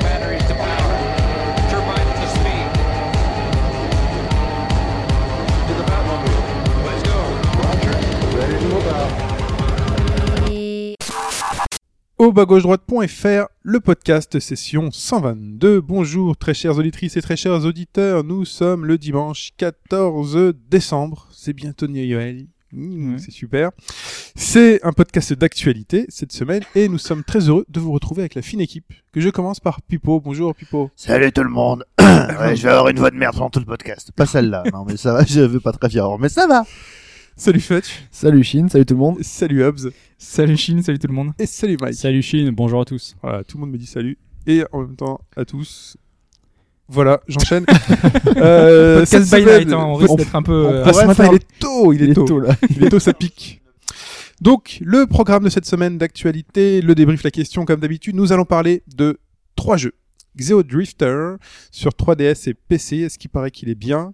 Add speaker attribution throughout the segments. Speaker 1: batteries to power. Turbines to speed. To the Batmobile. Let's go.
Speaker 2: Au bas-gauche-droite.fr, le podcast session 122. Bonjour très chères auditrices et très chers auditeurs, nous sommes le dimanche 14 décembre, c'est bientôt Noël, Mmh,
Speaker 3: Ouais.
Speaker 2: c'est super. C'est un podcast d'actualité cette semaine et nous sommes très heureux de vous retrouver avec la fine équipe que je commence par Pipo. Bonjour Pipo.
Speaker 4: Salut tout le monde. Ouais, je vais avoir une voix de merde pendant tout le podcast. Pas celle-là, non mais ça va, je veux pas très fier, mais ça va.
Speaker 2: Salut Fetch,
Speaker 5: Salut Chine, salut tout le monde.
Speaker 2: salut Hobbs
Speaker 3: Salut Chine, salut tout le monde.
Speaker 2: et salut Mike.
Speaker 6: Salut Chine, bonjour à tous.
Speaker 2: Voilà, tout le monde me dit salut et en même temps à tous. Voilà, j'enchaîne. Euh, cette
Speaker 3: Podcast by
Speaker 2: semaine,
Speaker 3: night, hein, on risque
Speaker 2: on-
Speaker 3: d'être un
Speaker 2: on
Speaker 3: peu. euh,
Speaker 2: pourrait
Speaker 5: ce matin,
Speaker 2: faire-
Speaker 5: il
Speaker 2: il est tôt, il est tôt.
Speaker 5: là.
Speaker 2: Il est tôt, ça pique. Donc, le programme de cette semaine d'actualité, le débrief, la question, comme d'habitude, nous allons parler de trois jeux. Xeo Drifter sur 3DS et PC, est-ce qu'il paraît qu'il est bien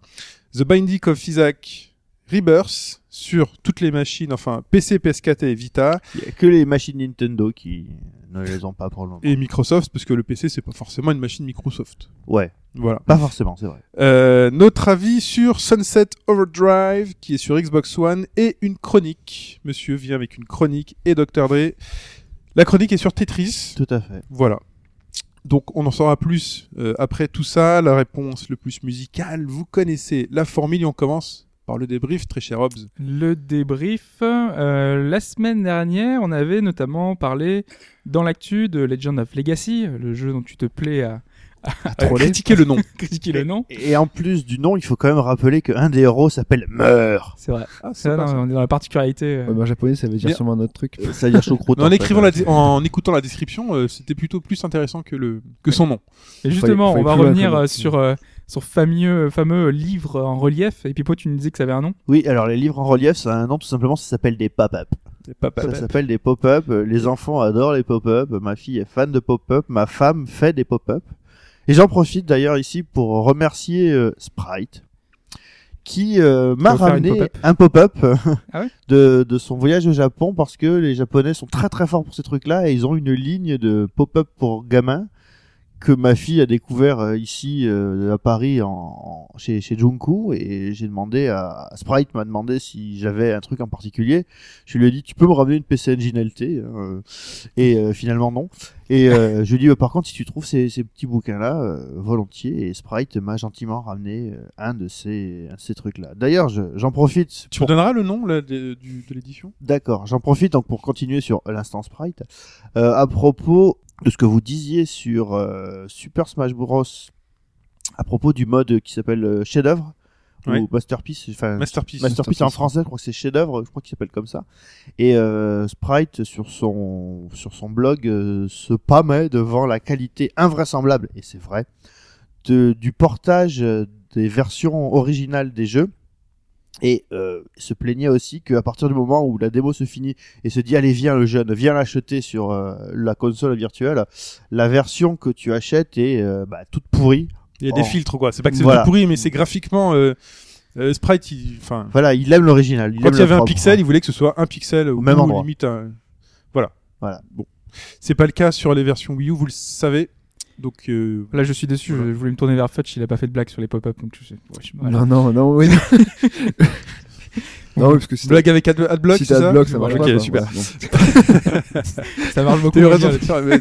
Speaker 2: The Binding of Isaac Rebirth sur toutes les machines, enfin PC, PS4 et Vita,
Speaker 4: Il y a que les machines Nintendo qui ne les ont pas pour le moment.
Speaker 2: et Microsoft, parce que le PC, c'est pas forcément une machine Microsoft.
Speaker 4: Ouais,
Speaker 2: Voilà.
Speaker 4: pas forcément, c'est vrai.
Speaker 2: Euh, notre avis sur Sunset Overdrive, qui est sur Xbox One, et une chronique. Monsieur vient avec une chronique et Dr. Dre. La chronique est sur Tetris.
Speaker 4: Tout à fait.
Speaker 2: Voilà. Donc on en saura plus euh, après tout ça. La réponse le plus musicale, vous connaissez la formule et on commence par le débrief, très cher Hobbs.
Speaker 3: Le débrief. Euh, la semaine dernière, on avait notamment parlé dans l'actu de Legend of Legacy, le jeu dont tu te plais à, à,
Speaker 2: Euh, critiquez le nom.
Speaker 3: critiquer le nom.
Speaker 4: Et en plus du nom, il faut quand même rappeler qu'un des héros s'appelle Meur.
Speaker 3: C'est vrai.
Speaker 2: Ah,
Speaker 3: Ça, non, on est dans la particularité. euh,
Speaker 5: Ouais, bah, en japonais, ça veut dire
Speaker 2: Bien.
Speaker 5: sûrement un autre truc.
Speaker 4: Euh, Ça veut dire choucroute.
Speaker 2: Mais en,
Speaker 4: fait. hein.
Speaker 2: écrivant la, en écoutant la description, euh, c'était plutôt plus intéressant que, le, que son nom.
Speaker 3: Et justement,
Speaker 5: Fallait-
Speaker 3: on va
Speaker 5: fallait plus
Speaker 3: revenir
Speaker 5: la
Speaker 3: euh,
Speaker 5: connaître.
Speaker 3: sur euh, son fameux, fameux livre en relief. Et puis, toi, tu nous disais que ça avait un nom.
Speaker 4: Oui, alors les livres en relief, ça a un nom tout simplement, ça s'appelle des pop-up.
Speaker 2: Pas,
Speaker 4: Ça s'appelle des pop-up. Euh, Les enfants adorent les pop-up. Ma fille est fan de pop-up. Ma femme fait des pop-up. Et j'en profite d'ailleurs ici pour remercier euh, Sprite qui euh, m'a
Speaker 3: offert une
Speaker 4: ramené
Speaker 3: pop-up
Speaker 4: un pop-up euh,
Speaker 3: Ah ouais
Speaker 4: de, de son voyage au Japon parce que les Japonais sont très très forts pour ces trucs-là et ils ont une ligne de pop-up pour gamins que ma fille a découvert euh, ici euh, à Paris en, en- chez, chez Junku et j'ai demandé à, à Sprite m'a demandé si j'avais un truc en particulier. Je lui ai dit tu peux me ramener une PC Engine LT euh, et euh, finalement non. Et euh, je lui ai dit bah, par contre si tu trouves ces, ces petits bouquins là volontiers et Sprite m'a gentiment ramené euh, un de ces, un de ces trucs là. D'ailleurs je- j'en profite.
Speaker 2: Tu me
Speaker 4: pour-
Speaker 2: donneras le nom là, de, du- de l'édition
Speaker 4: D'accord, j'en profite donc pour continuer sur l'instant Sprite. Euh, à propos de ce que vous disiez sur euh, Super Smash Bros. À propos du mode qui s'appelle euh, chef-d'œuvre
Speaker 2: Ouais.
Speaker 4: ou masterpiece, enfin
Speaker 2: Euh, Masterpiece.
Speaker 4: masterpiece en français, je crois que c'est chef-d'œuvre, je crois qu'il s'appelle comme ça. Et euh, Sprite sur son sur son blog euh, se pâmait devant la qualité invraisemblable et c'est vrai de- du portage euh, des versions originales des jeux et euh, se plaignait aussi qu'à partir du moment où la démo se finit et se dit allez viens le jeune viens l'acheter sur euh, la console virtuelle la version que tu achètes est euh, bah, toute pourrie
Speaker 2: Il y a des
Speaker 4: Oh.
Speaker 2: filtres, quoi. C'est pas que c'est
Speaker 4: Voilà.
Speaker 2: tout pourri, mais c'est graphiquement. euh, euh, Sprite, il- enfin.
Speaker 4: voilà il aime l'original
Speaker 2: Quand
Speaker 4: aime
Speaker 2: il y
Speaker 4: le
Speaker 2: avait un
Speaker 4: propre. hein.
Speaker 2: pixel, il voulait que ce soit un pixel ou
Speaker 4: Au même
Speaker 2: ou
Speaker 4: endroit.
Speaker 2: limite un- Voilà.
Speaker 4: Voilà.
Speaker 2: Bon. C'est pas le cas sur les versions Wii U, vous le savez. Donc, euh,
Speaker 3: Là, je suis déçu.
Speaker 2: Voilà.
Speaker 3: Je voulais me tourner vers Fudge. Il a pas fait de blague sur les pop-up. Donc, je sais. ouais, je- voilà.
Speaker 5: Non, non, non, oui. non, oui, parce que si
Speaker 2: blague avec Ad- Adblock,
Speaker 5: si
Speaker 2: c'est
Speaker 5: t'as
Speaker 2: ça
Speaker 5: Adblock, ça marche
Speaker 2: Ok,
Speaker 5: pas. quoi.
Speaker 2: super.
Speaker 5: Voilà, bon.
Speaker 3: Ça marche beaucoup.
Speaker 2: T'as eu
Speaker 3: mieux.
Speaker 2: raison de faire- mais-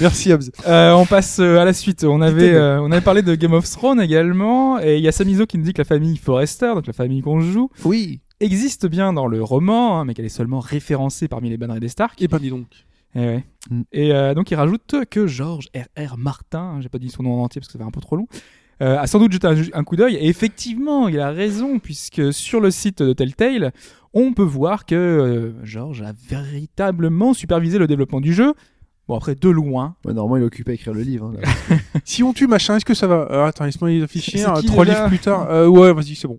Speaker 2: Merci, Hobbs.
Speaker 3: Euh, on passe euh, à la suite. On avait,
Speaker 2: Putain,
Speaker 3: euh, on avait parlé de Game of Thrones également, et il y a Samizo qui nous dit que la famille Forrester, donc la famille qu'on joue,
Speaker 4: oui
Speaker 3: existe bien dans le roman, hein, mais qu'elle est seulement référencée parmi les banneries des Stark.
Speaker 2: Et ben, dis donc.
Speaker 3: Eh ouais.
Speaker 5: Mm.
Speaker 3: Et euh, donc il rajoute que George R.R. Martin, hein, j'ai pas dit son nom en entier parce que ça fait un peu trop long, euh, a sans doute jeté un, un coup d'œil. Et effectivement, il a raison, puisque sur le site de Telltale, on peut voir que euh, George a véritablement supervisé le développement du jeu. Bon, après, de loin.
Speaker 5: Ouais, normalement, il est occupé à écrire le livre. hein, là.
Speaker 2: Si on tue machin, est-ce que ça va Euh, Attends, laisse-moi les afficher.
Speaker 3: C'est
Speaker 2: hein,
Speaker 3: qui,
Speaker 2: Trois
Speaker 3: déjà
Speaker 2: livres plus tard. Euh, ouais, vas-y, c'est bon.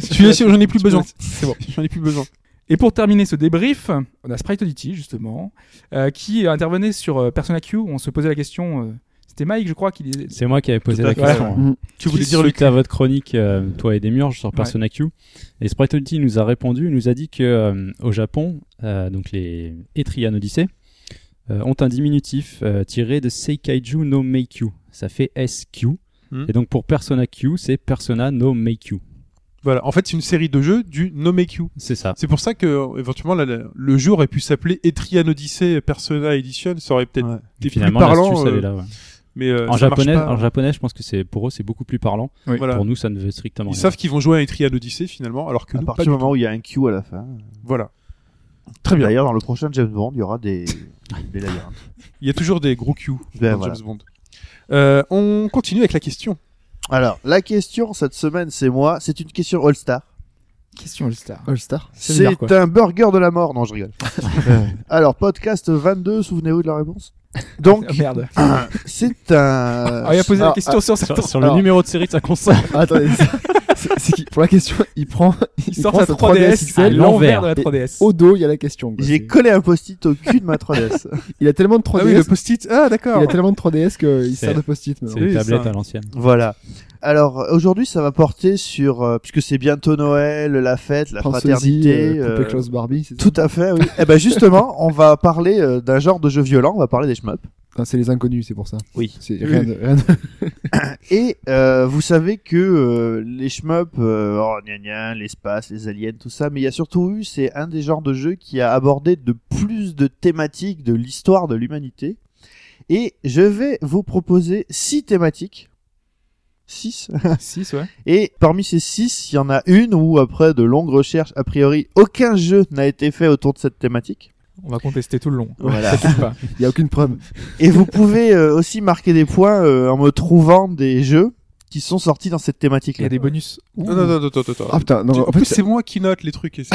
Speaker 2: Celui-là, c'est- j'en ai plus besoin.
Speaker 3: C'est bon.
Speaker 2: J'en ai plus besoin.
Speaker 3: Et pour terminer ce débrief, on a Sprite Oddity, justement, euh, qui intervenait sur euh, Persona Q, où on se posait la question, euh, C'était Mike, je crois, qui disait.
Speaker 6: C'est moi qui avais posé
Speaker 2: Tout à
Speaker 6: la
Speaker 2: fait,
Speaker 6: question.
Speaker 5: ouais. Mm.
Speaker 2: Tu voulais
Speaker 6: Qui
Speaker 2: dire le
Speaker 6: suite à votre chronique, euh, toi et des murs sur Persona Q. Et Sprite Oddity nous a répondu, il nous a dit que euh, au Japon, euh, donc les Etrian Odyssey euh, ont un diminutif euh, tiré de Seikaiju no Meikyu. Ça fait SQ.
Speaker 2: Hmm.
Speaker 6: Et donc pour Persona Q, c'est Persona no Meikyu.
Speaker 2: Voilà, en fait, c'est une série de jeux du No Make You.
Speaker 6: C'est ça.
Speaker 2: C'est pour ça que, euh, éventuellement, la- la- le jeu aurait pu s'appeler Etrian Odyssey Persona Edition. Ça aurait peut-être
Speaker 4: Ouais.
Speaker 2: été plus
Speaker 6: Finalement,
Speaker 2: parlant.
Speaker 6: l'astuce, elle
Speaker 2: euh,
Speaker 6: est là. ouais.
Speaker 2: Mais euh,
Speaker 6: en,
Speaker 2: ça marche
Speaker 6: japonais,
Speaker 2: pas.
Speaker 6: en japonais, je pense que c'est pour eux, c'est beaucoup plus parlant.
Speaker 2: Voilà.
Speaker 6: Pour nous, ça ne veut strictement
Speaker 2: Ils
Speaker 6: rien.
Speaker 2: savent qu'ils vont jouer à Etrian Odyssey finalement, alors que
Speaker 4: à
Speaker 2: nous, pas
Speaker 4: partir
Speaker 2: du
Speaker 4: du moment où il y a un Q à la fin.
Speaker 2: tout. Voilà.
Speaker 4: Très bien. D'ailleurs, dans le prochain James Bond, il y aura des, des labyrinthes.
Speaker 2: Il y a toujours des gros Q
Speaker 4: Ben,
Speaker 2: dans
Speaker 4: voilà.
Speaker 2: James Bond. Euh, on continue avec la question.
Speaker 4: Alors, la question cette semaine, c'est moi. C'est une question All-Star.
Speaker 3: Question All-Star.
Speaker 5: All-Star.
Speaker 3: C'est bizarre,
Speaker 4: C'est un burger de la mort. Non, je rigole. Euh, Alors, podcast 22, souvenez-vous de la réponse Donc,
Speaker 3: Ah, merde.
Speaker 4: c'est un...
Speaker 3: Ah, il a posé la
Speaker 5: alors,
Speaker 3: question sur sa
Speaker 6: Sur, sur le
Speaker 5: Alors-
Speaker 6: numéro de série de sa console.
Speaker 5: Ah, Attendez, c'est- c'est- c'est qui- pour la question, il prend,
Speaker 3: Il
Speaker 5: il
Speaker 3: sort
Speaker 5: prend
Speaker 3: sa 3DS, à
Speaker 6: à
Speaker 5: XL.
Speaker 3: l'envers de la
Speaker 5: Et
Speaker 3: 3DS.
Speaker 5: Au dos, il y a la question. quoi.
Speaker 4: ah, J'ai
Speaker 5: C'est-
Speaker 4: collé un post-it au cul de ma 3DS.
Speaker 5: Il a tellement de
Speaker 2: Ah oui, le
Speaker 5: 3DS,
Speaker 2: post-it. Ah
Speaker 5: il
Speaker 2: d'accord.
Speaker 5: a tellement de 3DS qu'il
Speaker 6: C'est-
Speaker 5: sert de post-it.
Speaker 6: C'est
Speaker 5: maintenant.
Speaker 6: une
Speaker 2: Oui,
Speaker 6: tablette
Speaker 2: ça.
Speaker 6: à l'ancienne.
Speaker 4: voilà. Alors, aujourd'hui, ça va porter sur... euh, puisque c'est bientôt Noël, la fête, la
Speaker 5: Prince Ozzy,
Speaker 4: fraternité...
Speaker 5: euh, Poupée
Speaker 4: euh,
Speaker 5: Klaus Barbie, c'est ça
Speaker 4: Tout à fait, oui. Eh ben justement, on va parler euh, d'un genre de jeu violent, on va parler des shmups.
Speaker 5: Enfin, c'est les inconnus, c'est pour ça.
Speaker 4: Oui.
Speaker 5: C'est rien de- rien de-
Speaker 4: Et euh, vous savez que euh, les shmups, euh, oh, gna gna, l'espace, les aliens, tout ça, mais il y a surtout eu, c'est un des genres de jeux qui a abordé de plus de thématiques de l'histoire de l'humanité. Et je vais vous proposer six thématiques. Six.
Speaker 3: 6, ouais.
Speaker 4: Et parmi ces six, il y en a une où, après de longues recherches, a priori, aucun jeu n'a été fait autour de cette thématique.
Speaker 3: On va contester tout le long.
Speaker 4: Voilà.
Speaker 3: Ça tue pas.
Speaker 5: Il y a aucune preuve.
Speaker 4: Et vous pouvez euh, aussi marquer des points euh, en me trouvant des jeux qui sont sortis dans cette
Speaker 3: Il y
Speaker 4: thématique-là.
Speaker 3: a des bonus.
Speaker 2: Non, non, non, attends, attends, attends.
Speaker 5: Ah putain, non,
Speaker 2: Tu- en
Speaker 5: en
Speaker 2: plus,
Speaker 5: fait,
Speaker 2: c'est moi qui note les trucs. Et c'est-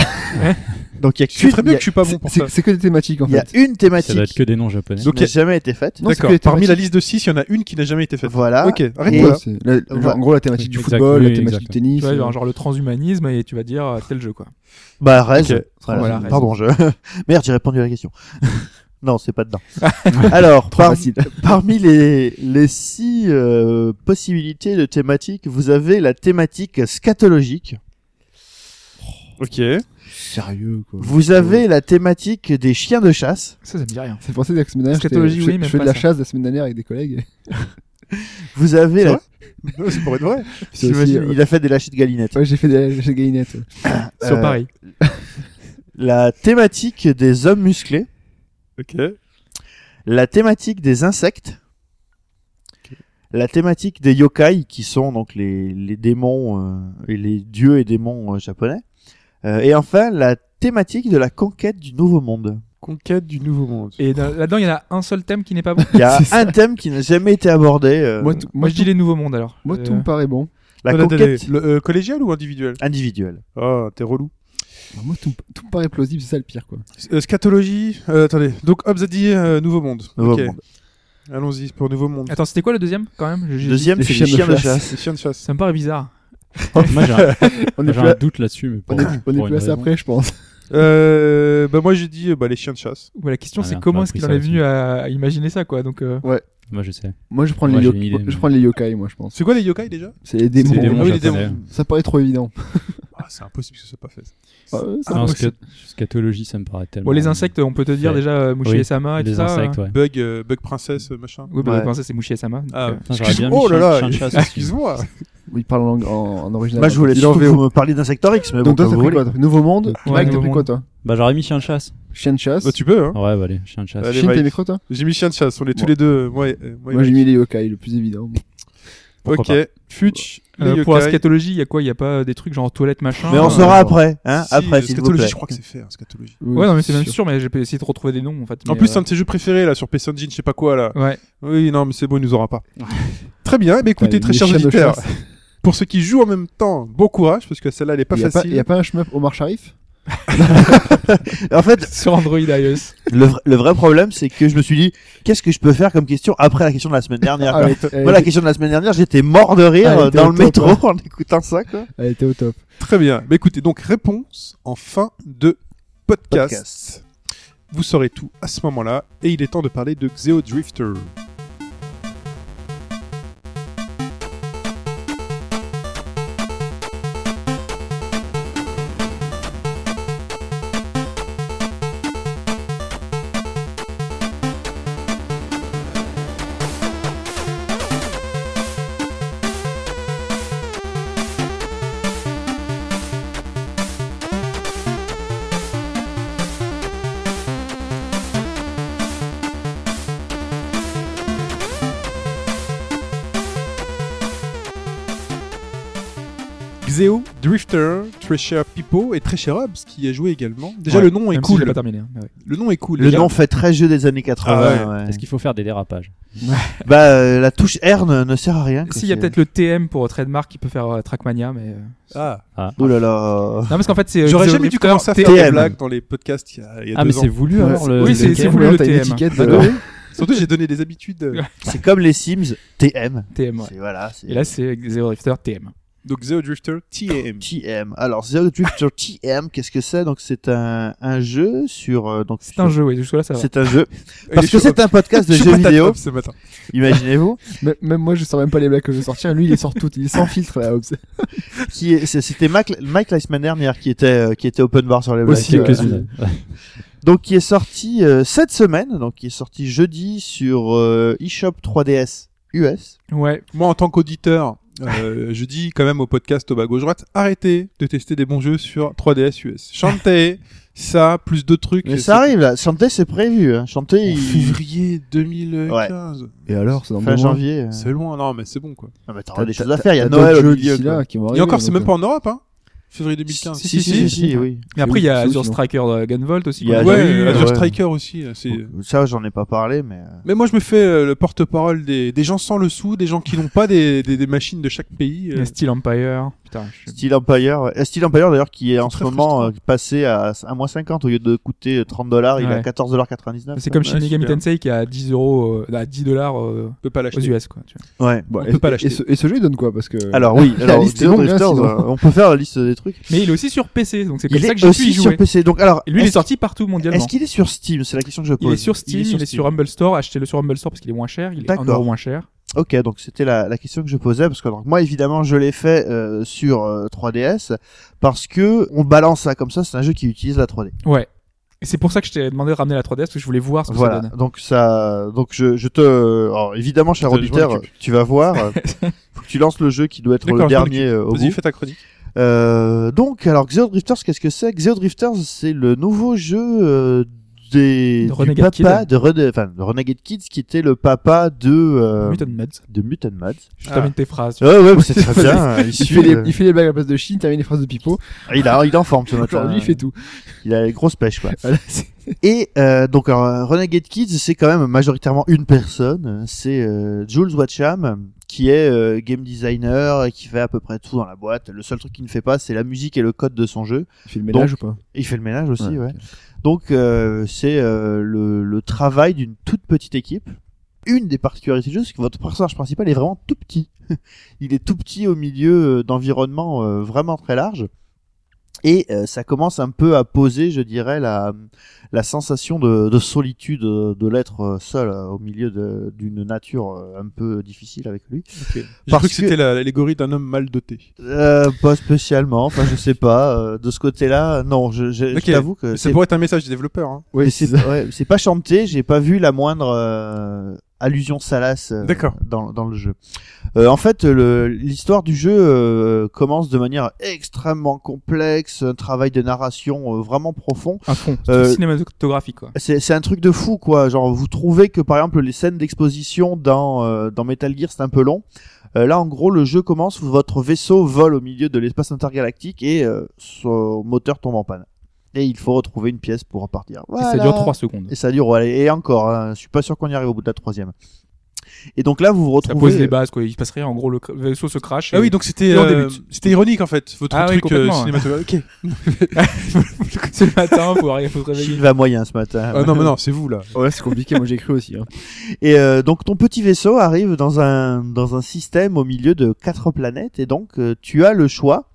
Speaker 4: Donc il y a
Speaker 2: je sais
Speaker 4: qu'une-
Speaker 2: très
Speaker 4: il
Speaker 2: bien
Speaker 4: y a-
Speaker 2: que je suis pas bon pour ça.
Speaker 5: c'est c'est que des thématiques en
Speaker 4: Il y a
Speaker 5: fait.
Speaker 4: une
Speaker 6: Ça
Speaker 4: thématique
Speaker 6: doit être que des noms japonais.
Speaker 4: qui
Speaker 2: Donc,
Speaker 4: n'a jamais été faite.
Speaker 5: Non, c'est
Speaker 2: D'accord.
Speaker 5: que les
Speaker 2: Parmi
Speaker 5: thématiques.
Speaker 2: la liste de 6, il y en a une qui n'a jamais été faite.
Speaker 4: Voilà.
Speaker 2: Ok, arrête
Speaker 4: Et-
Speaker 2: toi là.
Speaker 5: C'est la- la-
Speaker 4: Voilà.
Speaker 5: En gros, la thématique du
Speaker 6: Exact,
Speaker 5: football,
Speaker 6: oui,
Speaker 5: la thématique
Speaker 6: exact.
Speaker 5: du tennis.
Speaker 3: Tu vois,
Speaker 5: euh,
Speaker 3: genre, genre le transhumanisme et tu vas dire euh, tel jeu quoi.
Speaker 4: Bah reste.
Speaker 2: Ok.
Speaker 4: Voilà.
Speaker 3: Voilà, reste.
Speaker 4: Pardon, je... merde, j'ai répondu à la question. non, c'est pas dedans. Alors,
Speaker 5: Trop
Speaker 4: par-
Speaker 5: facile.
Speaker 4: parmi les, les six euh, possibilités de thématiques, vous avez la thématique scatologique.
Speaker 2: Ok.
Speaker 5: Sérieux quoi.
Speaker 4: Vous avez la thématique des chiens de chasse.
Speaker 3: Ça, ça me dit rien.
Speaker 5: C'est pensé la semaine dernière. j'étais-
Speaker 3: Scatologie,
Speaker 5: je,
Speaker 3: oui,
Speaker 5: je
Speaker 3: même
Speaker 5: fais de
Speaker 3: pas
Speaker 5: la
Speaker 3: ça.
Speaker 5: chasse la semaine dernière avec des collègues.
Speaker 4: Vous avez
Speaker 2: C'est
Speaker 4: la...
Speaker 2: vrai Non, C'est pour être vrai.
Speaker 5: C'est aussi,
Speaker 4: J'imagine,
Speaker 5: euh,
Speaker 4: Il a fait des lâchers de galinette.
Speaker 5: Ouais, j'ai fait des j'ai des gainettes. ouais.
Speaker 3: C'est au
Speaker 4: Euh,
Speaker 3: Paris.
Speaker 4: La thématique des hommes musclés.
Speaker 2: Ok.
Speaker 4: la thématique des insectes, la thématique des yokai, qui sont donc les, les démons euh, et les dieux et démons euh, japonais, Euh, et enfin la thématique de la conquête du nouveau monde.
Speaker 2: Conquête du Nouveau Monde.
Speaker 3: Et dans- là-dedans, il y en a un seul thème qui n'est pas bon.
Speaker 4: Il y a
Speaker 5: C'est ça.
Speaker 4: un thème qui n'a jamais été abordé, euh,
Speaker 5: Moi, tout-
Speaker 3: Moi,
Speaker 5: moi,
Speaker 3: je dis
Speaker 5: tout-
Speaker 3: les nouveaux mondes alors.
Speaker 5: moi,
Speaker 3: Euh,
Speaker 5: tout me paraît bon.
Speaker 4: la
Speaker 2: Attends, attends,
Speaker 4: conquête
Speaker 2: Le, euh, collégial ou individuel
Speaker 4: individuelle.
Speaker 2: Oh, t'es relou.
Speaker 5: Alors, Moi, tout me- tout me paraît plausible, c'est ça le pire quoi.
Speaker 2: Euh, scatologie. euh, attendez. Donc, Hobbes a dit euh, Nouveau Monde.
Speaker 4: Nouveau
Speaker 2: Ok.
Speaker 4: monde.
Speaker 2: Allons-y pour Nouveau Monde.
Speaker 3: Attends, c'était quoi le deuxième quand même Je- j'ai-
Speaker 4: Deuxième,
Speaker 5: les
Speaker 4: c'est les chiens de chasse.
Speaker 2: Les chiens de chasse.
Speaker 3: Ça me paraît bizarre.
Speaker 6: Moi, j'ai un,
Speaker 5: On
Speaker 6: j'ai
Speaker 5: est plus
Speaker 6: un
Speaker 5: à-
Speaker 6: doute là-dessus, mais
Speaker 5: on
Speaker 6: pour,
Speaker 5: est plus- on est
Speaker 6: pour
Speaker 5: plus
Speaker 6: une
Speaker 5: assez
Speaker 6: raison.
Speaker 5: après, je pense.
Speaker 2: Euh, bah, moi, j'ai dit euh, bah, les chiens de chasse.
Speaker 3: Ouais, la question,
Speaker 6: Ah
Speaker 3: c'est
Speaker 6: merde,
Speaker 3: comment
Speaker 6: j'aurais
Speaker 3: est-ce qu'il
Speaker 6: pris
Speaker 3: en
Speaker 6: ça
Speaker 3: est venu à imaginer ça quoi. Donc, euh,
Speaker 6: Moi, je sais.
Speaker 5: Moi, je prends les
Speaker 6: Moi, j'ai
Speaker 5: yo-
Speaker 6: une idée,
Speaker 5: je
Speaker 6: mais-
Speaker 5: prends les yokai, moi, je pense.
Speaker 2: C'est quoi les yokai déjà
Speaker 5: C'est les
Speaker 6: C'est
Speaker 5: démons.
Speaker 6: des démons
Speaker 2: Ah oui, les
Speaker 6: japonais.
Speaker 2: démons.
Speaker 5: Ça paraît trop évident.
Speaker 2: Ah, c'est impossible que ce soit pas fait.
Speaker 5: Ah, ouais, ça-
Speaker 6: Non,
Speaker 2: ouais,
Speaker 6: scat- scatologie, ça me paraît tellement.
Speaker 3: bon, les insectes, on peut te dire
Speaker 6: Ouais.
Speaker 3: déjà euh, Mushi
Speaker 6: Oui,
Speaker 3: et Sama et tout
Speaker 6: Les
Speaker 3: ça.
Speaker 6: insectes, ouais.
Speaker 2: Bug, euh, bug princesse, euh, machin.
Speaker 3: Oui, bah,
Speaker 4: Ouais.
Speaker 3: le principe, c'est Mushi et Sama. donc,
Speaker 2: Ah,
Speaker 3: euh,
Speaker 6: Putain, j'aurais bien mis
Speaker 2: oh
Speaker 6: chien-
Speaker 2: là là,
Speaker 6: chien de chasse aussi.
Speaker 2: excuse-moi.
Speaker 5: Il parle en, langue- en, en original.
Speaker 4: Moi, Bah, je voulais
Speaker 5: Il est en
Speaker 4: surtout que
Speaker 5: VO.
Speaker 4: vous me parliez d'Insectorix, mais bon, comme
Speaker 5: Donc, toi, t'as
Speaker 4: vous
Speaker 5: pris
Speaker 4: voulez.
Speaker 5: quoi t'as- Nouveau Monde.
Speaker 3: Ouais,
Speaker 5: Mike, t'as
Speaker 3: Nouveau
Speaker 5: pris quoi, toi
Speaker 6: Bah, j'aurais mis chien de chasse.
Speaker 5: Chien de chasse.
Speaker 2: Bah, tu peux, hein.
Speaker 6: Ouais, bah, allez, chien de chasse.
Speaker 2: Allez,
Speaker 5: Chien,
Speaker 2: Mike.
Speaker 5: t'as mis quoi, toi
Speaker 2: J'ai mis chien de chasse, on est tous les deux. euh, Moi, et- euh, moi et
Speaker 5: Moi, j'ai
Speaker 2: Mike.
Speaker 5: mis les yokai, le plus évident.
Speaker 2: Ok,
Speaker 6: Pourquoi
Speaker 2: Futch, les
Speaker 3: euh,
Speaker 2: yokai.
Speaker 3: pour la scatologie, il y a quoi Il y a pas euh, des trucs genre toilette machin
Speaker 4: Mais on
Speaker 3: euh,
Speaker 4: saura après, hein,
Speaker 2: Si,
Speaker 4: après,
Speaker 2: le
Speaker 4: s'il vous
Speaker 2: scatologie,
Speaker 4: plaît.
Speaker 2: je crois que c'est fait, hein, scatologie.
Speaker 3: Ouais, non, mais c'est même sûr, mais j'ai essayé de retrouver des noms en fait.
Speaker 2: En
Speaker 3: mais,
Speaker 2: plus, c'est
Speaker 3: euh,
Speaker 2: un de ses jeux préférés, là, sur PS Engine, je sais pas quoi, là.
Speaker 3: Ouais.
Speaker 2: Oui, non, mais c'est bon, il nous aura pas. très bien, eh bien, écoutez,
Speaker 5: Putain,
Speaker 2: très
Speaker 5: les
Speaker 2: chers
Speaker 5: chiens de
Speaker 2: auditeurs,
Speaker 5: chasse.
Speaker 2: pour ceux qui jouent en même temps, bon courage, parce que celle-là, elle est pas
Speaker 5: Il y a pas-
Speaker 2: facile.
Speaker 5: il y a pas un shmup Omar Sharif
Speaker 4: En fait,
Speaker 3: Sur Android iOS.
Speaker 4: le, vr- le vrai problème, c'est que je me suis dit, qu'est-ce que je peux faire comme question après la question de la semaine dernière quoi.
Speaker 5: Ah, elle était- elle
Speaker 4: Moi, la
Speaker 5: était-
Speaker 4: question de la semaine dernière, j'étais mort de rire
Speaker 5: Ah, elle
Speaker 4: euh,
Speaker 5: était
Speaker 4: dans
Speaker 5: au
Speaker 4: le
Speaker 5: top,
Speaker 3: hein.
Speaker 4: métro en écoutant ça, quoi.
Speaker 5: Elle était au top.
Speaker 2: Très bien. Bah, écoutez, donc, réponse en fin de podcast.
Speaker 4: Podcast.
Speaker 2: Vous saurez tout à ce moment-là, et il est temps de parler de Xeo Drifter. Xeo, Drifter, Treasure Pipo et Treasure Hobbs qui a joué également. Déjà le nom est
Speaker 3: Même si je
Speaker 2: cool.
Speaker 3: l'ai pas terminé. hein, mais ouais.
Speaker 2: Le nom est cool.
Speaker 4: Le
Speaker 2: Et
Speaker 4: nom fait très jeu des années 80.
Speaker 2: Ah
Speaker 4: ouais.
Speaker 6: Est-ce qu'il faut faire des dérapages
Speaker 4: Bah, euh, la touche R ne, ne sert à rien. quoi.
Speaker 3: Si, il y a
Speaker 4: C'est-
Speaker 3: peut-être le TM pour Trademark qui peut faire euh, Trackmania, mais. euh,
Speaker 2: Ah,
Speaker 4: Oh là là.
Speaker 3: Non, parce qu'en fait, c'est. euh,
Speaker 2: j'aurais
Speaker 3: The
Speaker 2: jamais dû
Speaker 3: Drifter,
Speaker 2: commencer à faire
Speaker 3: TM.
Speaker 2: des blagues dans les podcasts il y a, il y a
Speaker 6: Ah, mais
Speaker 2: deux ans.
Speaker 6: c'est voulu alors le.
Speaker 3: Oui,
Speaker 6: le
Speaker 3: c'est-
Speaker 6: game
Speaker 3: c'est voulu. le
Speaker 5: t'as une
Speaker 3: TM.
Speaker 5: étiquette.
Speaker 2: Bah
Speaker 5: euh,
Speaker 2: oui. Surtout j'ai donné des habitudes. euh.
Speaker 4: C'est comme les Sims, TM.
Speaker 3: TM, ouais.
Speaker 4: C'est voilà. c'est-
Speaker 3: Et là, c'est Zero Drifter TM.
Speaker 2: Donc Xeo Drifter TM.
Speaker 4: TM. Alors, Zero Drifter TM, qu'est-ce que c'est Donc, c'est un, un jeu sur. euh, donc,
Speaker 3: C'est un jeu, oui, jusque-là, ça va.
Speaker 4: C'est un jeu.
Speaker 2: Et
Speaker 4: Parce
Speaker 2: je
Speaker 4: que
Speaker 2: suis-
Speaker 4: c'est un podcast de
Speaker 2: je suis
Speaker 4: jeux
Speaker 2: patate
Speaker 4: vidéo,
Speaker 2: top ce matin.
Speaker 4: imaginez-vous.
Speaker 5: m- Même moi, je sors même pas les blagues que je vais sortir. Lui, il les sort toutes. Il est sans filtre là. Hobbs.
Speaker 4: qui est- c'est- C'était Mac- Mike la semaine dernière qui était, euh, qui était open bar sur les euh, blagues.
Speaker 6: Aussi, quelques-unes.
Speaker 4: Donc, qui est sorti euh, cette semaine, donc qui est sorti jeudi sur euh, eShop 3DS US.
Speaker 3: Ouais.
Speaker 2: Moi, en tant qu'auditeur, euh, je dis quand même au podcast au bas gauche droite, arrêtez de tester des bons jeux sur 3DS US. Chantez ça, plus d'autres trucs.
Speaker 4: Mais ça arrive là, Chanté c'est prévu. Hein. Chanté,
Speaker 2: En
Speaker 4: il...
Speaker 2: février 2015.
Speaker 5: Et alors, c'est dans
Speaker 4: fin
Speaker 5: deux mois.
Speaker 4: janvier. euh.
Speaker 2: C'est loin, non, mais c'est bon quoi.
Speaker 4: Ah, bah, t'auras
Speaker 5: T'as-
Speaker 4: des choses
Speaker 5: t'as-
Speaker 4: à faire, il y a
Speaker 5: t'as
Speaker 4: Noël
Speaker 5: d'autres
Speaker 4: au
Speaker 5: jeux
Speaker 4: milieu.
Speaker 5: d'ici
Speaker 4: quoi.
Speaker 5: là qui vont
Speaker 2: Et
Speaker 5: arriver,
Speaker 2: encore, c'est
Speaker 5: donc,
Speaker 2: même pas en Europe, hein Février 2015.
Speaker 4: euh, Si, si, si, si, oui.
Speaker 3: Mais après, il y a
Speaker 5: C'est où,
Speaker 3: Azure
Speaker 5: sinon
Speaker 3: Striker euh, Gunvolt aussi.
Speaker 4: Il y a
Speaker 3: qu'on
Speaker 2: ouais,
Speaker 3: a vu.
Speaker 4: Azure-
Speaker 2: Azure
Speaker 4: ouais.
Speaker 2: Striker aussi. c'est-
Speaker 4: Ça, j'en ai pas parlé, mais. euh,
Speaker 2: Mais moi, je me fais euh, le porte-parole des, des gens sans le sou, des gens qui n'ont pas des, des, des machines de chaque pays.
Speaker 3: Il y
Speaker 2: euh.
Speaker 3: a Steel Empire. Putain, je suis-
Speaker 4: Steel Empire, ouais. Euh, Steel Empire d'ailleurs qui est en
Speaker 2: très
Speaker 4: ce moment
Speaker 2: frustrant.
Speaker 4: euh, passé à à moins 50 au lieu de coûter 30 dollars, il est à
Speaker 3: Ouais.
Speaker 4: 14 dollars 99.
Speaker 3: C'est comme
Speaker 2: Ouais,
Speaker 3: Shin Megami
Speaker 2: super.
Speaker 3: Tensei qui a 10 euros, euh, à 10 dollars euh,
Speaker 2: On peut pas
Speaker 3: aux
Speaker 2: l'acheter.
Speaker 3: US, quoi. tu vois.
Speaker 4: Ouais.
Speaker 5: Bon,
Speaker 2: On
Speaker 5: et-
Speaker 2: peut pas
Speaker 5: et-
Speaker 2: l'acheter.
Speaker 5: Et ce, et ce jeu, il donne quoi Parce que.
Speaker 4: Alors oui,
Speaker 5: La
Speaker 4: alors,
Speaker 5: liste est
Speaker 4: Zero
Speaker 5: longue, hein,
Speaker 4: Drifters,
Speaker 5: sinon.
Speaker 4: euh, on peut faire la liste des trucs.
Speaker 3: Mais il est aussi sur PC, donc c'est comme
Speaker 4: Il
Speaker 3: ça que
Speaker 4: est
Speaker 3: j'ai pu y
Speaker 4: aussi sur
Speaker 3: jouer.
Speaker 4: PC. Donc alors,
Speaker 3: Et lui, il est
Speaker 4: est-ce-
Speaker 3: sorti partout mondialement.
Speaker 4: est-ce qu'il est sur Steam C'est la question que je pose.
Speaker 3: Il est sur Steam, il est
Speaker 4: Steam.
Speaker 3: sur Humble Store. Achetez-le sur Humble Store parce qu'il est moins cher. Il est un
Speaker 4: D'accord.
Speaker 3: euro moins cher.
Speaker 4: Ok, donc c'était la, la question que je posais parce que donc, moi évidemment je l'ai fait euh, sur euh, 3DS parce que on balance ça comme ça, c'est un jeu qui utilise la 3D.
Speaker 3: Ouais. Et c'est pour ça que je t'ai demandé de ramener la 3DS parce que je voulais voir ce que
Speaker 4: Voilà.
Speaker 3: ça donne.
Speaker 4: Donc ça, donc je, je te, alors, évidemment cher
Speaker 2: Je te- je m'en
Speaker 4: auditeur,
Speaker 2: occupe.
Speaker 4: tu vas voir, euh, faut que tu lances le jeu qui doit être
Speaker 2: D'accord,
Speaker 4: le
Speaker 2: je m'en
Speaker 4: dernier euh, au
Speaker 2: Vas-y,
Speaker 4: bout.
Speaker 2: fais ta chronique.
Speaker 4: Euh, donc, alors Xeo Drifters, qu'est-ce que c'est Xeo Drifters, c'est le nouveau jeu euh, des
Speaker 3: De
Speaker 4: du
Speaker 3: Renegade
Speaker 4: papa
Speaker 3: Kid.
Speaker 4: de, Rene- enfin, de Renegade Kids, qui était le papa de euh,
Speaker 3: Mutant Muds.
Speaker 4: de Mutant Mad.
Speaker 3: Je
Speaker 2: Ah.
Speaker 3: termine tes phrases. tu
Speaker 4: Ouais, ouais, mais c'est très
Speaker 5: c'est-
Speaker 4: bien. Il,
Speaker 5: Il
Speaker 4: suit,
Speaker 5: fait, les,
Speaker 4: euh,
Speaker 5: il fait les blagues à la place de Chine, termine les phrases de Pipo.
Speaker 4: il a, il est en forme ce matin.
Speaker 5: Aujourd'hui, il fait tout.
Speaker 4: Il a une grosse pêche quoi.
Speaker 5: Voilà, c'est-
Speaker 4: Et euh, donc alors, Renegade Kids, c'est quand même majoritairement une personne. C'est euh, Jules Watcham qui est euh, game designer et qui fait à peu près tout dans la boîte. Le seul truc qu'il ne fait pas, c'est la musique et le code de son jeu.
Speaker 5: Il fait le ménage ou pas
Speaker 4: Et il fait le ménage aussi, ouais.
Speaker 5: Ouais,
Speaker 4: Donc euh, c'est euh, le, le travail d'une toute petite équipe. Une des particularités du jeu, c'est que votre personnage principal est vraiment tout petit. il est tout petit au milieu euh, d'environnements euh, vraiment très larges. Et euh, ça commence un peu à poser, je dirais, la, la sensation de, de solitude euh, de l'être euh, seul euh, au milieu de- d'une nature euh, un peu difficile avec lui.
Speaker 2: J'ai
Speaker 4: Parce
Speaker 2: cru que
Speaker 4: que-
Speaker 2: c'était la- l'allégorie d'un homme mal doté.
Speaker 4: Euh, pas spécialement, enfin je sais pas. euh, de ce côté-là, non, je, je, je
Speaker 2: Ok.
Speaker 4: t'avoue que
Speaker 2: Ça pourrait être un message des développeurs. Hein.
Speaker 4: mais
Speaker 5: Ouais,
Speaker 4: c'est ouais, c'est pas chanté, j'ai pas vu la moindre euh, allusion salace euh,
Speaker 2: D'accord.
Speaker 4: dans, dans le jeu. Euh, en fait, le- l'histoire du jeu euh, commence de manière extrêmement complexe, un travail de narration euh, vraiment profond.
Speaker 3: vois. À fond. C'est
Speaker 4: Euh,
Speaker 3: cinématographique, quoi.
Speaker 4: C'est c'est un truc de fou, quoi. Genre, vous trouvez que par exemple les scènes d'exposition dans euh, dans Metal Gear c'est un peu long. Euh, là, en gros, le jeu commence, votre vaisseau vole au milieu de l'espace intergalactique et euh, son moteur tombe en panne. Et il faut retrouver une pièce pour repartir.
Speaker 3: Et Ça
Speaker 4: Voilà.
Speaker 3: dure 3 secondes.
Speaker 4: Et ça dure, ouais, et encore, hein, je suis pas sûr qu'on y arrive au bout de la troisième. Et donc là, vous vous
Speaker 3: Ça
Speaker 4: retrouvez.
Speaker 3: pose les bases, quoi. Il se passe rien. En gros, le cr- vaisseau se crache.
Speaker 2: Ah oui, donc c'était
Speaker 3: Et on
Speaker 2: euh,
Speaker 3: débute.
Speaker 2: c'était ironique en fait, votre
Speaker 3: Ah oui,
Speaker 2: truc euh,
Speaker 3: complètement, ouais.
Speaker 2: cinématographique. Ok.
Speaker 3: c'est le matin, faut arriver, faut se réveiller.
Speaker 4: Il va moyen ce matin.
Speaker 2: Ah non, mais non, c'est vous là.
Speaker 5: Ouais, c'est compliqué, moi j'ai cru aussi. hein.
Speaker 4: Et euh, donc ton petit vaisseau arrive dans un dans un système au milieu de quatre planètes et donc euh, tu as le choix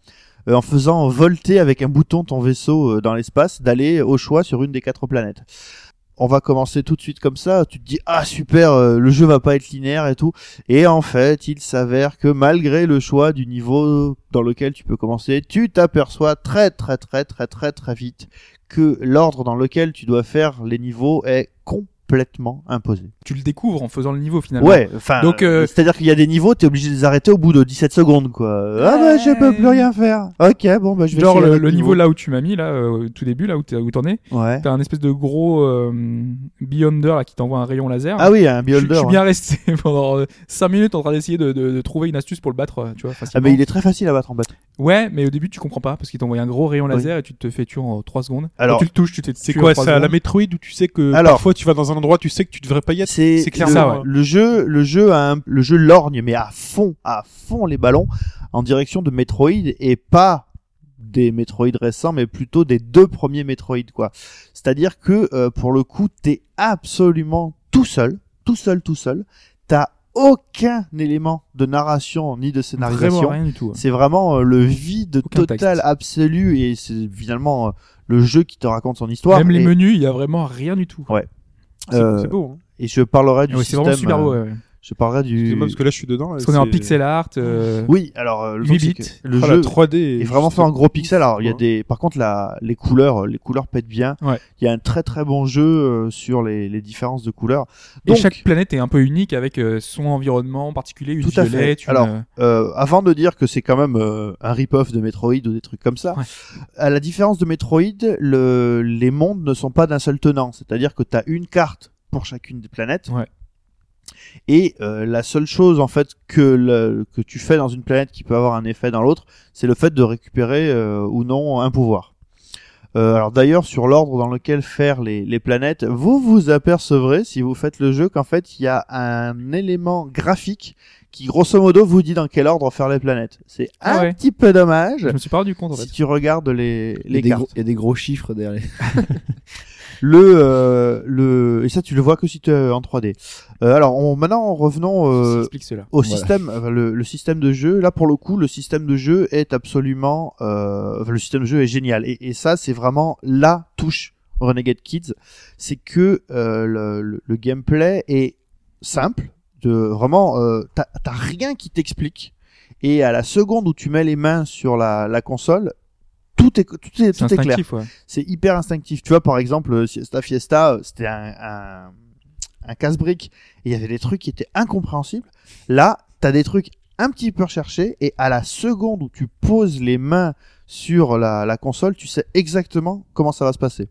Speaker 4: euh, en faisant volter avec un bouton ton vaisseau euh, dans l'espace d'aller au choix sur une des quatre planètes. On va commencer tout de suite comme ça, tu te dis ah super euh, le jeu va pas être linéaire et tout et en fait, il s'avère que malgré le choix du niveau dans lequel tu peux commencer, tu t'aperçois très très très très très très vite que l'ordre dans lequel tu dois faire les niveaux est complètement imposé.
Speaker 3: Tu le découvres en faisant le niveau, finalement.
Speaker 4: Ouais, enfin.
Speaker 3: Donc,
Speaker 4: Donc,
Speaker 3: euh,
Speaker 4: c'est-à-dire qu'il y a des niveaux, t'es obligé de les arrêter au bout de 17 secondes, quoi. Ah bah, je peux plus rien faire. Ok, bon, bah, je vais
Speaker 3: Genre
Speaker 4: essayer un
Speaker 3: le,
Speaker 4: autre
Speaker 3: le niveau là où tu m'as mis là euh, au tout début là où t'es- où t'en es
Speaker 4: Ouais.
Speaker 3: t'as un espèce de gros euh, Beyonder là qui t'envoie un rayon laser
Speaker 4: Ah oui, un
Speaker 3: Je-
Speaker 4: Beholder.
Speaker 3: je, suis
Speaker 4: hein.
Speaker 3: bien resté pendant 5 minutes en train d'essayer de, de- de trouver une astuce pour le battre euh, tu vois
Speaker 4: Ah, mais il est très facile à battre en battre.
Speaker 3: Ouais, mais au début tu comprends pas parce qu'il t'envoie un gros rayon laser et tu te fais tuer en 3 secondes. Quand
Speaker 4: Alors-
Speaker 3: tu le touches, tu te fais
Speaker 2: C'est
Speaker 3: tuer en
Speaker 2: quoi
Speaker 3: trois
Speaker 2: ça La
Speaker 3: secondes.
Speaker 2: Metroid où tu sais que
Speaker 4: Alors-
Speaker 2: parfois tu vas dans un endroit, tu sais que tu devrais pas y être
Speaker 4: C'est
Speaker 2: c'est clair,
Speaker 4: le,
Speaker 3: ça, ouais.
Speaker 4: le jeu, le jeu a un- le jeu lorgne mais à fond, à fond les ballons en direction de Metroid et pas des Metroid récents mais plutôt des deux premiers Metroid quoi. C'est-à-dire que euh, pour le coup, t'es absolument tout seul, tout seul, tout seul. T'as aucun élément de narration ni de scénarisation.
Speaker 3: Vraiment rien du tout.
Speaker 4: C'est vraiment euh, le vide
Speaker 3: Aucun
Speaker 4: total
Speaker 3: texte.
Speaker 4: absolu et c'est finalement euh, le jeu qui te raconte son histoire.
Speaker 3: Même les
Speaker 4: et,
Speaker 3: menus, il y a vraiment rien du tout.
Speaker 4: Ouais,
Speaker 2: C'est
Speaker 4: euh,
Speaker 2: c'est beau. Hein.
Speaker 4: et je parlerai du
Speaker 3: Ah Ouais, c'est
Speaker 4: système.
Speaker 3: vraiment super beau.
Speaker 4: euh,
Speaker 3: ouais, ouais.
Speaker 4: Je parlerai du.
Speaker 2: Excusez-moi, parce que là je suis dedans.
Speaker 3: Parce qu'on est en pixel art. euh,
Speaker 4: Oui, alors euh, le truc,
Speaker 3: 8
Speaker 4: c'est
Speaker 3: bits.
Speaker 4: que le
Speaker 2: Ah,
Speaker 4: jeu
Speaker 2: la 3D
Speaker 4: est vraiment
Speaker 2: juste
Speaker 4: fait en gros pixels. Alors il y a
Speaker 2: Ouais.
Speaker 4: des, par contre la, les couleurs, euh, les couleurs pètent bien.
Speaker 3: Ouais.
Speaker 4: Il y a un très très bon jeu euh, sur les, les différences de couleurs.
Speaker 3: Et
Speaker 4: Donc
Speaker 3: chaque planète est un peu unique avec euh, son environnement particulier, une
Speaker 4: Tout à fait.
Speaker 3: violette, une,
Speaker 4: Alors,
Speaker 3: euh,
Speaker 4: euh, avant de dire que c'est quand même euh, un rip-off de Metroid ou des trucs comme ça,
Speaker 3: Ouais.
Speaker 4: à la différence de Metroid, le, les mondes ne sont pas d'un seul tenant. C'est-à-dire que tu as une carte pour chacune des planètes.
Speaker 3: Ouais.
Speaker 4: Et euh, la seule chose en fait que, le- que tu fais dans une planète qui peut avoir un effet dans l'autre, c'est le fait de récupérer euh, ou non un pouvoir. Euh, alors d'ailleurs sur l'ordre dans lequel faire les, les planètes, vous vous apercevrez si vous faites le jeu qu'en fait il y a un élément graphique qui grosso modo vous dit dans quel ordre faire les planètes. C'est
Speaker 3: Ah
Speaker 4: un
Speaker 3: ouais.
Speaker 4: petit peu dommage
Speaker 3: je me suis pas rendu compte en
Speaker 4: si
Speaker 3: fait.
Speaker 4: tu regardes les,
Speaker 5: Il y, a
Speaker 4: les
Speaker 5: des gros,
Speaker 4: cartes.
Speaker 5: il y a des gros chiffres derrière. les-
Speaker 4: Le, euh, le et ça tu le vois que si tu es en 3D. Euh, alors on, maintenant revenons
Speaker 3: Ça
Speaker 4: euh,
Speaker 3: explique cela.
Speaker 4: au
Speaker 5: Voilà.
Speaker 4: système, euh, le, le système de jeu, là pour le coup, le système de jeu est absolument, euh, enfin, le système de jeu est génial. Et, et ça, c'est vraiment la touche Renegade Kids, c'est que euh, le, le- le gameplay est simple, de vraiment, euh, t'as t'as rien qui t'explique. Et à la seconde où tu mets les mains sur la, la console, tout est tout
Speaker 3: C'est
Speaker 4: est, tout est clair
Speaker 3: instinctif, ouais.
Speaker 4: c'est hyper instinctif. Tu vois, par exemple, euh, Siesta Fiesta, euh, c'était un, un, un casse-brique et il y avait des trucs qui étaient incompréhensibles. Là, t'as des trucs un petit peu recherchés et à la seconde où tu poses les mains sur la, la console, tu sais exactement comment ça va se passer.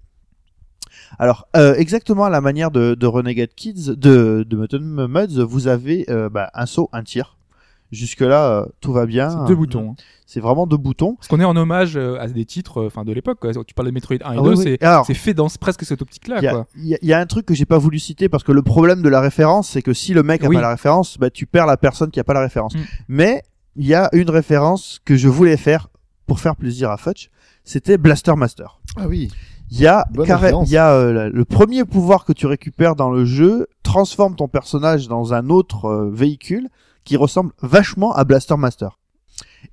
Speaker 4: Alors, euh, exactement à la manière de, de Renegade Kids, de, de Mutton Muds, vous avez euh, bah, un saut, un tir. Jusque-là, euh, tout va bien.
Speaker 3: C'est deux boutons. hein.
Speaker 4: C'est vraiment deux boutons.
Speaker 3: Parce qu'on est en hommage euh, à des titres euh, enfin de l'époque. quoi. Tu parles de Metroid 1 et 2,
Speaker 4: Ah oui, oui.
Speaker 3: c'est
Speaker 4: Alors-
Speaker 3: c'est fait dans ce- presque cette optique-là.
Speaker 4: Il y a-
Speaker 3: quoi.
Speaker 4: Il y, a- il y a un truc que j'ai pas voulu citer parce que le problème de la référence, c'est que si le mec a
Speaker 3: Oui.
Speaker 4: pas la référence, bah tu perds la personne qui a pas la référence.
Speaker 3: Mm.
Speaker 4: Mais il y a une référence que je voulais faire pour faire plaisir à Fudge, c'était Blaster Master.
Speaker 5: Ah oui.
Speaker 4: Il y a,
Speaker 5: Bonne
Speaker 4: carré-
Speaker 5: référence.
Speaker 4: il y a euh, la- le premier pouvoir que tu récupères dans le jeu transforme ton personnage dans un autre euh, véhicule qui ressemble vachement à Blaster Master.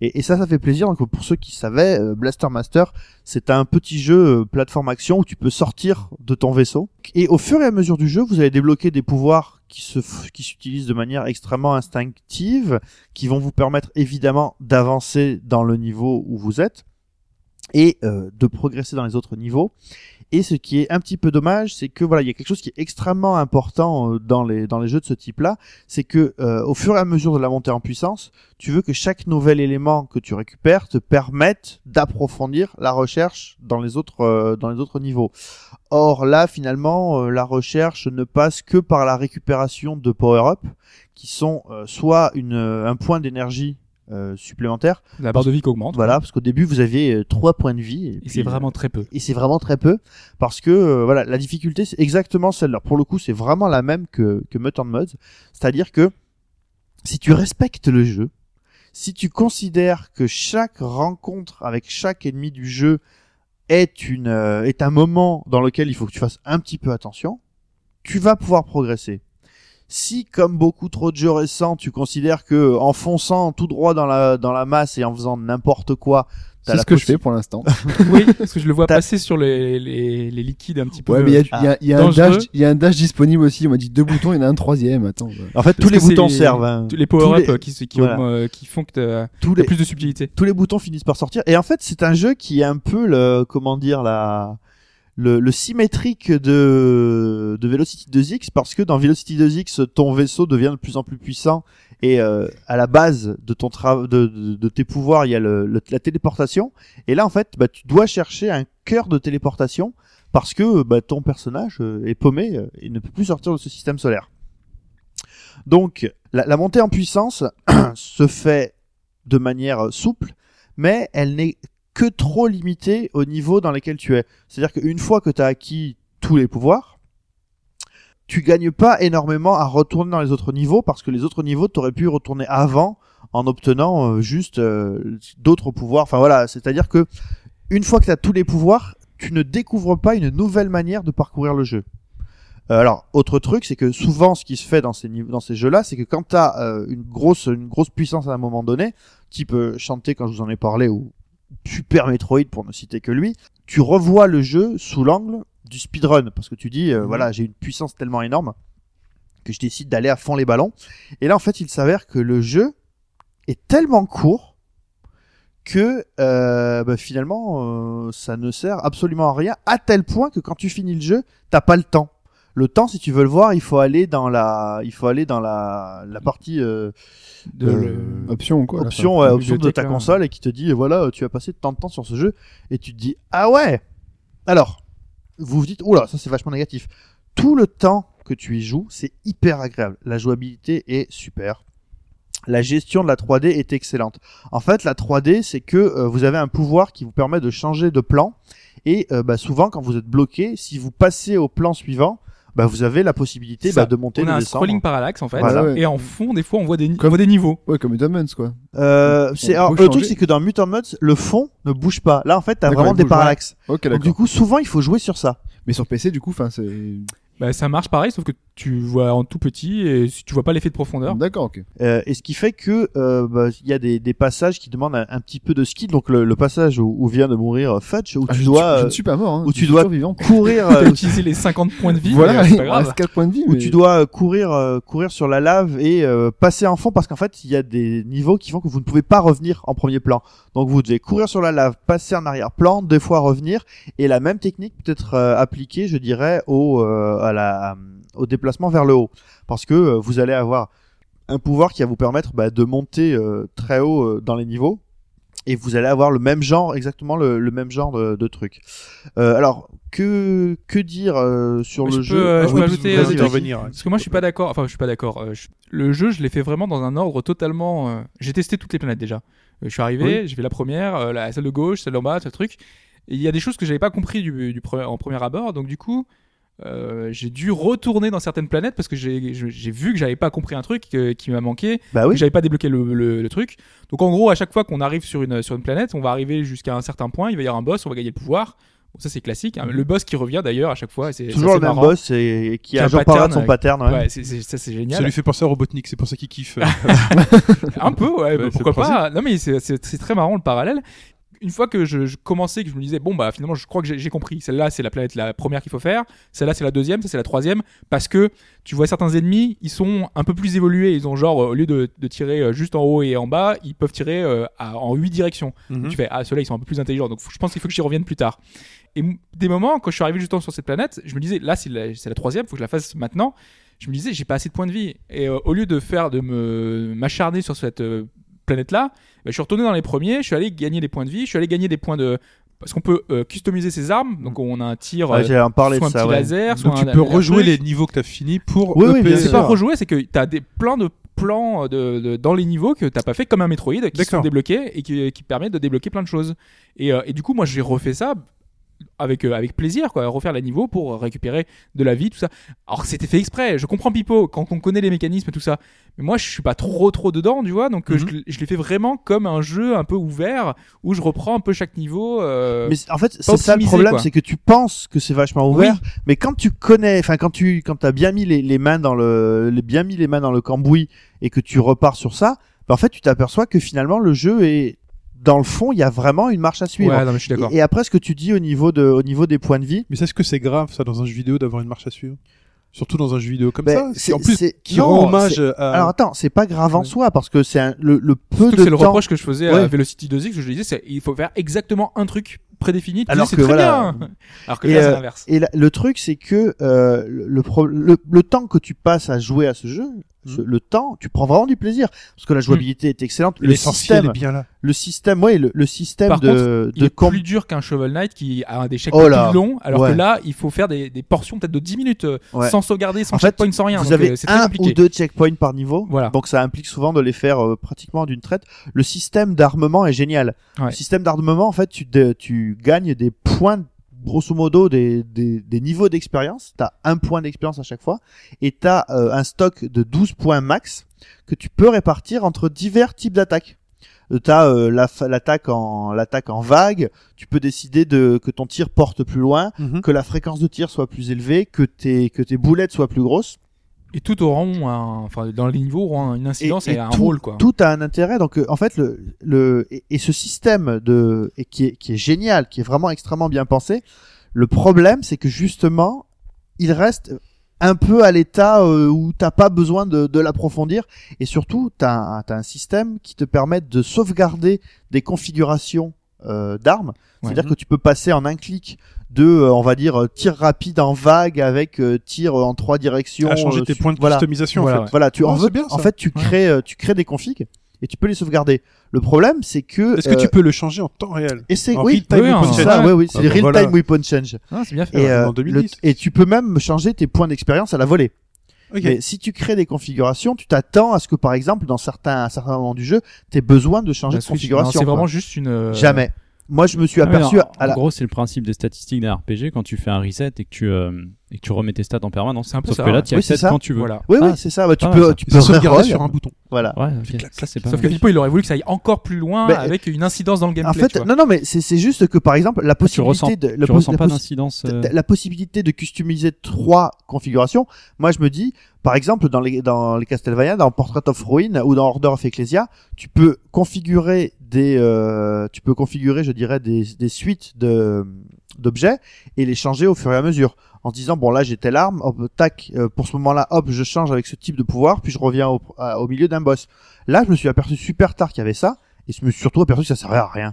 Speaker 4: Et, et ça, ça fait plaisir. Donc pour ceux qui savaient, euh, Blaster Master, c'est un petit jeu euh, plateforme action où tu peux sortir de ton vaisseau. Et au fur et à mesure du jeu, vous allez débloquer des pouvoirs qui se f- qui s'utilisent de manière extrêmement instinctive, qui vont vous permettre évidemment d'avancer dans le niveau où vous êtes et euh, de progresser dans les autres niveaux. Et ce qui est un petit peu dommage, c'est que voilà, il y a quelque chose qui est extrêmement important euh, dans les dans les jeux de ce type-là, c'est que euh, au fur et à mesure de la montée en puissance, tu veux que chaque nouvel élément que tu récupères te permette d'approfondir la recherche dans les autres euh, dans les autres niveaux. Or là, finalement, euh, la recherche ne passe que par la récupération de power-up qui sont euh, soit une euh, un point d'énergie euh, supplémentaire,
Speaker 3: La barre de vie qui augmente.
Speaker 4: voilà, parce qu'au début vous aviez euh, trois points de vie
Speaker 3: Et
Speaker 4: puis, euh,
Speaker 3: c'est vraiment très peu.
Speaker 4: et c'est vraiment très peu parce que euh, voilà la difficulté c'est exactement celle-là pour le coup c'est vraiment la même que que Mutant Mods c'est-à-dire que si tu respectes le jeu si tu considères que chaque rencontre avec chaque ennemi du jeu est une euh, est un moment dans lequel il faut que tu fasses un petit peu attention tu vas pouvoir progresser si, comme beaucoup trop de jeux récents, tu considères que en fonçant tout droit dans la dans la masse et en faisant n'importe quoi, t'as
Speaker 5: C'est
Speaker 4: la
Speaker 5: ce que je
Speaker 4: possi-
Speaker 5: fais pour l'instant.
Speaker 3: oui, parce que je le vois
Speaker 4: T'as-
Speaker 3: passer sur les, les, les liquides un petit peu.
Speaker 5: Ouais, mais il y a- il y a, il y a un
Speaker 3: Ah. Dangereux.
Speaker 5: dash, il y a un dash disponible aussi. On m'a dit deux boutons, il y en a un troisième. Attends. ouais.
Speaker 4: En fait, tous
Speaker 3: Parce
Speaker 4: les
Speaker 3: que c'est
Speaker 4: boutons servent. hein.
Speaker 3: Tous les power-ups
Speaker 4: tous les-
Speaker 3: euh, qui, se- qui,
Speaker 4: voilà.
Speaker 3: ont, euh, qui font que t'as
Speaker 4: Tous
Speaker 3: t'as
Speaker 4: les,
Speaker 3: plus de subtilité.
Speaker 4: tous les boutons finissent par sortir. Et en fait, c'est un jeu qui est un peu le, comment dire, la, le, le symétrique de, de Velocity 2X parce que dans Velocity 2X, ton vaisseau devient de plus en plus puissant et euh, à la base de ton tra de, de, de tes pouvoirs, il y a le, le- la téléportation. Et là, en fait, bah, tu dois chercher un cœur de téléportation parce que bah, ton personnage euh, est paumé euh, et ne peut plus sortir de ce système solaire. Donc, la, la montée en puissance se fait de manière euh, souple, mais elle n'est que trop limitée au niveau dans lequel tu es. C'est-à-dire qu'une fois que tu as acquis tous les pouvoirs, tu gagnes pas énormément à retourner dans les autres niveaux parce que les autres niveaux t'aurais pu y retourner avant en obtenant euh, juste euh, d'autres pouvoirs. Enfin voilà, c'est-à-dire que une fois que tu as tous les pouvoirs, tu ne découvres pas une nouvelle manière de parcourir le jeu. Euh, alors, autre truc, c'est que souvent, ce qui se fait dans ces, niveaux- dans ces jeux-là, c'est que quand tu as une, grosse, une grosse puissance à un moment donné, type euh, Shantae, quand je vous en ai parlé, ou Super Metroid, pour ne citer que lui, tu revois le jeu sous l'angle du speedrun, parce que tu dis, euh, voilà, j'ai une puissance tellement énorme que je décide d'aller à fond les ballons. Et là, en fait, il s'avère que le jeu est tellement court que euh, bah, finalement, euh, ça ne sert absolument à rien, à tel point que quand tu finis le jeu, t'as pas le temps. Le temps, si tu veux le voir, il faut aller dans la, il faut aller dans la, la partie euh,
Speaker 3: De
Speaker 4: euh,
Speaker 3: le-
Speaker 5: Option, quoi. là,
Speaker 4: option,
Speaker 3: la
Speaker 4: ouais, option de
Speaker 3: bibliothèque,
Speaker 4: ta
Speaker 3: là.
Speaker 4: console
Speaker 5: hein.
Speaker 4: et qui te dit voilà tu as passé tant de temps sur ce jeu et tu te dis ah ouais alors vous vous dites oula ça c'est vachement négatif tout le temps que tu y joues c'est hyper agréable la jouabilité est super la gestion de la 3D est excellente en fait la 3D c'est que euh, vous avez un pouvoir qui vous permet de changer de plan et euh, bah, souvent quand vous êtes bloqué si vous passez au plan suivant bah, vous avez la possibilité
Speaker 3: Ça,
Speaker 4: bah, de monter
Speaker 3: On
Speaker 4: de
Speaker 3: a un
Speaker 4: descendre
Speaker 3: scrolling parallaxe en fait.
Speaker 4: Voilà.
Speaker 3: Et en fond, des fois, on voit des, ni- on
Speaker 5: Comme-
Speaker 3: voit des niveaux.
Speaker 5: ça. Ouais, comme Dumans, quoi.
Speaker 4: Euh,
Speaker 5: On
Speaker 4: c'est,
Speaker 5: peut
Speaker 4: alors, le truc,
Speaker 5: changer.
Speaker 4: c'est que dans Mutant Mods, le fond ne bouge pas. Là, en fait, t'as
Speaker 5: D'accord,
Speaker 4: vraiment
Speaker 5: il
Speaker 4: des
Speaker 5: bouge, ouais.
Speaker 4: parallaxes.
Speaker 5: Ok,
Speaker 4: Donc, du
Speaker 5: d'accord.
Speaker 4: coup, souvent, il faut jouer sur ça.
Speaker 5: Mais sur PC, du coup, enfin, c'est.
Speaker 3: Bah, ça marche pareil, sauf que tu vois en tout petit et si tu vois pas l'effet de profondeur.
Speaker 5: D'accord, ok.
Speaker 4: Euh, et ce qui fait que euh, bah, il y a des, des passages qui demandent un, un petit peu de skill. Donc, le, le passage où, où vient de mourir euh, Fudge, où
Speaker 5: Ah,
Speaker 4: tu
Speaker 5: je,
Speaker 4: dois
Speaker 5: je
Speaker 4: euh,
Speaker 5: ne suis pas mort. Hein.
Speaker 4: où
Speaker 5: Je
Speaker 4: tu
Speaker 5: suis
Speaker 4: dois-
Speaker 5: survivant.
Speaker 4: courir, euh,
Speaker 3: T'as utilisé les 50 points de vie.
Speaker 5: Voilà,
Speaker 3: mais c'est
Speaker 5: il
Speaker 3: pas
Speaker 5: me
Speaker 3: grave.
Speaker 5: reste 4 points de vie.
Speaker 4: où
Speaker 5: mais-
Speaker 4: tu dois euh, courir, euh, courir sur la lave et euh, passer en fond parce qu'en fait, il y a des niveaux qui font que vous ne pouvez pas revenir en premier plan. Donc, vous devez courir sur la lave, passer en arrière-plan, deux fois revenir. Et la même technique peut être euh, appliquée, je dirais, au, euh, à la, au déplacement vers le haut. Parce que euh, vous allez avoir un pouvoir qui va vous permettre bah, de monter euh, très haut euh, dans les niveaux. Et vous allez avoir le même genre, exactement le, le même genre de, de truc. Euh, alors, que, que dire euh, sur
Speaker 3: Mais
Speaker 4: le
Speaker 3: je
Speaker 4: jeu
Speaker 3: peux, euh,
Speaker 4: Ah
Speaker 3: je
Speaker 4: oui,
Speaker 3: peux ajouter,
Speaker 4: vas-y,
Speaker 3: euh,
Speaker 4: vas-y.
Speaker 2: intervenir.
Speaker 3: Parce que moi, je suis pas d'accord. Enfin, je suis pas d'accord. Euh, je- Le jeu, je l'ai fait vraiment dans un ordre totalement. euh, J'ai testé toutes les planètes déjà. Euh, Je suis arrivé, j'ai fait la première, euh, la celle de gauche, celle d'en bas, le truc. Et il y a des choses que j'avais pas compris du, du pre- en premier abord. Donc du coup, euh, j'ai dû retourner dans certaines planètes parce que j'ai je- j'ai vu que j'avais pas compris un truc euh, qui m'a manqué,
Speaker 4: Bah oui,
Speaker 3: que j'avais pas débloqué le, le- le truc. Donc en gros, à chaque fois qu'on arrive sur une sur une planète, on va arriver jusqu'à un certain point. Il va y avoir un boss, on va gagner le pouvoir. Bon, ça c'est classique. hein. Le boss qui revient d'ailleurs à chaque fois. et c'est- c'est
Speaker 4: Mm-hmm. toujours
Speaker 3: assez
Speaker 4: le même
Speaker 3: marrant.
Speaker 4: boss et, et qui
Speaker 3: Qui a
Speaker 4: a
Speaker 3: un
Speaker 4: Jean Parra de son
Speaker 3: pattern,
Speaker 4: pattern. ouais.
Speaker 3: Ouais, c'est- c'est- ça c'est génial.
Speaker 2: Ça lui fait penser à Robotnik, c'est pour ça qu'il kiffe.
Speaker 3: Un peu, ouais, bah,
Speaker 2: c'est
Speaker 3: pourquoi
Speaker 2: le principe.
Speaker 3: pas. Non, mais c'est- c'est c'est très marrant le parallèle. Une fois que je, je commençais, que je me disais, bon, bah finalement, je crois que j'ai- j'ai compris. Celle-là, c'est la planète la première qu'il faut faire. Celle-là, c'est la deuxième. Ça, c'est la troisième. Parce que tu vois certains ennemis, ils sont un peu plus évolués. Ils ont genre, euh, au lieu de, de tirer euh, juste en haut et en bas, ils peuvent tirer euh, à- en huit directions.
Speaker 4: Mmh.
Speaker 2: Mhm.
Speaker 3: Tu fais, ah, ceux-là, ils sont un peu plus intelligents. Donc, faut- je pense qu'il faut que j'y revienne plus tard. Et m- des moments, quand je suis arrivé justement sur cette planète, je me disais, là, c'est la, c'est la troisième, faut que je la fasse maintenant. Je me disais, j'ai pas assez de points de vie. Et euh, au lieu de faire, de me m'acharner sur cette euh, planète-là, bah, je suis retourné dans les premiers, je suis allé gagner des points de vie, je suis allé gagner des points de. Parce qu'on peut euh, customiser ses armes. Donc, on a un tir.
Speaker 4: Mmh. Ouais,
Speaker 3: euh,
Speaker 4: J'ai en parlé de
Speaker 3: soit un
Speaker 4: ça.
Speaker 3: petit
Speaker 4: ouais.
Speaker 3: laser, soit
Speaker 2: Donc
Speaker 3: un-
Speaker 2: tu peux
Speaker 3: un
Speaker 2: rejouer
Speaker 3: truc.
Speaker 2: les niveaux que t'as fini pour E
Speaker 4: Oui, oui,
Speaker 2: EP.
Speaker 4: bien
Speaker 3: C'est
Speaker 4: sûr.
Speaker 3: pas rejouer, c'est que t'as des plein de plans euh, de, de- dans les niveaux que t'as pas fait comme un Metroid qui sont
Speaker 2: D'accord.
Speaker 3: débloqués et qui, qui permettent de débloquer plein de choses. Et, euh, et du coup, moi, j'ai refait ça avec euh, avec plaisir, quoi, refaire les niveaux pour récupérer de la vie, tout ça. Alors c'était fait exprès. Je comprends Pipo quand on connaît les mécanismes et tout ça. Mais moi, je suis pas trop trop dedans, tu vois. Donc euh,
Speaker 4: Mhm.
Speaker 3: je, l'ai- je l'ai fait vraiment comme un jeu un peu ouvert où je reprends un peu chaque niveau. euh,
Speaker 4: Mais c'est- en fait, c'est ça le
Speaker 3: optimisé,
Speaker 4: problème,
Speaker 3: quoi.
Speaker 4: c'est que tu penses que c'est vachement ouvert, mais quand tu connais, enfin quand tu quand t'as bien mis les, les mains dans le les- bien mis les mains dans le cambouis et que tu repars sur ça, bah, en fait tu t'aperçois que finalement le jeu est dans le fond, il y a vraiment une marche à
Speaker 3: ouais,
Speaker 4: suivre.
Speaker 3: non, mais je suis d'accord.
Speaker 4: et, et après ce que tu dis au niveau de au niveau des points de vie,
Speaker 2: Mais est-ce que c'est grave ça dans un jeu vidéo d'avoir une marche à suivre Surtout dans un jeu vidéo comme
Speaker 4: ben,
Speaker 2: ça,
Speaker 4: c'est-
Speaker 2: qui en plus
Speaker 4: c'est-
Speaker 2: qui
Speaker 4: non,
Speaker 2: rend hommage
Speaker 4: c'est-
Speaker 2: à.
Speaker 4: Alors attends, c'est pas grave en
Speaker 3: Ouais.
Speaker 4: soi parce que c'est un- le, le peu
Speaker 3: Surtout que
Speaker 4: de
Speaker 3: c'est le
Speaker 4: temps.
Speaker 3: reproche que je faisais à
Speaker 4: Ouais.
Speaker 3: Velocity 2X, que je disais, c'est il faut faire exactement un truc prédéfini. Tu
Speaker 4: Alors
Speaker 3: disais, c'est
Speaker 4: que
Speaker 3: très
Speaker 4: voilà.
Speaker 3: bien. Alors que
Speaker 4: Et,
Speaker 3: là, c'est
Speaker 4: euh,
Speaker 3: l'inverse.
Speaker 4: Et la- le truc, c'est que euh, le, le pro- le- le temps que tu passes à jouer à ce jeu,
Speaker 2: Mm.
Speaker 4: Ce- le temps, tu prends vraiment du plaisir parce que la jouabilité est excellente. Le
Speaker 2: L'essentiel
Speaker 4: système,
Speaker 2: est bien là.
Speaker 4: le système, ouais, le, le système
Speaker 3: Par
Speaker 4: de,
Speaker 3: Il
Speaker 4: de
Speaker 3: est
Speaker 4: com-
Speaker 3: plus dur qu'un Shovel Knight qui a un des
Speaker 4: Oh
Speaker 3: checkpoints
Speaker 4: là.
Speaker 3: plus longs, alors
Speaker 4: Ouais.
Speaker 3: que là, il faut faire des, des portions peut-être de 10 minutes euh,
Speaker 4: Ouais.
Speaker 3: sans sauvegarder, sans
Speaker 4: En fait,
Speaker 3: checkpoint, sans rien.
Speaker 4: Vous
Speaker 3: donc,
Speaker 4: avez
Speaker 3: euh, c'est très
Speaker 4: un
Speaker 3: compliqué.
Speaker 4: ou deux checkpoints par niveau.
Speaker 3: Voilà.
Speaker 4: Donc ça implique souvent de les faire euh, pratiquement d'une traite. Le système d'armement est génial.
Speaker 3: Ouais.
Speaker 4: Le système d'armement, en fait, tu, dé- tu gagnes des points, grosso modo, des, des, des niveaux d'expérience. T'as un point d'expérience à chaque fois. Et t'as euh, un stock de 12 points max que tu peux répartir entre divers types d'attaques. Euh, T'as euh, la fa- l'attaque en l'attaque en vague. Tu peux décider de que ton tir porte plus loin,
Speaker 2: Mhm.
Speaker 4: que la fréquence de tir soit plus élevée, que tes que tes boulettes soient plus grosses.
Speaker 3: Et tout auront, un- enfin, dans les niveaux, auront une incidence et,
Speaker 4: et
Speaker 3: un
Speaker 4: tout-
Speaker 3: rôle, quoi.
Speaker 4: tout a un intérêt. Donc euh, en fait, le, le et, et ce système de et qui est, qui est génial, qui est vraiment extrêmement bien pensé. Le problème, c'est que justement, il reste un peu à l'état euh, où t'as pas besoin de, de l'approfondir et surtout t'as un, t'as un système qui te permet de sauvegarder des configurations euh, d'armes. C'est-à-dire que tu peux passer en un clic de, euh, on va dire, euh, tir rapide en vague avec euh, tir en trois directions.
Speaker 2: À changer
Speaker 4: euh,
Speaker 2: tes
Speaker 4: su-
Speaker 2: points de
Speaker 4: voilà.
Speaker 2: customisation,
Speaker 3: Voilà,
Speaker 2: en fait.
Speaker 4: Voilà, tu en,
Speaker 2: Ouais,
Speaker 4: veux-
Speaker 2: Ah, c'est bien, ça.
Speaker 4: en fait tu
Speaker 3: Ouais.
Speaker 4: crées euh, tu crées des configs et tu peux les sauvegarder. Le problème c'est que
Speaker 2: Est-ce que
Speaker 4: euh,
Speaker 2: tu peux le changer en temps réel
Speaker 4: et c'est
Speaker 2: En
Speaker 4: oui,
Speaker 2: real time
Speaker 3: oui,
Speaker 2: weapon
Speaker 3: en-
Speaker 4: c'est
Speaker 2: change.
Speaker 4: ça,
Speaker 3: Ouais.
Speaker 4: ouais, oui, c'est
Speaker 2: Ah,
Speaker 4: les
Speaker 2: bah
Speaker 4: real
Speaker 2: voilà.
Speaker 4: time weapon change.
Speaker 3: Ah, c'est bien fait.
Speaker 4: Et,
Speaker 3: ouais.
Speaker 4: euh,
Speaker 2: en 2010.
Speaker 4: le- et tu peux même changer tes points d'expérience à la volée.
Speaker 2: Ok.
Speaker 4: Mais si tu crées des configurations, tu t'attends à ce que par exemple dans certains à certains moments du jeu, tu aies besoin de changer
Speaker 3: La
Speaker 4: de
Speaker 3: Switch,
Speaker 4: configuration.
Speaker 3: non, C'est
Speaker 4: quoi.
Speaker 3: vraiment juste une. euh,
Speaker 4: jamais. Moi je me suis
Speaker 6: Ah oui,
Speaker 4: aperçu
Speaker 6: non,
Speaker 4: à
Speaker 6: en
Speaker 4: la
Speaker 6: gros, c'est le principe des statistiques d'un RPG quand tu fais un reset et que tu, euh, et que tu remets tes stats en permanence.
Speaker 3: C'est un peu
Speaker 6: Sauf
Speaker 3: ça,
Speaker 6: que là,
Speaker 3: ouais.
Speaker 6: tu
Speaker 4: Oui,
Speaker 6: resets
Speaker 4: c'est ça.
Speaker 6: quand tu veux.
Speaker 3: Voilà.
Speaker 4: Oui
Speaker 6: Ah,
Speaker 4: oui, c'est ça, bah, tu
Speaker 6: pas mal,
Speaker 4: peux
Speaker 6: ça.
Speaker 4: tu
Speaker 2: Et ça
Speaker 4: peux
Speaker 2: sauvegarder
Speaker 4: reroll.
Speaker 2: sur un bouton.
Speaker 4: Voilà.
Speaker 6: Ouais, ok.
Speaker 2: clac,
Speaker 6: ça, c'est pas
Speaker 3: Sauf que
Speaker 6: mal.
Speaker 3: du coup, il aurait voulu que ça aille encore plus loin
Speaker 4: Mais-
Speaker 3: avec une incidence dans le
Speaker 4: En
Speaker 3: gameplay.
Speaker 4: fait,
Speaker 3: tu vois.
Speaker 4: non non mais c'est c'est juste que par exemple la
Speaker 6: Tu ressens-
Speaker 4: possibilité de la
Speaker 6: tu
Speaker 4: pos-
Speaker 6: ressens
Speaker 4: la
Speaker 6: pas
Speaker 4: possi-
Speaker 6: d'incidence. euh,
Speaker 4: T'as- la possibilité de customiser trois configurations. Moi, je me dis, par exemple, dans les, dans les Castlevania, dans Portrait of Ruin ou dans Order of Ecclesia, tu peux configurer des, euh, tu peux configurer, je dirais, des, des suites de, d'objets et les changer au fur et à mesure. En se disant, bon, là, j'ai telle arme, hop, tac, euh, pour ce moment-là, hop, je change avec ce type de pouvoir, puis je reviens au, à- au milieu d'un boss. Là, je me suis aperçu super tard qu'il y avait ça, et je me suis surtout aperçu que ça servait à rien.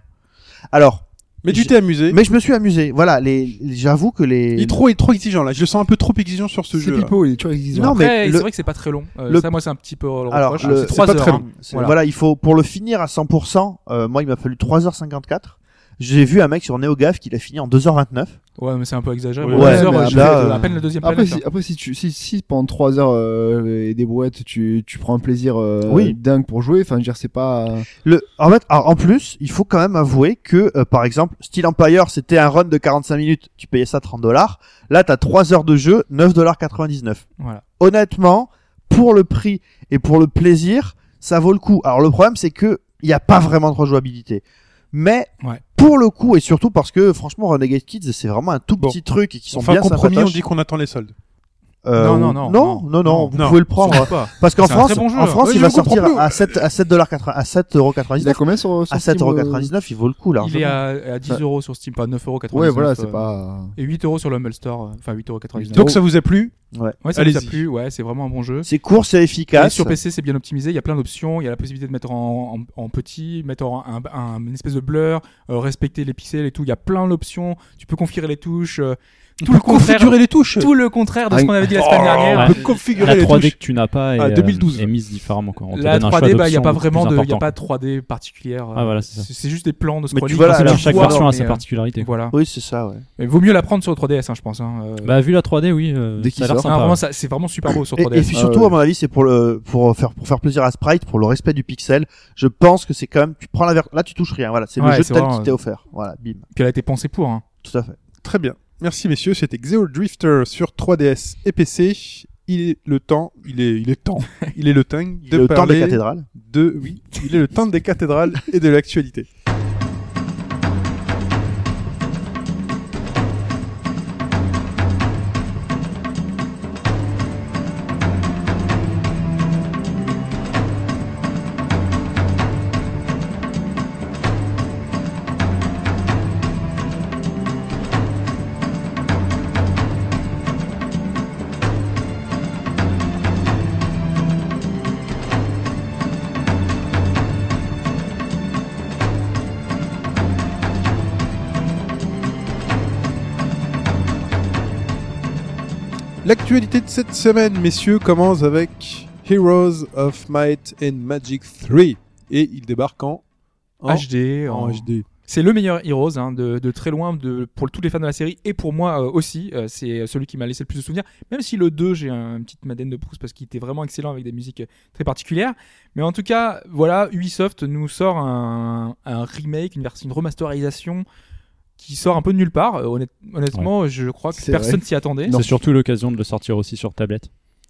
Speaker 4: Alors,
Speaker 2: Mais tu
Speaker 4: J'ai-
Speaker 2: t'es amusé.
Speaker 4: mais je me suis amusé. Voilà, les, les- j'avoue que les,
Speaker 2: Il est trop, il est trop exigeant là. Je le sens un peu trop exigeant sur ce
Speaker 5: C'est
Speaker 2: jeu. là.
Speaker 5: pipo, il est toujours exigeant.
Speaker 4: Non, mais
Speaker 3: Après,
Speaker 4: le-
Speaker 3: c'est vrai que c'est pas très long. Euh,
Speaker 4: le-
Speaker 3: Ça, moi, c'est un petit peu le reproche.
Speaker 4: Alors, le-
Speaker 3: c'est
Speaker 4: c'est
Speaker 3: trois
Speaker 4: pas très
Speaker 3: heures,
Speaker 4: long.
Speaker 3: hein.
Speaker 4: C'est-
Speaker 3: Voilà.
Speaker 4: Voilà. il faut pour le finir à 100%. euh, moi, il m'a fallu 3h54. J'ai vu un mec sur NeoGaf qui l'a fini en 2h29.
Speaker 3: Ouais, mais c'est un peu exagéré.
Speaker 2: Ouais,
Speaker 3: Trois
Speaker 4: mais
Speaker 3: heures,
Speaker 5: là,
Speaker 3: j'ai fait
Speaker 4: euh,
Speaker 3: à peine le deuxième
Speaker 5: Après,
Speaker 3: planète, hein.
Speaker 5: si, après si, tu, si, si pendant 3 heures euh, et des brouettes, tu, tu prends un plaisir euh,
Speaker 4: Oui.
Speaker 5: dingue pour jouer, enfin, je veux dire, c'est pas.
Speaker 4: Le, en fait, alors, en plus, il faut quand même avouer que, euh, par exemple, Steel Empire, c'était un run de 45 minutes, tu payais ça 30 dollars. Là, t'as 3 heures de jeu, 9,99$.
Speaker 3: Voilà.
Speaker 4: Honnêtement, pour le prix et pour le plaisir, ça vaut le coup. Alors, le problème, c'est que, il n'y a pas vraiment de rejouabilité. Mais,
Speaker 3: Ouais.
Speaker 4: pour le coup, et surtout parce que, franchement, Renegade Kids, c'est vraiment un tout
Speaker 2: Bon.
Speaker 4: petit truc et qui sont
Speaker 2: Enfin,
Speaker 4: bien
Speaker 2: compromis, on
Speaker 4: sympatoches.
Speaker 2: dit qu'on attend les soldes.
Speaker 4: Euh,
Speaker 3: Non, non,
Speaker 4: ou-
Speaker 3: non,
Speaker 4: non,
Speaker 3: non.
Speaker 4: non, non,
Speaker 3: Non,
Speaker 4: vous
Speaker 2: non.
Speaker 4: pouvez le prendre.
Speaker 3: Surtout pas.
Speaker 4: Parce qu'en
Speaker 3: C'est un
Speaker 4: France,
Speaker 3: très bon jeu.
Speaker 4: en France,
Speaker 2: Oui,
Speaker 4: il
Speaker 2: je
Speaker 4: va
Speaker 2: le comprends
Speaker 4: sortir
Speaker 2: plus.
Speaker 4: à 7, à 7,80, à 7,99
Speaker 5: Il a combien sur, sur
Speaker 4: à
Speaker 5: Steam,
Speaker 4: 7,99€, il vaut le coup là.
Speaker 3: Il est à, à 10 euros sur Steam, pas 9 euros
Speaker 5: euh, Ouais, voilà, c'est pas.
Speaker 3: Et 8 euros sur le Humble Store, euh, enfin 8 euros 99.
Speaker 2: Donc ça vous a plu
Speaker 3: ouais, ça nous a
Speaker 2: allez-y.
Speaker 3: plu, ouais, c'est vraiment un bon jeu.
Speaker 4: C'est court, c'est
Speaker 3: Et
Speaker 4: efficace.
Speaker 3: sur PC, c'est bien optimisé. Il y a plein d'options. Il y a la possibilité de mettre en, en- en petit, mettre en un, un- une espèce de blur, euh, respecter les pixels et tout. Il y a plein d'options. Tu peux configurer les touches. euh, tout le contraire.
Speaker 2: Configurer les touches.
Speaker 3: Tout le contraire de ce
Speaker 5: Ah,
Speaker 3: qu'on avait dit la semaine dernière.
Speaker 2: On peut configurer
Speaker 6: La
Speaker 2: les
Speaker 6: 3D
Speaker 2: touches.
Speaker 6: que tu n'as pas est,
Speaker 2: Ah,
Speaker 6: euh,
Speaker 2: 2012.
Speaker 6: est mise différemment. Quoi. On te
Speaker 3: La
Speaker 6: donne un choix
Speaker 3: 3D, bah, il n'y a
Speaker 6: d'options
Speaker 3: pas
Speaker 6: beaucoup plus
Speaker 3: vraiment de, il y a
Speaker 6: important,
Speaker 3: pas de 3D particulière.
Speaker 6: quoi. Ah, voilà, c'est ça.
Speaker 3: c'est c'est juste des plans de
Speaker 4: Mais tu
Speaker 3: scrolling.
Speaker 4: vois,
Speaker 3: quand
Speaker 4: là,
Speaker 3: tu
Speaker 4: là,
Speaker 6: Chaque
Speaker 3: vois,
Speaker 6: version a sa
Speaker 3: mais, euh,
Speaker 6: particularité.
Speaker 3: Voilà.
Speaker 4: Oui, c'est ça, ouais.
Speaker 3: Mais vaut mieux la prendre sur 3DS, hein, je pense. Hein. euh.
Speaker 6: Bah, vu la 3D, oui, euh,
Speaker 5: Dès
Speaker 6: ça
Speaker 5: qu'il
Speaker 6: a l'air
Speaker 5: sort.
Speaker 3: Ah,
Speaker 6: sympa.
Speaker 3: vraiment,
Speaker 6: ouais.
Speaker 3: ça- c'est vraiment super beau sur
Speaker 4: Et,
Speaker 3: 3DS.
Speaker 4: et puis surtout,
Speaker 5: ouais.
Speaker 4: à mon avis, c'est pour le pour faire pour faire plaisir à Sprite, pour le respect du pixel. Je pense que c'est quand même. Tu prends la version. Là, tu touches rien. Voilà, c'est
Speaker 3: Ouais,
Speaker 4: le jeu
Speaker 3: c'est
Speaker 4: tel
Speaker 3: vraiment,
Speaker 4: qu'il t'est
Speaker 3: euh,
Speaker 4: offert. Voilà, bim.
Speaker 3: Puis elle a été pensée pour. Hein.
Speaker 4: Tout à fait.
Speaker 2: Très bien. Merci messieurs, c'était Xeo Drifter sur 3DS et PC. Il est le temps, il est, il est temps, il est le temps de
Speaker 4: Le temps des
Speaker 2: parler
Speaker 4: cathédrales.
Speaker 2: de, oui, il est le temps des cathédrales et de l'actualité. L'actualité de cette semaine, messieurs, commence avec Heroes of Might and Magic 3. Et il débarque en, en-
Speaker 3: HD.
Speaker 2: en
Speaker 3: en-
Speaker 2: HD.
Speaker 3: C'est le meilleur Heroes hein, de, de très loin de, pour tous les fans de la série et pour moi euh, aussi. euh, c'est celui qui m'a laissé le plus de souvenirs. Même si le 2, j'ai un- une petite madeleine de Proust parce qu'il était vraiment excellent avec des musiques euh, très particulières. Mais en tout cas, voilà, Ubisoft nous sort un, un remake, une, version, une remasterisation qui sort un peu de nulle part. Euh, honnête- honnêtement, je crois que
Speaker 5: C'est
Speaker 3: personne s'y attendait.
Speaker 6: C'est surtout l'occasion de le sortir aussi sur tablette.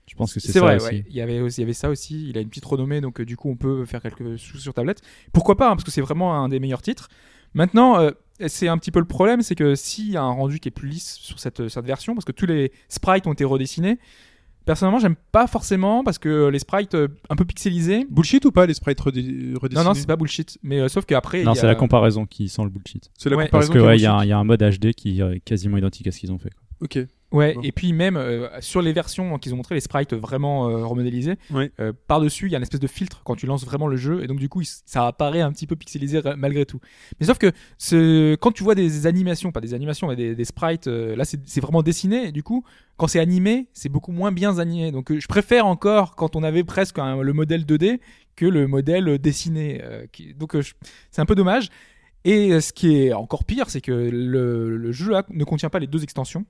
Speaker 6: Je pense que c'est
Speaker 3: C'est
Speaker 6: ça
Speaker 3: vrai,
Speaker 6: aussi.
Speaker 3: ouais. il, y avait, aussi- il y avait ça aussi. Il a une petite renommée, donc euh, du coup, on peut faire quelques choses sur tablette. Pourquoi pas, hein, parce que c'est vraiment un des meilleurs titres. Maintenant, euh, c'est un petit peu le problème, c'est que s'il y a un rendu qui est plus lisse sur cette, cette version, parce que tous les sprites ont été redessinés, personnellement, j'aime pas forcément, parce que les sprites euh, un peu pixelisés.
Speaker 2: Bullshit ou pas les sprites redé- redessinés
Speaker 3: Non, non, c'est pas bullshit. Mais euh, sauf qu'après.
Speaker 6: Non,
Speaker 3: il y
Speaker 6: c'est
Speaker 3: a-
Speaker 6: la comparaison qui sent le bullshit.
Speaker 2: C'est la
Speaker 3: Ouais.
Speaker 6: Parce
Speaker 2: comparaison.
Speaker 6: que
Speaker 2: qui est
Speaker 6: ouais, il y, a
Speaker 2: bullshit.
Speaker 6: un- il y a un mode HD qui est quasiment identique à ce qu'ils ont fait. quoi.
Speaker 2: Ok.
Speaker 3: Ouais,
Speaker 2: Bon.
Speaker 3: et puis même euh, sur les versions qu'ils ont montré, les sprites vraiment euh, remodélisés,
Speaker 2: Ouais.
Speaker 3: euh, par-dessus, il y a une espèce de filtre quand tu lances vraiment le jeu, et donc du coup, il s- ça apparaît un petit peu pixelisé ra- malgré tout. Mais sauf que ce... quand tu vois des animations, pas des animations, mais des, des sprites, euh, là, c'est c'est vraiment dessiné, et du coup, quand c'est animé, c'est beaucoup moins bien animé. Donc euh, je préfère encore quand on avait presque un- le modèle 2D que le modèle euh, dessiné. euh, qui- Donc euh, je- c'est un peu dommage. Et euh, ce qui est encore pire, c'est que le, le jeu là, ne contient pas les deux extensions.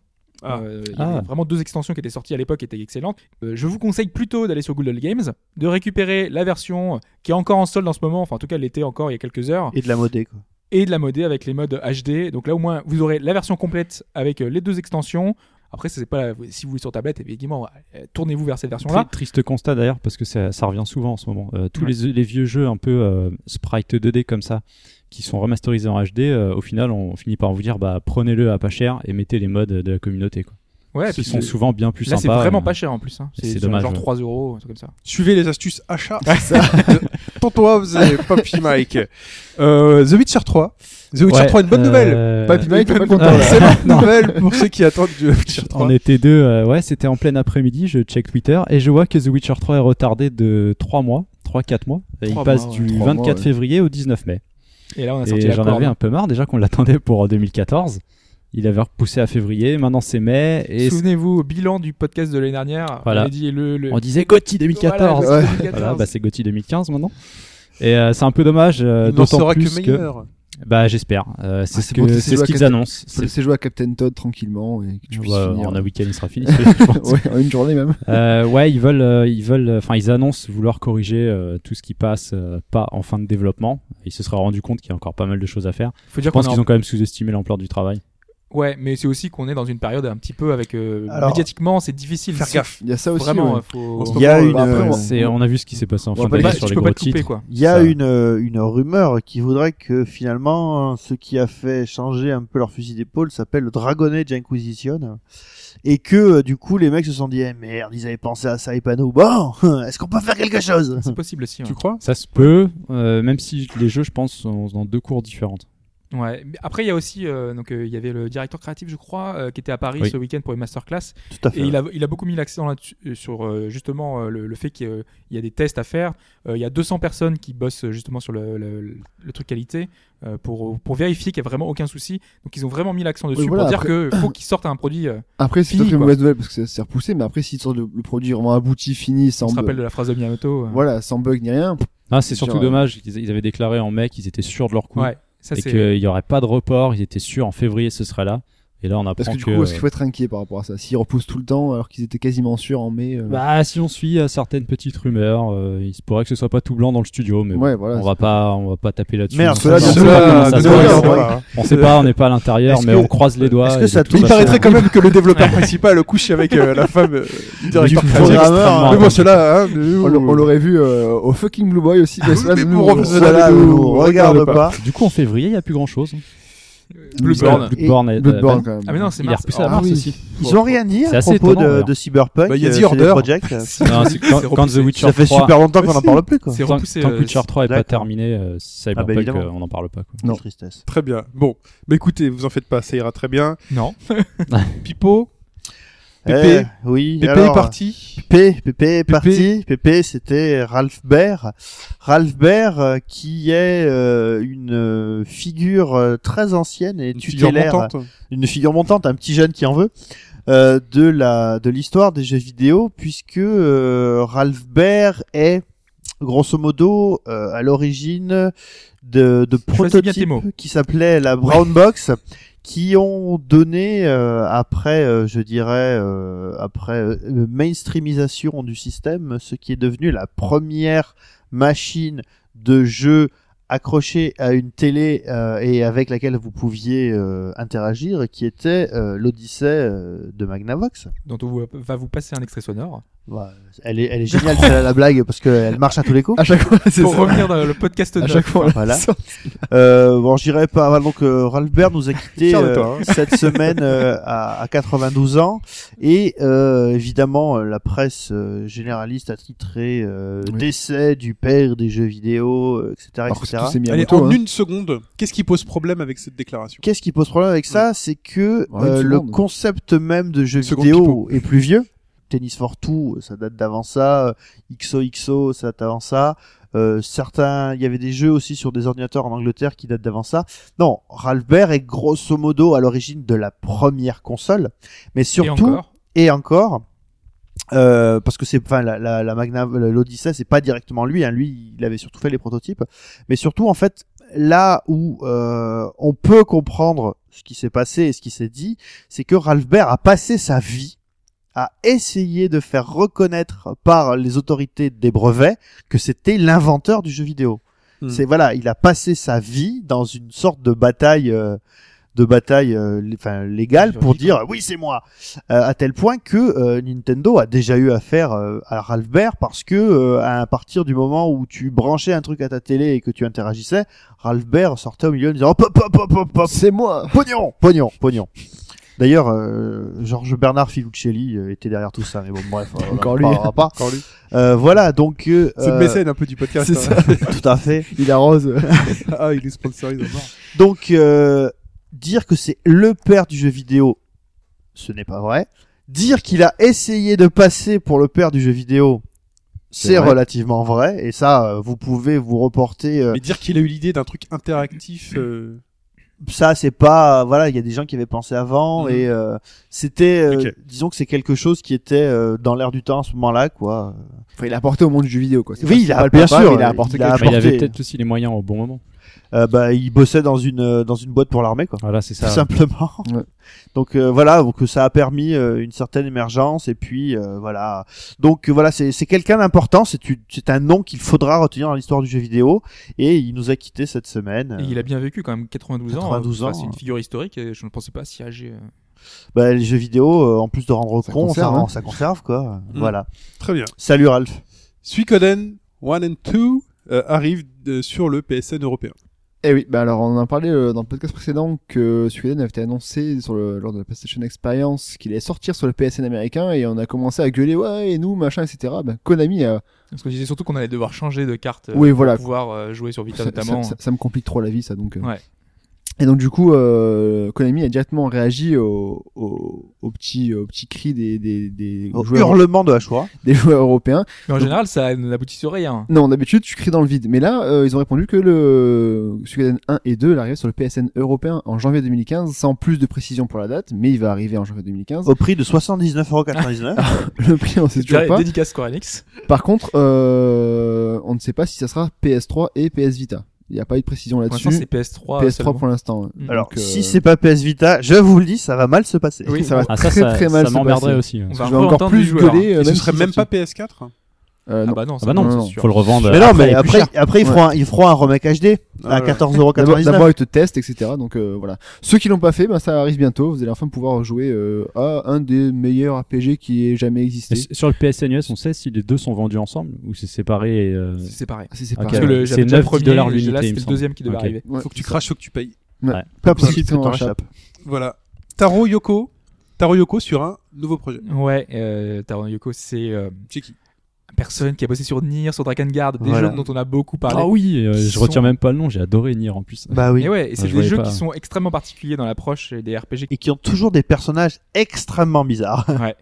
Speaker 2: Ah.
Speaker 3: Euh, il y
Speaker 6: Ah.
Speaker 3: avait vraiment deux extensions qui étaient sorties à l'époque qui étaient excellentes. Euh, je vous conseille plutôt d'aller sur Google Games, de récupérer la version qui est encore en solde en ce moment, enfin en tout cas elle l'était encore il y a quelques heures,
Speaker 4: Et de la modée, quoi.
Speaker 3: et de la modée avec les modes HD. Donc là au moins vous aurez la version complète avec euh, les deux extensions. Après, ça, c'est pas euh, si vous voulez sur tablette, évidemment, euh, tournez-vous vers cette version-là.
Speaker 6: Tri- triste constat d'ailleurs, parce que ça, ça revient souvent en ce moment. Euh, tous les, les vieux jeux un peu euh, sprite 2D comme ça, qui sont remasterisés en HD, euh, au final, on finit par vous dire bah, prenez-le à pas cher et mettez les modes de la communauté. Quoi.
Speaker 3: Ouais,
Speaker 6: Parce qu'ils
Speaker 3: puis
Speaker 6: sont
Speaker 3: c'est-
Speaker 6: souvent bien plus
Speaker 3: Là, c'est
Speaker 6: sympas.
Speaker 3: vraiment
Speaker 6: euh,
Speaker 3: pas cher en plus. hein.
Speaker 6: c'est
Speaker 3: C'est
Speaker 6: dommage,
Speaker 3: genre
Speaker 6: ouais.
Speaker 3: 3 euros, un truc comme ça.
Speaker 2: Suivez les astuces achat
Speaker 3: Euh,
Speaker 2: de Tonton Hobbs et Papy Mike. Euh, The Witcher 3. The Witcher
Speaker 6: Ouais,
Speaker 2: 3, une bonne
Speaker 6: euh,
Speaker 2: nouvelle. Papy Mike,
Speaker 5: pas
Speaker 2: bonne
Speaker 5: content,
Speaker 2: nouvelle.
Speaker 6: là.
Speaker 2: C'est la bonne nouvelle pour ceux qui attendent du Witcher 3.
Speaker 6: On était deux, euh, ouais, c'était en plein après-midi, je check Twitter et je vois que The Witcher 3 est retardé de 3 mois, 3-4 mois. Et il
Speaker 5: Trois
Speaker 6: passe
Speaker 5: mois, ouais. Ah,
Speaker 6: du
Speaker 5: Trois
Speaker 6: 24
Speaker 5: mois, ouais.
Speaker 6: février au 19 mai.
Speaker 3: Et là, on a sorti
Speaker 6: Et
Speaker 3: la
Speaker 6: j'en
Speaker 3: corde. hein.
Speaker 6: avais un peu marre déjà qu'on l'attendait pour euh, 2014. Il avait repoussé à février, maintenant c'est mai. Et
Speaker 3: Souvenez-vous, au bilan du podcast de l'année dernière,
Speaker 6: Voilà.
Speaker 3: on a dit le, le...
Speaker 6: on disait Gotti 2014.
Speaker 3: Voilà,
Speaker 5: ouais.
Speaker 3: parce que 2014.
Speaker 6: Voilà, bah c'est Gotti 2015 maintenant. Et euh, c'est un peu dommage, euh,
Speaker 2: Il n'en
Speaker 6: d'autant
Speaker 2: sera
Speaker 6: plus
Speaker 2: que
Speaker 6: que.
Speaker 2: meilleur.
Speaker 6: Bah j'espère. Euh, c'est
Speaker 5: Ah,
Speaker 6: ce
Speaker 5: c'est
Speaker 6: que-
Speaker 5: bon, tu sais
Speaker 6: c'est ce
Speaker 5: jouer à
Speaker 6: qu'ils
Speaker 5: Captain-
Speaker 6: annoncent.
Speaker 5: Faut laisser jouer à Captain Todd tranquillement et que tu puisses
Speaker 6: Ouais,
Speaker 5: finir.
Speaker 6: en un week-end il sera fini. je pense.
Speaker 5: Ouais, en une journée même.
Speaker 6: Euh, ouais, ils veulent, euh, ils veulent, enfin, ils annoncent vouloir corriger euh, tout ce qui passe euh, pas en fin de développement. Ils se seraient rendu compte qu'il y a encore pas mal de choses à faire.
Speaker 3: Faut dire
Speaker 6: Je pense
Speaker 3: qu'on est
Speaker 6: qu'ils ont quand même sous-estimé l'ampleur du travail.
Speaker 3: en- Ouais, mais c'est aussi qu'on est dans une période un petit peu avec. euh,
Speaker 4: Alors,
Speaker 3: médiatiquement, c'est difficile.
Speaker 2: Faire
Speaker 3: C'est-
Speaker 2: gaffe.
Speaker 5: Il y a ça aussi.
Speaker 3: Vraiment,
Speaker 5: ouais.
Speaker 3: euh, faut.
Speaker 2: En ce
Speaker 4: Il y a
Speaker 2: moment,
Speaker 4: une,
Speaker 2: bah, après,
Speaker 4: euh,
Speaker 2: on-
Speaker 6: C'est, on a vu ce qui s'est passé en
Speaker 5: On
Speaker 6: fin
Speaker 5: va
Speaker 3: Tu peux
Speaker 6: d'année
Speaker 3: pas-
Speaker 6: sur
Speaker 3: tu
Speaker 6: les
Speaker 3: peux pas
Speaker 6: gros
Speaker 3: te couper,
Speaker 6: titres.
Speaker 3: quoi.
Speaker 4: Il y a
Speaker 6: Ça-
Speaker 4: une, euh, une rumeur qui voudrait que finalement ce qui a fait changer un peu leur fusil d'épaule s'appelle le Dragon Age Inquisition et que euh, du coup les mecs se sont dit Eh, merde ils avaient pensé à ça et pas nous bon est-ce qu'on peut faire quelque chose
Speaker 3: C'est possible aussi. hein. ouais.
Speaker 2: Tu crois
Speaker 6: Ça se peut, euh, même si les jeux, je pense, sont dans deux cours différentes.
Speaker 3: Ouais. Mais Après, il y a aussi. euh, donc, euh, il y avait le directeur créatif, je crois, euh, qui était à Paris
Speaker 6: Oui.
Speaker 3: ce week-end pour une masterclass.
Speaker 4: tout à
Speaker 3: Et il a, il a beaucoup mis l'accent là-dessus, euh, sur euh, justement euh, le, le fait qu'il y a- il y a des tests à faire. Euh, il y a 200 personnes qui bossent euh, justement sur le, le- le truc qualité euh, pour, pour vérifier qu'il n'y a vraiment aucun souci. Donc ils ont vraiment mis l'accent dessus
Speaker 5: voilà,
Speaker 3: pour dire
Speaker 5: après-
Speaker 3: qu'il faut qu'ils sortent un produit. euh,
Speaker 5: Après, c'est
Speaker 3: Fini,
Speaker 5: peut-être une
Speaker 3: quoi.
Speaker 5: mauvaise nouvelle parce que ça s'est repoussé, mais après, s'ils sortent le, le produit vraiment abouti, fini, sans
Speaker 3: on se
Speaker 5: bug,
Speaker 3: rappelle de la phrase de Miyamoto. euh.
Speaker 5: voilà, sans bug ni rien,
Speaker 6: Ah, c'est
Speaker 5: Sur,
Speaker 6: surtout
Speaker 5: euh,
Speaker 6: dommage. Ils, ils avaient déclaré en mai qu'ils étaient sûrs de leur coup
Speaker 3: Ouais. Ça,
Speaker 6: et
Speaker 3: c'est-
Speaker 6: qu'il n'y aurait pas de report. Ils étaient sûrs en février, ce serait là. Et là, on apprend
Speaker 5: parce que du
Speaker 6: que,
Speaker 5: coup, est-ce qu'il faut être inquiet par rapport à ça S'ils repoussent tout le temps alors qu'ils étaient quasiment sûrs en mai. euh,
Speaker 6: Bah, si on suit à certaines petites rumeurs, euh, il se pourrait que ce soit pas tout blanc dans le studio, mais bon,
Speaker 5: ouais, voilà.
Speaker 6: euh, on va pas, on va pas taper là-dessus.
Speaker 4: Merde,
Speaker 6: On
Speaker 4: cela
Speaker 6: sait pas- on
Speaker 4: dit,
Speaker 6: sait pas comment ça
Speaker 4: ne
Speaker 6: se
Speaker 4: regarde
Speaker 6: passe.
Speaker 4: pas.
Speaker 6: On sait pas, on n'est pas à l'intérieur,
Speaker 4: Est-ce
Speaker 6: mais
Speaker 4: que-
Speaker 6: on croise les doigts.
Speaker 4: est-ce que
Speaker 6: et
Speaker 4: ça
Speaker 6: de
Speaker 4: touche-
Speaker 6: toute
Speaker 2: Il
Speaker 4: Ça,
Speaker 6: façon-
Speaker 2: paraîtrait quand même que le développeur principal couche avec euh, la femme euh, du directeur
Speaker 6: Du
Speaker 2: créatif.
Speaker 4: programmeur.
Speaker 2: Mais bon, cela, hein,
Speaker 5: On l'a- on l'aurait vu euh, au fucking Blue Boy
Speaker 3: Ah
Speaker 5: aussi. parce que là,
Speaker 2: mais
Speaker 5: nous,
Speaker 2: bon,
Speaker 5: on-
Speaker 2: revenons-
Speaker 4: Cela
Speaker 2: ne
Speaker 4: ne
Speaker 2: nous
Speaker 4: nous regarde
Speaker 2: regarde
Speaker 4: pas
Speaker 6: Du coup, en février, il n'y a plus hein. grand chose.
Speaker 3: Bloodborne.
Speaker 6: Bloodborne. est-
Speaker 5: Bloodborne
Speaker 6: euh,
Speaker 5: quand même.
Speaker 3: Ah mais non, c'est
Speaker 6: Il est
Speaker 3: mars.
Speaker 6: repoussé à
Speaker 3: Ah
Speaker 6: mars
Speaker 3: oui.
Speaker 6: aussi.
Speaker 4: ils ont rien dit
Speaker 6: C'est
Speaker 4: à
Speaker 6: assez
Speaker 4: propos
Speaker 6: étonnant,
Speaker 4: de,
Speaker 6: d'ailleurs.
Speaker 4: de Cyberpunk
Speaker 2: Bah, il y a
Speaker 4: euh,
Speaker 2: The
Speaker 4: CD
Speaker 2: Order.
Speaker 4: Project
Speaker 6: Non, c'est- quand,
Speaker 3: C'est
Speaker 6: quand The
Speaker 3: repoussé.
Speaker 6: Witcher
Speaker 4: ça fait
Speaker 6: 3
Speaker 4: super longtemps qu'on n'en
Speaker 2: Aussi.
Speaker 4: parle plus quoi
Speaker 3: C'est
Speaker 6: Tant,
Speaker 3: repoussé.
Speaker 6: tant que
Speaker 3: euh,
Speaker 6: Witcher 3 est pas
Speaker 4: d'accord.
Speaker 6: terminé, euh, Cyberpunk,
Speaker 4: évidemment.
Speaker 6: euh, on n'en parle pas. quoi.
Speaker 4: non tristesse
Speaker 2: Très bien. Bon, bah écoutez, vous en faites pas, ça ira très bien.
Speaker 3: Non.
Speaker 2: Pipo,
Speaker 4: Eh,
Speaker 2: Pépé.
Speaker 4: oui
Speaker 2: Pépé
Speaker 4: alors,
Speaker 2: est parti.
Speaker 5: euh,
Speaker 4: Pépé, Pépé est parti. Pépé, c'était Ralph Baer. Ralph Baer, euh, qui est euh, une, euh, une figure euh, très ancienne et
Speaker 2: Une figure
Speaker 4: tutélaire,
Speaker 2: montante.
Speaker 4: une figure montante, un petit jeune qui en veut, euh, de la de l'histoire des jeux vidéo, puisque euh, Ralph Baer est grosso modo euh, à l'origine de, de
Speaker 3: Choisis bien tes
Speaker 4: prototypes
Speaker 3: mots.
Speaker 4: qui s'appelaient la Brown Box, qui ont donné euh, après, euh, je dirais, euh, après euh, euh, mainstreamisation du système, ce qui est devenu la première machine de jeu accrochée à une télé euh, et avec laquelle vous pouviez euh, interagir, qui était euh, l'Odyssée euh, de Magnavox.
Speaker 3: dont on vous- va vous passer un extrait sonore.
Speaker 4: Voilà. elle est, elle est géniale celle-là, la blague parce qu'elle marche à tous les coups.
Speaker 5: À chaque fois, c'est
Speaker 3: Pour
Speaker 5: ça.
Speaker 3: revenir dans le podcast
Speaker 5: À
Speaker 3: neuf.
Speaker 5: chaque fois.
Speaker 4: Voilà. Euh, bon, j'irai pas. Donc, euh, Ralph Baer nous a quitté
Speaker 2: Fier de toi, hein.
Speaker 4: cette semaine euh, à, à 92 ans et euh, évidemment euh, la presse euh, généraliste a titré euh,
Speaker 5: Oui.
Speaker 4: décès du père des jeux vidéo, euh, etc.,
Speaker 5: Par contre,
Speaker 4: etc.
Speaker 5: c'est tous ces
Speaker 2: Allez,
Speaker 5: Miyamoto,
Speaker 2: en
Speaker 5: hein.
Speaker 2: une seconde, qu'est-ce qui pose problème avec cette déclaration
Speaker 4: Qu'est-ce qui pose problème avec ça C'est que
Speaker 5: Ouais,
Speaker 4: euh,
Speaker 5: une
Speaker 4: le
Speaker 5: seconde.
Speaker 4: concept même de jeu
Speaker 2: Seconde
Speaker 4: vidéo est plus vieux. Tennis for Two, ça date d'avant ça. euh, XOXO, ça date d'avant ça. Euh, certains, il y avait des jeux aussi sur des ordinateurs en Angleterre qui datent d'avant ça. Non, Ralph Baer est grosso modo à l'origine de la première console, mais
Speaker 3: Et
Speaker 4: surtout
Speaker 3: encore,
Speaker 4: et encore euh, parce que c'est enfin la, la, la Magna l'Odyssée c'est pas directement lui hein, lui il avait surtout fait les prototypes mais surtout en fait là où euh, on peut comprendre ce qui s'est passé et ce qui s'est dit c'est que Ralph Baer a passé sa vie à essayer de faire reconnaître par les autorités des brevets que c'était l'inventeur du jeu vidéo
Speaker 2: Hmm.
Speaker 4: c'est voilà il a passé sa vie dans une sorte de bataille euh, de bataille euh, lé- enfin légale pour
Speaker 3: Juridique,
Speaker 4: dire oui c'est moi euh, à tel point que euh, Nintendo a déjà eu affaire euh, à Ralph Baer parce que euh, à partir du moment où tu branchais un truc à ta télé et que tu interagissais, Ralph Baer sortait au milieu en disant hop hop hop hop hop hop
Speaker 5: C'est moi.
Speaker 4: pognon pognon pognon. D'ailleurs, euh, Georges Bernard Filuccelli euh, était derrière tout ça, mais bon bref, euh, on en
Speaker 5: Encore lui.
Speaker 4: parlera pas.
Speaker 2: Encore lui.
Speaker 4: Euh, voilà donc euh,
Speaker 2: C'est le
Speaker 4: euh,
Speaker 2: mécène un peu du podcast.
Speaker 5: C'est
Speaker 2: hein.
Speaker 5: ça.
Speaker 4: tout à fait.
Speaker 5: Il arrose.
Speaker 2: ah, il est sponsorisé.
Speaker 4: Donc, euh, dire que c'est le père du jeu vidéo, ce n'est pas vrai. Dire qu'il a essayé de passer pour le père du jeu vidéo, c'est
Speaker 5: vrai.
Speaker 4: relativement vrai. Et ça, euh, vous pouvez vous reporter. euh,
Speaker 2: Mais dire qu'il a eu l'idée d'un truc interactif. euh,
Speaker 4: ça, c'est pas. Voilà, il y a des gens qui avaient pensé avant.
Speaker 2: Mhm.
Speaker 4: Et euh, c'était. euh,
Speaker 2: Ok.
Speaker 4: Disons que c'est quelque chose qui était euh, dans l'air du temps à ce moment-là, quoi.
Speaker 5: Enfin, il a apporté au monde du jeu vidéo, quoi. C'est
Speaker 4: Oui,
Speaker 5: pas-
Speaker 4: il
Speaker 5: c'est
Speaker 4: a-
Speaker 5: pas le
Speaker 4: bien
Speaker 5: papa,
Speaker 4: sûr,
Speaker 5: mais il a apporté
Speaker 4: il a
Speaker 5: quelque chose.
Speaker 6: Mais il avait
Speaker 4: apporté.
Speaker 6: peut-être aussi les moyens au bon moment.
Speaker 4: Euh, bah, il bossait dans une euh, dans une boîte pour l'armée, quoi.
Speaker 6: Voilà, c'est ça.
Speaker 4: tout simplement.
Speaker 5: Ouais.
Speaker 4: Donc euh, voilà, donc ça a permis euh, une certaine émergence et puis euh, voilà. Donc euh, voilà, c'est c'est quelqu'un d'important, c'est une- c'est un nom qu'il faudra retenir dans l'histoire du jeu vidéo et il nous a quitté cette semaine.
Speaker 5: euh,
Speaker 3: et il a bien vécu quand même 92 ans. hein.
Speaker 4: 92
Speaker 3: Enfin,
Speaker 4: ans.
Speaker 3: c'est
Speaker 5: hein.
Speaker 3: une figure historique et je ne pensais pas si âgé. euh.
Speaker 4: Bah, les jeux vidéo euh, en plus de rendre
Speaker 5: Ça
Speaker 4: con,
Speaker 5: conserve,
Speaker 4: ça,
Speaker 5: hein.
Speaker 4: ça conserve quoi.
Speaker 2: Mm.
Speaker 4: Voilà.
Speaker 2: Très bien.
Speaker 4: Salut Ralph.
Speaker 2: Suikoden 1 and 2 euh, arrive euh, sur le PSN européen.
Speaker 5: Eh oui, bah alors on en a parlé euh, dans le podcast précédent que Suikoden avait été annoncé sur le, lors de la PlayStation Experience qu'il allait sortir sur le PSN américain et on a commencé à gueuler ouais et nous machin etc. Ben, Konami a
Speaker 3: Parce que je disais surtout qu'on allait devoir changer de carte euh,
Speaker 5: Oui,
Speaker 3: pour
Speaker 5: voilà.
Speaker 3: pouvoir euh, jouer sur Vita
Speaker 5: ça,
Speaker 3: notamment.
Speaker 5: ça- ça- ça me complique trop la vie, ça. Donc, euh.
Speaker 3: Ouais.
Speaker 5: Et donc, du coup, euh, Konami a directement réagi au, au, au petit, au petit cri des, des, des,
Speaker 4: Au
Speaker 5: joueurs,
Speaker 4: hurlement de H3.
Speaker 5: des joueurs européens.
Speaker 3: Mais en général, ça n'aboutit sur rien.
Speaker 5: Non, d'habitude, tu cries dans le vide. Mais là, euh, ils ont répondu que le Suikoden 1 et 2 l'arrivée sur le PSN européen en janvier 2015, sans plus de précision pour la date, mais il va arriver en janvier 2015.
Speaker 4: Au prix de 79,99€.
Speaker 5: Le prix, on sait toujours
Speaker 3: Dé-
Speaker 5: pas.
Speaker 3: Dédicace Square Enix.
Speaker 5: Par contre, euh, on ne sait pas si ça sera PS3 et PS Vita. Il n'y a pas eu de précision
Speaker 3: Pour l'instant, c'est
Speaker 5: là-dessus.
Speaker 3: PS3.
Speaker 5: PS3
Speaker 3: seulement.
Speaker 5: pour l'instant.
Speaker 3: Mm.
Speaker 4: Alors
Speaker 5: Donc, euh,
Speaker 4: si c'est pas PS Vita, je vous le dis, ça va mal se passer.
Speaker 3: Oui,
Speaker 5: ça va
Speaker 6: Ah, ça,
Speaker 5: très
Speaker 6: ça,
Speaker 5: très mal
Speaker 6: ça
Speaker 5: se
Speaker 6: m'emmerderait
Speaker 5: passer.
Speaker 6: aussi. hein.
Speaker 3: On
Speaker 5: Je
Speaker 3: va
Speaker 5: vais encore
Speaker 3: réentendre du
Speaker 5: plus
Speaker 3: joueur.
Speaker 5: gueuler. euh,
Speaker 2: hein. Et ce
Speaker 5: même
Speaker 2: serait
Speaker 5: si
Speaker 2: même
Speaker 5: c'est
Speaker 2: pas PS4
Speaker 5: Euh,
Speaker 3: Ah
Speaker 5: non.
Speaker 3: bah non,
Speaker 6: Ah
Speaker 3: ça
Speaker 6: bah non,
Speaker 3: c'est
Speaker 5: non,
Speaker 3: sûr.
Speaker 6: faut le revendre.
Speaker 4: Mais non, mais
Speaker 6: il est plus
Speaker 4: après,
Speaker 6: cher.
Speaker 4: après ils feront un, ils feront un remake HD à
Speaker 2: Ouais.
Speaker 5: D'abord,
Speaker 4: 14,99€.
Speaker 5: d'abord, ils te testent, etc. Donc euh, voilà. Ceux qui l'ont pas fait, ben ça arrive bientôt. Vous allez enfin pouvoir jouer euh, à un des meilleurs RPG qui ait jamais
Speaker 6: Et
Speaker 5: existé.
Speaker 6: s- Sur le PSN US, on sait si les deux sont vendus ensemble ou c'est séparé. et, euh,
Speaker 3: C'est c'est pareil.
Speaker 5: Ah, si, c'est
Speaker 6: Ok.
Speaker 5: pas
Speaker 3: Parce que le,
Speaker 6: C'est
Speaker 3: j'avais déjà
Speaker 6: 9
Speaker 3: le premier,
Speaker 6: dollars
Speaker 3: et
Speaker 6: l'unité,
Speaker 3: là,
Speaker 6: il
Speaker 3: c'était
Speaker 6: me
Speaker 3: le
Speaker 6: semble.
Speaker 3: deuxième qui devait
Speaker 6: Ok.
Speaker 3: arriver.
Speaker 5: Ouais,
Speaker 2: Faut que tu
Speaker 5: c'est
Speaker 2: craches, faut que tu payes.
Speaker 4: Pas
Speaker 5: possible
Speaker 4: possible
Speaker 5: que t'en
Speaker 4: t'en
Speaker 5: échappes.
Speaker 4: échappes.
Speaker 2: Voilà. Taro Yoko. Taro Yoko sur un nouveau projet.
Speaker 3: Ouais, euh, Taron Yoko, c'est euh,
Speaker 2: C'est qui
Speaker 3: personne qui a bossé sur Nier, sur Dragon Guard, des
Speaker 4: Voilà.
Speaker 3: jeux dont on a beaucoup parlé.
Speaker 6: Ah oui, euh,
Speaker 3: Qui
Speaker 6: je retiens
Speaker 3: sont-
Speaker 6: même pas le nom, j'ai adoré Nier en plus.
Speaker 4: Bah oui.
Speaker 3: Et ouais, et
Speaker 6: Ah,
Speaker 3: c'est
Speaker 6: je
Speaker 3: des
Speaker 6: voyais
Speaker 3: jeux
Speaker 6: pas.
Speaker 3: qui sont extrêmement particuliers dans l'approche des RPG.
Speaker 4: Et qui ont toujours des personnages extrêmement bizarres.
Speaker 3: ouais.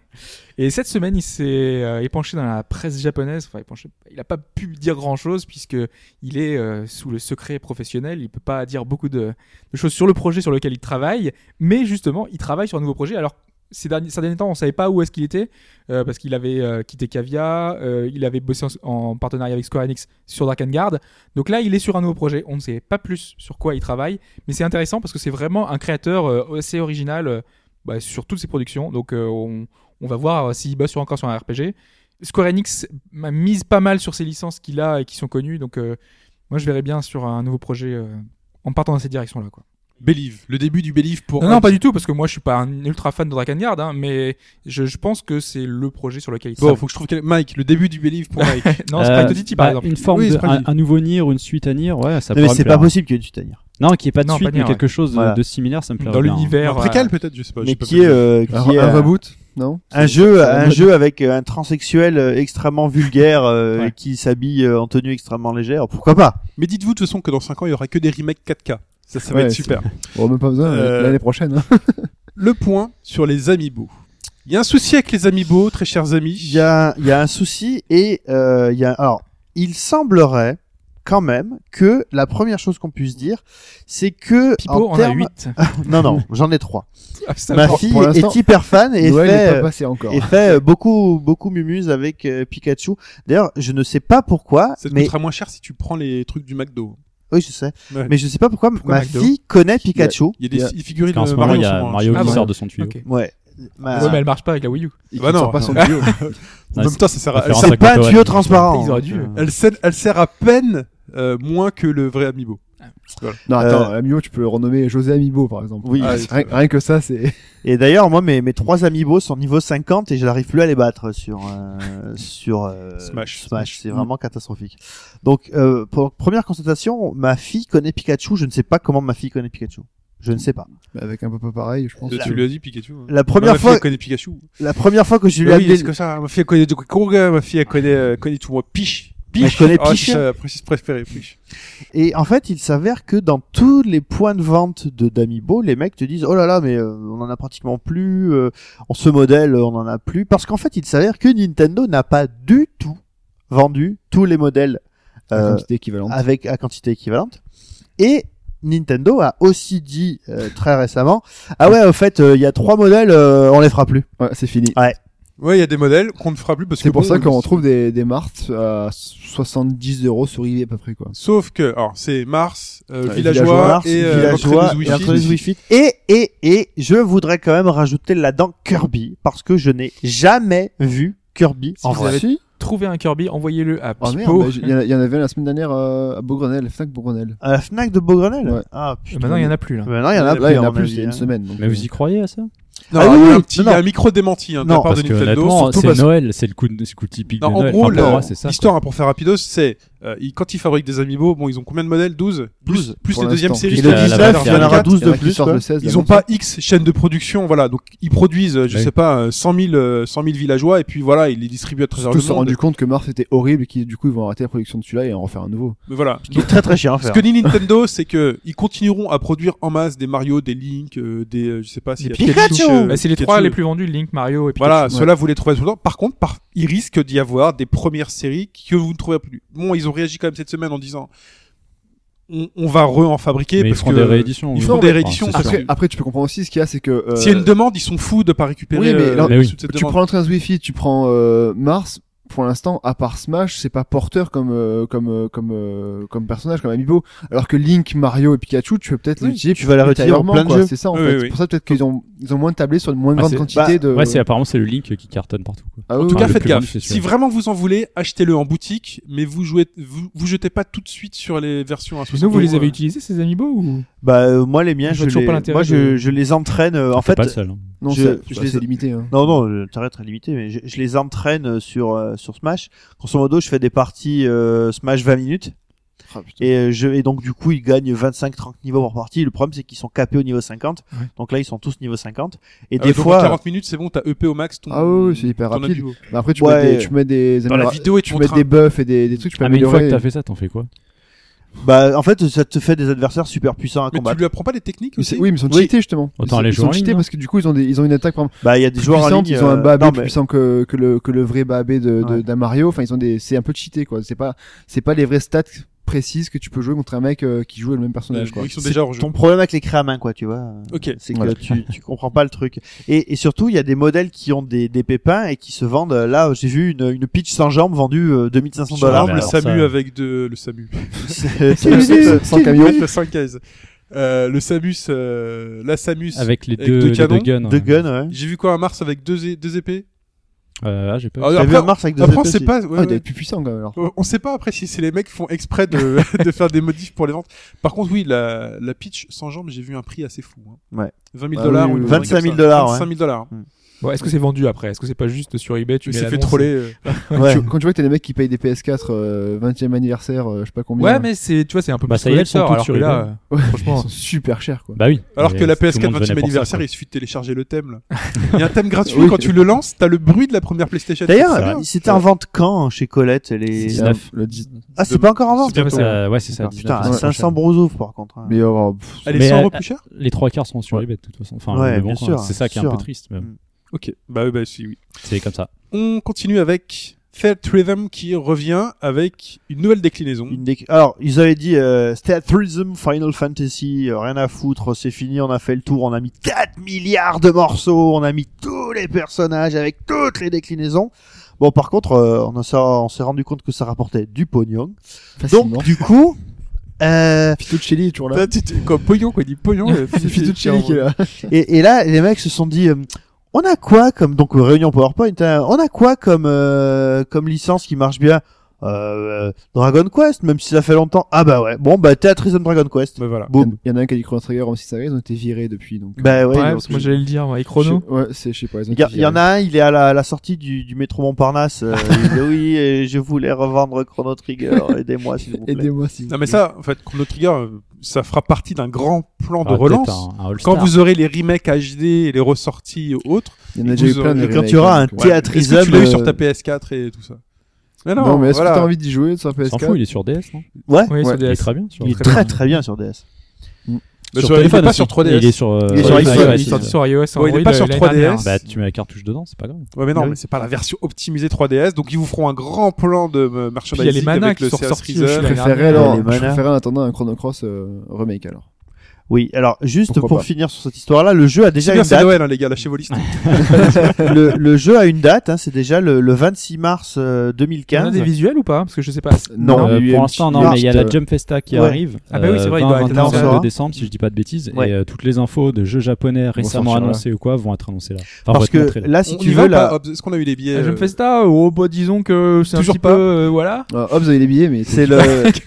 Speaker 3: Et cette semaine, il s'est euh, épanché dans la presse japonaise. Enfin, épanché. Il n'a pas pu dire grand-chose puisque il est euh, sous le secret professionnel. Il peut pas dire beaucoup de, de choses sur le projet sur lequel il travaille. Mais justement, il travaille sur un nouveau projet. Alors, ces derniers, ces derniers temps, on savait pas où est-ce qu'il était euh, parce qu'il avait euh, quitté Cavia. euh, il avait bossé en, en partenariat avec Square Enix sur Dragon Guard. Donc là, il est sur un nouveau projet. On ne sait pas plus sur quoi il travaille, mais c'est intéressant parce que c'est vraiment un créateur euh, assez original. euh, bah, sur toutes ses productions. Donc euh, on, on va voir euh, s'il bosse sur- encore sur un RPG. Square Enix m'a mise pas mal sur ses licences qu'il a et qui sont connues. Donc euh, moi je verrais bien sur un nouveau projet euh, en partant dans cette direction là. Quoi. euh,
Speaker 2: Believe, le début du Believe pour.
Speaker 3: Non, non, pas du tout parce que moi je suis pas un ultra fan de Dragon Guard, hein, mais je, je pense que c'est le projet sur lequel il
Speaker 2: Bon,
Speaker 3: s'appelle.
Speaker 2: faut que je trouve quel... Mike, le début du Believe pour Mike.
Speaker 3: Non, c'est pas
Speaker 6: Euh,
Speaker 3: Totiti, par
Speaker 6: bah,
Speaker 3: exemple.
Speaker 6: Une forme
Speaker 2: Oui,
Speaker 6: de,
Speaker 2: Sprite
Speaker 6: un, un nouveau Nier ou une suite à Nier, ouais, ça
Speaker 4: Non, mais
Speaker 6: pourrait me
Speaker 4: c'est pas
Speaker 6: plaire.
Speaker 4: possible qu'il y ait une suite à dire.
Speaker 6: Non, qui est pas de
Speaker 3: Non,
Speaker 6: suite,
Speaker 3: pas Nier,
Speaker 6: mais quelque chose de-
Speaker 4: Voilà.
Speaker 6: de similaire, ça me plairait
Speaker 3: Dans
Speaker 6: bien.
Speaker 3: l'univers.
Speaker 2: Très
Speaker 3: euh,
Speaker 2: calme peut-être, je sais pas. j'ai
Speaker 4: Mais
Speaker 2: pas
Speaker 4: qui
Speaker 2: plus
Speaker 4: est,
Speaker 2: de-
Speaker 4: euh, qui
Speaker 5: Un,
Speaker 4: est,
Speaker 5: un
Speaker 4: euh,
Speaker 5: reboot Non
Speaker 4: un
Speaker 5: C'est-
Speaker 4: jeu,
Speaker 5: c'est la
Speaker 4: un
Speaker 5: mode.
Speaker 4: jeu avec euh, un transsexuel euh, extrêmement vulgaire euh,
Speaker 3: Ouais.
Speaker 4: qui s'habille euh, en tenue extrêmement légère. Pourquoi pas
Speaker 2: Mais dites-vous de toute façon que dans 5 ans, il y aura que des remakes 4K. Ça, ça va
Speaker 5: Ouais,
Speaker 2: être
Speaker 5: c'est-
Speaker 2: super.
Speaker 5: Bon, même pas besoin,
Speaker 2: Euh,
Speaker 5: l'année prochaine. hein.
Speaker 2: Le point sur les amiibo. Il y a un souci avec les amiibo, très chers
Speaker 4: Il
Speaker 2: amis.
Speaker 4: y a, il y a un souci et euh, il y a. Alors, il semblerait quand même que la première chose qu'on puisse dire, c'est que
Speaker 3: Pipo en, a
Speaker 4: termes-
Speaker 3: 8.
Speaker 4: non non, j'en ai trois.
Speaker 3: Ah, ça
Speaker 4: Ma
Speaker 6: Bah,
Speaker 3: va.
Speaker 4: fille
Speaker 5: pour l'instant,
Speaker 4: est hyper fan et
Speaker 5: Noël
Speaker 4: fait
Speaker 5: n'est pas
Speaker 4: euh,
Speaker 5: passé encore.
Speaker 4: et fait euh, beaucoup beaucoup mumuse avec euh, Pikachu. D'ailleurs, je ne sais pas pourquoi,
Speaker 2: Ça te
Speaker 4: mais
Speaker 2: coûtera moins cher si tu prends les trucs du McDo.
Speaker 4: oui je sais,
Speaker 2: Ouais.
Speaker 4: mais je sais pas pourquoi,
Speaker 2: Pourquoi
Speaker 4: ma
Speaker 2: McDo
Speaker 4: fille connaît Pikachu.
Speaker 2: Il y a des
Speaker 5: Il y a-
Speaker 2: fi- figurines euh,
Speaker 6: En ce
Speaker 2: de
Speaker 6: moment, il y a
Speaker 2: Mario, en ce moment,
Speaker 6: Mario
Speaker 2: je
Speaker 3: Ah
Speaker 6: qui
Speaker 2: crois.
Speaker 3: ouais.
Speaker 6: sort de son tuyau.
Speaker 3: Ok. Ouais,
Speaker 4: Ouais. Ma-
Speaker 3: mais elle marche pas avec la Wii U.
Speaker 5: Il
Speaker 2: Bah non,
Speaker 5: sort
Speaker 2: pas
Speaker 5: pas
Speaker 2: son
Speaker 5: son-
Speaker 2: tuyau. en
Speaker 6: Ouais,
Speaker 2: même temps, ça sert à... elle,
Speaker 6: référence
Speaker 2: sert...
Speaker 4: C'est pas un
Speaker 6: Mario,
Speaker 4: tuyau
Speaker 6: ouais.
Speaker 4: transparent.
Speaker 3: Ils auraient dû,
Speaker 4: donc, euh,
Speaker 2: Elle, sert... elle sert à peine euh, moins que le vrai amiibo.
Speaker 5: Non, attends,
Speaker 4: Euh,
Speaker 5: Amiibo, tu peux le renommer José Amiibo, par exemple.
Speaker 4: Oui.
Speaker 5: Ah, rien, rien que ça, c'est.
Speaker 4: Et d'ailleurs, moi, mes, mes trois amiibo sont niveau 50 et je n'arrive plus à les battre sur euh, sur euh,
Speaker 2: Smash. Mm.
Speaker 4: C'est vraiment catastrophique. Donc, euh, pour- première constatation, ma fille connaît Pikachu. Je ne sais pas comment ma fille connaît Pikachu. Je ne sais pas.
Speaker 5: Bah, Avec un peu pareil, je pense.
Speaker 2: Tu lui as dit Pikachu. hein.
Speaker 4: La
Speaker 2: Ma
Speaker 4: première
Speaker 2: fille,
Speaker 4: fois,
Speaker 2: elle connaît Pikachu.
Speaker 4: la première fois que je lui ai
Speaker 2: Bah Oui,
Speaker 4: amené,
Speaker 2: c'est comme ça. Ma fille elle connaît Donkey Kong, ma fille elle connaît, euh, connaît tout moi. Piche. Piche.
Speaker 4: Elle connaît
Speaker 2: Ah,
Speaker 4: Piche.
Speaker 2: c'est sa princesse préférée, Piche.
Speaker 4: et en fait, il s'avère que dans tous les points de vente de d'amiibo, les mecs te disent oh là là, mais euh, on en a pratiquement plus. euh, on se modèle, on en a plus, parce qu'en fait, il s'avère que Nintendo n'a pas du tout vendu tous les modèles.
Speaker 5: une
Speaker 4: euh,
Speaker 5: quantité équivalente.
Speaker 4: avec à quantité équivalente. Et Nintendo a aussi dit euh, très récemment ah ouais au fait euh, il y a trois modèles euh, on les fera plus
Speaker 5: Ouais, c'est fini.
Speaker 4: Ah,
Speaker 2: Ouais, il y a des modèles qu'on ne fera plus parce que
Speaker 5: C'est pour
Speaker 2: bon,
Speaker 5: ça qu'on trouve des, des Marthes à 70 euros sur eBay à peu près, quoi.
Speaker 2: Sauf que, alors, c'est Mars, euh,
Speaker 5: Ouais,
Speaker 2: villageois,
Speaker 4: Mars,
Speaker 2: et euh, Moctezuma
Speaker 4: villageois et
Speaker 2: Wishy.
Speaker 4: Anthony Wishy. et et et je voudrais quand même rajouter là-dedans Kirby parce que je n'ai jamais vu Kirby
Speaker 3: Si
Speaker 4: en
Speaker 3: vous
Speaker 4: vrai
Speaker 3: avez
Speaker 5: Si.
Speaker 3: trouvé un Kirby, envoyez-le à
Speaker 5: Oh
Speaker 3: Pipo.
Speaker 5: merde, bah, j- il y en a- il y en avait un la semaine dernière euh, à Beaugrenelle, Fnac Beaugrenelle.
Speaker 4: à Euh, la Fnac de Beaugrenelle
Speaker 5: Ouais.
Speaker 4: ah
Speaker 3: Et
Speaker 4: putain
Speaker 3: Euh, Maintenant, il y en a plus là.
Speaker 4: maintenant Ah, il y en a plus
Speaker 5: Là, il y en
Speaker 4: à
Speaker 5: a
Speaker 4: mon
Speaker 5: plus,
Speaker 4: avis,
Speaker 5: il y a une
Speaker 4: hein.
Speaker 5: semaine. donc,
Speaker 6: Mais vous y croyez à ça
Speaker 2: Non,
Speaker 4: Ah
Speaker 2: alors,
Speaker 4: oui,
Speaker 2: il y a un
Speaker 4: oui,
Speaker 2: petit,
Speaker 4: non,
Speaker 2: il y a
Speaker 4: non.
Speaker 2: un micro démenti, hein, de
Speaker 4: Non,
Speaker 2: la part
Speaker 6: Parce
Speaker 2: de
Speaker 6: que
Speaker 2: Nintendo.
Speaker 6: honnêtement,
Speaker 2: surtout
Speaker 6: c'est
Speaker 2: parce que-
Speaker 6: Noël, c'est le coup, de- c'est le coup typique
Speaker 2: Non,
Speaker 6: de
Speaker 2: en
Speaker 6: Noël.
Speaker 2: gros,
Speaker 6: Enfin, pour
Speaker 2: le-
Speaker 6: moi, c'est ça, quoi.
Speaker 2: L'histoire, hein, pour faire rapidos, c'est, euh, ils- quand ils fabriquent des amiibo, bon, ils ont combien de modèles 12
Speaker 5: Douze,
Speaker 2: Plus, plus
Speaker 5: pour
Speaker 2: les deuxièmes
Speaker 5: l'instant.
Speaker 2: séries.
Speaker 4: et
Speaker 6: Juste
Speaker 4: le
Speaker 6: la- la
Speaker 4: 19 il y en aura 12
Speaker 6: version
Speaker 5: Il y en
Speaker 4: de
Speaker 5: a qui
Speaker 4: plus
Speaker 5: sortent
Speaker 4: quoi.
Speaker 5: le 16,
Speaker 2: Ils
Speaker 5: là,
Speaker 2: ont pas X chaînes de production, voilà. Donc, ils produisent, euh, je
Speaker 6: Oui.
Speaker 2: sais pas, euh, 100 000, euh, 100 000 villageois, et puis voilà, ils les distribuent à travers
Speaker 5: Surtout,
Speaker 2: le
Speaker 5: se sont
Speaker 2: monde.
Speaker 5: rendu compte que Mars était horrible et qu'ils, du coup, ils vont arrêter la production de celui-là et en refaire un nouveau.
Speaker 2: Mais voilà.
Speaker 4: qui est très très cher à
Speaker 2: Ce
Speaker 4: faire
Speaker 2: que dit Nintendo, c'est que ils continueront à produire en masse des Mario, des Link, euh, des, euh, je sais pas, si
Speaker 3: Des
Speaker 4: Pikachu.
Speaker 3: Bah, c'est les trois les plus vendus, Link, Mario et Pikachu.
Speaker 2: Voilà, ceux-là, vous les trouvez tout le temps. Par contre, par... il risque d'y avoir des premières séries que vous ne trouverez plus. Bon, ils ont réagi quand même cette semaine en disant on, on va re en fabriquer
Speaker 6: Mais ils
Speaker 2: parce
Speaker 6: feront
Speaker 2: que euh,
Speaker 6: des rééditions.
Speaker 2: ils
Speaker 6: oui.
Speaker 2: font
Speaker 6: Enfin,
Speaker 2: des rééditions.
Speaker 6: c'est
Speaker 2: parce
Speaker 6: sûr.
Speaker 5: Après, après, tu peux comprendre aussi ce qu'il y a, c'est que. euh,
Speaker 2: S'il y a une demande, ils sont fous de pas récupérer.
Speaker 5: Oui, mais
Speaker 2: euh,
Speaker 5: là,
Speaker 2: la
Speaker 6: Mais oui.
Speaker 2: suite de cette
Speaker 5: tu
Speaker 2: demande.
Speaker 5: prends l'entrée Wi-Fi, tu prends euh, Mars. Pour l'instant, à part Smash, c'est pas porteur comme euh, comme euh, comme euh, comme personnage, comme amiibo. Alors que Link, Mario et Pikachu, tu peux peut-être
Speaker 4: Oui,
Speaker 5: l'utiliser.
Speaker 4: tu vas les retirer en
Speaker 5: ultérieurement,
Speaker 4: plein de
Speaker 5: quoi.
Speaker 4: jeux.
Speaker 5: C'est ça en
Speaker 2: Oui,
Speaker 5: fait.
Speaker 2: oui,
Speaker 5: C'est
Speaker 2: oui.
Speaker 5: pour ça peut-être qu'ils ont ils ont moins tablé sur une moins
Speaker 6: Ah,
Speaker 5: grande
Speaker 6: c'est-
Speaker 5: quantité de.
Speaker 6: Ouais, c'est apparemment c'est le link qui cartonne partout. quoi.
Speaker 5: Ah
Speaker 2: En
Speaker 5: oui,
Speaker 2: tout
Speaker 5: oui.
Speaker 2: cas,
Speaker 6: le
Speaker 2: faites
Speaker 6: plus grand,
Speaker 2: gaffe.
Speaker 6: c'est sûr.
Speaker 2: Si vraiment vous en voulez, achetez-le en boutique, mais vous jouez, vous, vous jetez pas tout de suite sur les versions à
Speaker 3: Sinon, vous les avez
Speaker 2: euros.
Speaker 3: utilisés ces amiibo ou
Speaker 4: bah euh, moi les miens
Speaker 3: Je vois
Speaker 4: je
Speaker 3: toujours
Speaker 4: les
Speaker 3: pas l'intérêt
Speaker 4: moi
Speaker 3: de-
Speaker 4: je je les entraîne euh, en
Speaker 6: T'es pas
Speaker 4: fait
Speaker 6: le seul. hein.
Speaker 5: Non,
Speaker 4: je-
Speaker 5: c'est
Speaker 4: je
Speaker 5: bah,
Speaker 4: les-
Speaker 5: c'est limité. hein.
Speaker 4: Non, non, le target est très limité, mais je, je les entraîne euh, sur, euh, sur Smash. Grosso modo, je fais des parties euh, Smash 20 minutes.
Speaker 5: Ah, putain.
Speaker 4: Et, euh, je, et donc, du coup, ils gagnent 25-30 niveaux par partie. Le problème, c'est qu'ils sont capés au niveau 50.
Speaker 3: Ouais.
Speaker 4: Donc là, ils sont tous niveau 50. Et
Speaker 2: Ah
Speaker 4: des
Speaker 2: ouais, donc en
Speaker 4: fois,
Speaker 2: 40 minutes, c'est bon, t'as EP au max. Ton,
Speaker 5: Ah oui, oui, c'est hyper
Speaker 2: ton
Speaker 5: rapide.
Speaker 2: niveau.
Speaker 5: Mais Bah, après, tu,
Speaker 4: Ouais.
Speaker 5: mets des, tu mets des
Speaker 2: Dans la
Speaker 5: améliorations-
Speaker 2: vidéo, et tu
Speaker 5: tu mets des buffs et des, des trucs, tu peux
Speaker 6: Ah, mais une fois que
Speaker 5: améliorer.
Speaker 6: t'as fait ça, t'en fais quoi
Speaker 4: bah, en fait, ça te fait des adversaires super puissants à
Speaker 2: Mais tu
Speaker 4: combattre.
Speaker 2: lui apprends pas les techniques
Speaker 5: Mais c'est-
Speaker 2: aussi
Speaker 5: oui, mais ils sont
Speaker 4: Oui.
Speaker 5: cheatés justement.
Speaker 6: Autant
Speaker 5: ils sont,
Speaker 6: aller
Speaker 5: ils
Speaker 6: jouer en
Speaker 5: sont
Speaker 6: ligne, hein.
Speaker 5: cheatés
Speaker 6: non
Speaker 5: parce que du coup ils ont des ils ont une attaque par exemple,
Speaker 4: Bah, il y a des
Speaker 5: plus
Speaker 4: joueurs en
Speaker 5: puissante,
Speaker 4: ligne.
Speaker 5: ils ont un
Speaker 4: euh,
Speaker 5: babé
Speaker 4: non,
Speaker 5: plus
Speaker 4: mais-
Speaker 5: puissant que que le que le vrai babé de, de-
Speaker 4: Ouais.
Speaker 5: d'un Mario. Enfin ils ont des c'est un peu cheaté quoi. C'est pas c'est pas les vraies stats précises que tu peux jouer contre un mec euh, qui joue le même personnage
Speaker 6: Bah,
Speaker 5: quoi.
Speaker 2: Ils sont
Speaker 4: C'est
Speaker 2: déjà hors jeu.
Speaker 4: ton problème avec les créas à main, quoi, tu vois.
Speaker 2: Ok.
Speaker 4: C'est que
Speaker 5: Voilà.
Speaker 4: tu, tu comprends pas le truc. Et, et surtout, il y a des modèles qui ont des, des pépins et qui se vendent. euh, Là, j'ai vu une, une pitch sans jambes vendue euh, 2500
Speaker 2: Sur
Speaker 4: dollars.
Speaker 6: mais
Speaker 2: le
Speaker 6: alors
Speaker 2: SAMU
Speaker 6: ça-
Speaker 2: avec de... le SAMU.
Speaker 5: Sans- sans- sans camion.
Speaker 2: le 115. Euh, le SAMUS, euh, la SAMUS.
Speaker 6: Avec les
Speaker 2: Avec
Speaker 6: deux,
Speaker 2: deux
Speaker 6: les
Speaker 2: canons,
Speaker 6: guns.
Speaker 4: de
Speaker 6: ouais.
Speaker 4: gun, ouais.
Speaker 2: J'ai vu quoi, un Mars avec deux, é- deux épées
Speaker 6: Euh, ah, j'ai pas
Speaker 2: Ah,
Speaker 6: vu.
Speaker 4: T'as
Speaker 2: après-
Speaker 4: vu un Mars avec deux
Speaker 2: Après, on
Speaker 4: épées
Speaker 2: sait
Speaker 4: aussi
Speaker 2: pas, ouais,
Speaker 5: Ah, il
Speaker 2: ouais.
Speaker 5: est plus puissant quand même alors.
Speaker 2: Euh, On sait pas après si c'est les mecs qui font exprès de, de faire des modifs pour les ventes. Par contre, oui, la, la pitch sans jambes, j'ai vu un prix assez fou. hein.
Speaker 4: Ouais.
Speaker 2: 20 000
Speaker 5: Ah
Speaker 2: dollars
Speaker 5: oui,
Speaker 2: ou une
Speaker 5: oui, oui.
Speaker 2: connerie comme
Speaker 4: 25 000
Speaker 2: ça.
Speaker 4: dollars, ouais.
Speaker 2: 25 000 dollars.
Speaker 3: Bon, est-ce que c'est vendu après Est-ce que c'est pas juste sur eBay Tu
Speaker 2: Tu
Speaker 3: mets
Speaker 2: s'est fait
Speaker 3: l'annonce
Speaker 2: troller. euh.
Speaker 4: Ouais.
Speaker 5: Tu- quand tu vois que t'as des mecs qui payent des PS4 euh, 20e anniversaire, euh, je sais pas combien.
Speaker 3: Ouais, mais c'est tu vois, c'est un peu
Speaker 6: Bah,
Speaker 3: plus
Speaker 6: ça y est, elles sont
Speaker 3: collector,
Speaker 6: toutes
Speaker 3: alors que
Speaker 6: sur
Speaker 3: là,
Speaker 6: eBay.
Speaker 3: euh, franchement,
Speaker 5: ils sont super chers quoi.
Speaker 6: Bah oui.
Speaker 2: Alors
Speaker 6: Mais
Speaker 2: que la
Speaker 6: tout le
Speaker 2: PS4
Speaker 6: monde venait
Speaker 2: 20
Speaker 6: pour ça,
Speaker 2: anniversaire,
Speaker 6: quoi.
Speaker 2: il suffit de télécharger le thème. là. Il y a un thème gratuit
Speaker 5: Oui.
Speaker 2: quand tu le lances, t'as le bruit de la première PlayStation. C'est
Speaker 4: D'ailleurs,
Speaker 2: bien.
Speaker 4: c'était en vente quand chez Colette les...
Speaker 6: 19.
Speaker 5: Le 10...
Speaker 4: Ah, c'est pas encore en vente
Speaker 2: C'est bientôt.
Speaker 6: Euh, ouais, c'est ça.
Speaker 4: Ah,
Speaker 6: 19,
Speaker 4: Putain,
Speaker 6: c'est
Speaker 4: à
Speaker 6: la
Speaker 4: 500
Speaker 6: prochaine.
Speaker 4: bros ouvres, par contre. hein.
Speaker 5: Mais oh, pff,
Speaker 2: Elle est
Speaker 6: Mais
Speaker 2: 100 euros
Speaker 6: à-
Speaker 2: plus chère
Speaker 6: Les trois quarts sont sur eBay de toute façon. Enfin,
Speaker 4: Ouais,
Speaker 6: mais bon,
Speaker 4: bien
Speaker 6: quoi,
Speaker 4: sûr,
Speaker 6: c'est ça qui est
Speaker 4: sûr.
Speaker 6: un peu triste. mais
Speaker 4: Mm.
Speaker 2: Ok, bah oui, bah si, oui.
Speaker 6: C'est comme ça.
Speaker 2: On continue avec Felt Rhythm qui revient avec une nouvelle déclinaison.
Speaker 4: Une déc- Alors, ils avaient dit euh, Theatrism, Final Fantasy, euh, rien à foutre, c'est fini, on a fait le tour, on a mis 4 milliards de morceaux, on a mis tous les personnages avec toutes les déclinaisons. Bon, par contre, euh, on, a ça- on s'est rendu compte que ça rapportait du pognon.
Speaker 5: facilement.
Speaker 4: Donc, du coup, euh,
Speaker 5: Fituccelli est toujours là.
Speaker 2: Là, tu- tu- Quoi, pognon, quoi, il dit pognon. euh,
Speaker 5: C'est Fituccelli qui est là.
Speaker 4: et, et là, les mecs se sont dit, euh, on a quoi comme donc euh, réunion PowerPoint hein, On a quoi comme euh, comme licence qui marche bien Euh, euh, Dragon Quest, même si ça fait longtemps. Ah bah ouais. Bon bah Theatrism Dragon Quest.
Speaker 2: Bah voilà.
Speaker 4: Boum.
Speaker 5: Il y en a un qui a dit Chrono Trigger, même si ça arrive, ils ont été virés depuis donc.
Speaker 4: Bah
Speaker 3: ouais,
Speaker 4: ouais. donc,
Speaker 3: parce que moi j'allais le dire, ouais, et Chrono.
Speaker 5: Je- Ouais, c'est, je sais pas. ils ont
Speaker 4: Il y, a-
Speaker 5: été
Speaker 4: il y en
Speaker 5: virés.
Speaker 4: a un, il est à la, à la sortie du, du métro Montparnasse. euh, il dit, oui, euh, je voulais revendre Chrono Trigger. Aidez-moi, s'il vous plaît.
Speaker 5: Aidez-moi si.
Speaker 2: Non mais ça, en fait, Chrono Trigger, euh, ça fera partie d'un grand plan de
Speaker 6: Ah,
Speaker 2: relance.
Speaker 6: peut-être
Speaker 2: Quand
Speaker 6: un- un All-Star.
Speaker 2: vous aurez les remakes HD et les ressorties et autres,
Speaker 5: Il y en a déjà eu
Speaker 2: Vous
Speaker 5: plein.
Speaker 2: aurez-
Speaker 5: de
Speaker 4: Et quand
Speaker 5: remakes,
Speaker 4: tu auras un
Speaker 5: donc, ouais.
Speaker 4: théâtre-
Speaker 2: est-ce que tu
Speaker 4: Theatrism,
Speaker 2: l'as eu
Speaker 4: euh,
Speaker 2: sur ta PS4 et tout ça Mais
Speaker 5: Non, mais est-ce que t'as envie d'y jouer sur
Speaker 6: S'en fout,
Speaker 5: PS4
Speaker 6: il est sur DS, non
Speaker 4: Ouais.
Speaker 3: Oui,
Speaker 5: Ouais.
Speaker 3: sur
Speaker 6: Il est
Speaker 3: DS.
Speaker 6: très bien. Sur,
Speaker 4: Il est très très bien sur DS.
Speaker 2: Bah,
Speaker 6: sur
Speaker 2: sur- il est
Speaker 6: téléphone
Speaker 2: pas
Speaker 6: aussi.
Speaker 2: sur 3DS.
Speaker 6: Il est sur. euh,
Speaker 4: Il est sur
Speaker 6: ouais,
Speaker 4: iPhone,
Speaker 6: ouais,
Speaker 4: il est
Speaker 6: c'est
Speaker 4: sorti
Speaker 6: ça.
Speaker 3: sur iOS,
Speaker 2: Ouais, il est
Speaker 3: Android,
Speaker 2: pas sur
Speaker 3: l'année
Speaker 2: 3DS.
Speaker 3: dernière.
Speaker 6: Bah, tu mets la cartouche dedans, c'est pas grave.
Speaker 2: Ouais, mais non,
Speaker 4: Ah oui.
Speaker 2: mais c'est pas la version optimisée 3DS. Donc ils vous feront un grand plan de euh,
Speaker 3: Puis il y a les
Speaker 2: merchandising
Speaker 3: manas
Speaker 2: avec
Speaker 3: qui
Speaker 2: le
Speaker 3: sont
Speaker 2: CS
Speaker 3: ressortis aussi
Speaker 2: Reason.
Speaker 3: l'année
Speaker 5: préférerais
Speaker 3: dernière.
Speaker 5: alors,
Speaker 4: les
Speaker 5: je
Speaker 4: manas.
Speaker 5: préférerais en attendant un Chrono Cross euh, remake alors.
Speaker 4: Oui. Alors juste
Speaker 5: Pourquoi
Speaker 4: pour
Speaker 5: pas.
Speaker 4: finir sur cette histoire-là, le jeu a déjà
Speaker 2: C'est
Speaker 4: une
Speaker 2: bien, c'est
Speaker 4: date.
Speaker 2: Noël, hein, les gars, lâchez vos listes.
Speaker 3: Ah,
Speaker 4: le, le jeu a une date, hein, c'est déjà le, le 26 mars euh,
Speaker 3: On a
Speaker 4: 2015.
Speaker 3: des visuels ou pas Parce que je sais pas.
Speaker 4: Non,
Speaker 6: Euh,
Speaker 4: mais il y a
Speaker 6: pour
Speaker 4: une
Speaker 6: l'instant,
Speaker 4: petite
Speaker 6: non, mais il y a la
Speaker 4: liste.
Speaker 6: Jump Festa qui
Speaker 4: Euh, Ouais.
Speaker 6: arrive.
Speaker 3: Ah bah oui, c'est vrai, il doit être
Speaker 6: 20,
Speaker 3: hein.
Speaker 6: 21,
Speaker 4: annoncé avant.
Speaker 6: 22 décembre, si je dis pas de bêtises.
Speaker 4: Ouais.
Speaker 6: Et euh, toutes les infos de jeux japonais récemment
Speaker 5: sortira là.
Speaker 6: annoncés ou quoi vont être annoncées là. Enfin, vont
Speaker 4: Parce
Speaker 6: être
Speaker 4: que
Speaker 6: montrées là.
Speaker 4: là, si
Speaker 2: On
Speaker 4: tu
Speaker 2: y
Speaker 4: veux,
Speaker 2: va
Speaker 4: la,
Speaker 2: pas Hobbs Est-ce qu'on a eu les billets
Speaker 3: Ah, Je me
Speaker 2: euh,
Speaker 3: fais ça, oh, bah, disons que c'est un
Speaker 2: Toujours
Speaker 3: petit
Speaker 2: pas.
Speaker 3: peu. euh, voilà.
Speaker 5: Ah, Hobbs il est billets mais
Speaker 4: c'est le,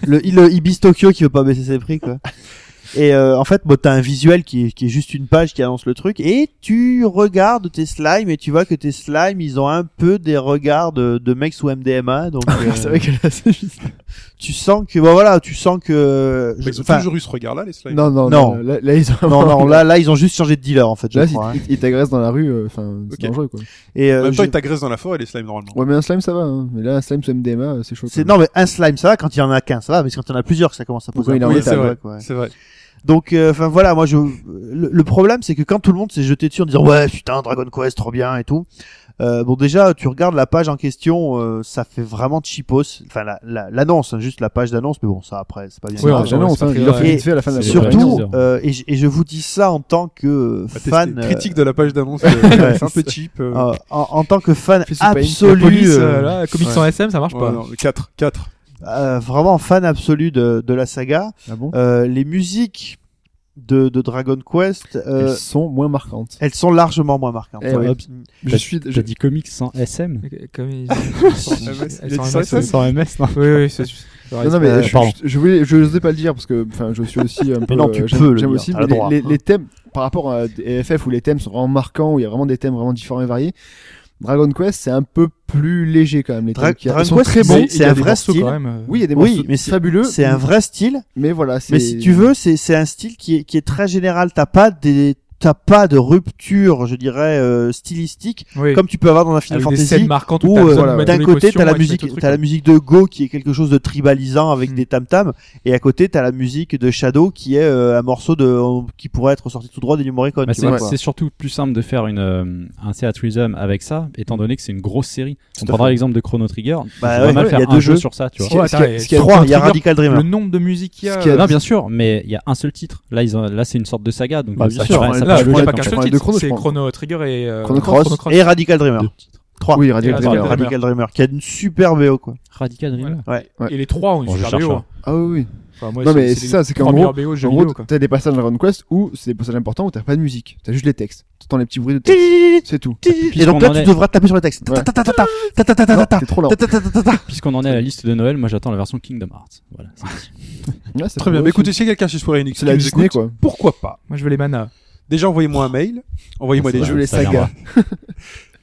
Speaker 4: le, le Ibis Tokyo qui veut pas baisser ses prix, quoi. Et euh, en fait, bon, t'as un visuel qui est, qui est juste une page qui annonce le truc, et tu regardes tes slimes et tu vois que tes slimes, ils ont un peu des regards de, de mecs sous MDMA, donc euh,
Speaker 5: c'est vrai qu'elle est assez juste.
Speaker 4: tu sens que, bon, voilà, tu sens que.
Speaker 2: Bah, Ils ont
Speaker 4: enfin,
Speaker 2: toujours eu ce regard-là, les slimes.
Speaker 5: Non non
Speaker 4: Non.
Speaker 5: non. Là, là, ils ont
Speaker 4: non, non, là, là, ils ont juste changé de dealer en fait, je
Speaker 5: là
Speaker 4: crois. hein.
Speaker 5: ils ils t'agressent dans la rue, euh, enfin c'est
Speaker 2: Ok.
Speaker 5: dangereux quoi.
Speaker 4: Et
Speaker 2: En
Speaker 4: euh,
Speaker 2: même temps,
Speaker 4: je-
Speaker 2: ils t'agressent dans la forêt, les slimes, normalement.
Speaker 5: Ouais mais un slime ça va, hein. mais là un slime sur MDMA euh, c'est chaud.
Speaker 4: c'est
Speaker 5: quand même.
Speaker 4: non, mais un slime ça va quand il y en a qu'un, ça va, mais c'est quand il y en a plusieurs que ça commence à poser.
Speaker 5: Oui,
Speaker 4: un
Speaker 5: il en
Speaker 2: est
Speaker 4: problème,
Speaker 2: à-
Speaker 4: quoi, quoi.
Speaker 2: C'est vrai. Bah,
Speaker 4: Donc, euh, enfin voilà, moi je le, le problème c'est que quand tout le monde s'est jeté dessus en disant ouais putain Dragon Quest trop bien et tout. Euh, bon déjà tu regardes la page en question, euh, ça fait vraiment cheapos. Enfin la- la- l'annonce, hein, juste la page d'annonce, mais bon ça après c'est pas bien.
Speaker 3: Oui,
Speaker 4: grave.
Speaker 3: on
Speaker 5: Ah,
Speaker 3: s'en-
Speaker 5: non,
Speaker 3: c'est pas
Speaker 5: enfin,
Speaker 3: très
Speaker 5: il leur
Speaker 3: grave.
Speaker 4: Et
Speaker 5: fait vite fait à la fin de la
Speaker 6: c'est
Speaker 5: soirée.
Speaker 6: surtout-
Speaker 4: Surtout euh, et, je, et je vous dis ça en tant que
Speaker 2: À tester.
Speaker 4: fan, euh,
Speaker 2: Critique de la page d'annonce. euh, ouais, C'est un peu cheap. euh.
Speaker 4: euh, en, en tant que fan
Speaker 5: Fais sous pain.
Speaker 4: absolu,
Speaker 3: La police,
Speaker 4: euh,
Speaker 3: euh, là, comics sans SM, ça marche
Speaker 2: Ouais,
Speaker 3: pas.
Speaker 2: non, 4, 4.
Speaker 4: euh, vraiment fan absolu de, de la saga,
Speaker 5: Ah bon
Speaker 4: euh, les musiques de, de Dragon Quest, euh,
Speaker 5: Elles sont moins marquantes.
Speaker 4: elles sont largement moins marquantes.
Speaker 5: Eh
Speaker 4: Ouais.
Speaker 6: oui.
Speaker 5: Je suis je-
Speaker 6: J'ai dit comics sans SM.
Speaker 3: Comme ils-
Speaker 2: Il
Speaker 3: Elles
Speaker 2: a
Speaker 3: sont
Speaker 2: dit
Speaker 3: MS,
Speaker 2: ça, ça,
Speaker 3: oui.
Speaker 2: ça.
Speaker 6: Sans MS, non
Speaker 3: Oui, oui, c'est. c'est vrai,
Speaker 5: Non, non,
Speaker 6: Euh,
Speaker 5: mais je,
Speaker 6: pardon.
Speaker 5: je, je voulais, je n'osais pas le dire parce que, enfin, je suis aussi un peu.
Speaker 4: non, tu
Speaker 5: euh, j'aime-
Speaker 4: peux le
Speaker 5: J'aime
Speaker 4: dire,
Speaker 5: aussi
Speaker 4: t'as
Speaker 5: mais
Speaker 4: le droit.
Speaker 5: les, les, les thèmes par rapport à des FF où les thèmes sont vraiment marquants, où il y a vraiment des thèmes vraiment différents et variés. Dragon Quest, c'est un peu plus léger quand même. Les
Speaker 4: Dra-
Speaker 5: thèmes qu'il y a.
Speaker 4: Dragon
Speaker 5: Ils sont
Speaker 4: Quest,
Speaker 5: très bons.
Speaker 4: c'est-
Speaker 3: Il y a
Speaker 4: un
Speaker 3: des
Speaker 4: vrai
Speaker 3: morceaux,
Speaker 4: style.
Speaker 3: quand même. euh,
Speaker 5: Oui, il y a des
Speaker 4: Oui,
Speaker 5: morceaux
Speaker 4: mais c'est-
Speaker 5: fabuleux.
Speaker 4: C'est un vrai style.
Speaker 5: Mais voilà, c'est.
Speaker 4: Mais si tu veux, c'est c'est un style qui est, qui est très général. T'as pas des t'as pas de rupture, je dirais euh, stylistique,
Speaker 3: oui.
Speaker 4: comme tu peux avoir dans un Final
Speaker 3: avec des scènes
Speaker 4: Fantasy.
Speaker 3: marquantes où
Speaker 4: Où
Speaker 3: t'as
Speaker 4: euh,
Speaker 3: besoin de mettre
Speaker 4: d'un
Speaker 3: des
Speaker 4: côté
Speaker 3: cautions,
Speaker 4: t'as la
Speaker 3: avec
Speaker 4: musique,
Speaker 3: le truc,
Speaker 4: t'as la
Speaker 3: quoi.
Speaker 4: musique de Go qui est quelque chose de tribalisant avec
Speaker 3: Hmm.
Speaker 4: des tam tams, et à côté t'as la musique de Shadow qui est euh, un morceau de qui pourrait être sorti tout droit des Morricone.
Speaker 6: Bah,
Speaker 4: tu
Speaker 6: c'est
Speaker 4: vois, quoi.
Speaker 6: c'est surtout plus simple de faire une, euh, un theatrism avec ça, étant donné que c'est une grosse série.
Speaker 4: Tout
Speaker 6: On
Speaker 4: à
Speaker 6: prendra
Speaker 4: fait.
Speaker 6: l'exemple de Chrono Trigger. On
Speaker 4: Bah
Speaker 6: va
Speaker 4: ouais,
Speaker 6: mal
Speaker 4: ouais,
Speaker 6: faire
Speaker 4: il y a
Speaker 6: un
Speaker 4: deux
Speaker 6: jeu
Speaker 4: jeux.
Speaker 6: sur ça, tu vois.
Speaker 5: Ce qui-
Speaker 3: Ouais,
Speaker 5: ce
Speaker 3: attends,
Speaker 5: qui- ce
Speaker 3: et
Speaker 5: qui est-
Speaker 3: sur
Speaker 4: Trois, il y a
Speaker 3: Trigger,
Speaker 4: Radical Dreamer.
Speaker 3: Le nombre de musiques qu'il y a.
Speaker 5: Ce qui est-
Speaker 3: euh,
Speaker 6: Non, bien sûr, mais il y a un seul titre. Là, ils ont, là, c'est une sorte de saga, donc
Speaker 5: Bah,
Speaker 6: euh,
Speaker 5: bien
Speaker 6: ça
Speaker 5: sûr,
Speaker 6: paraît-
Speaker 5: ouais,
Speaker 6: ça
Speaker 3: Là, il
Speaker 6: paraît
Speaker 3: n'y a
Speaker 6: logique,
Speaker 3: pas
Speaker 6: hein.
Speaker 3: qu'un
Speaker 5: je
Speaker 3: seul
Speaker 5: parlais de
Speaker 3: titre.
Speaker 5: Chrono,
Speaker 3: C'est
Speaker 5: je pense.
Speaker 3: Chrono Trigger et. euh,
Speaker 5: Chrono Cross.
Speaker 3: Chrono Cross.
Speaker 4: Et Radical Dreamer.
Speaker 6: Deux titres.
Speaker 4: Trois. Ah,
Speaker 5: Oui, Radical
Speaker 3: Et
Speaker 5: Dreamer.
Speaker 3: Radical
Speaker 4: Radical Dreamer qui a une super BO quoi.
Speaker 6: Radical Dreamer.
Speaker 3: Voilà.
Speaker 5: Dreamer.
Speaker 3: Et les trois ont une
Speaker 6: Bon, je
Speaker 3: super
Speaker 6: cherche,
Speaker 3: BO.
Speaker 6: hein.
Speaker 5: Ah oui, oui.
Speaker 3: Enfin, moi,
Speaker 5: Non, mais
Speaker 3: c'est-
Speaker 5: c'est
Speaker 3: c'est
Speaker 5: ça,
Speaker 3: les
Speaker 5: c'est qu'en
Speaker 3: trois
Speaker 5: gros-
Speaker 3: meilleurs BO jeux
Speaker 5: En gros,
Speaker 3: vidéo, quoi.
Speaker 5: t'as des passages dans Dragon Quest où c'est des passages importants où t'as pas de musique. T'as juste les textes. T'entends les petits bruits de texte. C'est tout.
Speaker 4: Et donc là tu devras taper sur les textes. Ta, ta, ta, ta, ta, ta, ta, ta, ta,
Speaker 5: Non,
Speaker 4: ta,
Speaker 5: T'es trop lent.
Speaker 4: ta, ta, ta, ta, ta.
Speaker 6: Puisqu'on en est à la liste de Noël, moi j'attends la version Kingdom Hearts. Voilà. c'est parti.
Speaker 5: Ouais, c'est
Speaker 2: Très bien.
Speaker 5: beau
Speaker 2: Bah,
Speaker 5: aussi.
Speaker 2: écoutez, si y a quelqu'un chez Square Enix qui
Speaker 5: c'est la
Speaker 2: nous
Speaker 5: Disney
Speaker 2: écoute,
Speaker 5: quoi.
Speaker 2: pourquoi pas
Speaker 3: Moi, je veux les manas.
Speaker 2: Déjà, envoyez-moi un mail, envoyez-moi
Speaker 6: Ça
Speaker 2: des
Speaker 6: va,
Speaker 2: jeux
Speaker 5: les
Speaker 6: ça viendra.
Speaker 5: sagas.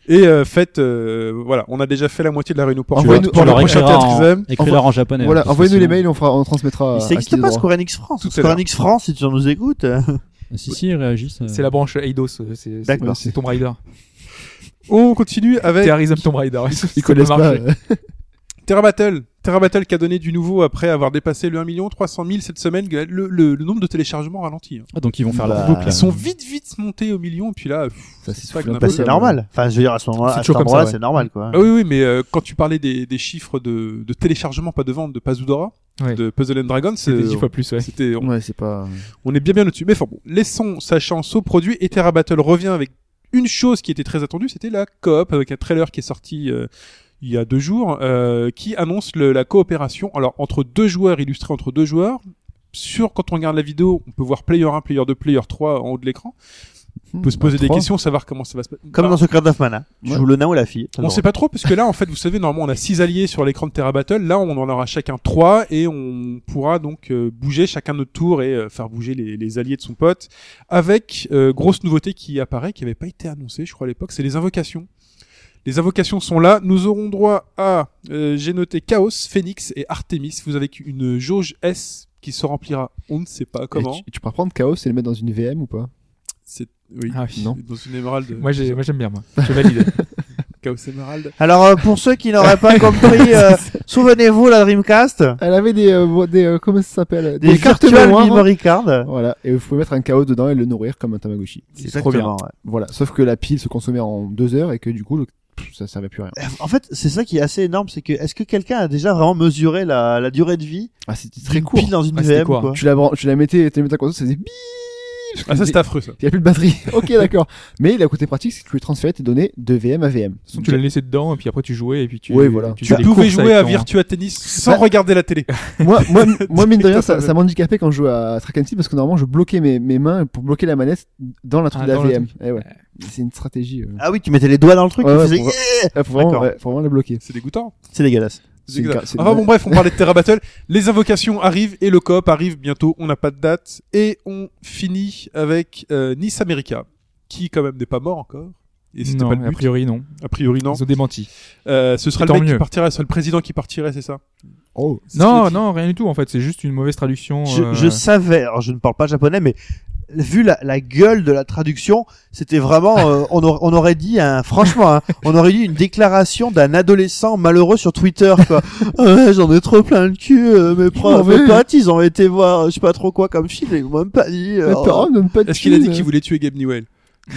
Speaker 2: et euh, faites. euh, voilà, on a déjà fait la moitié de la réunion pour
Speaker 6: Tu
Speaker 5: Envoyez-nous-
Speaker 6: leur-
Speaker 2: pour
Speaker 6: tu
Speaker 2: le
Speaker 6: leur
Speaker 2: prochain
Speaker 6: écriras en-
Speaker 2: théâtre
Speaker 6: Écris-leur en japonais. hein,
Speaker 5: Voilà,
Speaker 6: parce que
Speaker 5: envoyez-nous les
Speaker 6: sinon-
Speaker 5: mails, on fera, on transmettra.
Speaker 4: Ça
Speaker 5: à qui
Speaker 4: n'existe
Speaker 5: de
Speaker 4: pas
Speaker 5: droit.
Speaker 4: Square Enix France.
Speaker 2: Tout à
Speaker 4: Square
Speaker 2: l'heure.
Speaker 4: Enix France, si tu nous écoutes. euh,
Speaker 5: Bah,
Speaker 6: Si, si, ils réagissent. euh,
Speaker 3: C'est la branche Eidos. euh, c'est- C'est
Speaker 4: D'accord.
Speaker 3: c'est Tomb Raider.
Speaker 2: On continue avec
Speaker 3: Terrorism Tomb Raider.
Speaker 5: Ils connaissent pas. euh,
Speaker 2: Terra Battle. Terra Battle qui a donné du nouveau après avoir dépassé le 1 300 000 cette semaine. Le, le- le nombre de téléchargements ralentit. hein.
Speaker 6: Ah, donc ils vont faire la
Speaker 4: Bah,
Speaker 6: boucle.
Speaker 2: Ils sont vite, vite montés au million, et puis là. pff,
Speaker 5: Ça
Speaker 2: c'est
Speaker 5: s'essouffle
Speaker 2: pas
Speaker 5: un
Speaker 2: que
Speaker 4: Bah,
Speaker 5: peu,
Speaker 4: c'est
Speaker 5: quand même.
Speaker 4: normal. Enfin, je veux dire, à ce moment-là,
Speaker 3: C'est
Speaker 4: à cet
Speaker 3: toujours comme
Speaker 4: endroit-là,
Speaker 3: ça, ouais.
Speaker 4: c'est normal, quoi.
Speaker 2: Ah oui, oui, mais euh, quand tu parlais des, des chiffres de, de téléchargement, pas de vente, de Pazudora,
Speaker 3: Ouais.
Speaker 2: de Puzzle and Dragons,
Speaker 3: C'était
Speaker 2: euh,
Speaker 3: 10 fois plus, ouais.
Speaker 2: c'était- on,
Speaker 5: Ouais, c'est pas.
Speaker 2: on est bien bien au-dessus. Mais enfin bon, laissons sa chance au produit. Et Terra Battle revient avec une chose qui était très attendue, c'était la coop, avec un trailer qui est sorti euh, il y a deux jours, euh, qui annonce le- la coopération. Alors, entre deux joueurs, illustré entre deux joueurs. Sur, quand on regarde la vidéo, on peut voir player 1, player 2, player 3 en haut de l'écran.
Speaker 5: Hmm.
Speaker 2: On peut se poser des
Speaker 5: trois.
Speaker 2: questions, savoir comment ça va se passer.
Speaker 4: Comme dans Secret of Mana. Tu
Speaker 5: Ouais.
Speaker 4: joues le nain ou la fille.
Speaker 2: On sait pas trop parce que là, en fait, vous savez, normalement, on a six alliés sur l'écran de Terra Battle. Là, on en aura chacun trois et on pourra donc euh, bouger chacun de notre tour et euh, faire bouger les, les alliés de son pote. Avec euh, grosse nouveauté qui apparaît, qui n'avait pas été annoncée, je crois à l'époque, c'est les invocations. Les invocations sont là. Nous aurons droit à, euh, j'ai noté Chaos, Phoenix et Artemis. Vous avez une jauge S qui se remplira. On ne sait pas comment.
Speaker 5: Et tu, tu peux reprendre Chaos et le mettre dans une VM ou pas
Speaker 2: C'est oui.
Speaker 3: Ah oui.
Speaker 5: Non.
Speaker 2: Dans une émeraude.
Speaker 3: Moi, j'ai- moi, j'aime bien, moi. Je valide.
Speaker 2: Chaos émeraude.
Speaker 4: Alors, euh, pour ceux qui n'auraient pas compris, euh, souvenez-vous, la Dreamcast,
Speaker 5: Elle avait des. euh, vo- des euh, comment ça s'appelle
Speaker 4: des virtual
Speaker 3: hein.
Speaker 4: memory cards.
Speaker 5: Voilà, et vous pouvez mettre un Chaos dedans et le nourrir comme un Tamagotchi.
Speaker 3: trop bien.
Speaker 4: Exactement, ouais.
Speaker 5: Voilà, sauf que la pile se consommait en deux heures et que du coup, le- pff, ça servait plus à rien.
Speaker 4: En fait, c'est ça qui est assez énorme, c'est que est-ce que quelqu'un a déjà vraiment mesuré la, la durée de vie
Speaker 5: Ah, c'était très
Speaker 4: d'une
Speaker 5: court.
Speaker 4: pile dans une
Speaker 3: Ah, c'était
Speaker 4: VM
Speaker 3: court.
Speaker 4: quoi
Speaker 5: Tu la, bran- tu la mettais, tu la mettais à console, ça faisait bip
Speaker 2: Ah ça c'est affreux ça.
Speaker 5: Il n'y a plus de batterie. ok, d'accord. Mais le côté pratique, c'est que tu pouvais transférer tes données de VM à VM.
Speaker 3: Sinon, tu l'as laissé dedans, et puis après, tu jouais, et puis tu.
Speaker 5: Ouais, voilà.
Speaker 3: tu
Speaker 2: Tu
Speaker 3: faisais des
Speaker 2: Bah, pouvais
Speaker 3: courses
Speaker 2: jouer à
Speaker 3: avec ton-
Speaker 2: Virtua Tennis sans
Speaker 5: Bah-
Speaker 2: regarder la télé.
Speaker 5: moi, moi, moi, mine de rien, ça, ça m'handicapait quand je jouais à Track and Field parce que normalement, je bloquais mes, mes mains pour bloquer la manette dans la truc
Speaker 3: Ah,
Speaker 5: de la
Speaker 3: dans le
Speaker 5: VM. Eh ouais. C'est une stratégie. euh.
Speaker 4: Ah oui, tu mettais les doigts dans le truc,
Speaker 5: Ouais,
Speaker 4: tu
Speaker 5: ouais,
Speaker 4: faisais
Speaker 5: pour-
Speaker 4: Yeah
Speaker 5: Ah, faut, vraiment,
Speaker 4: D'accord.
Speaker 5: ouais, faut vraiment la bloquer.
Speaker 2: C'est dégoûtant.
Speaker 4: C'est dégueulasse.
Speaker 2: C'est
Speaker 5: C'est une
Speaker 2: dégueulasse.
Speaker 5: car- c'est une
Speaker 2: Enfin bon
Speaker 5: vraie-
Speaker 2: bref, on parlait de Terra Battle. Les invocations arrivent et le coop arrive bientôt. On n'a pas de date et on finit avec euh, Nice America, qui quand même n'est pas mort encore. Et c'était
Speaker 3: Non,
Speaker 2: pas le
Speaker 3: a
Speaker 2: but.
Speaker 3: priori, non.
Speaker 2: A priori non.
Speaker 3: Ils ont démenti.
Speaker 2: Euh, ce
Speaker 3: Et
Speaker 2: sera le
Speaker 3: tant
Speaker 2: mec qui
Speaker 3: mieux.
Speaker 2: partirait, ce sera le président qui partirait, c'est ça
Speaker 5: Oh.
Speaker 2: C'est ce qu'il a
Speaker 3: Non,
Speaker 2: dit.
Speaker 3: non, rien du tout, en fait. C'est juste une mauvaise traduction.
Speaker 4: Je,
Speaker 3: euh,
Speaker 4: je savais, alors je ne parle pas japonais, mais vu la, la gueule de la traduction, c'était vraiment, euh, on, aur- on aurait dit, un, franchement, hein, on aurait dit une déclaration d'un adolescent malheureux sur Twitter, quoi. Ah Ouais, J'en ai trop plein le cul, euh, mes, profs,
Speaker 5: vais.
Speaker 4: mes potes, ils ont été voir, euh, je sais pas trop quoi comme film, ils m'ont même pas dit. euh,
Speaker 5: Les parents donnent pas de
Speaker 2: Est-ce qu'il a dit
Speaker 5: thunes.
Speaker 2: qu'il voulait tuer Gabe Newell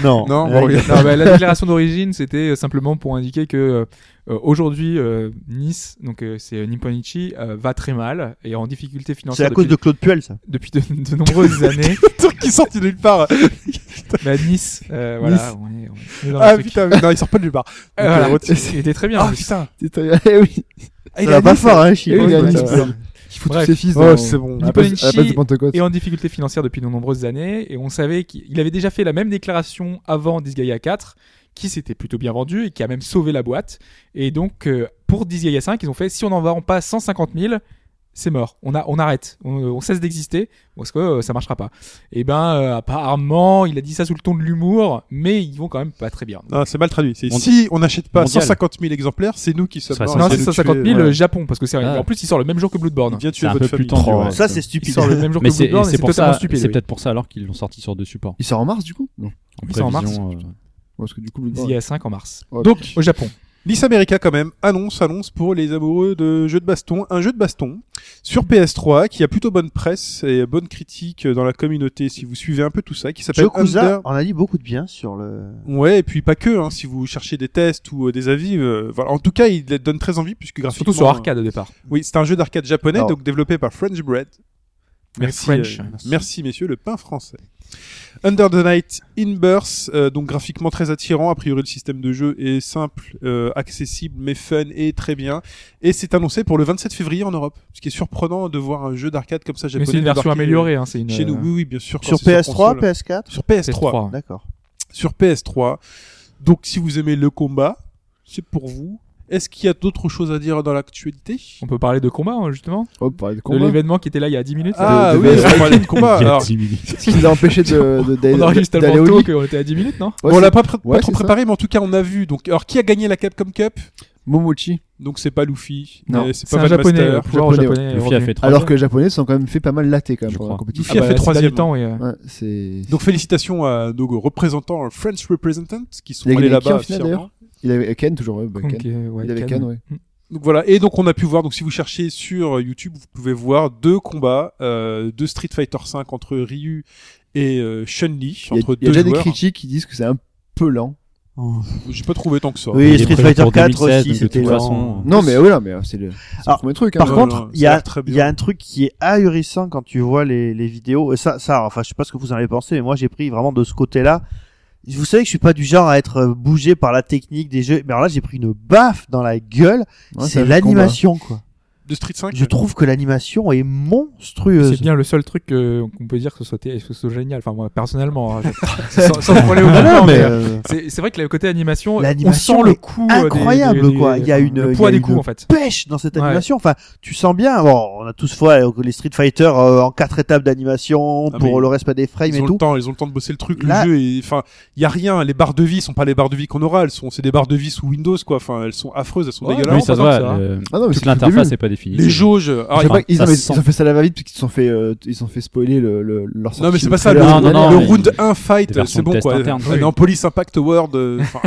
Speaker 4: Non.
Speaker 2: Non,
Speaker 4: Là,
Speaker 2: bon,
Speaker 4: il-
Speaker 3: Non, bah, la déclaration d'origine, c'était euh, simplement pour indiquer que euh, aujourd'hui, euh, Nice, donc euh, c'est euh, Nipponichi, euh, va très mal et en difficulté
Speaker 4: c'est
Speaker 3: financière
Speaker 4: à cause
Speaker 3: depuis,
Speaker 4: de Claude Puel, ça.
Speaker 3: depuis de, de nombreuses années.
Speaker 2: Le truc qui sort de nulle part.
Speaker 3: Bah, nice, euh, voilà,
Speaker 2: Nice.
Speaker 3: on est, on est dans le
Speaker 2: Ah
Speaker 3: truc.
Speaker 2: putain, mais non, il sort pas de nulle part.
Speaker 3: Euh, voilà,
Speaker 2: Donc, euh,
Speaker 3: il était très bien. en
Speaker 2: Ah
Speaker 3: plus.
Speaker 2: putain.
Speaker 5: C'était- Eh oui.
Speaker 2: Ah,
Speaker 4: Ça
Speaker 2: il
Speaker 4: va
Speaker 2: a
Speaker 4: pas
Speaker 2: dit
Speaker 4: fort, hein, Chico.
Speaker 5: Eh oui, il a
Speaker 2: Ouais,
Speaker 5: dit
Speaker 2: ouais.
Speaker 5: ça. Il fout
Speaker 3: Bref.
Speaker 5: tous ses fils
Speaker 2: Oh,
Speaker 5: dans-
Speaker 2: c'est bon.
Speaker 5: à la place, à la place de Pentecôte.
Speaker 3: et en difficulté financière depuis de nombreuses années. Et on savait qu'il avait déjà fait la même déclaration avant Disgaea 4, qui s'était plutôt bien vendu et qui a même sauvé la boîte. Et donc, euh, pour Disgaea 5, ils ont fait si on en vend pas 150 000, c'est mort. On, a, on arrête. On, on cesse d'exister parce que euh, ça marchera pas. Et ben, euh, apparemment, il a dit ça sous le ton de l'humour, mais ils vont quand même pas très bien.
Speaker 2: Ah, c'est mal traduit. C'est
Speaker 6: Mondial.
Speaker 2: si on n'achète pas
Speaker 6: Mondial.
Speaker 2: 150 000 exemplaires, c'est nous qui sommes
Speaker 6: Ça,
Speaker 2: morts.
Speaker 6: c'est
Speaker 3: non,
Speaker 6: essayé
Speaker 3: c'est
Speaker 6: de
Speaker 3: 150 000
Speaker 2: Ouais.
Speaker 3: le Japon parce que c'est
Speaker 6: Ah.
Speaker 3: en plus il sort le même jour que Bloodborne.
Speaker 2: Viens
Speaker 6: C'est
Speaker 2: tuer
Speaker 6: un
Speaker 2: votre
Speaker 6: peu plus
Speaker 2: famille.
Speaker 6: tendu.
Speaker 4: Oh,
Speaker 6: ouais.
Speaker 4: ça, c'est
Speaker 3: Il
Speaker 4: stupide.
Speaker 3: sort le même jour
Speaker 6: Mais
Speaker 3: que
Speaker 6: c'est
Speaker 3: Bloodborne et
Speaker 6: c'est
Speaker 3: c'est
Speaker 6: pour
Speaker 3: totalement
Speaker 6: ça,
Speaker 3: stupide.
Speaker 6: c'est
Speaker 3: oui.
Speaker 6: peut-être pour ça alors qu'ils l'ont sorti sur deux supports.
Speaker 5: Il sort en mars du coup Non.
Speaker 6: En
Speaker 3: Ils sont en
Speaker 6: prévision, euh,
Speaker 5: Parce que du coup,
Speaker 3: Il y a 5 en mars.
Speaker 5: Ouais.
Speaker 3: Donc au Japon.
Speaker 2: Nice America quand même annonce annonce pour les amoureux de jeux de baston un jeu de baston sur PS3 qui a plutôt bonne presse et bonne critique dans la communauté si vous suivez un peu tout ça qui s'appelle
Speaker 4: Yokuza,
Speaker 2: Under
Speaker 4: on a dit beaucoup de bien sur le.
Speaker 2: ouais et puis pas que hein, si vous cherchez des tests ou euh, des avis euh, voilà en tout cas il donne très envie puisque graphiquement
Speaker 3: Surtout sur arcade au départ.
Speaker 2: euh, oui c'est un jeu d'arcade japonais
Speaker 4: Alors.
Speaker 2: donc développé par French Bread Merci,
Speaker 3: French.
Speaker 2: euh, merci messieurs, le pain français. Under the Night in Burst, euh, donc graphiquement très attirant. A priori, le système de jeu est simple, euh, accessible, mais fun et très bien. Et c'est annoncé pour le 27 février en Europe. Ce qui est surprenant de voir un jeu d'arcade comme ça
Speaker 3: Mais
Speaker 2: japonais.
Speaker 3: c'est une version
Speaker 2: débarquer, euh,
Speaker 3: améliorée. Hein, c'est une
Speaker 2: Chez nous,
Speaker 3: euh, E
Speaker 2: oui, oui, bien sûr. quand
Speaker 4: Sur
Speaker 2: c'est
Speaker 4: PS3,
Speaker 2: console.
Speaker 4: PS4
Speaker 2: Sur PS3.
Speaker 3: PS3.
Speaker 4: D'accord.
Speaker 2: Sur PS3. Donc, si vous aimez le combat, c'est pour vous. Est-ce qu'il y a d'autres choses à dire dans l'actualité
Speaker 3: On peut parler de combat hein, justement.
Speaker 5: Oh, parler de
Speaker 3: De
Speaker 5: combat.
Speaker 3: l'événement qui était là il y a 10 minutes.
Speaker 2: Ah
Speaker 5: de-
Speaker 2: oui,
Speaker 5: de-
Speaker 2: on parlait de combat.
Speaker 6: il y a
Speaker 2: Alors,
Speaker 6: 10 minutes.
Speaker 5: Ce qui l'a empêché de- de-
Speaker 3: On
Speaker 5: d'aller
Speaker 3: enregistre
Speaker 5: d'aller
Speaker 3: tellement
Speaker 5: au
Speaker 3: tôt
Speaker 5: lit.
Speaker 3: qu'on était à 10 minutes, non
Speaker 5: Ouais,
Speaker 2: on
Speaker 5: c'est
Speaker 2: l'a pas, pr- pas
Speaker 5: ouais,
Speaker 2: trop
Speaker 5: c'est ça.
Speaker 2: préparé, mais en tout cas, on a vu. Donc, alors, qui a gagné la Capcom Cup
Speaker 5: Momochi.
Speaker 2: Donc c'est pas Luffy,
Speaker 5: Non,
Speaker 2: euh, c'est
Speaker 3: C'est
Speaker 2: pas
Speaker 3: un
Speaker 2: Valmaster.
Speaker 3: japonais, le pouvoir
Speaker 5: Japonais,
Speaker 3: japonais. est
Speaker 6: Luffy a
Speaker 3: revenu. Ah bah,
Speaker 6: fait trois
Speaker 5: Alors
Speaker 6: fois.
Speaker 5: que les Japonais se sont quand même fait pas mal latter quand même
Speaker 6: Je
Speaker 5: pendant la
Speaker 6: crois.
Speaker 5: compétition.
Speaker 2: Luffy a fait
Speaker 3: c'est
Speaker 2: troisième.
Speaker 3: l'habitant, oui, euh.
Speaker 5: Ouais, c'est.
Speaker 2: Donc félicitations à nos représentants euh, French Representants qui sont
Speaker 5: Il y a
Speaker 2: allés
Speaker 5: gagné qui,
Speaker 2: là-bas
Speaker 5: au final,
Speaker 2: fièrement.
Speaker 5: d'ailleurs Il avait Ken toujours. ouais, bah, Ken.
Speaker 3: Donc, euh, ouais,
Speaker 5: Il avait
Speaker 3: Ken.
Speaker 5: Ken, ouais.
Speaker 2: Donc voilà, et donc on a pu voir, donc si vous cherchez sur euh, YouTube, vous pouvez voir deux combats euh, de Street Fighter V entre Ryu et euh, Chun-Li,
Speaker 5: Il y a-
Speaker 2: entre
Speaker 5: il y
Speaker 2: deux
Speaker 5: a déjà des
Speaker 2: joueurs.
Speaker 5: critiques qui disent que c'est un peu lent.
Speaker 2: J'ai pas trouvé tant que ça.
Speaker 6: Il
Speaker 4: Oui,
Speaker 6: est
Speaker 4: Street
Speaker 6: prévu
Speaker 4: Fighter
Speaker 6: pour
Speaker 4: 4
Speaker 6: 2016,
Speaker 4: aussi,
Speaker 6: donc de
Speaker 4: c'était
Speaker 6: toute
Speaker 4: lent.
Speaker 6: façon,
Speaker 5: Non, mais voilà, mais c'est le, c'est
Speaker 4: Ah,
Speaker 5: le premier truc. hein.
Speaker 4: Par
Speaker 2: Non, non,
Speaker 4: contre,
Speaker 2: ça
Speaker 4: il y a,
Speaker 2: l'air très bien.
Speaker 4: il y a un truc qui est ahurissant quand tu vois les, les vidéos. Et ça, ça, enfin, je sais pas ce que vous en avez pensé, mais moi, j'ai pris vraiment de ce côté-là. Vous savez que je suis pas du genre à être euh, bougé par la technique des jeux. Mais alors là, j'ai pris une baffe dans la gueule.
Speaker 5: Ouais, un
Speaker 4: c'est
Speaker 5: jeu de
Speaker 4: l'animation, quoi.
Speaker 2: De Street 5
Speaker 4: Je trouve que l'animation est
Speaker 3: C'est
Speaker 4: monstrueuse.
Speaker 3: bien le seul truc euh, qu'on peut dire que ce soit, que ce soit génial. Enfin, moi, personnellement, hein, je- sans, sans voler au
Speaker 4: Ah
Speaker 3: bout,
Speaker 4: non, mais,
Speaker 3: mais,
Speaker 4: euh,
Speaker 3: c'est c'est vrai que le côté animation, on
Speaker 4: L'animation
Speaker 3: sent le
Speaker 4: est
Speaker 3: coup euh, des-
Speaker 4: incroyable,
Speaker 3: des- des-
Speaker 4: quoi. Il y a une-
Speaker 3: le
Speaker 4: il y
Speaker 3: poids
Speaker 4: a
Speaker 3: des
Speaker 4: une-
Speaker 3: coups en fait.
Speaker 4: pêche dans cette
Speaker 3: Ouais.
Speaker 4: animation. Enfin, tu sens bien. Bon, on a tous fois euh, les Street Fighter euh, en quatre étapes d'animation
Speaker 2: Ah,
Speaker 4: pour
Speaker 2: mais
Speaker 4: le respect des frames
Speaker 2: ils ont
Speaker 4: et
Speaker 2: le
Speaker 4: tout.
Speaker 2: temps, ils ont le temps de bosser le truc,
Speaker 4: Là-
Speaker 2: le jeu. et- Enfin, il y a rien. Les barres de vie sont pas les barres de vie qu'on aura. Elles sont, c'est des barres de vie sous Windows, quoi. Enfin, elles sont affreuses, elles sont
Speaker 3: Ouais,
Speaker 2: dégueulasses. Ah,
Speaker 6: Oui, ça se
Speaker 3: on
Speaker 6: voit.
Speaker 3: s'entend que ça.
Speaker 6: euh,
Speaker 5: Ah non, mais
Speaker 6: Toute
Speaker 5: c'est depuis le
Speaker 6: l'interface
Speaker 5: début.
Speaker 6: n'est pas définie.
Speaker 2: Les jauges. alors,
Speaker 5: Je sais pas,
Speaker 6: enfin,
Speaker 5: ils,
Speaker 6: ça
Speaker 5: ont,
Speaker 6: se
Speaker 5: ils
Speaker 6: sent.
Speaker 5: ont fait ça à la va-vite parce qu'ils se sont fait, euh, ils se sont fait spoiler le, le, leur sortie
Speaker 2: Non mais c'est
Speaker 5: du
Speaker 2: pas ça le,
Speaker 5: trailer.
Speaker 6: Non, non, non,
Speaker 2: le
Speaker 6: mais-
Speaker 2: round 1 fight
Speaker 6: Des versions
Speaker 2: c'est
Speaker 6: de
Speaker 2: bon
Speaker 6: test
Speaker 2: quoi
Speaker 6: interne.
Speaker 2: on est
Speaker 3: Oui.
Speaker 2: en police impact world euh, enfin,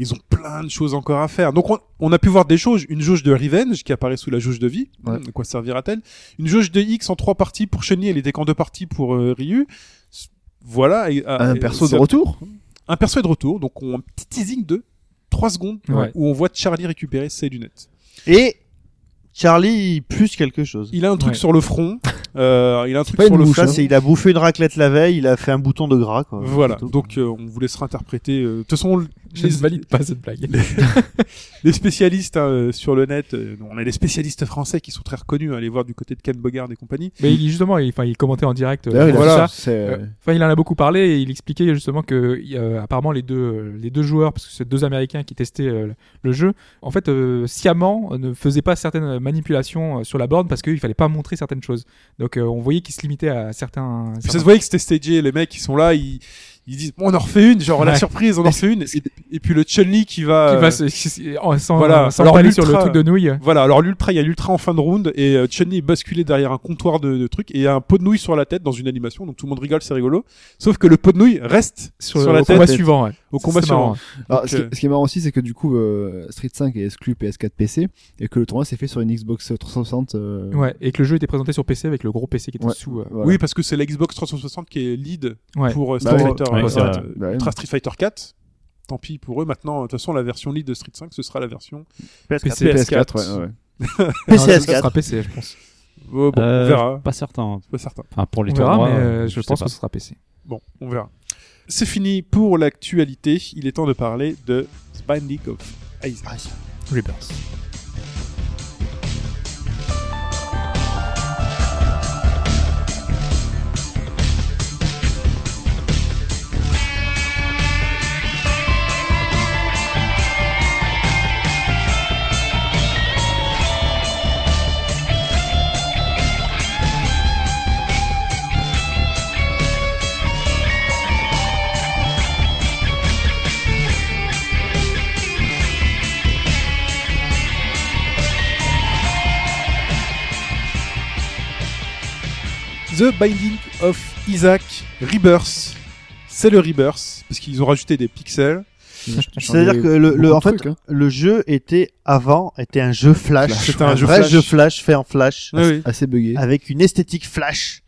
Speaker 2: ils ont plein de choses encore à faire donc on, on a pu voir des jauges une jauge de revenge qui apparaît sous la jauge de vie
Speaker 5: Ouais.
Speaker 2: Hum, de quoi servira-t-elle une jauge de X en trois parties pour Chenille elle était qu'en deux parties pour euh, Ryu S- voilà et- ah,
Speaker 5: Un
Speaker 2: et
Speaker 5: Euh, perso de
Speaker 2: c'est-
Speaker 5: retour.
Speaker 2: un perso est de retour donc on, un petit teasing de 3 secondes
Speaker 3: Ouais.
Speaker 2: où on voit Charlie récupérer ses lunettes
Speaker 4: Et Charlie plus quelque chose.
Speaker 2: il a un truc
Speaker 3: Ouais.
Speaker 2: sur le front euh, il a un truc
Speaker 5: pas
Speaker 2: sur
Speaker 5: une
Speaker 2: le
Speaker 5: mouche, hein.
Speaker 2: front
Speaker 4: Ça, c'est il a bouffé une raclette la veille, il a fait un bouton de gras. Quoi.
Speaker 2: voilà
Speaker 4: C'est tout.
Speaker 2: donc euh, on vous laissera interpréter euh, de toute façon
Speaker 3: Je ne
Speaker 2: les-
Speaker 3: valide pas cette blague.
Speaker 2: les spécialistes hein, euh, sur le net, euh, on a des spécialistes français qui sont très reconnus, allez voir du côté de Ken Bogard et compagnie.
Speaker 3: Mais il- justement, il, enfin, il commentait en direct. euh,
Speaker 5: D'ailleurs, il a
Speaker 3: voilà.
Speaker 5: fait
Speaker 3: ça.
Speaker 5: ça, c'est-
Speaker 3: Euh, Enfin, il en a beaucoup parlé et il expliquait justement que euh, apparemment les deux les deux joueurs parce que c'est deux Américains qui testaient euh, le jeu en fait euh, sciemment euh, ne faisaient pas certaines manipulations euh, sur la borne parce qu'il fallait pas montrer certaines choses donc euh, on voyait qu'ils se limitaient à certains,
Speaker 2: Puis ça
Speaker 3: certains-
Speaker 2: se voyait que c'était stagé, les mecs qui sont là, ils, ils disent on en refait une, genre la
Speaker 3: Ouais.
Speaker 2: surprise, on en refait une. Et, et puis le Chun-Li qui va...
Speaker 3: qui va
Speaker 2: euh,
Speaker 3: se- qui- en- sans,
Speaker 2: voilà.
Speaker 3: sans
Speaker 2: Alors,
Speaker 3: parler
Speaker 2: l'ultra-
Speaker 3: sur le truc de nouilles
Speaker 2: Voilà, alors l'ultra, il y a l'ultra en fin de round et euh, Chun-Li est basculé derrière un comptoir de, de trucs et il y a un pot de nouilles sur la tête dans une animation, donc tout le monde rigole, c'est rigolo. Sauf que le pot de nouilles reste sur,
Speaker 3: le
Speaker 2: la
Speaker 3: au
Speaker 2: tête
Speaker 3: combat suivant ouais.
Speaker 2: au
Speaker 3: Ça,
Speaker 2: combat
Speaker 3: c'est
Speaker 2: suivant.
Speaker 3: marrant.
Speaker 5: Alors,
Speaker 2: Donc,
Speaker 5: ce, qui,
Speaker 2: euh,
Speaker 5: ce qui est marrant aussi, c'est que du coup, euh, Street 5 est exclu PS4 PC et que le tournoi s'est fait sur une Xbox 360. euh,
Speaker 3: ouais et que le jeu était présenté sur PC avec le gros PC qui était
Speaker 5: Ouais.
Speaker 3: sous euh,
Speaker 5: voilà.
Speaker 2: Oui, parce que c'est la Xbox 360 qui est lead
Speaker 3: ouais.
Speaker 2: pour euh,
Speaker 5: Bah
Speaker 2: Street
Speaker 5: ouais.
Speaker 2: Fighter,
Speaker 6: Ouais,
Speaker 2: euh,
Speaker 6: c'est vrai.
Speaker 2: euh,
Speaker 5: Bah ouais.
Speaker 2: Ultra Street Fighter 4. Tant pis pour eux. Maintenant, de toute façon, la version lead de Street 5, ce sera la version
Speaker 4: PS4.
Speaker 3: PC.
Speaker 5: PS4, ouais, ouais. Ah,
Speaker 3: Non, ça- ça
Speaker 4: PCS4.
Speaker 3: sera PC je pense
Speaker 2: Oh, bon,
Speaker 6: Euh,
Speaker 2: on verra.
Speaker 6: Pas certain.
Speaker 2: C'est pas certain.
Speaker 6: Enfin, pour les
Speaker 3: on verra
Speaker 6: tournois,
Speaker 3: mais euh,
Speaker 6: euh,
Speaker 3: je,
Speaker 6: sais
Speaker 3: pense
Speaker 6: pas.
Speaker 3: que ce sera PC
Speaker 2: Bon, on verra. C'est fini pour l'actualité. Il est temps de parler de Binding of Isaac.
Speaker 3: Rebirth
Speaker 2: The Binding of Isaac Rebirth. C'est le Rebirth, parce qu'ils ont rajouté des pixels.
Speaker 4: C'est-à-dire que le, le- en fait,
Speaker 5: hein.
Speaker 4: le jeu était avant, était un jeu flash.
Speaker 2: Flash. C'était un jeu
Speaker 4: vrai
Speaker 2: flash.
Speaker 4: jeu flash fait en flash.
Speaker 5: assez buggé.
Speaker 4: avec une esthétique flash.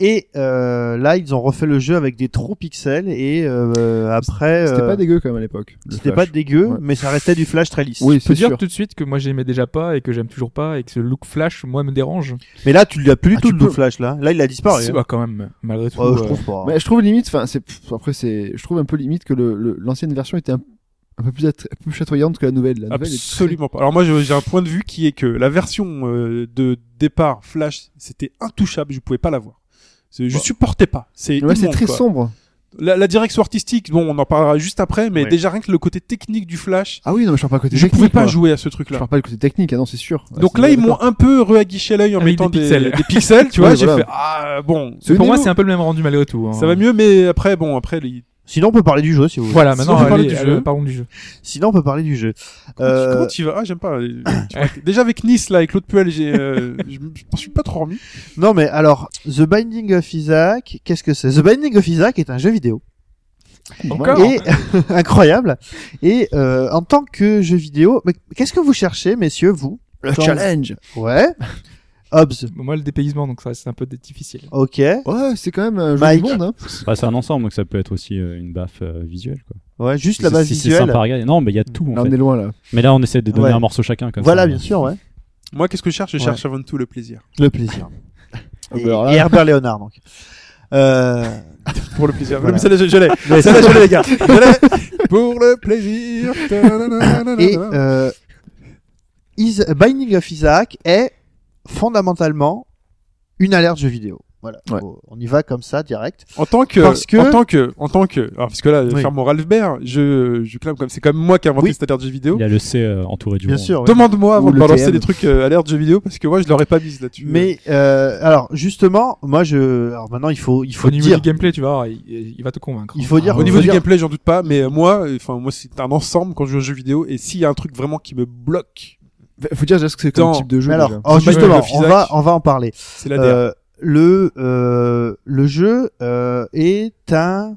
Speaker 4: Et euh, là, ils ont refait le jeu avec des trop pixels et euh, après,
Speaker 5: C'était
Speaker 4: euh,
Speaker 5: pas dégueu quand même à l'époque. le
Speaker 4: c'était
Speaker 5: Flash.
Speaker 4: pas dégueu,
Speaker 5: Ouais.
Speaker 4: mais ça restait du flash très lisse.
Speaker 5: Oui,
Speaker 3: Je peux
Speaker 5: c'est
Speaker 3: dire
Speaker 5: sûr.
Speaker 3: tout de suite que moi j'aimais déjà pas et que j'aime toujours pas et que ce look flash moi me dérange.
Speaker 4: Mais là, tu l'as plus du
Speaker 5: Ah,
Speaker 4: tout
Speaker 5: tu
Speaker 4: le look
Speaker 5: peux.
Speaker 4: flash là. Là, il a disparu.
Speaker 3: C'est
Speaker 4: hein.
Speaker 3: bah, quand même malgré tout.
Speaker 4: Ouais, je
Speaker 3: euh,
Speaker 4: trouve pas.
Speaker 5: Mais je trouve limite, enfin, c'est pff, après c'est, je trouve un peu limite que le- le- l'ancienne version était un, un peu plus attra- un peu plus chatoyante que la nouvelle. La nouvelle est très-
Speaker 2: Absolument pas. Alors moi je- j'ai un point de vue qui est que la version euh, de départ Flash c'était intouchable, je pouvais pas la voir. C'est- Je supportais pas. C'est
Speaker 5: Ouais, c'est
Speaker 2: immonde,
Speaker 5: très
Speaker 2: quoi.
Speaker 5: sombre.
Speaker 2: La, la direction artistique, bon, on en parlera juste après, mais
Speaker 4: Oui.
Speaker 2: déjà rien que le côté technique du Flash,
Speaker 5: Ah oui, non, mais je parle pas du côté
Speaker 2: je
Speaker 5: technique.
Speaker 2: pouvais pas
Speaker 5: moi.
Speaker 2: jouer à ce
Speaker 5: Je
Speaker 2: truc-là.
Speaker 5: parle pas du côté technique, ah non, c'est sûr. Ah,
Speaker 2: Donc
Speaker 5: c'est
Speaker 2: là ils
Speaker 5: bien,
Speaker 2: m'ont
Speaker 5: d'accord.
Speaker 2: un peu réaguiché l'œil en
Speaker 3: Avec
Speaker 2: mettant
Speaker 3: des
Speaker 2: des
Speaker 3: pixels.
Speaker 2: des pixels, tu vois.
Speaker 5: Ouais,
Speaker 2: j'ai
Speaker 5: voilà.
Speaker 2: fait ah bon,
Speaker 5: C'est
Speaker 3: Pour moi
Speaker 5: nul.
Speaker 3: c'est un peu le même rendu malgré tout. hein.
Speaker 2: ça va mieux, mais après bon après les-
Speaker 4: Sinon, on peut parler du jeu si vous voulez.
Speaker 3: Voilà,
Speaker 2: Sinon,
Speaker 3: maintenant
Speaker 2: on peut parler
Speaker 3: allez,
Speaker 2: du
Speaker 3: allez,
Speaker 2: jeu.
Speaker 3: parlons du jeu.
Speaker 4: Sinon, on peut parler du jeu.
Speaker 2: comment, tu-
Speaker 4: Euh,
Speaker 2: comment tu vas Ah j'aime pas. Tu vois, déjà avec Nice là, avec l'autre Puel, j'ai, euh, je je m'en suis pas trop remis.
Speaker 4: Non, mais alors, The Binding of Isaac, qu'est-ce que c'est The Binding of Isaac est un jeu vidéo.
Speaker 5: Bah,
Speaker 3: Encore
Speaker 5: Oh.
Speaker 4: Et incroyable. Et euh, en tant que jeu vidéo, mais qu'est-ce que vous cherchez, messieurs, vous
Speaker 5: le
Speaker 4: Dans-
Speaker 5: challenge.
Speaker 4: Ouais. Hobbs.
Speaker 3: Moi le dépaysement donc ça c'est un peu difficile.
Speaker 4: Ok.
Speaker 5: Ouais, c'est quand même un jeu
Speaker 4: Mike.
Speaker 5: du monde. Hein.
Speaker 6: Bah, c'est un ensemble, donc ça peut être aussi euh, une baffe euh, visuelle. Quoi.
Speaker 4: Ouais, juste
Speaker 6: Si
Speaker 4: la
Speaker 6: c'est-
Speaker 4: base
Speaker 6: si c'est
Speaker 4: visuelle.
Speaker 6: sympa à regarder. Non, mais il y a tout. en
Speaker 5: Là, on
Speaker 6: fait.
Speaker 5: est loin là.
Speaker 6: Mais là, on essaie de donner
Speaker 4: Ouais.
Speaker 6: un morceau chacun. Comme
Speaker 4: Voilà,
Speaker 6: ça. euh,
Speaker 4: bien sûr, ouais.
Speaker 2: Moi qu'est-ce que je cherche Je
Speaker 4: Ouais.
Speaker 2: cherche avant tout le plaisir.
Speaker 4: Le plaisir.
Speaker 5: Ah
Speaker 4: Et,
Speaker 5: bah alors là-
Speaker 4: et Herbert Léonard, donc. Euh,
Speaker 2: Pour le plaisir.
Speaker 4: Voilà.
Speaker 2: Mais celle-là, je, je l'ai. Celle-là, je l'ai, les gars. Je l'ai. Pour le plaisir.
Speaker 4: et euh, Is- Binding of Isaac est fondamentalement une alerte jeu vidéo. Voilà.
Speaker 5: Ouais.
Speaker 4: Faut- On y va comme ça, direct.
Speaker 2: en tant que,
Speaker 4: parce que-
Speaker 2: en tant que, en tant que, alors parce que là,
Speaker 4: Oui.
Speaker 2: faire mon Ralph Baer, je, je clame comme c'est quand même moi qui ai inventé
Speaker 4: Oui.
Speaker 2: cette alerte jeu vidéo.
Speaker 6: Il y a le C euh, entouré du
Speaker 4: Bien
Speaker 6: rond.
Speaker 4: sûr. ouais.
Speaker 2: Demande-moi avant
Speaker 5: Ou
Speaker 2: de
Speaker 5: le
Speaker 2: balancer
Speaker 5: TM.
Speaker 2: des trucs euh, alerte jeu vidéo parce que moi je l'aurais pas mise là-dessus.
Speaker 4: Mais euh, alors justement, moi je, alors maintenant il faut il faut
Speaker 3: Au niveau
Speaker 4: dire,
Speaker 3: du gameplay tu vas voir, il, il va te convaincre. hein.
Speaker 4: il faut dire
Speaker 2: au niveau
Speaker 4: faut
Speaker 2: du
Speaker 4: dire-
Speaker 2: gameplay, j'en doute pas, mais euh, moi, euh, enfin moi c'est un ensemble quand je joue aux jeux vidéo et s'il y a un truc vraiment qui me bloque,
Speaker 5: F- Faut dire déjà ce que c'est
Speaker 2: Dans-
Speaker 5: comme type de jeu.
Speaker 4: Mais alors,
Speaker 5: déjà.
Speaker 4: oh,
Speaker 2: Binding
Speaker 4: justement,
Speaker 2: of
Speaker 4: on
Speaker 2: Isaac.
Speaker 4: va on va en parler.
Speaker 2: c'est la DA.
Speaker 4: Euh, le euh, le jeu euh, est un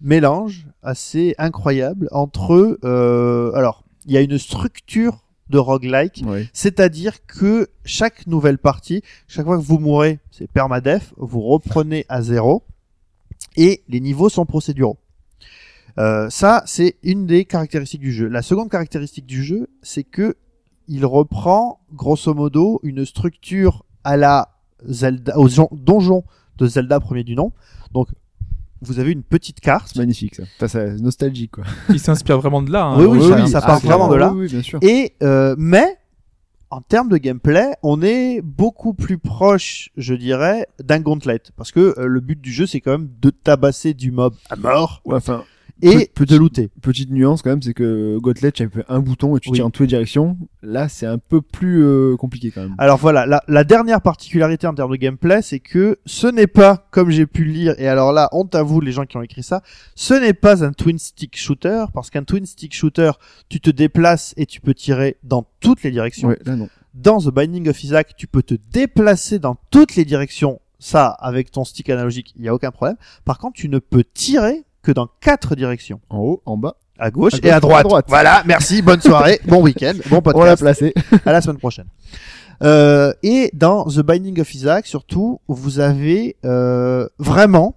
Speaker 4: mélange assez incroyable entre euh, alors il y a une structure de roguelike
Speaker 5: Ouais.
Speaker 4: c'est-à-dire que chaque nouvelle partie, chaque fois que vous mourrez, c'est permadef, vous reprenez à zéro et les niveaux sont procéduraux. Euh, ça, c'est une des caractéristiques du jeu. La seconde caractéristique du jeu, c'est que il reprend grosso modo une structure à la Zelda, au jon- donjon de Zelda premier du nom. Donc, vous avez une petite carte
Speaker 5: C'est magnifique ça. Enfin, c'est nostalgique quoi. ah,
Speaker 3: Il s'inspire vraiment de là. hein.
Speaker 4: Oui, oui,
Speaker 3: Dans le
Speaker 4: ça-
Speaker 3: jeu.
Speaker 4: ça part vraiment de là.
Speaker 5: Oui, oui, bien sûr.
Speaker 4: Et euh, mais en termes de gameplay, on est beaucoup plus proche, je dirais, d'un gauntlet, parce que euh, le but du jeu, c'est quand même de tabasser du mob à mort
Speaker 5: Ouais, enfin,
Speaker 4: et
Speaker 5: Pe-
Speaker 4: de looter.
Speaker 5: petite nuance quand même, c'est que Gauntlet, tu avais un bouton et tu
Speaker 4: Oui.
Speaker 5: tires en toutes les directions. Là, c'est un peu plus euh, compliqué quand même.
Speaker 4: Alors voilà, la, la dernière particularité en termes de gameplay, c'est que ce n'est pas, comme j'ai pu le lire, et alors là, honte à vous les gens qui ont écrit ça, ce n'est pas un twin stick shooter, parce qu'un twin stick shooter, tu te déplaces et tu peux tirer dans toutes les directions.
Speaker 5: Ouais, là non.
Speaker 4: dans The Binding of Isaac, tu peux te déplacer dans toutes les directions. Ça, avec ton stick analogique, il n'y a aucun problème. Par contre, tu ne peux tirer que dans quatre directions.
Speaker 5: En haut, en bas.
Speaker 4: À gauche,
Speaker 5: À
Speaker 4: et
Speaker 5: gauche
Speaker 4: à
Speaker 5: et à
Speaker 4: droite.
Speaker 5: droite.
Speaker 4: Voilà, merci, bonne soirée, bon week-end, bon
Speaker 5: On l'a
Speaker 4: podcast.
Speaker 5: placé.
Speaker 4: à la semaine prochaine. Euh, et dans The Binding of Isaac, surtout, vous avez euh, vraiment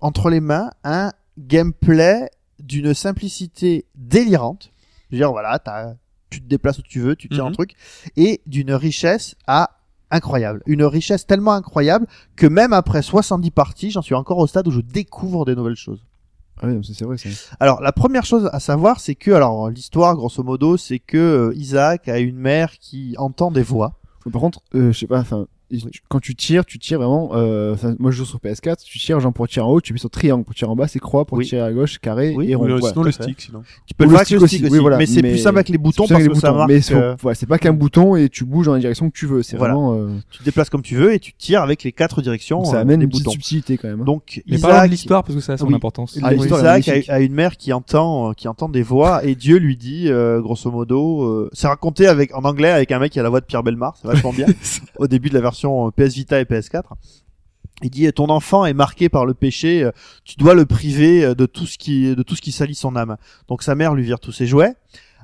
Speaker 4: entre les mains un gameplay d'une simplicité délirante. Je veux dire, voilà, t'as- tu te déplaces où tu veux, tu tiens un
Speaker 2: Mhm.
Speaker 4: truc, et d'une richesse à incroyable. Une richesse tellement incroyable que même après 70 parties, j'en suis encore au stade où je découvre des nouvelles choses.
Speaker 5: Ah oui, non, ça, c'est vrai ça.
Speaker 4: Alors la première chose à savoir, c'est que alors l'histoire, grosso modo, c'est que euh, Isaac a une mère qui entend des voix.
Speaker 5: Par contre, euh, je sais pas, enfin, tu- quand tu tires, tu tires vraiment. euh, enfin, moi, je joue sur PS4, tu tires genre pour tirer en haut, tu mets sur triangle pour tirer en bas, c'est croix pour
Speaker 4: Oui.
Speaker 5: tirer à gauche, carré
Speaker 4: Oui,
Speaker 5: et
Speaker 2: Ou
Speaker 5: rond.
Speaker 2: le-
Speaker 5: Voilà.
Speaker 2: sinon le
Speaker 4: fait.
Speaker 2: stick, sinon.
Speaker 4: Tu peux
Speaker 5: Ou
Speaker 4: le
Speaker 5: le
Speaker 4: faire avec le
Speaker 5: stick
Speaker 4: stick
Speaker 5: aussi,
Speaker 4: aussi,
Speaker 5: oui, voilà.
Speaker 4: mais c'est
Speaker 5: Mais-
Speaker 4: plus simple avec les boutons
Speaker 5: C'est
Speaker 4: parce
Speaker 5: avec les
Speaker 4: que ça
Speaker 5: boutons,
Speaker 4: marque.
Speaker 5: mais c'est-
Speaker 4: euh,
Speaker 5: voilà, c'est pas qu'un bouton et tu bouges dans les directions que tu veux. C'est
Speaker 4: Voilà.
Speaker 5: vraiment. euh,
Speaker 4: tu te déplaces comme tu veux et tu tires avec les quatre directions
Speaker 5: ça
Speaker 4: euh,
Speaker 5: amène
Speaker 4: des
Speaker 5: une petite
Speaker 4: boutons.
Speaker 5: subtilité quand même. hein.
Speaker 4: Donc
Speaker 3: Mais parlons
Speaker 4: Isaac,
Speaker 3: de l'histoire parce que ça a son
Speaker 4: Oui.
Speaker 3: importance.
Speaker 4: Ah,
Speaker 5: l'histoire est
Speaker 4: Isaac a,
Speaker 5: magnifique.
Speaker 4: a une mère qui entend, euh, qui entend des voix et Dieu lui dit, euh, grosso modo, euh, c'est raconté avec en anglais avec un mec qui a la voix de Pierre Belmar, c'est vachement bien. au début de la version euh, PS Vita et PS4. Il dit ton enfant est marqué par le péché, euh, tu dois le priver euh, de tout ce qui de tout ce qui salit son âme. Donc sa mère lui vire tous ses jouets.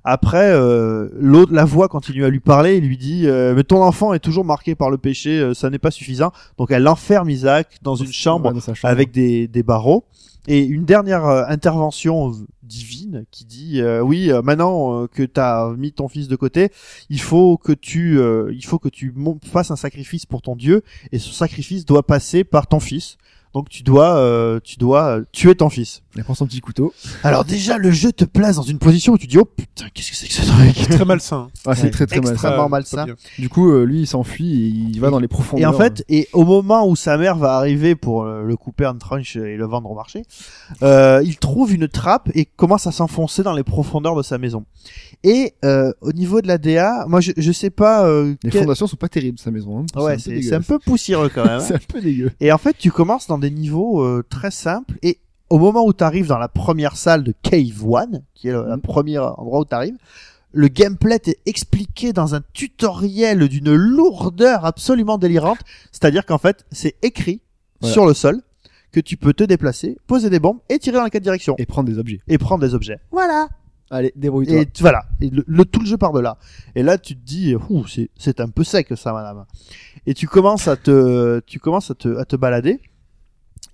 Speaker 4: Après, euh, l'autre, la voix continue à lui parler. Il lui dit euh, mais ton enfant est toujours marqué par le péché, euh, ça n'est pas suffisant. Donc elle enferme Isaac
Speaker 5: Oh,
Speaker 4: dans une chambre
Speaker 5: Ouais, dans sa chambre.
Speaker 4: avec des, des barreaux. Et une dernière euh, intervention divine qui dit euh, oui euh, maintenant euh, que tu as mis ton fils de côté il faut que tu euh, il faut que tu mon- fasses un sacrifice pour ton Dieu et ce sacrifice doit passer par ton fils donc tu dois euh, tu dois euh, tuer ton fils
Speaker 5: Elle prend son petit couteau.
Speaker 4: alors déjà le jeu te place dans une position où tu dis oh putain qu'est-ce que c'est que ce truc
Speaker 2: Très malsain. hein.
Speaker 5: Ah, c'est
Speaker 4: Ouais.
Speaker 5: très très mal.
Speaker 4: Extra-
Speaker 5: ça.
Speaker 4: Extrêmement
Speaker 2: Euh,
Speaker 4: malsain.
Speaker 2: pas bien.
Speaker 5: Du coup, euh, lui, il s'enfuit et il va dans les
Speaker 4: et
Speaker 5: profondeurs.
Speaker 4: en fait et au moment où sa mère va arriver pour euh, le couper en tranches et le vendre au marché euh, il trouve une trappe et commence à s'enfoncer dans les profondeurs de sa maison et euh, au niveau de la DA moi je, je sais pas euh,
Speaker 5: les
Speaker 4: quel-
Speaker 5: fondations sont pas terribles, sa maison. hein.
Speaker 4: ouais
Speaker 5: peu
Speaker 4: c'est c'est un
Speaker 5: dégueulasse.
Speaker 4: peu poussiéreux quand même hein.
Speaker 5: C'est un peu dégueu.
Speaker 4: Et en fait, tu commences dans des niveaux euh, très simples et au moment où tu arrives dans la première salle de Cave One, qui est le, la
Speaker 5: Mhm.
Speaker 4: première endroit où tu arrives, le gameplay est expliqué dans un tutoriel d'une lourdeur absolument délirante. C'est-à-dire qu'en fait, c'est écrit
Speaker 5: Voilà.
Speaker 4: sur le sol que tu peux te déplacer, poser des bombes et tirer dans les quatre directions
Speaker 5: Et prendre des objets.
Speaker 4: et, prendre des objets. Voilà.
Speaker 5: Allez, débrouille-toi.
Speaker 4: Et tu- voilà. Et le, le- tout le jeu part de là. Et là, tu te dis, ouh, c'est- c'est un peu sec ça, madame. Et tu commences à te, tu commences à te, à te balader.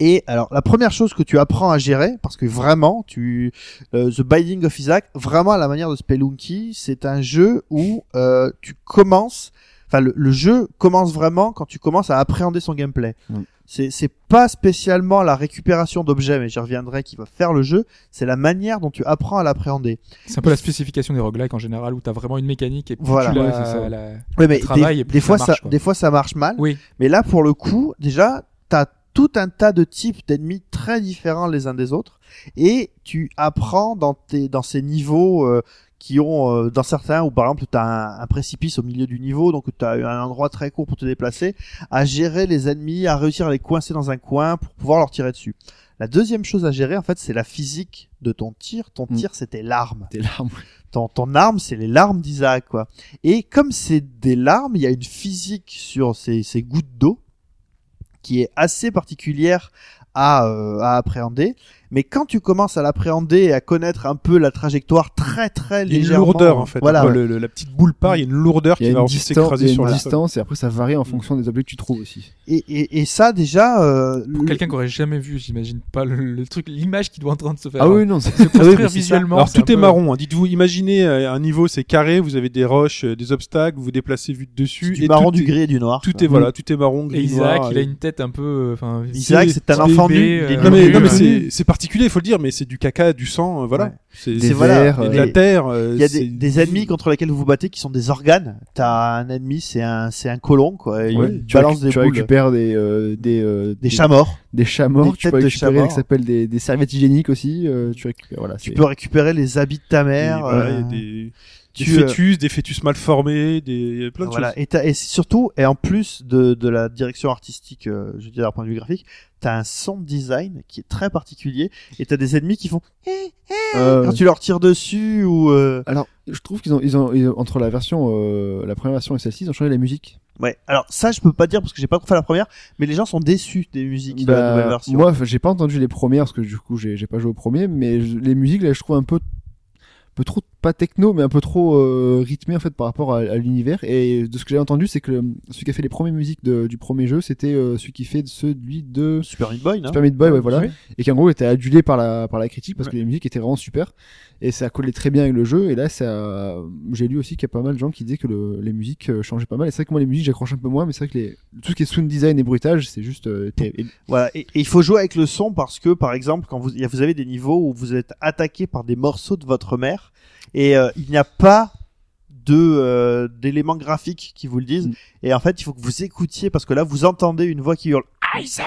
Speaker 4: Et alors, la première chose que tu apprends à gérer, parce que vraiment, tu, euh, The Binding of Isaac, vraiment à la manière de Spelunky, c'est un jeu où euh, tu commences, enfin, le, le jeu commence vraiment quand tu commences à appréhender son gameplay.
Speaker 5: Mm.
Speaker 4: C'est c'est pas spécialement la récupération d'objets, mais j'y reviendrai, qui va faire le jeu. C'est la manière dont tu apprends à l'appréhender.
Speaker 3: C'est un peu la spécification des roguelikes en général où t'as vraiment une mécanique et puis
Speaker 4: Voilà. Euh,
Speaker 3: tu la,
Speaker 5: Ouais, c'est ça.
Speaker 3: la-
Speaker 4: Oui, mais
Speaker 3: travail
Speaker 4: des,
Speaker 3: et plus
Speaker 4: des
Speaker 3: ça
Speaker 4: fois
Speaker 3: marche,
Speaker 4: ça,
Speaker 3: quoi.
Speaker 4: des fois ça marche mal.
Speaker 3: Oui,
Speaker 4: Mais là, pour le coup, déjà, t'as tout un tas de types d'ennemis très différents les uns des autres, et tu apprends dans tes dans ces niveaux euh, qui ont euh, dans certains où par exemple t'as un, un précipice au milieu du niveau, donc t'as un endroit très court pour te déplacer, à gérer les ennemis, à réussir à les coincer dans un coin pour pouvoir leur tirer dessus. La deuxième chose à gérer, en fait, c'est la physique de ton tir. Ton
Speaker 5: Mm.
Speaker 4: tir, c'était l'arme
Speaker 5: Tes larmes.
Speaker 4: ton, ton arme, c'est les larmes d'Isaac, quoi. Et comme c'est des larmes, il y a une physique sur ces, ces gouttes d'eau qui est assez particulière à, euh, à appréhender. Mais quand tu commences à l'appréhender et à connaître un peu la trajectoire très très
Speaker 2: Il y a une
Speaker 4: légèrement, hein.
Speaker 2: lourdeur en fait.
Speaker 4: Voilà.
Speaker 2: Quand le- le- la petite boule part, il y a une lourdeur
Speaker 5: Il y
Speaker 2: qui
Speaker 5: a
Speaker 2: va
Speaker 5: une
Speaker 2: ensuite
Speaker 5: distance, il y
Speaker 2: s'écraser
Speaker 5: a
Speaker 2: sur
Speaker 5: une
Speaker 2: la.
Speaker 5: distance et après ça varie en fonction des objets que tu trouves aussi.
Speaker 4: Et, et, et ça déjà, euh,
Speaker 3: pour
Speaker 4: le-
Speaker 3: quelqu'un qui aurait jamais vu, j'imagine pas le, le truc, l'image qui doit être en train de se faire.
Speaker 5: Ah oui, non, c'est-
Speaker 3: se construire
Speaker 4: mais c'est ça.
Speaker 3: visuellement.
Speaker 2: Alors
Speaker 3: c'est
Speaker 2: tout
Speaker 3: un
Speaker 2: est
Speaker 3: peu-
Speaker 2: marron. hein. Dites-vous, imaginez euh, un niveau, c'est carré, vous avez des roches, euh, des obstacles, vous vous déplacez vue de
Speaker 4: c'est
Speaker 2: dessus.
Speaker 4: du
Speaker 2: et
Speaker 4: marron,
Speaker 2: tout
Speaker 4: du
Speaker 2: est-
Speaker 4: gris Mmh. et du noir.
Speaker 2: Tout
Speaker 4: quoi.
Speaker 2: est voilà, tout est marron, gris,
Speaker 3: Et Isaac,
Speaker 2: noir,
Speaker 3: il a
Speaker 2: et-
Speaker 3: une tête un peu. Enfin,
Speaker 4: Isaac, c'est un
Speaker 3: petit
Speaker 4: enfant
Speaker 3: bébé,
Speaker 4: nu, il est
Speaker 3: euh,
Speaker 2: Non mais,
Speaker 3: nu,
Speaker 2: non, mais
Speaker 3: euh,
Speaker 2: c'est c'est particulier, il faut le dire, mais c'est du caca, du sang, euh, voilà.
Speaker 4: Ouais.
Speaker 2: C'est
Speaker 5: Des
Speaker 4: C'est
Speaker 2: c'est-
Speaker 4: voilà,
Speaker 5: verres,
Speaker 2: il y a
Speaker 5: euh,
Speaker 2: de la terre. euh,
Speaker 4: Il y a
Speaker 2: c'est-
Speaker 4: des, des ennemis contre lesquels vous vous battez qui sont des organes. T'as un ennemi, c'est un, c'est un colon quoi. et
Speaker 5: Ouais,
Speaker 4: il
Speaker 5: tu,
Speaker 4: balance
Speaker 5: récu-
Speaker 4: des
Speaker 5: tu
Speaker 4: boules,
Speaker 5: récupères des euh, des, euh,
Speaker 4: des chats morts.
Speaker 5: des chats morts,
Speaker 4: des
Speaker 5: tu
Speaker 4: têtes
Speaker 5: peux
Speaker 4: de chats
Speaker 5: récupérer
Speaker 4: morts.
Speaker 5: qui s'appelle des, des serviettes hygiéniques aussi, euh, tu récupères voilà,
Speaker 4: Tu
Speaker 5: c'est-
Speaker 4: peux récupérer les habits de ta
Speaker 2: et
Speaker 4: mère.
Speaker 2: voilà, il y a
Speaker 4: euh,
Speaker 2: des, des
Speaker 4: tu, euh,
Speaker 2: fœtus, des fœtus mal formés, des il y a plein de
Speaker 4: voilà.
Speaker 2: choses.
Speaker 4: Et, t'as- et surtout, et en plus de, de la direction artistique, euh, je veux dire d'un point de vue graphique, t'as un sound design qui est très particulier et t'as des ennemis qui font Eh eh
Speaker 5: Euh,
Speaker 4: quand tu leur tires dessus ou euh,
Speaker 5: Alors, je trouve qu'ils ont, ils ont, ils ont- entre la version, euh, la première version et celle-ci, ils ont changé la musique.
Speaker 4: ouais. Alors ça, je peux pas dire parce que j'ai pas fait la première, mais les gens sont déçus des musiques de la
Speaker 5: Bah,
Speaker 4: euh, nouvelle version.
Speaker 5: Moi, j'ai pas entendu les premières parce que du coup, j'ai j'ai pas joué au premier, mais je- les musiques là, je trouve un peu, un peu trop pas techno, mais un peu trop euh, rythmé en fait par rapport à, à l'univers. Et de ce que j'ai entendu, c'est que le- celui qui a fait les premières musiques de- du premier jeu, c'était euh, celui qui fait de celui de
Speaker 4: Super Meat Boy, non
Speaker 5: Super Meat Boy, ouais, voilà,
Speaker 3: Oui.
Speaker 5: et qui en gros était adulé par la par la critique parce que les musiques étaient vraiment super et ça collait très bien avec le jeu. Et là, ça, j'ai lu aussi qu'il y a pas mal de gens qui disaient que le- les musiques euh, changeaient pas mal. Et c'est vrai que moi, les musiques, j'accroche un peu moins, mais c'est vrai que les, tout ce qui est sound design et bruitage, c'est juste euh, terrible.
Speaker 4: Voilà, et, et il faut jouer avec le son parce que, par exemple, quand vous, il y a- vous avez des niveaux où vous êtes attaqué par des morceaux de votre mère et euh, il n'y a pas de euh, d'éléments graphiques qui vous le disent
Speaker 5: Mm.
Speaker 4: et en fait il faut que vous écoutiez parce que là vous entendez une voix qui hurle Isaac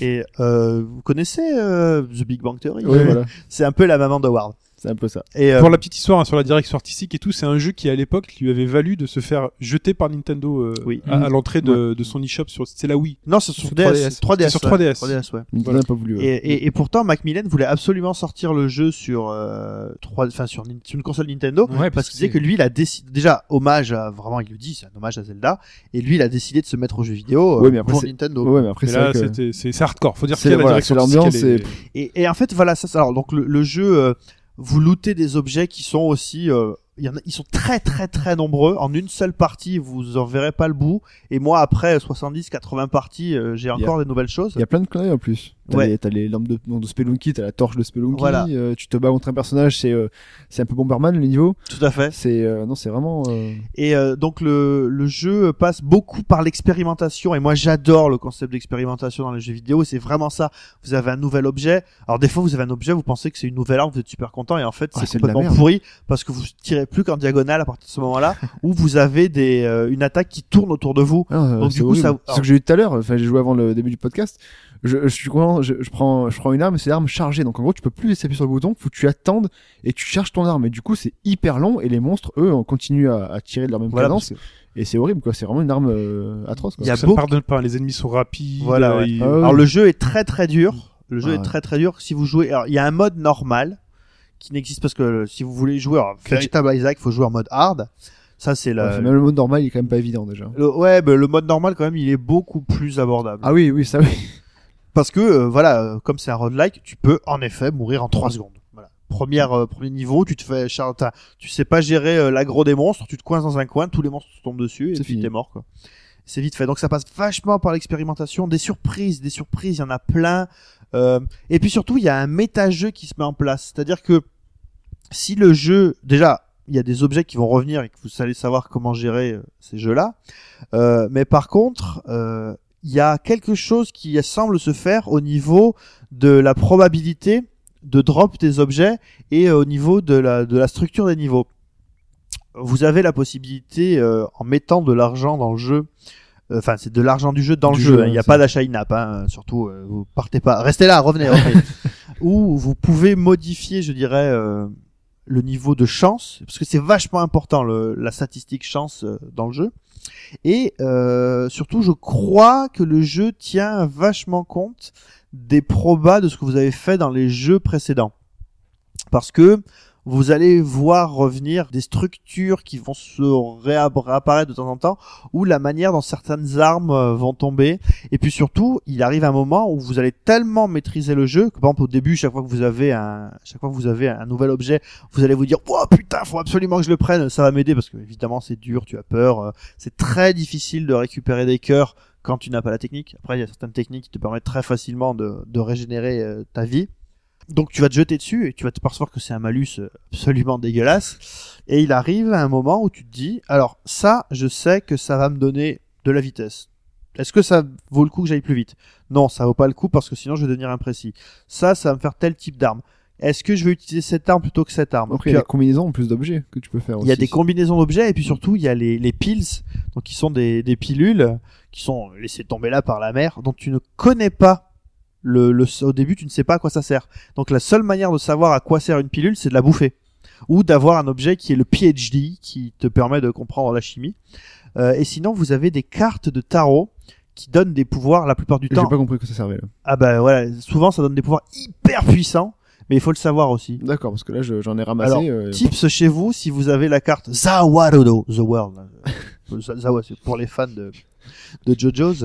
Speaker 4: et euh, vous connaissez euh, The Big Bang Theory
Speaker 5: Ouais, voilà.
Speaker 4: c'est un peu la maman de Ward
Speaker 5: C'est un peu ça.
Speaker 4: Et euh,
Speaker 2: Pour la petite histoire hein, sur la direction artistique et tout, c'est un jeu qui à l'époque lui avait valu de se faire jeter par Nintendo euh,
Speaker 4: Oui.
Speaker 2: à,
Speaker 5: Mm.
Speaker 2: à l'entrée de, de son eShop sur c'est la Wii.
Speaker 4: Non, c'est sur
Speaker 2: sur
Speaker 4: 3DS.
Speaker 2: 3DS.
Speaker 4: 3DS,
Speaker 2: Sur
Speaker 4: ouais.
Speaker 2: 3DS.
Speaker 4: 3DS, ouais.
Speaker 5: Nintendo
Speaker 2: Voilà.
Speaker 5: n'a pas voulu. ouais.
Speaker 4: Et, et, et pourtant, Macmillan voulait absolument sortir le jeu sur euh, trois, enfin sur, Nin- sur une console Nintendo,
Speaker 3: Ouais,
Speaker 4: parce qu'il disait que lui, il a décidé déjà hommage à vraiment, il le dit, c'est un hommage à Zelda, et lui, il a décidé de se mettre aux jeux vidéo euh,
Speaker 5: Ouais, mais après,
Speaker 4: pour
Speaker 5: c'est-
Speaker 4: Nintendo.
Speaker 5: Ouais, mais après,
Speaker 2: Mais
Speaker 5: c'est
Speaker 2: là,
Speaker 5: vrai que-
Speaker 2: c'était- c'est c'est hardcore. Faut dire que
Speaker 5: C'est-
Speaker 2: la
Speaker 5: voilà,
Speaker 2: direction
Speaker 5: c'est l'ambiance,
Speaker 2: artistique, elle est-
Speaker 4: Et, et en fait, voilà, ça, ça- alors donc le, le jeu, euh, vous lootez des objets qui sont aussi, euh, il y en a, ils sont très très très nombreux. En une seule partie, vous en verrez pas le bout. Et moi, après 70-80 parties, euh, j'ai encore des nouvelles choses.
Speaker 5: Il y a plein de conneries en plus. T'as
Speaker 4: Ouais.
Speaker 5: les, t'as les lampes de, non, de Spelunky, t'as la torche de Spelunky,
Speaker 4: Voilà.
Speaker 5: euh, tu te bats contre un personnage, c'est euh, c'est un peu Bomberman le niveau.
Speaker 4: Tout à fait.
Speaker 5: C'est euh, non, c'est vraiment euh,
Speaker 4: Et euh, donc le, le jeu passe beaucoup par l'expérimentation et moi j'adore le concept d'expérimentation dans les jeux vidéo, c'est vraiment ça. Vous avez un nouvel objet. Alors des fois vous avez un objet, vous pensez que c'est une nouvelle arme, vous êtes super content et en fait
Speaker 5: Ah,
Speaker 4: c'est
Speaker 5: c'est de la
Speaker 4: complètement
Speaker 5: merde.
Speaker 4: pourri parce que vous tirez plus qu'en diagonale à partir de ce moment-là où vous avez des euh, une attaque qui tourne autour de vous.
Speaker 5: Ah, euh,
Speaker 4: Donc,
Speaker 5: c'est
Speaker 4: du coup,
Speaker 5: horrible.
Speaker 4: ça-
Speaker 5: ce que j'ai eu tout à l'heure, enfin j'ai joué avant le début du podcast. Je, je suis content, je, je prends je prends une arme, c'est l'arme chargée. Donc en gros, tu peux plus laisser appuyer sur le bouton, faut que tu attendes et tu charges ton arme et du coup, c'est hyper long et les monstres eux on continue à, à tirer de leur même
Speaker 4: Voilà,
Speaker 5: cadence et c'est horrible quoi, c'est vraiment une arme euh, atroce quoi.
Speaker 4: Il y a
Speaker 2: ça
Speaker 4: beaucoup-
Speaker 2: ne pardonne pas. Les ennemis sont rapides.
Speaker 4: Voilà,
Speaker 2: euh,
Speaker 4: ouais.
Speaker 2: ils-
Speaker 5: Ah ouais.
Speaker 4: Alors le jeu est très très dur. Le jeu
Speaker 5: Ah
Speaker 4: est
Speaker 5: ouais.
Speaker 4: très très dur. Si vous jouez, alors il y a un mode normal qui n'existe parce que euh, si vous voulez jouer alors, véritable Isaac, faut jouer en mode hard. Ça c'est
Speaker 5: Ouais,
Speaker 4: la,
Speaker 5: enfin, même le mode normal, il est quand même pas évident déjà.
Speaker 4: Le- ouais, bah, le mode normal quand même, il est beaucoup plus abordable.
Speaker 5: Ah oui, oui, ça oui.
Speaker 4: Parce que euh, voilà, euh, comme c'est un roguelike, tu peux en effet mourir en 3 secondes. Voilà. Première, euh, premier niveau, tu te fais char- t'as- tu sais pas gérer euh, l'aggro des monstres, tu te coinces dans un coin, tous les monstres te tombent dessus et
Speaker 5: C'est
Speaker 4: puis
Speaker 5: fini.
Speaker 4: t'es mort quoi. C'est vite fait. Donc ça passe vachement par l'expérimentation, des surprises, des surprises, il y en a plein. Euh, et puis surtout, il y a un méta-jeu qui se met en place. C'est-à-dire que si le jeu, déjà, il y a des objets qui vont revenir et que vous allez savoir comment gérer euh, ces jeux-là. Euh, mais par contre, euh, il y a quelque chose qui semble se faire au niveau de la probabilité de drop des objets et euh, au niveau de la, de la structure des niveaux. Vous avez la possibilité, euh, en mettant de l'argent dans le jeu, euh, enfin c'est de l'argent du jeu dans
Speaker 5: Du
Speaker 4: le jeu,
Speaker 5: jeu,
Speaker 4: hein, il n'y a
Speaker 5: ouais,
Speaker 4: pas
Speaker 5: c'est-
Speaker 4: d'achat in-app, hein, surtout euh, vous partez pas, restez là, revenez, revenez. Ou vous pouvez modifier, je dirais, euh, le niveau de chance, parce que c'est vachement important le, la statistique chance euh, dans le jeu. Et euh, surtout, je crois que le jeu tient vachement compte des probas de ce que vous avez fait dans les jeux précédents. Parce que vous allez voir revenir des structures qui vont se réapparaître de temps en temps, ou la manière dont certaines armes euh, vont tomber. Et puis surtout, il arrive un moment où vous allez tellement maîtriser le jeu que par exemple au début, chaque fois que vous avez un, chaque fois que vous avez un nouvel objet, vous allez vous dire, oh putain, faut absolument que je le prenne, ça va m'aider parce que évidemment c'est dur, tu as peur, euh, c'est très difficile de récupérer des cœurs quand tu n'as pas la technique. Après, il y a certaines techniques qui te permettent très facilement de, de régénérer euh, ta vie. Donc tu vas te jeter dessus et tu vas te percevoir que c'est un malus euh, absolument dégueulasse. Et il arrive à un moment où tu te dis, alors ça, je sais que ça va me donner de la vitesse. Est-ce que ça vaut le coup que j'aille plus vite Non, ça vaut pas le coup parce que sinon je vais devenir imprécis. Ça, ça va me faire tel type d'arme. Est-ce que je vais utiliser cette arme plutôt que cette arme
Speaker 5: Après, il y
Speaker 4: Tu
Speaker 5: a
Speaker 4: as-
Speaker 5: des combinaisons en plus d'objets que tu peux faire
Speaker 4: il y a
Speaker 5: aussi.
Speaker 4: des combinaisons d'objets et puis surtout il y a les, les pills, donc qui sont des, des pilules qui sont laissées tomber là par la mer, dont tu ne connais pas le, le au début, tu ne sais pas à quoi ça sert. Donc la seule manière de savoir à quoi sert une pilule, c'est de la bouffer ou d'avoir un objet qui est le PhD qui te permet de comprendre la chimie. Euh, et sinon, vous avez des cartes de tarot qui donnent des pouvoirs la plupart du
Speaker 5: J'ai
Speaker 4: temps.
Speaker 5: pas compris que ça servait là.
Speaker 4: Ah bah voilà, souvent ça donne des pouvoirs hyper puissants, mais il faut le savoir aussi.
Speaker 5: D'accord, parce que là, je- j'en ai ramassé.
Speaker 4: Alors,
Speaker 5: euh,
Speaker 4: Tips chez vous si vous avez la carte Zawarodo, The World. Euh, Za- Zawa, c'est pour les fans de, de JoJo's.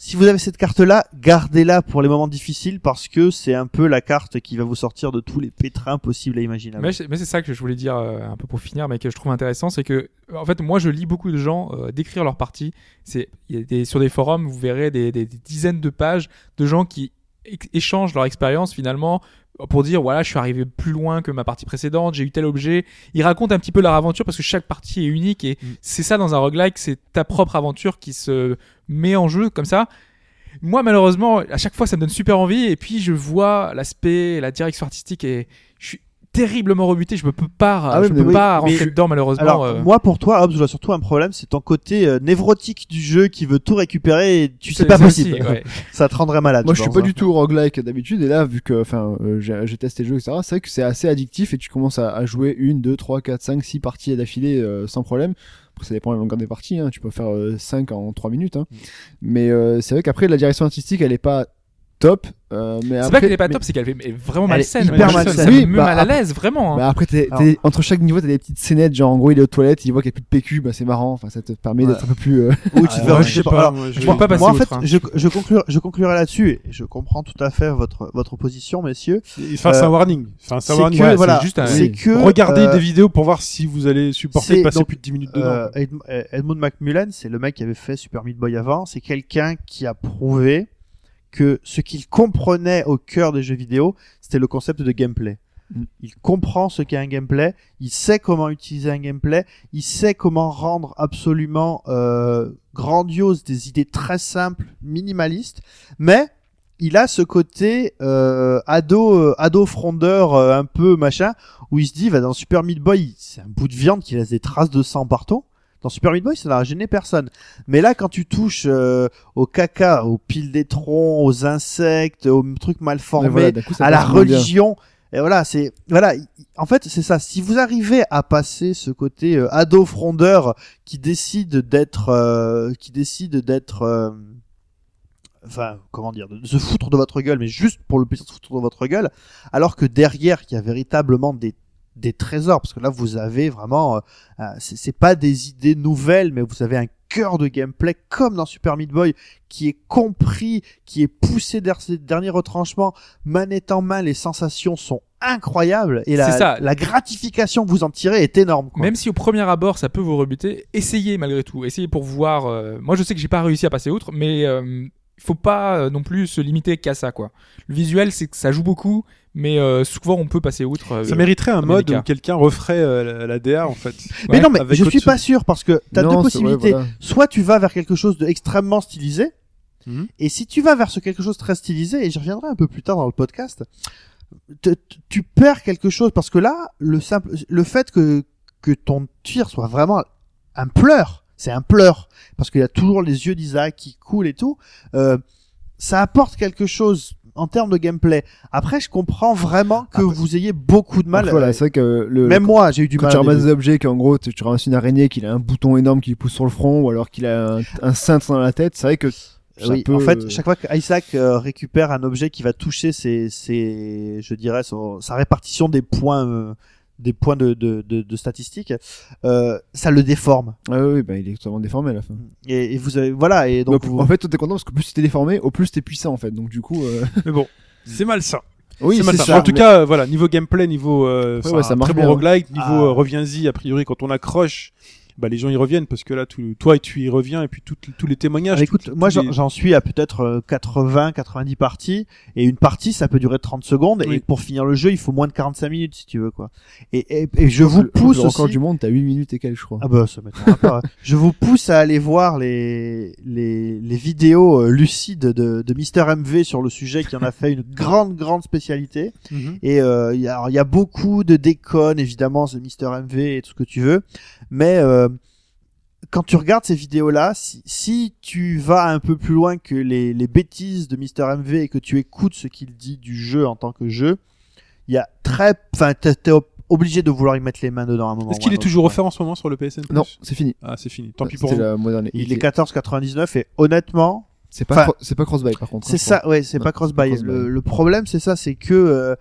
Speaker 4: Si vous avez cette carte-là, gardez-la pour les moments difficiles parce que c'est un peu la carte qui va vous sortir de tous les pétrins possibles et imaginables.
Speaker 3: Mais, c'est- mais c'est ça que je voulais dire euh, un peu pour finir, mais que je trouve intéressant, c'est que en fait moi je lis beaucoup de gens euh, décrire leur partie. C'est il y a des- sur des forums, vous verrez des, des- des dizaines de pages de gens qui ex- échangent leur expérience finalement pour dire voilà je suis arrivé plus loin que ma partie précédente, j'ai eu tel objet. Ils racontent un petit peu leur aventure parce que chaque partie est unique et c'est ça dans un roguelike, c'est ta propre aventure qui se met en jeu comme ça. Moi malheureusement à chaque fois ça me donne super envie et puis je vois l'aspect, la direction artistique et je suis terriblement rebuté, je me peux pas,
Speaker 5: Ah oui,
Speaker 3: je
Speaker 5: mais
Speaker 3: peux
Speaker 5: oui,
Speaker 3: pas
Speaker 4: mais
Speaker 3: rentrer
Speaker 4: je-
Speaker 3: dedans malheureusement.
Speaker 4: Alors,
Speaker 3: euh,
Speaker 4: moi, pour toi, Hobbs, je vois surtout un problème, c'est ton côté euh, névrotique du jeu qui veut tout récupérer et tu sais pas
Speaker 3: ça
Speaker 4: possible.
Speaker 3: aussi, ouais.
Speaker 4: Ça te rendrait malade.
Speaker 5: Moi, je suis
Speaker 4: pense,
Speaker 5: pas
Speaker 4: hein.
Speaker 5: du tout roguelike d'habitude, et là, vu que, enfin, euh, j'ai j'ai testé le jeu, etc., c'est vrai que c'est assez addictif et tu commences à, à jouer une, deux, trois, quatre, cinq, six parties d'affilée euh, sans problème. Après, ça dépend de la longueur des parties, hein. tu peux faire euh, cinq en trois minutes, hein. Mais euh, c'est vrai qu'après, la direction artistique, elle est pas top, euh, mais
Speaker 3: C'est pas
Speaker 5: après.
Speaker 3: qu'elle est pas
Speaker 5: mais-
Speaker 3: top, c'est qu'elle est vraiment
Speaker 4: Elle est
Speaker 3: malsaine.
Speaker 4: hyper
Speaker 3: Moi, je-
Speaker 4: malsaine.
Speaker 3: Ça me
Speaker 5: Oui,
Speaker 3: met
Speaker 5: bah,
Speaker 3: mal à
Speaker 5: après-
Speaker 3: l'aise, vraiment. hein.
Speaker 5: Bah après, t'es-
Speaker 4: Alors-
Speaker 5: t'es- entre chaque niveau, t'as des petites scénettes, genre en gros, il est aux toilettes, il voit qu'il n'y a plus de PQ, bah c'est marrant, enfin, ça te permet d'être un peu plus. euh,
Speaker 4: hein. Ou tu te fais-
Speaker 2: Moi,
Speaker 4: je sais pas. Alors,
Speaker 2: moi,
Speaker 3: je peux pas passer
Speaker 4: moi, en fait,
Speaker 3: outre, hein.
Speaker 4: je, je, conclure- je conclurai là-dessus. et Je comprends tout à fait votre, votre position, messieurs.
Speaker 2: Enfin, c'est un warning. Enfin, c'est
Speaker 4: Euh, C'est
Speaker 2: un warning.
Speaker 4: que,
Speaker 3: Ouais, c'est
Speaker 4: voilà,
Speaker 3: juste un-
Speaker 4: c'est
Speaker 5: oui.
Speaker 4: que,
Speaker 2: Regardez
Speaker 4: euh,
Speaker 2: des vidéos pour voir si vous allez supporter
Speaker 4: c'est
Speaker 2: de passer
Speaker 4: donc,
Speaker 2: plus de 10 minutes dedans.
Speaker 4: Euh, Edm- euh, Edmund Macmillan, c'est le mec qui avait fait Super Meat Boy avant. C'est quelqu'un qui a prouvé que ce qu'il comprenait au cœur des jeux vidéo, c'était le concept de gameplay.
Speaker 5: Mm.
Speaker 4: Il comprend ce qu'est un gameplay, il sait comment utiliser un gameplay, il sait comment rendre absolument euh, grandiose des idées très simples, minimalistes, mais il a ce côté euh, ado, euh, ado frondeur euh, un peu machin, où il se dit, va dans Super Meat Boy, c'est un bout de viande qui laisse des traces de sang partout. Dans Super Meat Boy, ça n'a gêné personne. Mais là, quand tu touches euh, au caca, aux piles des troncs, aux insectes, aux trucs mal formés,
Speaker 5: voilà, d'un coup, ça
Speaker 4: à la
Speaker 5: passe moins bien.
Speaker 4: religion, et voilà, c'est voilà. il- il- En fait, c'est ça. Si vous arrivez à passer ce côté euh, ado frondeur qui décide d'être, euh, qui décide d'être, euh, enfin, comment dire, de se foutre de votre gueule, mais juste pour le plaisir de se foutre de votre gueule, alors que derrière, il y a véritablement des des trésors, parce que là, vous avez vraiment, euh, euh, c'est c'est pas des idées nouvelles, mais vous avez un cœur de gameplay comme dans Super Meat Boy qui est compris, qui est poussé vers ses derniers retranchements, manette en main, les sensations sont incroyables et la,
Speaker 3: C'est ça.
Speaker 4: la gratification que vous en tirez est énorme. Quoi.
Speaker 3: Même si au premier abord ça peut vous rebuter, essayez malgré tout, essayez pour voir. euh, Moi je sais que j'ai pas réussi à passer outre, mais euh, faut pas euh, non plus se limiter qu'à ça quoi. Le visuel c'est que ça joue beaucoup, mais euh, souvent on peut passer outre. euh,
Speaker 2: ça mériterait un
Speaker 3: des
Speaker 2: mode
Speaker 3: cas.
Speaker 2: où quelqu'un referait euh, la, la DA en fait.
Speaker 4: mais
Speaker 3: ouais,
Speaker 4: non, mais
Speaker 2: avec
Speaker 4: je suis
Speaker 2: Otsu.
Speaker 4: pas sûr parce que t'as
Speaker 5: Non,
Speaker 4: deux
Speaker 5: c'est- ouais,
Speaker 4: possibilités.
Speaker 5: voilà.
Speaker 4: Soit tu vas vers quelque chose d'extrêmement stylisé,
Speaker 2: Mhm.
Speaker 4: et si tu vas vers ce quelque chose de très stylisé, et j'y reviendrai un peu plus tard dans le podcast, te- te- tu perds quelque chose parce que là, le simple, le fait que que ton tir soit vraiment un pleur, c'est un pleur parce qu'il y a toujours les yeux d'Isaac qui coulent et tout. euh, ça apporte quelque chose en termes de gameplay. Après, je comprends vraiment que vous ayez beaucoup de mal.
Speaker 5: Après, voilà,
Speaker 4: euh,
Speaker 5: c'est vrai que le.
Speaker 4: Même moi, j'ai eu du
Speaker 5: quand
Speaker 4: mal.
Speaker 5: tu
Speaker 4: au
Speaker 5: ramasses
Speaker 4: début.
Speaker 5: des objets, qu'en gros, tu, tu ramasses une araignée, qu'il a un bouton énorme qui lui pousse sur le front, ou alors qu'il a un, un cintre dans la tête, c'est vrai que ça
Speaker 4: Oui,
Speaker 5: peut,
Speaker 4: en
Speaker 5: euh,
Speaker 4: fait, chaque fois qu'Isaac euh, récupère un objet qui va toucher ses, ses je dirais, son- sa répartition des points, euh, des points de, de, de, de statistiques, euh, ça le déforme.
Speaker 5: Ah oui, bah, il est totalement déformé à la fin.
Speaker 4: Et, et vous avez, voilà, et donc,
Speaker 5: Donc,
Speaker 4: vous-
Speaker 5: Bah, en fait, toi, t'es content parce que plus t'es déformé, au plus t'es puissant, en fait. Donc, du coup, euh,
Speaker 2: Mais bon, c'est malsain.
Speaker 5: oui,
Speaker 2: c'est malsain. en tout cas, euh, voilà, niveau gameplay, niveau euh, c'est
Speaker 5: ouais,
Speaker 2: un
Speaker 5: ça marche
Speaker 2: très bon
Speaker 5: bien, hein.
Speaker 2: roguelike, niveau
Speaker 4: Ah.
Speaker 2: euh, reviens-y a priori quand on accroche, bah les gens y reviennent parce que là tout- toi et tu y reviens et puis tout- tous les témoignages.
Speaker 5: Bah,
Speaker 4: Ah, écoute,
Speaker 2: tout-
Speaker 4: moi
Speaker 2: tous
Speaker 4: j'en
Speaker 2: les-
Speaker 4: j'en suis à peut-être euh, 80, 90 parties, et une partie ça peut durer 30 secondes, et
Speaker 2: Oui.
Speaker 4: pour finir le jeu il faut moins de 45 minutes si tu veux quoi. Et, et, et je vous pousse
Speaker 5: Le record
Speaker 4: aussi.
Speaker 5: du monde, t'as 8 minutes et quelques, je crois.
Speaker 4: Ah bah ça m'étonnera pas. Je vous pousse à aller voir les les, les vidéos euh, lucides de de Mister MV sur le sujet qui en a fait une grande grande spécialité.
Speaker 2: Mhm.
Speaker 4: Et euh, il y, a- alors, il y a beaucoup de déconnes évidemment, c'est Mister MV et tout ce que tu veux, mais euh, quand tu regardes ces vidéos-là, si, si tu vas un peu plus loin que les, les bêtises de Mister MV et que tu écoutes ce qu'il dit du jeu en tant que jeu, il y a très, enfin, t'es t'es ob- obligé de vouloir y mettre les mains dedans à un moment.
Speaker 2: Est-ce qu'il
Speaker 4: ou à un
Speaker 2: est
Speaker 4: autre,
Speaker 2: toujours
Speaker 4: ouais.
Speaker 2: offert en ce moment sur le PSN Plus
Speaker 5: non, Bah, c'est fini.
Speaker 2: Ah, c'est fini. Tant pis
Speaker 5: C'était
Speaker 2: pour vous.
Speaker 5: le mois dernier.
Speaker 4: Il est 14,99 et honnêtement,
Speaker 5: C'est pas,
Speaker 4: Enfin-
Speaker 5: cro- c'est pas cross-buy, par contre. hein,
Speaker 4: c'est
Speaker 5: je crois.
Speaker 4: ça, ouais, c'est
Speaker 5: Non,
Speaker 4: pas cross-buy.
Speaker 5: cross-buy.
Speaker 4: Le, le problème, c'est ça, c'est que, euh,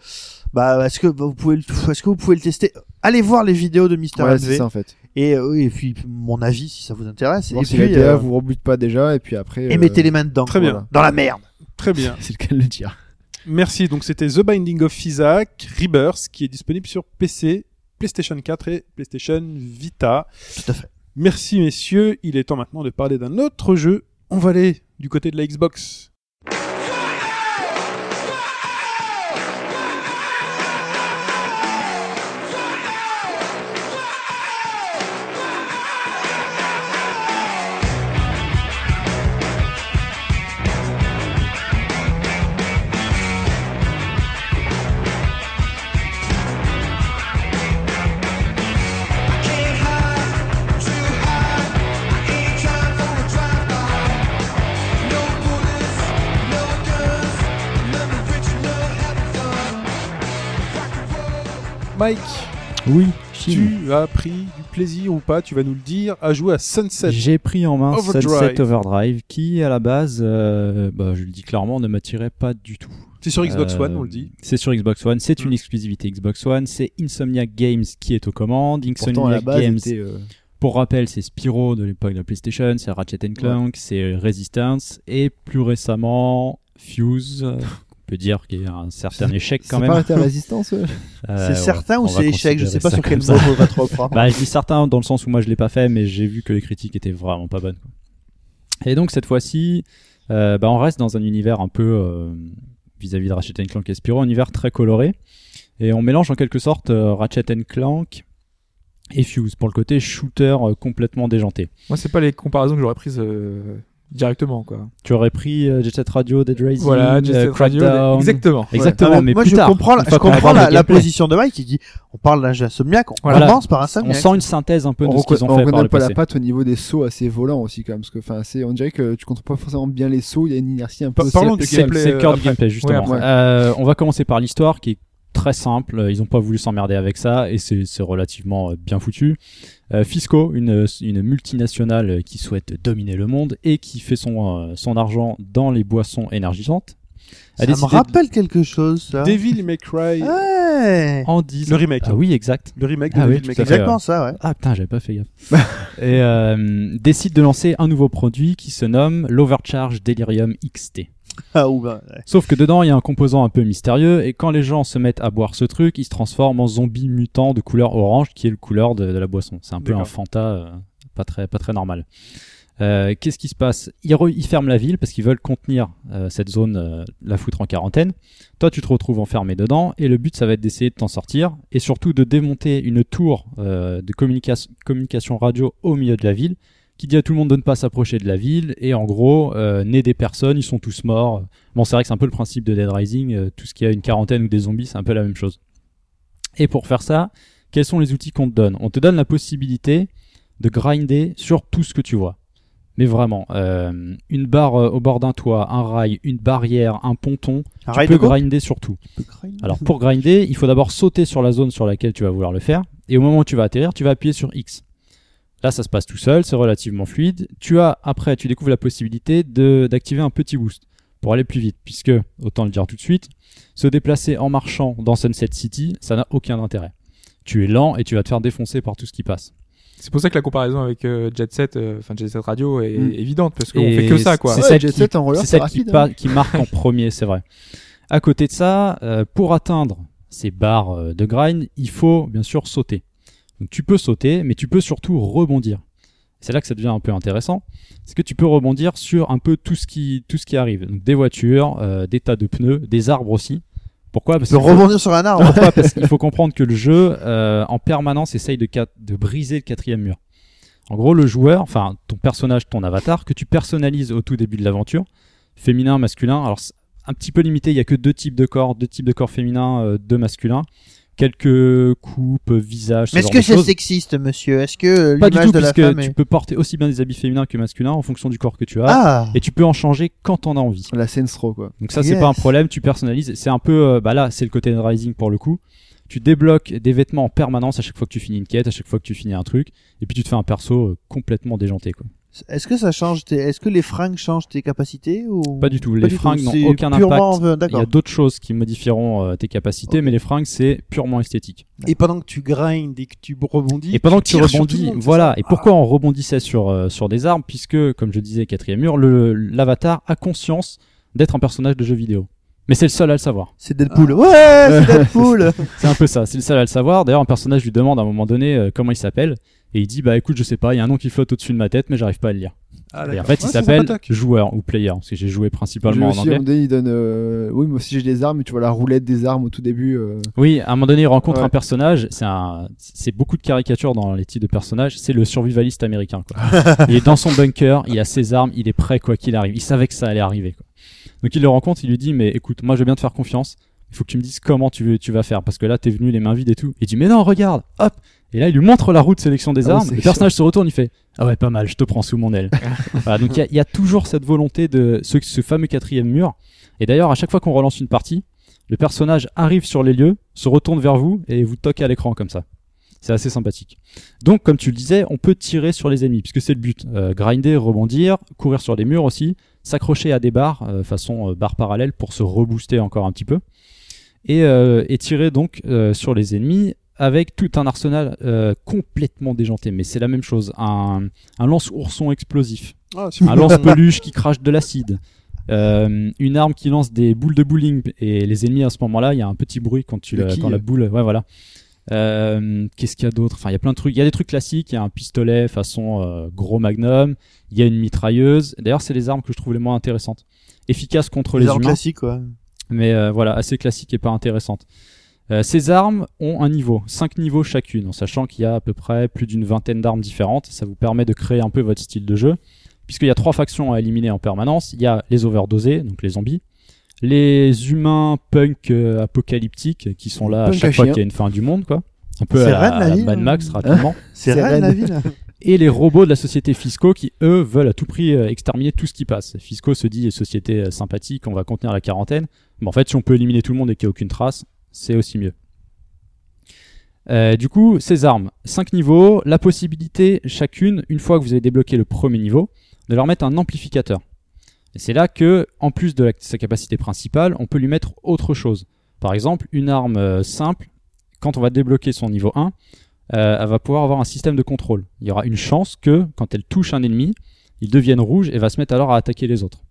Speaker 4: bah, est-ce que bah, vous pouvez, le- est-ce que vous pouvez le tester Allez voir les vidéos de Mister
Speaker 5: Ouais, c'est
Speaker 4: MV
Speaker 5: ça, en fait.
Speaker 4: et euh, et puis mon avis si ça vous intéresse.
Speaker 5: Voir
Speaker 4: et
Speaker 5: si
Speaker 4: puis,
Speaker 5: la DA
Speaker 4: euh,
Speaker 5: vous rebute pas déjà, et puis après.
Speaker 4: et
Speaker 5: euh,
Speaker 4: mettez les mains dedans.
Speaker 2: Très bien.
Speaker 4: Dans la merde.
Speaker 2: Très bien.
Speaker 5: C'est le cas de le dire.
Speaker 2: Merci. Donc c'était The Binding of Isaac Rebirth qui est disponible sur PC, PlayStation 4 et PlayStation Vita.
Speaker 4: Tout à fait.
Speaker 2: Merci messieurs, il est temps maintenant de parler d'un autre jeu. On va aller du côté de la Xbox. Mike,
Speaker 6: Oui,
Speaker 2: tu as pris du plaisir ou pas, tu vas nous le dire, à jouer à Sunset.
Speaker 6: J'ai pris en main
Speaker 2: Overdrive.
Speaker 6: Sunset Overdrive qui, à la base, euh, bah, je le dis clairement, ne m'attirait pas du tout.
Speaker 2: C'est sur Xbox
Speaker 6: Euh,
Speaker 2: One, on le dit.
Speaker 6: C'est sur Xbox One, c'est
Speaker 2: Mm.
Speaker 6: une exclusivité Xbox One, c'est Insomniac Games qui est aux commandes.
Speaker 5: Pourtant, à la
Speaker 6: Insomniac
Speaker 5: base,
Speaker 6: Games,
Speaker 5: était, euh,
Speaker 6: pour rappel, c'est Spyro de l'époque de la PlayStation, c'est Ratchet Clank, c'est Resistance et plus récemment Fuse. euh, On peut dire qu'il y a un certain échec
Speaker 5: c'est
Speaker 6: quand
Speaker 5: pas
Speaker 6: même.
Speaker 5: arrêté à résistance. ouais.
Speaker 6: Euh,
Speaker 4: c'est certain
Speaker 6: on
Speaker 4: ou
Speaker 6: va
Speaker 4: c'est échec Je sais
Speaker 6: considérer
Speaker 4: pas
Speaker 6: ça
Speaker 4: sur quel
Speaker 6: comme ça.
Speaker 4: mot on va te reprendre.
Speaker 6: Bah, je dis certain dans le sens où moi je l'ai pas fait, mais j'ai vu que les critiques étaient vraiment pas bonnes. quoi. Et donc cette fois-ci, euh, bah, on reste dans un univers un peu euh, vis-à-vis de Ratchet Clank et Spyro, un univers très coloré, et on mélange en quelque sorte euh, Ratchet Clank et Fuse pour le côté shooter euh, complètement déjanté.
Speaker 3: Moi, c'est pas les comparaisons que j'aurais prises euh, directement, quoi.
Speaker 6: Tu aurais pris euh, Jet Set Radio, Dead Rising,
Speaker 3: Voilà, Jet
Speaker 6: euh,
Speaker 3: Set Radio,
Speaker 6: Crackdown.
Speaker 3: exactement.
Speaker 6: Exactement,
Speaker 4: Ah,
Speaker 6: mais
Speaker 4: moi
Speaker 6: plus
Speaker 4: je
Speaker 6: tard,
Speaker 4: comprends, la,
Speaker 6: une
Speaker 4: je
Speaker 6: fois qu'on
Speaker 4: comprends
Speaker 6: aborde
Speaker 4: la,
Speaker 6: le
Speaker 4: la
Speaker 6: gameplay.
Speaker 4: position de Mike qui dit on parle d'un jeu insomniaque, on
Speaker 3: Voilà.
Speaker 4: commence par un
Speaker 6: On
Speaker 4: insomniaque.
Speaker 6: sent une synthèse un peu
Speaker 5: On
Speaker 6: de ce qu'ils ont
Speaker 5: reconnaît on
Speaker 6: fait par
Speaker 5: reconnaît
Speaker 6: le
Speaker 5: pas la
Speaker 6: passé.
Speaker 5: patte au niveau des sauts assez volants aussi, quand même. Parce que, enfin, c'est- on dirait que tu contrôles pas forcément bien les sauts, il y a une inertie un peu.
Speaker 2: Par- Parlons
Speaker 6: C'est-
Speaker 2: du
Speaker 6: c'est-
Speaker 2: gameplay,
Speaker 6: C'est le cœur
Speaker 2: euh,
Speaker 6: du
Speaker 2: après.
Speaker 6: gameplay, justement.
Speaker 3: Ouais,
Speaker 5: après.
Speaker 6: Euh, on va commencer par l'histoire qui est très simple. Ils n'ont pas voulu s'emmerder avec ça et c'est c'est relativement euh, bien foutu. Euh, Fisco, une, une multinationale qui souhaite dominer le monde et qui fait son, euh, son argent dans les boissons énergisantes, a
Speaker 4: Ça me
Speaker 6: décidé de-
Speaker 4: rappelle quelque chose, ça.
Speaker 2: Devil May Cry,
Speaker 4: Ouais.
Speaker 6: en disant.
Speaker 2: le remake.
Speaker 6: Ah oui, exact.
Speaker 2: Le remake de
Speaker 6: Ah oui,
Speaker 2: Devil May
Speaker 6: tout à
Speaker 2: Cry.
Speaker 6: fait.
Speaker 4: Exactement ça, ouais.
Speaker 6: Ah putain, j'avais pas fait gaffe. et euh, décide de lancer un nouveau produit qui se nomme l'Overcharge Delirium XT.
Speaker 4: Ah, ou bah, ouais.
Speaker 6: Sauf que dedans, il y a un composant un peu mystérieux, et quand les gens se mettent à boire ce truc, ils se transforment en zombies mutants de couleur orange, qui est le couleur de, de la boisson. C'est un peu un
Speaker 2: D'accord.
Speaker 6: Fanta euh, pas, très, pas très normal. Euh, Qu'est-ce qui se passe ils, re- ils ferment la ville parce qu'ils veulent contenir euh, cette zone, euh, la foutre en quarantaine. Toi, tu te retrouves enfermé dedans, et le but, ça va être d'essayer de t'en sortir, et surtout de démonter une tour euh, de communica- communication radio au milieu de la ville, qui dit à tout le monde de ne pas s'approcher de la ville, et en gros, euh, né des personnes, ils sont tous morts. Bon, c'est vrai que c'est un peu le principe de Dead Rising, euh, tout ce qui a une quarantaine ou des zombies, c'est un peu la même chose. Et pour faire ça, quels sont les outils qu'on te donne On te donne la possibilité de grinder sur tout ce que tu vois. Mais vraiment, euh, une barre euh, au bord d'un toit, un rail, une barrière, un ponton,
Speaker 4: Un
Speaker 6: tu
Speaker 4: rail
Speaker 6: peux
Speaker 4: de quoi
Speaker 6: grinder sur tout. Alors pour grinder, il faut d'abord sauter sur la zone sur laquelle tu vas vouloir le faire, et au moment où tu vas atterrir, tu vas appuyer sur X. Là, ça se passe tout seul, c'est relativement fluide. Tu as après, tu découvres la possibilité de d'activer un petit boost pour aller plus vite, puisque autant le dire tout de suite, se déplacer en marchant dans Sunset City, ça n'a aucun intérêt. Tu es lent et tu vas te faire défoncer par tout ce qui passe.
Speaker 3: C'est pour ça que la comparaison avec euh, Jet Set, euh, enfin Jet Set Radio, est
Speaker 5: Mm.
Speaker 3: évidente parce qu'on
Speaker 6: Et
Speaker 3: fait que ça, quoi.
Speaker 6: c'est
Speaker 5: Ouais,
Speaker 6: celle
Speaker 5: Jet
Speaker 6: qui-
Speaker 5: Set en roller,
Speaker 6: C'est
Speaker 5: c'est
Speaker 6: celle qui,
Speaker 5: rapide.
Speaker 6: par-
Speaker 5: hein.
Speaker 6: qui marque en premier, c'est vrai. À côté de ça, euh, pour atteindre ces barres euh, de grind, il faut bien sûr sauter. Donc tu peux sauter, mais tu peux surtout rebondir. C'est là que ça devient un peu intéressant, c'est que tu peux rebondir sur un peu tout ce qui, tout ce qui arrive. Donc des voitures, euh, des tas de pneus, des arbres aussi. Pourquoi Parce
Speaker 4: Tu peux
Speaker 6: qu'il faut-
Speaker 4: rebondir sur un arbre.
Speaker 6: pourquoi Parce qu'il faut comprendre que le jeu, euh, en permanence, essaye de, ca- de briser le quatrième mur. En gros, le joueur, enfin ton personnage, ton avatar, que tu personnalises au tout début de l'aventure, féminin, masculin. Alors, c'est un petit peu limité, il y a que deux types de corps, deux types de corps féminins, euh, deux masculins. Quelques coupes, visages, ce
Speaker 4: Mais est-ce
Speaker 6: genre
Speaker 4: que
Speaker 6: de
Speaker 4: c'est
Speaker 6: choses.
Speaker 4: sexiste, monsieur Est-ce que euh,
Speaker 6: Pas du
Speaker 4: l'image
Speaker 6: tout,
Speaker 4: de la
Speaker 6: puisque
Speaker 4: femme
Speaker 6: tu
Speaker 4: est...
Speaker 6: peux porter aussi bien des habits féminins que masculins en fonction du corps que tu as.
Speaker 4: Ah
Speaker 6: Et tu peux en changer quand t'en as envie.
Speaker 5: La scène throw, quoi.
Speaker 6: Donc ça, c'est
Speaker 4: Yes.
Speaker 6: pas un problème, tu personnalises. C'est un peu, euh, bah là, c'est le côté de Rising pour le coup. Tu débloques des vêtements en permanence à chaque fois que tu finis une quête, à chaque fois que tu finis un truc, et puis tu te fais un perso euh, complètement déjanté, quoi.
Speaker 4: Est-ce que ça change tes... Est-ce que les fringues changent tes capacités ou
Speaker 6: Pas du tout.
Speaker 4: Pas
Speaker 6: Les
Speaker 4: du tout,
Speaker 6: fringues
Speaker 4: c'est
Speaker 6: n'ont aucun
Speaker 4: purement...
Speaker 6: impact. Il y
Speaker 4: D'accord.
Speaker 6: a d'autres choses qui modifieront euh, tes capacités, mais les fringues, c'est purement esthétique.
Speaker 4: D'accord.
Speaker 2: Et pendant que tu grindes et que tu rebondis.
Speaker 6: Et pendant que tu
Speaker 2: tires sur tout
Speaker 6: rebondis,
Speaker 2: le monde,
Speaker 6: voilà.
Speaker 2: c'est
Speaker 6: Et
Speaker 2: ça
Speaker 6: pourquoi on rebondissait sur, euh, sur des armes Puisque, comme je disais, quatrième mur, le- l'avatar a conscience d'être un personnage de jeu vidéo. Mais c'est le seul à le savoir.
Speaker 4: C'est Deadpool. Ouais, c'est
Speaker 6: Ah.
Speaker 4: Deadpool.
Speaker 6: C'est un peu ça, c'est le seul à le savoir. D'ailleurs, un personnage lui demande à un moment donné euh, comment il s'appelle. Et il dit Bah écoute, je sais pas, il y a un nom qui flotte au-dessus de ma tête, mais j'arrive pas à le lire.
Speaker 2: Ah,
Speaker 6: et en
Speaker 2: d'accord.
Speaker 6: fait, il
Speaker 2: Ouais, c'est
Speaker 6: s'appelle
Speaker 2: sympatoc.
Speaker 6: joueur ou player, parce que j'ai joué
Speaker 5: J'ai
Speaker 6: principalement en
Speaker 5: aussi, à un
Speaker 6: anglais.
Speaker 5: moment donné, il donne. euh, Oui, moi aussi j'ai des armes, et tu vois la roulette des armes au tout début. euh,
Speaker 6: Oui, à un moment donné, il rencontre
Speaker 5: Ouais.
Speaker 6: un personnage. C'est un, c'est beaucoup de caricatures dans les types de personnages. C'est le survivaliste américain. Quoi. il est dans son bunker, il a ses armes, il est prêt quoi qu'il arrive. Il savait que ça allait arriver. Quoi. Donc il le rencontre, il lui dit mais écoute, moi je veux bien te faire confiance. Il faut que tu me dises comment tu, veux- tu vas faire parce que là t'es venu les mains vides et tout. Il dit mais non regarde, hop. Et là il lui montre la route sélection
Speaker 5: Ah
Speaker 6: des
Speaker 5: oui,
Speaker 6: armes. Le
Speaker 5: sélection.
Speaker 6: personnage se retourne, il fait ah ouais pas mal, je te prends sous mon aile. Voilà, donc il y a- il y, a toujours cette volonté de ce, ce fameux quatrième mur. Et d'ailleurs à chaque fois qu'on relance une partie Le personnage arrive sur les lieux, se retourne vers vous et vous toque à l'écran comme ça. C'est assez sympathique. Donc, comme tu le disais, on peut tirer sur les ennemis, puisque c'est le but. Euh, grinder, rebondir, courir sur les murs aussi, s'accrocher à des barres, euh, façon euh, barre parallèle, pour se rebooster encore un petit peu. Et, euh, et tirer donc euh, sur les ennemis avec tout un arsenal euh, complètement déjanté. Mais c'est la même chose. Un, un lance-ourson explosif,
Speaker 2: Ah, super.
Speaker 6: un lance-peluche qui crache de l'acide, euh, une arme qui lance des boules de bowling. Et les ennemis, à ce moment-là, il y a un petit bruit quand, tu
Speaker 5: Le
Speaker 6: la,
Speaker 5: qui,
Speaker 6: quand la
Speaker 5: euh.
Speaker 6: boule. Ouais, voilà. Euh, Qu'est-ce qu'il y a d'autre Enfin, il y a plein de trucs. Il y a des trucs classiques. Il y a un pistolet façon euh, gros magnum. Il y a une mitrailleuse. D'ailleurs, c'est les armes que je trouve les moins intéressantes. Efficaces contre les,
Speaker 4: armes
Speaker 6: humains,
Speaker 4: classiques, quoi.
Speaker 6: mais euh, voilà, assez classiques et pas intéressantes. Euh, ces armes ont un niveau, 5 niveaux chacune, en sachant qu'il y a à peu près plus d'une vingtaine d'armes différentes. Ça vous permet de créer un peu votre style de jeu, puisqu'il y a trois factions à éliminer en permanence. Il y a les overdosés, donc les zombies, les humains punk euh, apocalyptiques qui sont là à
Speaker 5: Punk à
Speaker 6: chaque fois
Speaker 5: chien.
Speaker 6: qu'il y a une fin du monde, quoi. Un peu
Speaker 4: C'est
Speaker 6: à la,
Speaker 4: Rennes, la
Speaker 6: à la
Speaker 4: ville,
Speaker 6: Mad
Speaker 4: hein
Speaker 6: Max rapidement.
Speaker 4: C'est
Speaker 5: C'est
Speaker 4: Rennes, la
Speaker 5: Rennes.
Speaker 4: ville.
Speaker 6: et les robots de la société Fisco qui, eux, veulent à tout prix euh, exterminer tout ce qui passe. Fisco se dit société euh, sympathique, on va contenir la quarantaine. Mais en fait, si on peut éliminer tout le monde et qu'il n'y a aucune trace, c'est aussi mieux. Euh, du coup, ces armes, 5 niveaux, la possibilité chacune, une fois que vous avez débloqué le premier niveau, de leur mettre un amplificateur. Et c'est là que, en plus de la- sa capacité principale, on peut lui mettre autre chose. Par exemple, une arme euh, simple, quand on va débloquer son niveau 1, euh, elle va pouvoir avoir un système de contrôle. Il y aura une chance que, quand elle touche un ennemi, il devienne rouge et va se mettre alors à attaquer les autres.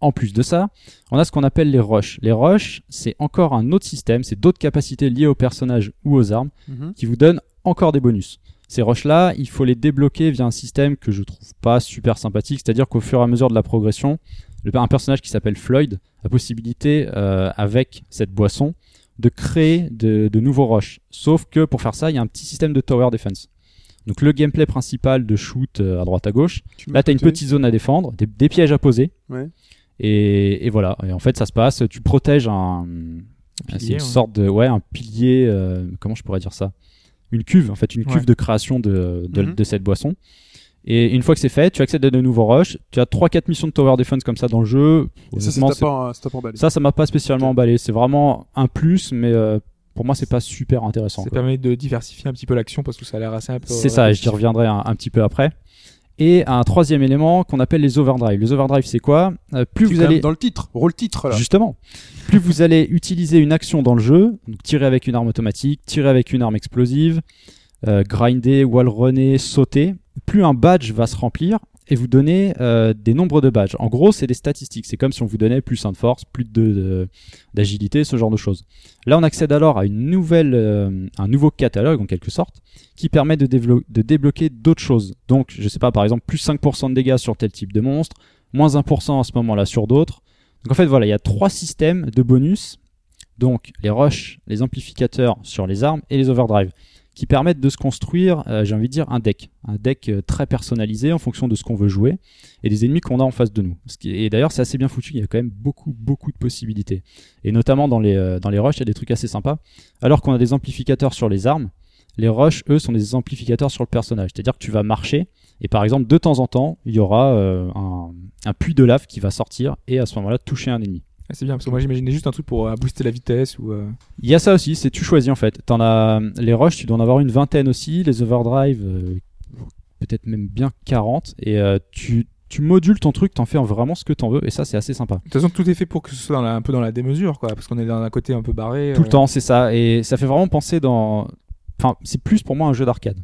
Speaker 6: En plus de ça, on a ce qu'on appelle les rushs. Les rushs, c'est encore un autre système, c'est d'autres capacités liées au personnage ou aux armes
Speaker 2: Mhm.
Speaker 6: qui vous donnent encore des bonus. Ces rushs-là, il faut les débloquer via un système que je trouve pas super sympathique, c'est-à-dire qu'au fur et à mesure de la progression, le- un personnage qui s'appelle Floyd a possibilité, euh, avec cette boisson, de créer de, de nouveaux rushs. Sauf que pour faire ça, il y a un petit système de tower defense. Donc le gameplay principal de shoot euh, à droite à gauche,
Speaker 2: Tu
Speaker 6: Là, tu as une
Speaker 2: m'écoutais
Speaker 6: petite zone à défendre, des, des pièges à poser.
Speaker 2: Ouais.
Speaker 6: Et, et voilà. Et en fait, ça se passe. Tu protèges un.
Speaker 3: Pilier,
Speaker 6: c'est une
Speaker 3: ouais.
Speaker 6: sorte de. Ouais, un pilier. euh, comment je pourrais dire ça Une cuve, en fait, une cuve
Speaker 3: Ouais.
Speaker 6: de création de, de,
Speaker 2: Mhm.
Speaker 6: de cette boisson. Et une fois que c'est fait, tu accèdes à de nouveaux rushs. Tu as 3-4 missions de Tower Defense comme ça dans le jeu.
Speaker 2: Et Ça, c'est
Speaker 6: Honnêtement,
Speaker 2: pas en- c'est pas en balai.
Speaker 6: ça, ça m'a pas spécialement emballé. C'est vraiment un plus, mais euh, pour moi, c'est pas super intéressant.
Speaker 3: Ça
Speaker 6: quoi.
Speaker 3: permet de diversifier un petit peu l'action parce que ça a l'air assez un peu. euh,
Speaker 6: C'est ça, j'y reviendrai un, un petit peu après. Et un troisième élément qu'on appelle les overdrive. Les overdrive, c'est quoi Euh, Plus
Speaker 2: C'est
Speaker 6: vous
Speaker 2: quand même
Speaker 6: allez
Speaker 2: dans le titre, rôle titre là.
Speaker 6: Justement. Plus vous allez utiliser une action dans le jeu, donc tirer avec une arme automatique, tirer avec une arme explosive, euh, grinder, wallrunner, sauter, plus un badge va se remplir et vous donner euh, des nombres de badges. En gros, c'est des statistiques. C'est comme si on vous donnait plus 1 de force, plus 2 de- d'agilité, ce genre de choses. Là, on accède alors à une nouvelle, euh, un nouveau catalogue, en quelque sorte, qui permet de, dévelop- de débloquer d'autres choses. Donc, je sais pas, par exemple, plus 5% de dégâts sur tel type de monstre, moins 1% à ce moment-là sur d'autres. Donc en fait, voilà, il y a trois systèmes de bonus. Donc les rushs, les amplificateurs sur les armes et les overdrive qui permettent de se construire, euh, j'ai envie de dire, un deck. Un deck euh, très personnalisé en fonction de ce qu'on veut jouer et des ennemis qu'on a en face de nous. Ce qui- Et d'ailleurs, c'est assez bien foutu, il y a quand même beaucoup, beaucoup de possibilités. Et notamment dans les, euh, dans les rushs, il y a des trucs assez sympas. Alors qu'on a des amplificateurs sur les armes, les rushs, eux, sont des amplificateurs sur le personnage. C'est-à-dire que tu vas marcher et par exemple, de temps en temps, il y aura euh, un, un puits de lave qui va sortir et à ce moment-là toucher un ennemi.
Speaker 3: Ah, c'est bien parce que moi j'imaginais juste un truc pour euh, booster la vitesse ou. euh,
Speaker 6: Il y a ça aussi, c'est tu choisis en fait. T'en as les rushs, tu dois en avoir une vingtaine aussi, les overdrive, euh, peut-être même bien 40 et euh, tu tu modules ton truc, t'en fais en vraiment ce que t'en veux, et ça c'est assez sympa.
Speaker 3: De toute façon, tout est fait pour que ce soit dans la- un peu dans la démesure, quoi, parce qu'on est dans un côté un peu barré.
Speaker 6: Tout
Speaker 3: euh,
Speaker 6: le temps c'est ça, et ça fait vraiment penser dans... Enfin, c'est plus pour moi un jeu d'arcade.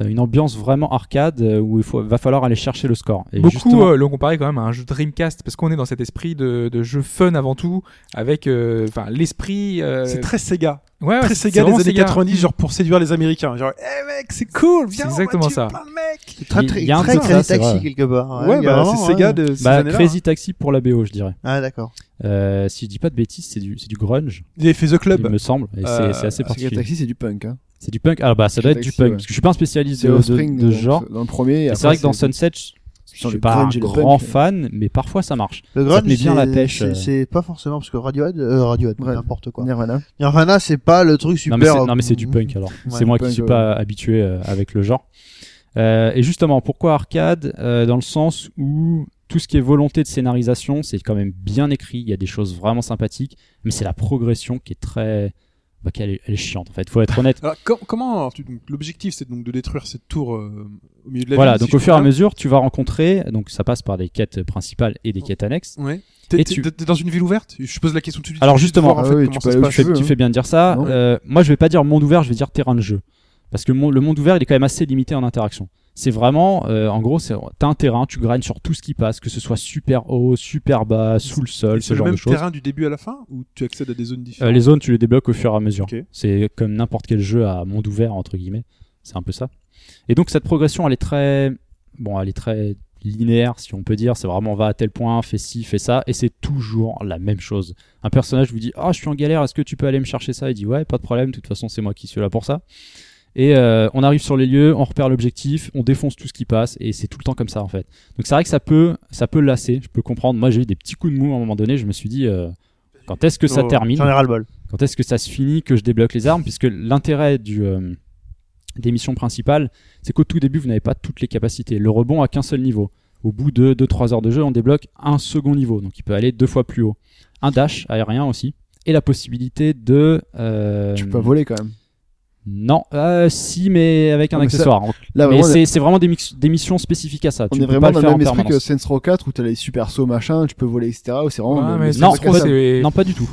Speaker 6: Euh, Une ambiance vraiment arcade euh, où il faut, va falloir aller chercher le score. Et
Speaker 3: Beaucoup
Speaker 6: justement-
Speaker 3: euh, l'ont comparé quand même à un jeu Dreamcast parce qu'on est dans cet esprit de, de jeu fun avant tout, avec euh, enfin l'esprit. euh,
Speaker 2: C'est très Sega.
Speaker 3: ouais, ouais,
Speaker 6: Ah
Speaker 2: Très
Speaker 3: c'est- c'est
Speaker 2: Sega des
Speaker 3: vraiment
Speaker 2: années
Speaker 3: Sega.
Speaker 2: 90, genre pour séduire les Américains. Genre, eh mec, c'est cool,
Speaker 3: C'est
Speaker 2: viens, on va
Speaker 3: exactement
Speaker 2: tuer
Speaker 3: ça.
Speaker 2: plein de mecs.
Speaker 4: C'est Très,
Speaker 6: Il-
Speaker 4: très,
Speaker 6: il y a un
Speaker 4: très
Speaker 6: truc, ça,
Speaker 4: Crazy
Speaker 6: c'est vrai.
Speaker 4: Taxi, quelque part.
Speaker 2: Ouais,
Speaker 4: il y a
Speaker 2: bah
Speaker 4: vraiment,
Speaker 2: c'est Sega
Speaker 4: ouais.
Speaker 2: de ces
Speaker 6: Bah,
Speaker 2: années-là.
Speaker 6: Crazy Taxi pour la BO, je dirais.
Speaker 4: Ah, d'accord.
Speaker 6: Euh, si je dis pas de bêtises, c'est du, c'est du grunge,
Speaker 2: Il avait fait The
Speaker 6: il
Speaker 2: Club.
Speaker 6: me semble. Et
Speaker 2: Euh,
Speaker 6: Ah, c'est c'est assez
Speaker 5: Parce que le
Speaker 6: particulier.
Speaker 5: taxi, c'est du punk. Hein.
Speaker 6: C'est du punk. Alors bah ça doit être
Speaker 5: Taxi,
Speaker 6: du punk
Speaker 5: ouais.
Speaker 6: parce que je suis pas un spécialiste
Speaker 5: C'est
Speaker 6: de, de-
Speaker 5: Offspring
Speaker 6: de
Speaker 5: dans-
Speaker 6: ce genre.
Speaker 5: Dans le premier.
Speaker 6: Et
Speaker 5: euh, après,
Speaker 6: C'est vrai que dans Sunset, je je
Speaker 5: sur
Speaker 6: suis
Speaker 5: le
Speaker 6: pas un
Speaker 5: grunge et le
Speaker 6: grand
Speaker 5: punk, ouais.
Speaker 6: fan, mais parfois ça marche.
Speaker 4: Le
Speaker 6: Ça
Speaker 4: grunge,
Speaker 6: te met bien
Speaker 4: c'est-
Speaker 6: la pêche, euh.
Speaker 4: C'est, c'est pas forcément parce que Radiohead, euh, Radiohead,
Speaker 5: Ouais.
Speaker 4: n'importe quoi.
Speaker 5: Nirvana.
Speaker 4: Nirvana, c'est pas le truc super.
Speaker 6: Non,
Speaker 4: euh,
Speaker 6: mais c'est- Non mais c'est du punk alors. c'est moi
Speaker 5: punk,
Speaker 6: qui suis
Speaker 5: ouais.
Speaker 6: pas habitué euh, avec le genre. Euh, et justement, pourquoi arcade Euh, Dans le sens où tout ce qui est volonté de scénarisation, c'est quand même bien écrit. Il y a des choses vraiment sympathiques, mais c'est la progression qui est très. Bah, qui- elle, est, elle est chiante en fait. Faut être honnête.
Speaker 2: Alors, Ah, com- comment alors, tu- donc, L'objectif, c'est donc de détruire cette tour euh, au milieu de la
Speaker 6: voilà,
Speaker 2: ville,
Speaker 6: donc
Speaker 2: si
Speaker 6: au
Speaker 2: je
Speaker 6: fur et à
Speaker 2: comprends
Speaker 6: mesure, tu vas rencontrer. Donc ça passe par des quêtes principales et
Speaker 2: Oh.
Speaker 6: des quêtes annexes.
Speaker 2: bien. Ouais. T'es,
Speaker 6: Et
Speaker 2: t'es-
Speaker 6: tu-
Speaker 2: t'es dans une ville ouverte Je pose la question tout de suite.
Speaker 6: Alors,
Speaker 2: je veux juste
Speaker 6: justement,
Speaker 2: voir, en
Speaker 5: ah
Speaker 2: fait,
Speaker 5: oui,
Speaker 2: comment
Speaker 5: tu
Speaker 2: ça
Speaker 5: peux
Speaker 2: se
Speaker 5: aller où
Speaker 2: passe.
Speaker 5: tu veux.
Speaker 6: tu fais bien de dire ça.
Speaker 5: Non.
Speaker 6: Euh, moi, je vais pas dire monde ouvert, je vais dire terrain de jeu. Parce que mon- le monde ouvert, il est quand même assez limité en interaction. C'est vraiment, euh, en gros, c'est- t'as un terrain, tu graines sur tout ce qui passe, que ce soit super haut, super bas, sous le sol,
Speaker 2: C'est
Speaker 6: ce
Speaker 2: le
Speaker 6: genre
Speaker 2: même
Speaker 6: de choses.
Speaker 2: terrain du début à la fin ou tu accèdes à des zones différentes
Speaker 6: Euh, les zones, tu les débloques au fur et à mesure.
Speaker 2: Ok.
Speaker 6: C'est comme n'importe quel jeu à monde ouvert, entre guillemets. C'est un peu ça. Et donc, cette progression, elle est très. Bon, elle est très linéaire, si on peut dire. C'est vraiment va à tel point, fais ci, fais ça. Et c'est toujours la même chose. Un personnage vous dit Ah, je suis en galère, est-ce que tu peux aller me chercher ça Il dit Ouais, pas de problème, de toute façon, c'est moi qui suis là pour ça. Et euh, on arrive sur les lieux, on repère l'objectif, on défonce tout ce qui passe, et c'est tout le temps comme ça en fait. Donc c'est vrai que ça peut, ça peut lasser, je peux comprendre. Moi j'ai eu des petits coups de mou à un moment donné, je me suis dit, euh, quand est-ce que ça
Speaker 2: Oh,
Speaker 6: termine
Speaker 4: J'en ai ras-le-bol.
Speaker 6: quand est-ce que ça se finit, que je débloque les armes, puisque l'intérêt du, euh, des missions principales, c'est qu'au tout début, vous n'avez pas toutes les capacités. Le rebond a qu'un seul niveau. Au bout de 2-3 heures de jeu, on débloque un second niveau, donc il peut aller deux fois plus haut. Un dash aérien aussi, et la possibilité de... euh,
Speaker 5: Tu peux pas voler quand même.
Speaker 6: Non, euh, si, mais avec un
Speaker 5: Non, mais ça-
Speaker 6: accessoire.
Speaker 5: Là,
Speaker 6: mais
Speaker 5: vraiment,
Speaker 6: c'est c'est vraiment des, mix- des missions spécifiques à ça.
Speaker 5: on
Speaker 6: tu
Speaker 5: est
Speaker 6: peux pas
Speaker 5: vraiment dans le
Speaker 6: le faire en
Speaker 5: même esprit que
Speaker 6: permanence.
Speaker 5: Saints Row 4 où t'as les super sauts machin, tu peux voler, etc. où C'est vraiment.
Speaker 3: Ouais,
Speaker 5: le-
Speaker 3: mais
Speaker 5: le-
Speaker 3: c'est
Speaker 6: non,
Speaker 3: trop,
Speaker 5: ça-
Speaker 3: c'est-
Speaker 6: Non, pas du tout.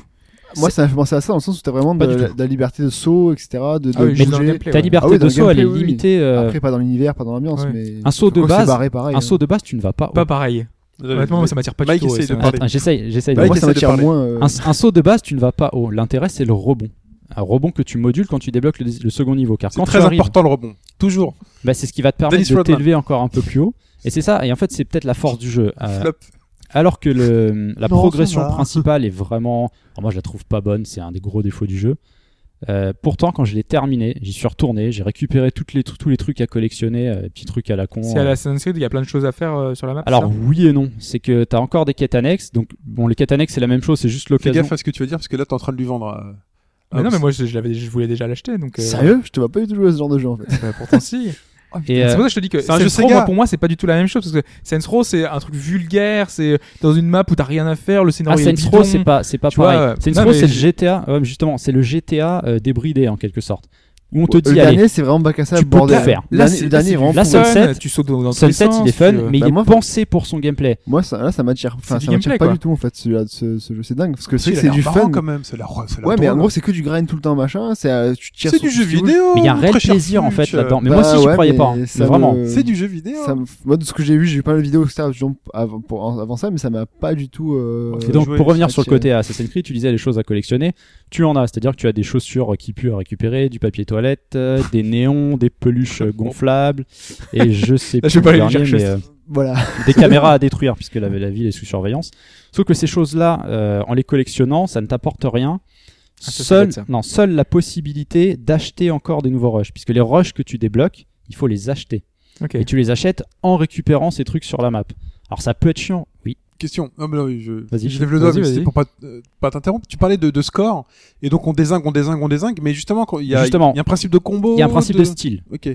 Speaker 5: Moi, ça me fait penser à ça dans le sens où t'as vraiment
Speaker 6: Pas
Speaker 5: de,
Speaker 6: du
Speaker 5: la, de la liberté de saut, etc. De, de
Speaker 3: Ah oui, juste dans le
Speaker 5: bouger.
Speaker 3: gameplay,
Speaker 6: Ta
Speaker 3: ouais.
Speaker 6: liberté
Speaker 5: Ah oui, dans
Speaker 6: de
Speaker 5: le
Speaker 6: saut, elle est
Speaker 5: gameplay, oui, oui.
Speaker 6: limitée. euh,
Speaker 5: Après, pas dans l'univers, pas dans l'ambiance,
Speaker 3: Ouais.
Speaker 5: mais.
Speaker 6: un saut de
Speaker 5: Quoi que c'est
Speaker 6: base,
Speaker 5: barré, pareil,
Speaker 6: un
Speaker 5: hein.
Speaker 6: saut de base, tu ne vas pas. haut.
Speaker 3: Pas pareil.
Speaker 6: Euh,
Speaker 3: Honnêtement, ça m'attire pas
Speaker 2: Euh, Mike
Speaker 3: du tout.
Speaker 2: essaye
Speaker 3: ouais,
Speaker 2: de
Speaker 3: ça-
Speaker 2: parler.
Speaker 6: Attends, J'essaye, j'essaye.
Speaker 5: Bah,
Speaker 6: de-
Speaker 2: Mike
Speaker 5: moi, ça
Speaker 2: essaie de
Speaker 5: m'attire
Speaker 2: parler.
Speaker 5: moins. euh,
Speaker 6: Un, un saut de base, tu ne vas pas haut. L'intérêt, c'est le rebond. Un rebond que tu modules quand tu débloques le, le second niveau. Car
Speaker 2: C'est
Speaker 6: quand
Speaker 2: très
Speaker 6: tu arrives,
Speaker 2: important le rebond. Toujours.
Speaker 6: bah, c'est ce qui va te permettre
Speaker 2: Dennis
Speaker 6: de
Speaker 2: Rodman.
Speaker 6: t'élever encore un peu plus haut. Et c'est ça. Et en fait, c'est peut-être la force du jeu. Euh,
Speaker 2: Flop.
Speaker 6: alors que le, la
Speaker 4: Non, ça
Speaker 6: progression
Speaker 4: va.
Speaker 6: principale est vraiment. alors moi, je la trouve pas bonne. C'est un des gros défauts du jeu. Euh, pourtant, quand je l'ai terminé, j'y suis retourné. J'ai récupéré toutes les, tous les trucs à collectionner, euh, petits trucs à la con.
Speaker 3: C'est à
Speaker 6: euh,
Speaker 3: la Assassin's Creed, il y a plein de choses à faire euh, sur la map.
Speaker 6: Alors
Speaker 3: c'est
Speaker 6: oui et non, c'est que t'as encore des quêtes annexes. Donc bon, les quêtes annexes c'est la même chose, c'est juste
Speaker 2: Fais
Speaker 6: l'occasion.
Speaker 2: gaffe à ce que tu vas dire parce que là, t'es en train de lui vendre. euh, à-
Speaker 3: ça mais
Speaker 2: à-
Speaker 3: Ah non, mais moi je, je l'avais, je voulais déjà l'acheter, donc. euh,
Speaker 5: Sérieux Je te vois pas du tout jouer à ce genre de jeu en
Speaker 2: Eh
Speaker 5: fait.
Speaker 3: bah, pourtant si.
Speaker 6: Et,
Speaker 3: C'est
Speaker 6: euh,
Speaker 3: pour ça que je te dis que
Speaker 2: ben, c'est un
Speaker 3: Saints
Speaker 2: jeu
Speaker 3: Row,
Speaker 2: Sega.
Speaker 3: moi, pour moi, c'est pas du tout la même chose parce que Saints Row, c'est un truc vulgaire, c'est euh, dans une map où t'as rien à faire, le
Speaker 6: Ah,
Speaker 3: scénario est
Speaker 6: Saints
Speaker 3: bidon.
Speaker 6: Row, c'est pas, c'est pas
Speaker 3: Tu vois,
Speaker 6: pareil.
Speaker 3: euh,
Speaker 6: Saints
Speaker 3: non,
Speaker 6: Row,
Speaker 3: mais
Speaker 6: c'est le
Speaker 3: je-
Speaker 6: GTA, ouais, justement, c'est le GTA euh, débridé en quelque sorte. Où on te
Speaker 5: le
Speaker 6: dit, allez,
Speaker 5: dernier, c'est vraiment bac à sable.
Speaker 6: tu peux tout
Speaker 5: bordel.
Speaker 6: faire.
Speaker 5: Le
Speaker 3: Là,
Speaker 5: dernier-
Speaker 3: c'est-
Speaker 5: le dernier,
Speaker 3: c'est
Speaker 5: est vraiment
Speaker 3: du
Speaker 6: Là,
Speaker 5: pourri.
Speaker 3: fun,
Speaker 6: Sunset-
Speaker 3: tu sautes dans, dans tous les
Speaker 6: Sunset,
Speaker 3: sens,
Speaker 6: il est
Speaker 3: tu,
Speaker 6: fun,
Speaker 3: euh,
Speaker 6: mais
Speaker 5: bah,
Speaker 6: il est
Speaker 5: moi,
Speaker 6: pensé pour son gameplay.
Speaker 5: Moi, ça, là, ça m'attire. Enfin,
Speaker 3: C'est
Speaker 5: ça
Speaker 3: du
Speaker 5: m'attire
Speaker 3: gameplay,
Speaker 5: pas
Speaker 3: quoi.
Speaker 5: du tout, en fait, celui-là, de ce, ce jeu. C'est dingue. Parce que
Speaker 2: Si,
Speaker 5: c'est
Speaker 2: il a
Speaker 5: c'est
Speaker 2: l'air
Speaker 5: du
Speaker 2: marrant
Speaker 5: fun.
Speaker 2: quand même. C'est la c'est la
Speaker 5: Ouais, mais en
Speaker 2: drôle.
Speaker 5: gros, c'est que du grind tout le temps, machin. C'est, euh, tu tires
Speaker 2: c'est
Speaker 5: sur-
Speaker 2: du jeu
Speaker 5: tu-
Speaker 2: vidéo.
Speaker 6: Mais il y a un réel
Speaker 2: très cher
Speaker 6: plaisir en
Speaker 2: truc,
Speaker 6: fait
Speaker 2: euh,
Speaker 6: là-dedans. Mais
Speaker 5: Bah
Speaker 6: moi aussi, j'y
Speaker 5: ouais,
Speaker 6: croyais pas. hein.
Speaker 5: mais
Speaker 6: Mais
Speaker 5: ça me-
Speaker 6: Vraiment.
Speaker 2: C'est du jeu vidéo.
Speaker 5: ça me- Moi, de ce que j'ai vu, j'ai vu pas la vidéo, etc. disons, avant, pour- avant ça, mais ça m'a pas du tout. euh,
Speaker 6: Et donc,
Speaker 2: jouer,
Speaker 6: pour revenir
Speaker 5: ça
Speaker 6: sur le
Speaker 5: tient.
Speaker 3: euh,
Speaker 6: côté Assassin's Creed, tu disais les choses à collectionner. Tu en as, c'est-à-dire que tu as des chaussures qui puent à récupérer, du papier toilette, euh, des néons, des peluches euh, gonflables, et je sais
Speaker 3: Là,
Speaker 6: plus
Speaker 3: je vais pas
Speaker 6: le
Speaker 3: aller
Speaker 6: dernier,
Speaker 3: chercher
Speaker 6: mais,
Speaker 3: ça.
Speaker 6: euh,
Speaker 5: Voilà.
Speaker 6: des caméras à détruire puisque la, la ville est sous surveillance. Sauf que ces choses-là, euh, en les collectionnant, ça ne t'apporte rien.
Speaker 3: Ah, ça, ça
Speaker 6: Seul,
Speaker 3: doit être ça.
Speaker 6: non, seule la possibilité d'acheter encore des nouveaux rushs, puisque les rushs que tu débloques, il faut les acheter.
Speaker 3: Ok.
Speaker 6: Et tu les achètes en récupérant ces trucs sur la map. Alors ça peut être chiant, oui.
Speaker 2: Question. Non, mais non, mais je,
Speaker 6: Vas-y.
Speaker 2: je lève le doigt,
Speaker 3: Vas-y,
Speaker 2: mais c'était
Speaker 3: vas-y.
Speaker 2: pour pas, euh, pas t'interrompre. Tu parlais de, de score, et donc on désingue, on désingue, on désingue, mais justement, quand il y a,
Speaker 6: Justement.
Speaker 2: il y a un principe de combo.
Speaker 6: Il y a un principe de style.
Speaker 2: Ok.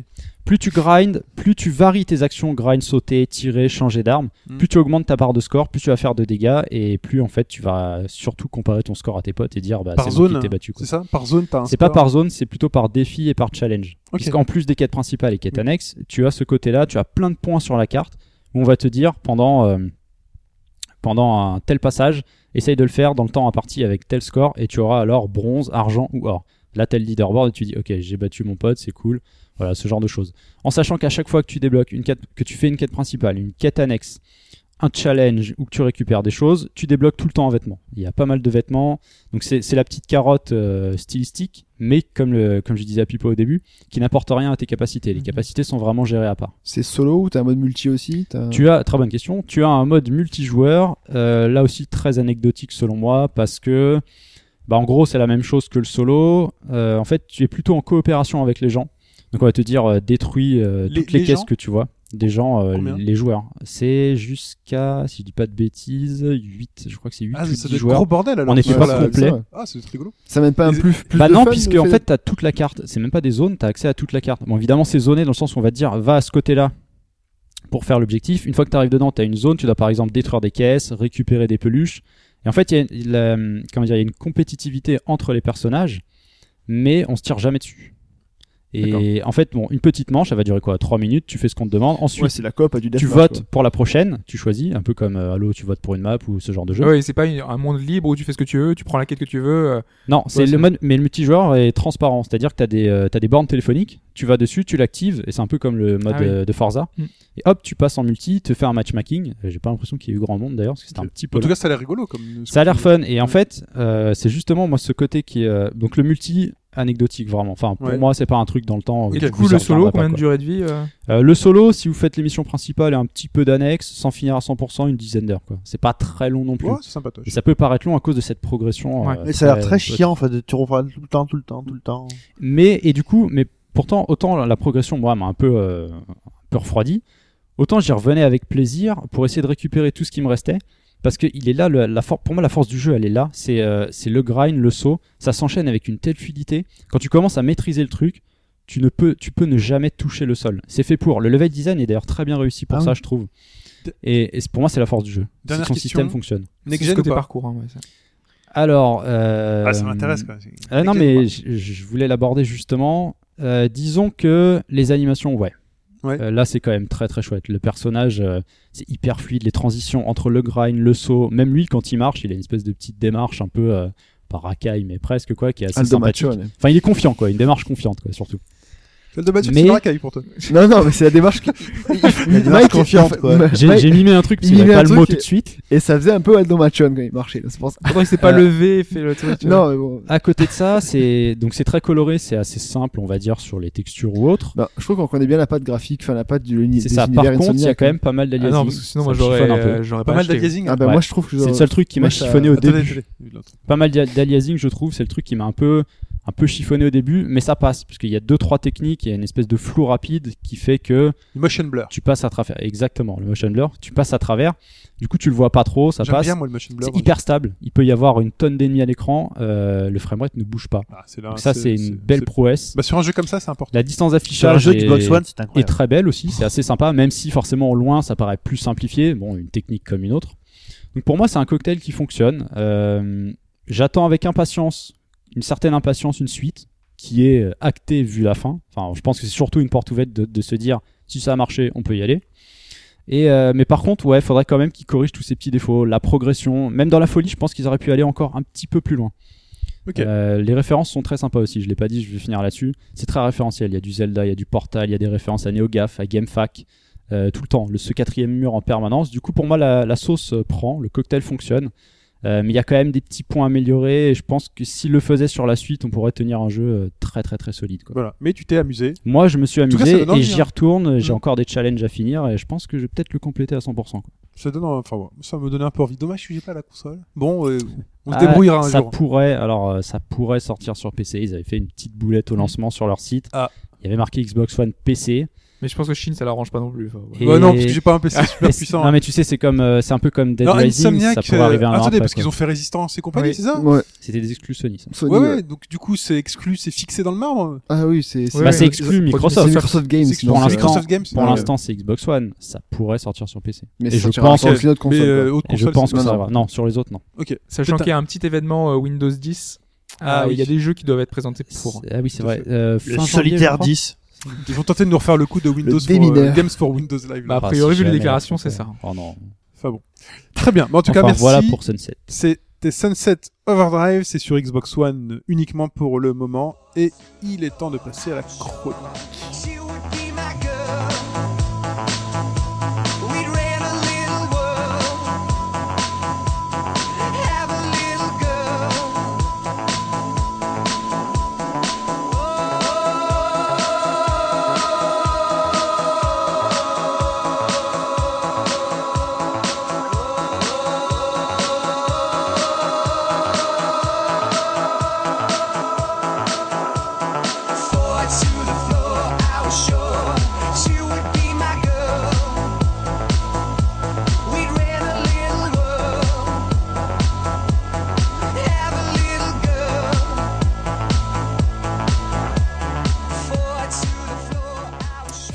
Speaker 6: Plus tu grindes, plus tu varies tes actions, grind, sauter, tirer, changer d'arme,
Speaker 2: Mm.
Speaker 6: plus tu augmentes ta barre de score, plus tu vas faire de dégâts et plus en fait tu vas surtout comparer ton score à tes potes et dire bah
Speaker 2: Par
Speaker 6: c'est moi
Speaker 2: zone,
Speaker 6: qui t'ai battu. quoi.
Speaker 2: C'est ça Par zone, t'as un
Speaker 6: C'est pas
Speaker 2: score.
Speaker 6: par zone, c'est plutôt par défi et par challenge.
Speaker 2: Ok.
Speaker 6: Parce qu'en plus des quêtes principales et quêtes annexes, tu as ce côté-là, tu as plein de points sur la carte où on va te dire pendant, euh, pendant un tel passage, essaye de le faire dans le temps imparti avec tel score et tu auras alors bronze, argent ou or. Là, t'as le leaderboard et tu dis ok, j'ai battu mon pote, c'est cool. Voilà, ce genre de choses. En sachant qu'à chaque fois que tu débloques une quête, que tu fais une quête principale, une quête annexe, un challenge ou que tu récupères des choses, tu débloques tout le temps un vêtement. Il y a pas mal de vêtements. Donc c'est c'est la petite carotte euh, stylistique, mais comme, le, comme je disais à Pipo au début, qui n'apporte rien à tes capacités. Les
Speaker 3: Mhm.
Speaker 6: capacités sont vraiment gérées à part.
Speaker 5: C'est solo ou t'as un mode multi aussi t'as-
Speaker 6: Tu as, très bonne question, tu as un mode multijoueur, euh, là aussi très anecdotique selon moi, parce que, bah, en gros, c'est la même chose que le solo. Euh, en fait, tu es plutôt en coopération avec les gens. Donc on va te dire, euh, détruis euh,
Speaker 2: Les-
Speaker 6: toutes les,
Speaker 2: les
Speaker 6: caisses
Speaker 2: gens
Speaker 6: que tu vois, des gens, euh,
Speaker 2: Combien
Speaker 6: les joueurs. C'est jusqu'à, si je dis pas de bêtises, 8, je crois que c'est 8
Speaker 2: Ah,
Speaker 6: ou
Speaker 2: ça
Speaker 6: 10
Speaker 2: doit être
Speaker 6: joueurs.
Speaker 2: gros bordel alors.
Speaker 6: On
Speaker 2: que
Speaker 6: était
Speaker 2: sur
Speaker 6: pas
Speaker 2: la-
Speaker 5: ça,
Speaker 6: complet.
Speaker 5: ouais.
Speaker 2: Ah, c'est rigolo.
Speaker 5: Ça mène pas un
Speaker 2: Ils-
Speaker 5: Ben, plus, plus
Speaker 6: bah
Speaker 5: de
Speaker 6: non,
Speaker 5: fun,
Speaker 6: puisque
Speaker 5: le
Speaker 6: en
Speaker 5: fait
Speaker 6: fait, t'as toute la carte. C'est même pas des zones, t'as accès à toute la carte. Bon, évidemment, c'est zoné dans le sens où on va te dire, va à ce côté-là pour faire l'objectif. Une fois que tu arrives dedans, tu as une zone, tu dois par exemple détruire des caisses, récupérer des peluches. Et en fait, il y, a- il a, hum, comment dire, il y a une compétitivité entre les personnages, mais on se tire jamais dessus. Et en fait, bon, une petite manche, elle va durer quoi 3 minutes, tu fais ce qu'on te demande. Ensuite,
Speaker 5: Ouais, c'est la coop à du
Speaker 6: tu
Speaker 5: deathmatch,
Speaker 6: votes
Speaker 5: quoi.
Speaker 6: pour la prochaine, tu choisis, un peu comme euh, Halo, tu votes pour une map ou ce genre de jeu.
Speaker 3: Ah Ouais, c'est pas une- un monde libre où tu fais ce que tu veux, tu prends la quête que tu veux. euh,
Speaker 6: Non, c'est
Speaker 3: c'est-
Speaker 6: le mode, mais le multijoueur est transparent, c'est-à-dire que tu as, des euh, t'as des bornes téléphoniques, tu vas dessus, tu l'actives, et c'est un peu comme le mode
Speaker 3: Ah oui.
Speaker 6: euh, de Forza.
Speaker 3: Mm.
Speaker 6: Et hop, tu passes en multi, te fais un matchmaking. Euh, J'ai pas l'impression qu'il y ait eu grand monde d'ailleurs, parce que c'était un petit peu.
Speaker 2: En tout cas,
Speaker 6: lent.
Speaker 2: Mm. ça a l'air rigolo. Comme...
Speaker 6: ça a l'air fun, et en fait, euh, c'est justement moi ce côté qui est. euh, donc le multi, anecdotique vraiment. Enfin, pour
Speaker 2: Ouais.
Speaker 6: moi, c'est pas un truc dans le temps.
Speaker 3: Et
Speaker 6: euh,
Speaker 3: du
Speaker 6: vous
Speaker 3: coup,
Speaker 6: y
Speaker 3: le
Speaker 6: reviendrez
Speaker 3: solo,
Speaker 6: pas,
Speaker 3: combien de
Speaker 6: quoi.
Speaker 3: durée de vie euh
Speaker 6: Euh, le solo, si vous faites l'émission principale et un petit peu d'annexe, sans finir à 100%, une dizaine d'heures. quoi. C'est pas très long non plus.
Speaker 2: Ouais, c'est sympatoche.
Speaker 6: Et ça peut paraître long à cause de cette progression.
Speaker 3: Ouais.
Speaker 6: euh,
Speaker 4: Mais ça a l'air très chiant, en fait, de tu reprendre tout le temps, tout le temps, tout le temps.
Speaker 6: Mais et du coup, mais pourtant autant la- la progression moi m'a un peu euh, un peu refroidi, autant j'y revenais avec plaisir pour essayer de récupérer tout ce qui me restait parce que il est là le- la for- pour moi la force du jeu elle est là, c'est euh, c'est le grind, le saut, ça s'enchaîne avec une telle fluidité quand tu commences à maîtriser le truc, tu ne peux tu peux ne jamais toucher le sol. C'est fait pour. Le level design est d'ailleurs très bien réussi pour
Speaker 4: Ah
Speaker 6: ça
Speaker 4: oui.
Speaker 6: je trouve.
Speaker 2: D-
Speaker 6: Et, et c'est- pour moi c'est la force du jeu. C'est que
Speaker 2: Dernière
Speaker 6: son
Speaker 2: question.
Speaker 6: système fonctionne.
Speaker 3: C'est
Speaker 2: Next
Speaker 3: ce
Speaker 2: gen ou
Speaker 3: côté
Speaker 2: pas
Speaker 3: parcours. hein, ouais, ça.
Speaker 6: Alors euh,
Speaker 2: Ah, ça m'intéresse quand même.
Speaker 6: euh, non,
Speaker 2: Next gen ou
Speaker 6: mais
Speaker 2: pas
Speaker 6: je, je voulais l'aborder justement. Euh, disons que les animations, ouais.
Speaker 2: Ouais.
Speaker 6: Euh, là, c'est quand même très très chouette. Le personnage, euh, c'est hyper fluide. Les transitions entre le grind, le saut, même lui, quand il marche, il a une espèce de petite démarche un peu euh, pas racaille, mais presque quoi, qui est assez
Speaker 5: Aldo
Speaker 6: sympathique.
Speaker 5: Machone.
Speaker 6: Enfin, il est confiant quoi, une démarche confiante quoi, surtout.
Speaker 2: Celle de Mathieu,
Speaker 6: Mais-
Speaker 2: c'est une racaille pour toi.
Speaker 5: Non, non, mais c'est la démarche qui.
Speaker 4: La démarche
Speaker 5: Mike-
Speaker 4: confiante, quoi.
Speaker 5: Mike-
Speaker 6: J'ai j'ai mimé un truc, parce
Speaker 5: il
Speaker 6: qu'il
Speaker 5: met
Speaker 6: avait pas
Speaker 5: un
Speaker 6: le mot
Speaker 5: truc
Speaker 6: tout
Speaker 5: et-
Speaker 6: de suite.
Speaker 5: Et ça faisait un peu Aldo Machon quand il marchait, là, c'est pour ça.
Speaker 3: Pourtant, il s'est pas
Speaker 6: Euh,
Speaker 3: levé, fait le truc. tu vois.
Speaker 5: Non, mais bon.
Speaker 6: À côté de ça, c'est donc c'est très coloré, c'est assez simple, on va dire, sur les textures ou autres.
Speaker 5: Bah, je trouve qu'on connaît bien la patte graphique, enfin la patte du des
Speaker 6: C'est ça. Par
Speaker 5: univers
Speaker 6: contre, il y a
Speaker 5: Insomniac,
Speaker 6: quand même pas mal
Speaker 3: Ah
Speaker 6: d'aliasing.
Speaker 3: non, parce que sinon,
Speaker 6: Ça
Speaker 3: moi,
Speaker 6: me chiffonne
Speaker 3: j'aurais
Speaker 6: un peu.
Speaker 3: euh, j'aurais
Speaker 2: Pas
Speaker 3: pas
Speaker 2: mal
Speaker 3: acheté.
Speaker 2: d'aliasing.
Speaker 5: Ah bah
Speaker 6: Ouais.
Speaker 5: moi je trouve que
Speaker 6: C'est le seul truc qui m'a
Speaker 5: Moi, ça-
Speaker 6: chiffonné au
Speaker 2: Attendez,
Speaker 6: début.
Speaker 2: attendez.
Speaker 6: pas mal d'al- d'aliasing je trouve c'est le truc qui m'a un peu un peu chiffonné au début mais ça passe parce qu'il y a deux trois techniques il y a une espèce de flou rapide qui fait que
Speaker 2: Motion blur.
Speaker 6: tu passes à travers exactement le motion blur tu passes à travers du coup tu le vois pas trop ça
Speaker 2: J'aime
Speaker 6: passe
Speaker 2: bien, moi, le motion blur.
Speaker 6: c'est hyper stable il peut y avoir une tonne d'ennemis à l'écran euh, le framerate ne bouge pas
Speaker 2: Ah, c'est là,
Speaker 6: Donc ça c'est une belle
Speaker 2: c'est-
Speaker 6: prouesse
Speaker 2: Bah, sur un jeu comme ça, c'est important.
Speaker 6: la distance
Speaker 4: Sur un
Speaker 6: d'affichage
Speaker 4: jeu
Speaker 6: est,
Speaker 4: Xbox One, c'est
Speaker 6: est
Speaker 4: incroyable.
Speaker 6: très belle aussi c'est assez sympa même si forcément au loin ça paraît plus simplifié bon une technique comme une autre donc pour moi, c'est un cocktail qui fonctionne. Euh, J'attends avec impatience, une certaine impatience, une suite qui est euh, actée vu la fin. Enfin, je pense que c'est surtout une porte ouverte de, de se dire si ça a marché, on peut y aller. Et euh, mais par contre, ouais, faudrait quand même qu'ils corrigent tous ces petits défauts, la progression, même dans la folie, je pense qu'ils auraient pu aller encore un petit peu plus loin.
Speaker 2: Ok.
Speaker 6: Euh, les références sont très sympas aussi. Je l'ai pas dit, je vais finir là-dessus. C'est très référentiel. Il y a du Zelda, il y a du Portal, il y a des références à NeoGaf, à GameFAQ, euh, tout le temps. Le, ce quatrième mur en permanence. Du coup, pour moi, la, la sauce euh, prend, le cocktail fonctionne. Euh, mais il y a quand même des petits points améliorés. Et je pense que s'ils le faisaient sur la suite, on pourrait tenir un jeu euh, très très très solide. Quoi.
Speaker 2: Voilà. Mais tu t'es amusé.
Speaker 6: Moi, je me suis
Speaker 2: tout cas,
Speaker 6: amusé
Speaker 2: ça donne
Speaker 6: et
Speaker 2: envie,
Speaker 6: j'y
Speaker 2: hein.
Speaker 6: retourne. J'ai
Speaker 2: Mm.
Speaker 6: encore des challenges à finir et je pense que je vais peut-être le compléter à 100%. quoi.
Speaker 2: Ça donne, enfin, ouais, ça me donnait un peu envie. Dommage que j'ai pas la console. Bon, euh, on se
Speaker 6: Ah,
Speaker 2: débrouillera un
Speaker 6: ça
Speaker 2: jour.
Speaker 6: pourrait, alors euh, ça pourrait sortir sur PC. Ils avaient fait une petite boulette au lancement sur leur site.
Speaker 2: Mm. Ah.
Speaker 6: Il y avait marqué Xbox One PC.
Speaker 3: Mais je pense que Chine, ça l'arrange pas non plus. enfin, ouais.
Speaker 6: Et-
Speaker 2: Ouais, Bah non, parce que j'ai pas un PC super
Speaker 6: Mais c-
Speaker 2: puissant. hein.
Speaker 6: Non mais tu sais, c'est comme, euh, c'est un peu comme Dead
Speaker 2: Non,
Speaker 6: Rising.
Speaker 2: Insomniac,
Speaker 6: ça pourrait
Speaker 2: euh,
Speaker 6: arriver un an
Speaker 2: attendez,
Speaker 6: après,
Speaker 2: parce qu'ils
Speaker 6: quoi.
Speaker 2: ont fait Résistance et compagnie,
Speaker 3: Oui.
Speaker 2: c'est ça
Speaker 5: Ouais,
Speaker 6: C'était des exclus Sony. ça.
Speaker 5: Sony,
Speaker 2: Ouais,
Speaker 5: ouais.
Speaker 2: ouais, donc du coup, c'est exclu, c'est fixé dans le marbre.
Speaker 5: Ah oui, c'est
Speaker 3: Ouais,
Speaker 6: Bah, c'est
Speaker 3: ouais.
Speaker 6: exclu
Speaker 5: c'est
Speaker 6: Microsoft.
Speaker 5: Microsoft Games.
Speaker 2: C'est exclu
Speaker 5: sinon,
Speaker 6: pour
Speaker 5: c'est-
Speaker 6: l'instant.
Speaker 2: Microsoft Games.
Speaker 6: Pour
Speaker 5: Ouais.
Speaker 6: l'instant, c'est Xbox One. Ça pourrait sortir sur PC.
Speaker 5: Mais
Speaker 6: Et
Speaker 5: ça
Speaker 6: je
Speaker 5: sortira
Speaker 6: pense
Speaker 5: sur aucune autre
Speaker 2: Mais
Speaker 5: console.
Speaker 2: euh,
Speaker 5: quoi.
Speaker 2: autre
Speaker 6: Et je
Speaker 2: console,
Speaker 6: pense
Speaker 2: c'est
Speaker 6: que
Speaker 2: pas
Speaker 6: ça
Speaker 2: ça.
Speaker 6: va. Non, sur les autres, non.
Speaker 2: Ok.
Speaker 3: Sachant
Speaker 2: Peut-être-
Speaker 3: qu'il y a un petit événement euh, Windows 10,
Speaker 2: Ah
Speaker 3: euh,
Speaker 2: oui.
Speaker 3: il y a des jeux qui doivent être présentés pour.
Speaker 6: Ah oui, c'est
Speaker 2: Tout à
Speaker 6: vrai. Euh,
Speaker 4: Le
Speaker 6: fin janvier, je
Speaker 4: solitaire
Speaker 6: crois.
Speaker 4: 10.
Speaker 2: Ils vont tenter de nous refaire le coup de Windows for,
Speaker 5: démineur.
Speaker 2: euh, Games for Windows Live.
Speaker 3: Bah, a
Speaker 2: là.
Speaker 3: priori,
Speaker 6: si
Speaker 3: vu les
Speaker 6: jamais,
Speaker 3: déclarations,
Speaker 6: euh,
Speaker 3: c'est ça.
Speaker 6: Oh non.
Speaker 2: Enfin bon. Très bien. Mais en hein. tout cas,
Speaker 6: Enfin,
Speaker 2: merci.
Speaker 6: voilà pour Sunset.
Speaker 2: C'était Sunset Overdrive, c'est sur Xbox One uniquement pour le moment, et il est temps de passer à la chronique.
Speaker 7: She would be my girl. We'd rent a little world. Have a little girl. Oh. Forward to the floor, I was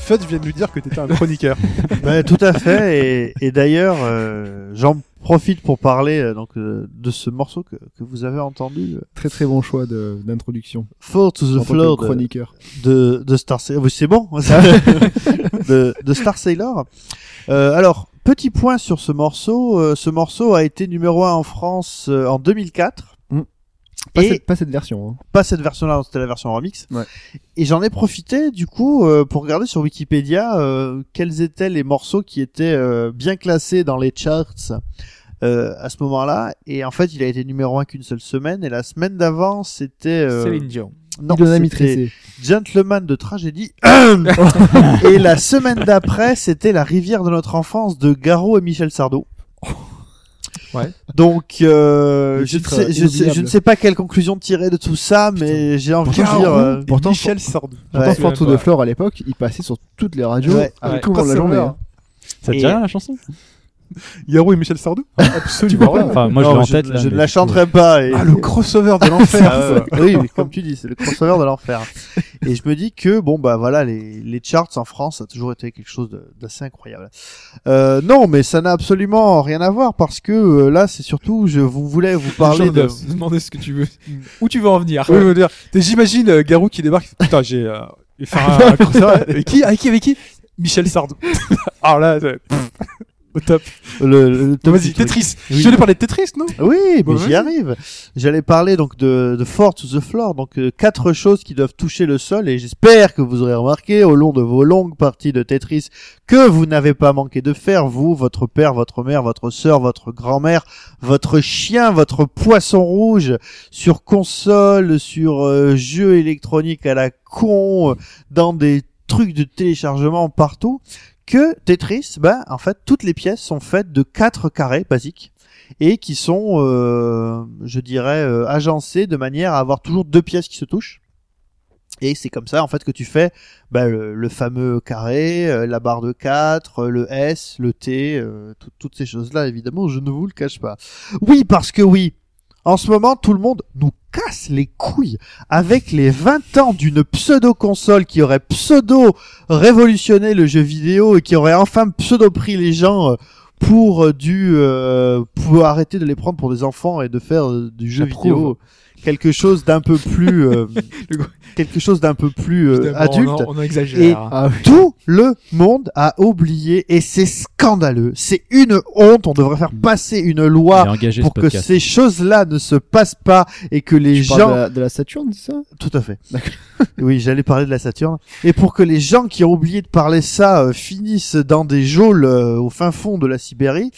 Speaker 2: Fudge vient de lui dire que t'étais un chroniqueur.
Speaker 4: Ben, tout à fait. Et, et d'ailleurs, euh, j'en profite pour parler euh, donc euh, de ce morceau que, que vous avez entendu, euh,
Speaker 5: Très très bon choix de- d'introduction.
Speaker 4: Fall to the
Speaker 5: En tant que
Speaker 4: Floor de,
Speaker 5: chroniqueur.
Speaker 4: de, de Star Sailor. Oui, C'est bon, ça. de, de Star Sailor. Euh, alors, petit point sur ce morceau. Euh, ce morceau a été numéro un en France euh, en 2004.
Speaker 5: Mm. Pas,
Speaker 4: Et-
Speaker 5: cette, pas cette version. hein.
Speaker 4: pas cette version-là, c'était la version remix.
Speaker 5: Ouais.
Speaker 4: Et j'en ai profité du coup euh, pour regarder sur Wikipédia euh, quels étaient les morceaux qui étaient euh, bien classés dans les charts euh, à ce moment-là. Et en fait, il a été numéro un qu'une seule semaine. Et la semaine d'avant, c'était euh,
Speaker 3: Céline Dion.
Speaker 4: non,
Speaker 5: Ilona
Speaker 4: c'était
Speaker 5: Mitressé.
Speaker 4: Gentleman de tragédie. et la semaine d'après, c'était La rivière de notre enfance de Garot et Michel Sardou.
Speaker 3: Ouais.
Speaker 4: Donc, euh,
Speaker 5: Le
Speaker 4: je, ne
Speaker 5: titre,
Speaker 4: sais,
Speaker 5: euh,
Speaker 4: je, sais-
Speaker 5: inoubliable.
Speaker 4: je ne sais pas quelle conclusion tirer de tout ça, mais j'ai envie de dire. euh,
Speaker 5: Pourtant,
Speaker 2: Michel Sardou.
Speaker 5: Pourtant,
Speaker 4: ouais.
Speaker 5: Fort
Speaker 3: Ouais,
Speaker 5: Tour de
Speaker 3: ouais.
Speaker 5: Flore à l'époque, il passait sur toutes les radios
Speaker 4: Ouais.
Speaker 5: à
Speaker 3: Ouais.
Speaker 5: tout moment de la
Speaker 2: Crossover.
Speaker 5: journée. hein.
Speaker 6: Ça te
Speaker 4: Et-
Speaker 6: dit rien, la chanson
Speaker 2: Yaro et Michel Sardou Absolument.
Speaker 6: Ouais, Enfin, moi,
Speaker 4: Ah
Speaker 6: je
Speaker 4: non,
Speaker 6: l'ai en
Speaker 4: je,
Speaker 6: tête.
Speaker 4: je
Speaker 6: là,
Speaker 4: ne la
Speaker 6: mais du coup,
Speaker 4: chanterai pas. Et...
Speaker 2: Ah, le crossover de l'enfer.
Speaker 4: Ah,
Speaker 2: ça.
Speaker 4: ouais, ouais. oui, mais comme tu dis, c'est le crossover de l'enfer. Et je me dis que bon bah voilà, les, les charts en France ça a toujours été quelque chose de- d'assez incroyable. Euh, non, mais ça n'a absolument rien à voir parce que euh, là c'est surtout je vous voulais vous parler de.
Speaker 3: de demander ce que tu veux. Où tu veux en venir
Speaker 2: Oui, je veux dire, t'es- j'imagine euh, Garou qui débarque. Putain, j'ai euh, il va faire un, un crossover. Et qui Avec qui Avec qui Michel Sardou. Alors là, c'est- pff, au top.
Speaker 4: Le, le- le-
Speaker 2: Vas-y, Tetris.
Speaker 4: Oui.
Speaker 2: Je voulais parler de Tetris, non
Speaker 4: Oui, mais
Speaker 2: Bah,
Speaker 4: j'y
Speaker 2: vas-y.
Speaker 4: arrive. J'allais parler donc de, de Fort to the Floor, donc euh, quatre choses qui doivent toucher le sol et j'espère que vous aurez remarqué au long de vos longues parties de Tetris que vous n'avez pas manqué de faire, vous, votre père, votre mère, votre sœur, votre grand-mère, votre chien, votre poisson rouge, sur console, sur euh, jeux électroniques à la con, euh, dans des trucs de téléchargement partout, que Tetris, ben, en fait, toutes les pièces sont faites de quatre carrés basiques et qui sont, euh, je dirais, euh, agencées de manière à avoir toujours deux pièces qui se touchent. Et c'est comme ça, en fait, que tu fais ben, le, le fameux carré, euh, la barre de 4, euh, le S, le T, euh, tout- toutes ces choses-là, évidemment, je ne vous le cache pas. Oui, parce que oui, en ce moment, tout le monde nous casse les couilles avec les 20 ans d'une pseudo-console qui aurait pseudo-révolutionné le jeu vidéo et qui aurait enfin pseudo-pris les gens euh, pour euh, du euh, pour arrêter de les prendre pour des enfants et de faire euh, du jeu
Speaker 3: J'approuve.
Speaker 4: vidéo quelque chose d'un peu plus euh, quelque chose d'un peu plus euh,
Speaker 3: Évidemment,
Speaker 4: adulte
Speaker 3: On, en- on en exagère.
Speaker 5: Ah oui.
Speaker 4: tout le monde a oublié et c'est scandaleux. C'est une honte. On devrait faire passer une
Speaker 6: il
Speaker 4: loi
Speaker 6: est engagé ce
Speaker 4: pour que
Speaker 6: podcast.
Speaker 4: ces choses-là ne se passent pas et que les
Speaker 5: Tu parles
Speaker 4: gens
Speaker 5: de la, de la Saturne, c'est ça
Speaker 4: tout à fait. oui, j'allais parler de la Saturne. Et pour que les gens qui ont oublié de parler ça euh, finissent dans des geôles euh, au fin fond de la Sibérie,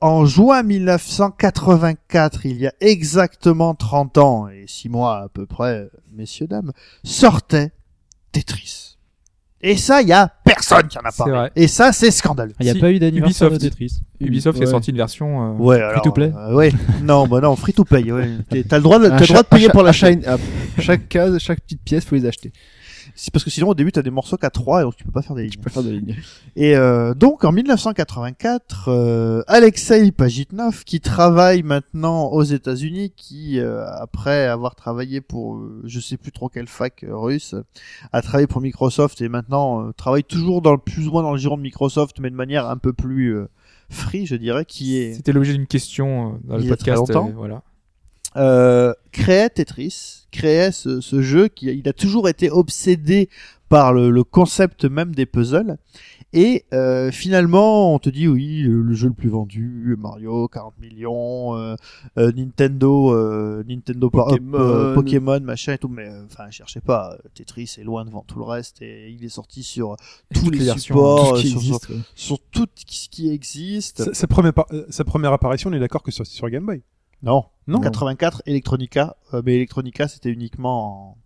Speaker 4: en juin 1984, il y a exactement 30 ans et 6 mois à peu près, euh, messieurs, dames, sortait Tetris. Et ça, il y a personne qui en a
Speaker 3: C'est
Speaker 4: parlé.
Speaker 3: vrai.
Speaker 4: Et ça, c'est scandaleux.
Speaker 6: Ah, Il n'y a
Speaker 3: Si,
Speaker 6: pas eu d'anniversaire de
Speaker 3: Ubisoft.
Speaker 6: Tetris.
Speaker 3: Ubisoft
Speaker 5: Ouais.
Speaker 3: est sorti une version. euh,
Speaker 4: Ouais, alors,
Speaker 3: to play
Speaker 4: euh, ouais. Non, bah non, free to pay. Ouais. T'es- T'as le droit de, t'as
Speaker 5: À
Speaker 4: le droit de
Speaker 5: chaque-
Speaker 4: payer
Speaker 5: à
Speaker 4: pour la
Speaker 5: chaque-
Speaker 4: chaîne.
Speaker 5: à Chaque case, chaque petite pièce, faut les acheter.
Speaker 4: C'est parce que sinon, au début, t'as des morceaux qu'à 3 et donc tu peux pas faire des lignes.
Speaker 5: Tu peux faire de la ligne.
Speaker 4: Et euh, donc en 1984, euh, Alexei Pajitnov, qui travaille maintenant aux États-Unis, qui euh, après avoir travaillé pour euh, je sais plus trop quelle fac euh, russe, a travaillé pour Microsoft et maintenant euh, travaille toujours dans le plus ou moins dans le giron de Microsoft, mais de manière un peu plus euh, free, je dirais, qui est
Speaker 3: C'était l'objet d'une question euh, dans
Speaker 4: Il
Speaker 3: le
Speaker 4: y a très
Speaker 3: podcast.
Speaker 4: longtemps.
Speaker 3: euh, voilà.
Speaker 4: euh, créait Tetris, créait ce, ce jeu qui il a toujours été obsédé par le, le concept même des puzzles. Et euh, finalement, on te dit oui, le, le jeu le plus vendu, Mario, 40 millions, euh, euh, Nintendo, euh, Nintendo par-
Speaker 5: Pokémon.
Speaker 4: euh, Pokémon, machin et tout. Mais euh, enfin, cherchez pas, euh, Tetris est loin devant tout le reste et il est sorti sur euh, tous
Speaker 3: toutes
Speaker 4: les,
Speaker 3: les versions,
Speaker 4: supports,
Speaker 5: Tout ce qui
Speaker 4: Oh, sur,
Speaker 5: existe. ouais.
Speaker 4: sur- sur tout ce qui existe.
Speaker 2: sa, sa première par- euh, sa première apparition, on est d'accord que sur, sur Game Boy.
Speaker 4: Non,
Speaker 2: Non.
Speaker 4: 84 Electronica, euh, mais Electronica c'était uniquement en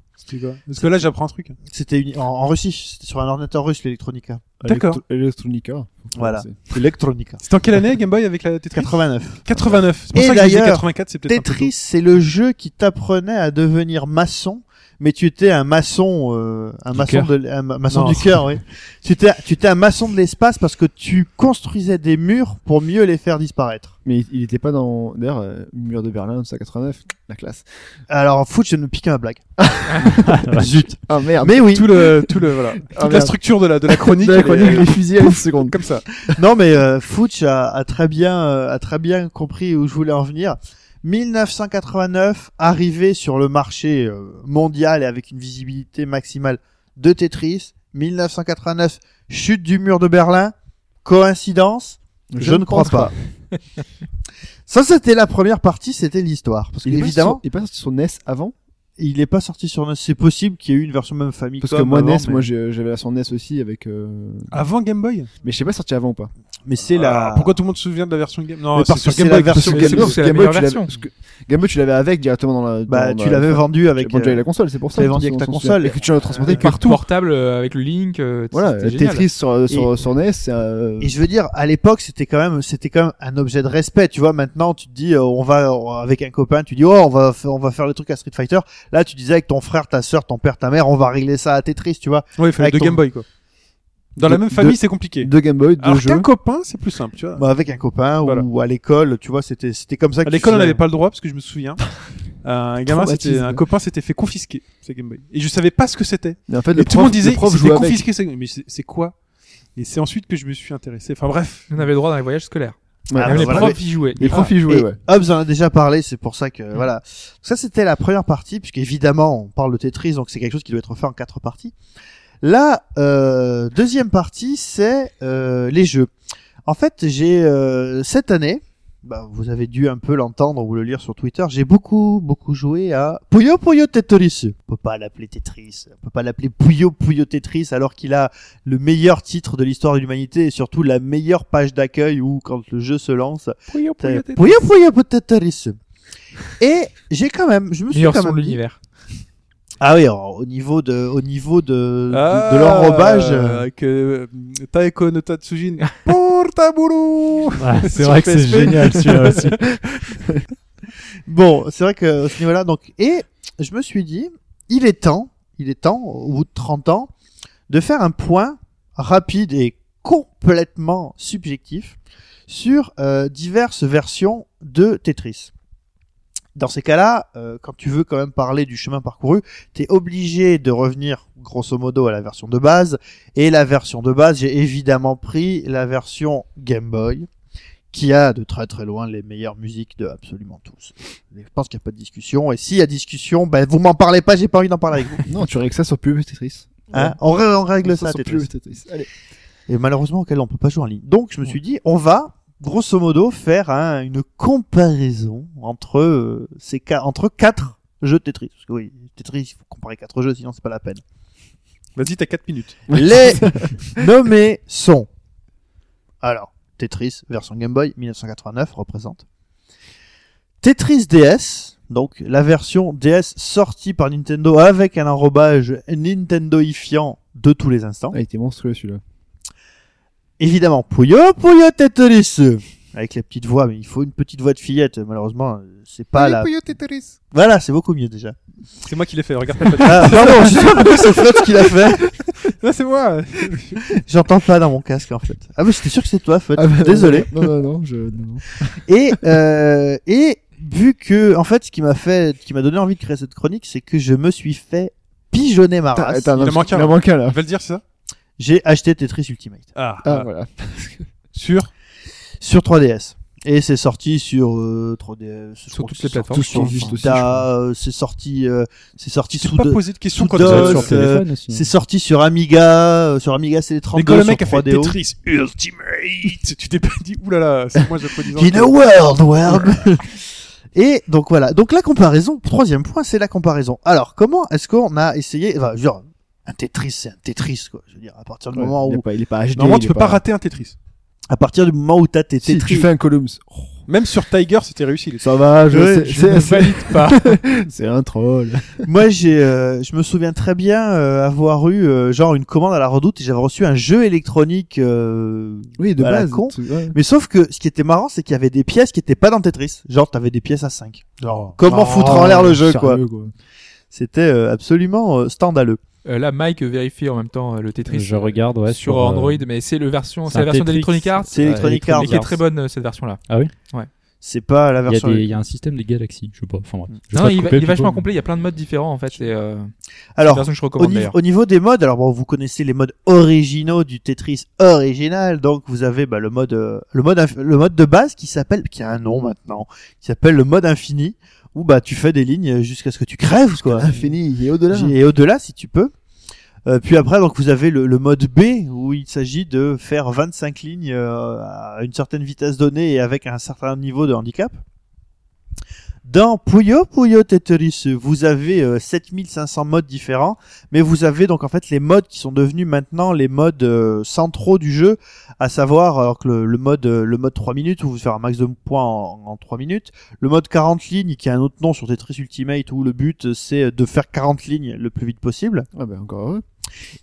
Speaker 2: Parce que là, j'apprends un truc.
Speaker 4: C'était uni- en, en Russie, c'était sur un ordinateur russe l'Electronica.
Speaker 2: D'accord.
Speaker 5: Electro- Electronica.
Speaker 4: Voilà.
Speaker 5: hein. C'est-
Speaker 4: Electronica.
Speaker 2: C'était en quelle année Game Boy avec la Tetris
Speaker 4: 89.
Speaker 2: 89. C'est pour
Speaker 4: Et
Speaker 2: ça que je disais
Speaker 4: d'ailleurs,
Speaker 2: 84, c'est peut-être un peu
Speaker 4: Tetris, c'est le jeu qui t'apprenait à devenir maçon, mais tu étais un maçon, euh, un maçon
Speaker 6: cœur.
Speaker 4: de, l- un ma- maçon
Speaker 2: Non.
Speaker 4: du cœur, oui. Tu étais, tu étais un maçon de l'espace parce que tu construisais des murs pour mieux les faire disparaître.
Speaker 5: Mais il- il était pas dans. D'ailleurs, euh, mur de Berlin, ça 89, la classe.
Speaker 4: Alors, foot, je viens de me piquer ma blague. Zut.
Speaker 5: Ah merde.
Speaker 4: Mais oui.
Speaker 2: tout le, tout le, voilà. Toute la
Speaker 5: Ah, merde.
Speaker 2: structure de la, de la chronique.
Speaker 5: De la
Speaker 2: elle est-
Speaker 5: chronique, les fusils à une
Speaker 2: Pouf.
Speaker 5: seconde.
Speaker 2: Comme ça.
Speaker 4: Non, mais euh, Fuchs a, a très bien, euh, a très bien compris où je voulais en venir. 1989, arrivé sur le marché euh, mondial et avec une visibilité maximale de Tetris. 1989, chute du mur de Berlin. Coïncidence Je, ne crois
Speaker 5: pense
Speaker 4: pas. Ça, c'était la première partie, c'était l'histoire. Parce
Speaker 5: Il est pas
Speaker 4: qu'évidemment,
Speaker 5: sur- il est pas sorti sur NES avant
Speaker 4: il est pas sorti sur NES. C'est possible qu'il y ait eu une version même famille.
Speaker 5: Parce que moi, NES, moi j'ai- j'avais la sur NES aussi avec. euh,
Speaker 2: Avant Game Boy
Speaker 5: Mais je sais pas sorti avant ou pas.
Speaker 4: mais c'est la...
Speaker 2: Alors, Ah, Pourquoi tout le monde se souvient de la version Game Non,
Speaker 4: Mais
Speaker 2: c'est
Speaker 4: parce
Speaker 2: sur
Speaker 4: que c'est
Speaker 2: Game
Speaker 4: la
Speaker 2: Boy.
Speaker 4: version
Speaker 2: que
Speaker 3: Game
Speaker 2: c'est-
Speaker 3: Boy.
Speaker 5: parce
Speaker 3: c'est la
Speaker 5: que Game Boy,
Speaker 3: meilleure
Speaker 5: tu l'avais-
Speaker 3: version.
Speaker 5: parce que Game Boy, tu l'avais avec directement dans la.
Speaker 4: Bah,
Speaker 5: dans
Speaker 4: tu
Speaker 5: la-
Speaker 4: l'avais vendu avec...
Speaker 5: Bon, tu l'avais
Speaker 4: euh,
Speaker 5: la console, c'est pour ça.
Speaker 4: tu l'avais
Speaker 5: on
Speaker 4: vendu
Speaker 5: dit
Speaker 4: avec
Speaker 5: qu'on
Speaker 4: ta
Speaker 5: s'en souvient.
Speaker 4: console.
Speaker 5: Et que tu l'as transporté
Speaker 3: Avec le
Speaker 5: partout.
Speaker 3: portable euh, avec le Link. euh,
Speaker 5: Voilà,
Speaker 3: c'était génial.
Speaker 5: Tetris sur, sur, sur NES, c'est un.
Speaker 4: Et je veux dire, à l'époque, c'était quand même, c'était quand même un objet de respect. Tu vois, maintenant, tu te dis, euh, on va on- avec un copain, tu dis, oh, on va, f- on va faire le truc à Street Fighter. Là, tu disais avec ton frère, ta sœur, ton père, ta mère, on va régler ça à Tetris, tu vois.
Speaker 2: Ouais, il fallait
Speaker 4: Avec
Speaker 2: deux
Speaker 4: ton-
Speaker 2: Game Boy, quoi. Dans la
Speaker 5: Deux-
Speaker 2: même famille,
Speaker 5: deux-
Speaker 2: c'est compliqué.
Speaker 5: Deux Game Boy, deux
Speaker 2: Alors
Speaker 5: jeux.
Speaker 2: qu'un copain, c'est plus simple, tu vois.
Speaker 4: Bah, avec un copain
Speaker 2: Voilà.
Speaker 4: ou à l'école, tu vois, c'était, c'était comme ça.
Speaker 2: À
Speaker 4: que tu
Speaker 2: l'école, on
Speaker 4: faisais.
Speaker 2: n'avait pas le droit, parce que je me souviens. Euh, un gamin,
Speaker 5: Traumatisme.
Speaker 2: c'était, un copain s'était fait confisquer, sa Game Boy. Et je savais pas ce que c'était.
Speaker 5: Et en fait,
Speaker 2: Et
Speaker 5: le
Speaker 2: tout le
Speaker 5: prof,
Speaker 2: monde disait,
Speaker 5: le prof
Speaker 2: c'était
Speaker 5: jouait avec.
Speaker 2: confisqué sa Game Boy. Mais c'est c'est quoi? Et c'est ensuite que je me suis intéressé. Enfin, bref.
Speaker 3: On avait le droit dans les voyages scolaires.
Speaker 5: Ouais,
Speaker 4: Ah,
Speaker 3: Même
Speaker 4: bah,
Speaker 3: les
Speaker 4: voilà,
Speaker 3: profs y jouaient.
Speaker 5: Les profs, ils jouaient,
Speaker 4: Et
Speaker 5: ouais.
Speaker 4: Hobbs Ah, en a déjà parlé, c'est pour ça que voilà. Ça c'était la première partie, puisqu'évidemment on parle de Tetris, donc c'est quelque chose qui doit être fait en quatre parties. La euh, deuxième partie, c'est euh, les jeux. En fait, j'ai euh, cette année, bah, vous avez dû un peu l'entendre ou le lire sur Twitter, j'ai beaucoup beaucoup joué à Puyo Puyo Tetris. On peut pas l'appeler Tetris, on peut pas l'appeler Puyo Puyo Tetris alors qu'il a le meilleur titre de l'histoire de l'humanité et surtout la meilleure page d'accueil où quand le jeu se lance,
Speaker 3: Pouillot, pouillot, pouillot.
Speaker 4: Pouya pouya potatarisse. Et j'ai quand même, je me suis
Speaker 3: Meilleur
Speaker 4: quand
Speaker 3: son
Speaker 4: même
Speaker 3: de
Speaker 4: dit-
Speaker 3: l'univers.
Speaker 4: Ah oui, alors, au niveau de, au niveau de, de-
Speaker 2: Ah,
Speaker 4: de l'enrobage. euh,
Speaker 2: euh, que euh, Taeko no Tatsujin. Portaburu!
Speaker 6: Ah, c'est
Speaker 2: Sur
Speaker 6: vrai que c'est
Speaker 2: PSP.
Speaker 6: génial celui-là aussi.
Speaker 4: Bon, c'est vrai que à ce niveau-là, donc, et je me suis dit, il est temps, il est temps, au bout de 30 ans, de faire un point rapide et complètement subjectif sur euh, diverses versions de Tetris. Dans ces cas-là, euh, quand tu veux quand même parler du chemin parcouru, t'es obligé de revenir grosso modo à la version de base. Et la version de base, j'ai évidemment pris la version Game Boy, qui a de très très loin les meilleures musiques de absolument tous. Je pense qu'il n'y a pas de discussion. Et s'il y a discussion, ben vous m'en parlez pas, j'ai pas envie d'en parler avec vous.
Speaker 5: Non, tu règles ça sur PV Tetris.
Speaker 4: Hein on, rè- on règle ça,
Speaker 5: Ça, sur
Speaker 4: Tetris.
Speaker 5: PV Tetris. Allez.
Speaker 4: Et malheureusement, auquel on peut pas jouer en ligne. Donc, je me suis dit, on va, grosso modo, faire un- une comparaison entre euh, ces ca- entre quatre jeux de Tetris. Parce que oui, Tetris, il faut comparer quatre jeux, sinon c'est pas la peine.
Speaker 2: Vas-y, t'as 4 minutes.
Speaker 4: Les nommés sont. Alors, Tetris, version Game Boy 1989, représente. Tetris DS, donc la version DS sortie par Nintendo avec un enrobage Nintendoifiant de tous les instants.
Speaker 5: Ah, il était monstrueux celui-là.
Speaker 4: Évidemment, Puyo Puyo Tetris Avec la petite voix, mais il faut une petite voix de fillette, malheureusement, euh, c'est pas la...
Speaker 2: Puyo Tetris.
Speaker 4: Voilà, c'est beaucoup mieux déjà.
Speaker 2: C'est moi qui l'ai fait, regarde pas.
Speaker 4: Ah, pardon, je sais pas pourquoi c'est Fred qui l'a fait.
Speaker 2: Là, Ah, c'est moi.
Speaker 4: J'entends pas dans mon casque en fait. Ah mais j'étais sûr que c'est toi, Fred.
Speaker 5: Ah, bah, non,
Speaker 4: Désolé.
Speaker 5: Non, non, non, je. non.
Speaker 4: et euh, et vu que en fait ce qui m'a fait ce qui m'a donné envie de créer cette chronique c'est que je me suis fait pigeonner ma
Speaker 5: T'as-
Speaker 4: race
Speaker 5: t'as un-
Speaker 2: Il en manque un.
Speaker 5: Il en manque un là.
Speaker 2: Va le dire, c'est ça?
Speaker 4: j'ai acheté Tetris Ultimate
Speaker 2: Ah,
Speaker 5: Ah,
Speaker 2: ah.
Speaker 5: voilà.
Speaker 2: Sûr.
Speaker 4: sur 3DS et c'est sorti sur euh, 3DS je
Speaker 3: Sur
Speaker 4: crois
Speaker 3: toutes
Speaker 4: que
Speaker 3: les
Speaker 4: c'est
Speaker 3: plateformes,
Speaker 4: sorti sur
Speaker 5: qui existent aussi,
Speaker 4: Vita,
Speaker 5: je crois.
Speaker 4: euh, c'est sorti euh, c'est sorti
Speaker 2: Tu
Speaker 4: sous
Speaker 2: peux pas
Speaker 4: de-
Speaker 2: poser de questions
Speaker 4: sous
Speaker 2: quand
Speaker 4: DOS,
Speaker 2: t'as
Speaker 4: euh,
Speaker 6: sur téléphone
Speaker 4: c'est
Speaker 6: aussi.
Speaker 4: sorti sur Amiga euh, sur Amiga c'est les 32
Speaker 2: Mais quand le mec a
Speaker 4: sur
Speaker 2: fait
Speaker 4: 3DO
Speaker 2: Tetris Ultimate, tu t'es pas dit, oulala, c'est moi japonisant.
Speaker 4: In a world, world. Et donc voilà. Donc la comparaison, troisième point, c'est la comparaison. Alors comment est-ce qu'on a essayé enfin, je veux dire, un Tetris, c'est un Tetris quoi. Je veux dire, à partir du moment
Speaker 5: Ouais, il est
Speaker 4: où,
Speaker 5: pas- Il est pas HD.
Speaker 2: Normalement,
Speaker 5: il
Speaker 2: tu
Speaker 5: est
Speaker 2: peux pas rater un Tetris.
Speaker 4: à partir du moment où t'as tes
Speaker 5: Si,
Speaker 4: Tetris,
Speaker 5: tu fais un Columns. Oh,
Speaker 2: Même sur Tiger, c'était réussi. les-
Speaker 5: Ça va, Ah, je,
Speaker 4: Ouais,
Speaker 5: c'est-
Speaker 4: je
Speaker 5: c'est-
Speaker 4: me
Speaker 5: c'est-
Speaker 3: pas.
Speaker 5: c'est un troll.
Speaker 4: Moi, j'ai, euh, je me souviens très bien euh, avoir eu euh, genre une commande à la Redoute et j'avais reçu un jeu électronique. euh,
Speaker 5: Oui, de
Speaker 4: À la
Speaker 5: base.
Speaker 4: con.
Speaker 5: tu- ouais.
Speaker 4: Mais sauf que ce qui était marrant, c'est qu'il y avait des pièces qui étaient pas dans Tetris. Genre, t'avais des pièces à 5 Comment foutre en l'air le jeu, quoi
Speaker 5: sérieux,
Speaker 4: C'était euh, absolument euh, scandaleux.
Speaker 3: Euh, là, Mike vérifie en même temps euh, le Tetris
Speaker 6: Je
Speaker 3: euh,
Speaker 6: regarde ouais,
Speaker 3: sur,
Speaker 6: euh,
Speaker 3: Android, mais c'est le version,
Speaker 6: c'est
Speaker 3: c'est la
Speaker 6: un
Speaker 3: version
Speaker 6: Tetris.
Speaker 3: d'Electronic Arts,
Speaker 4: C'est Electronic
Speaker 6: Electronic
Speaker 4: Arts.
Speaker 3: mais qui est très bonne euh, cette version-là.
Speaker 4: C'est pas la
Speaker 6: Il y, a
Speaker 4: version.
Speaker 6: des- il y a un système des galaxies, je sais pas. Enfin, bref. Je vais
Speaker 3: Non,
Speaker 6: pas te
Speaker 3: il, va- il
Speaker 6: couper,
Speaker 3: est
Speaker 6: Pipo,
Speaker 3: vachement
Speaker 6: mais-
Speaker 3: complet. Il y a plein de modes différents en fait. Et, euh, c'est une
Speaker 4: Alors,
Speaker 3: version que je
Speaker 4: au,
Speaker 3: recommande
Speaker 4: niveau,
Speaker 3: d'ailleurs.
Speaker 4: au niveau des modes, alors bon, vous connaissez les modes originaux du Tetris original, donc vous avez bah, le mode euh, le mode inf- le mode de base qui s'appelle qui a un nom maintenant, qui s'appelle le mode infini où bah tu fais des lignes jusqu'à ce que tu crèves quoi.
Speaker 5: Infini et au-delà.
Speaker 4: Et au-delà si tu peux. Euh, puis après donc vous avez le, le mode B où il s'agit de faire 25 lignes euh, à une certaine vitesse donnée et avec un certain niveau de handicap. Dans Puyo Puyo Tetris, vous avez euh, 7500 modes différents, mais vous avez donc en fait les modes qui sont devenus maintenant les modes euh, centraux du jeu, à savoir alors que le, le mode euh, le mode 3 minutes où vous faire un max de points en, en 3 minutes, le mode 40 lignes qui a un autre nom sur Tetris Ultimate où le but euh, c'est de faire 40 lignes le plus vite possible.
Speaker 5: Ah bah encore heureux.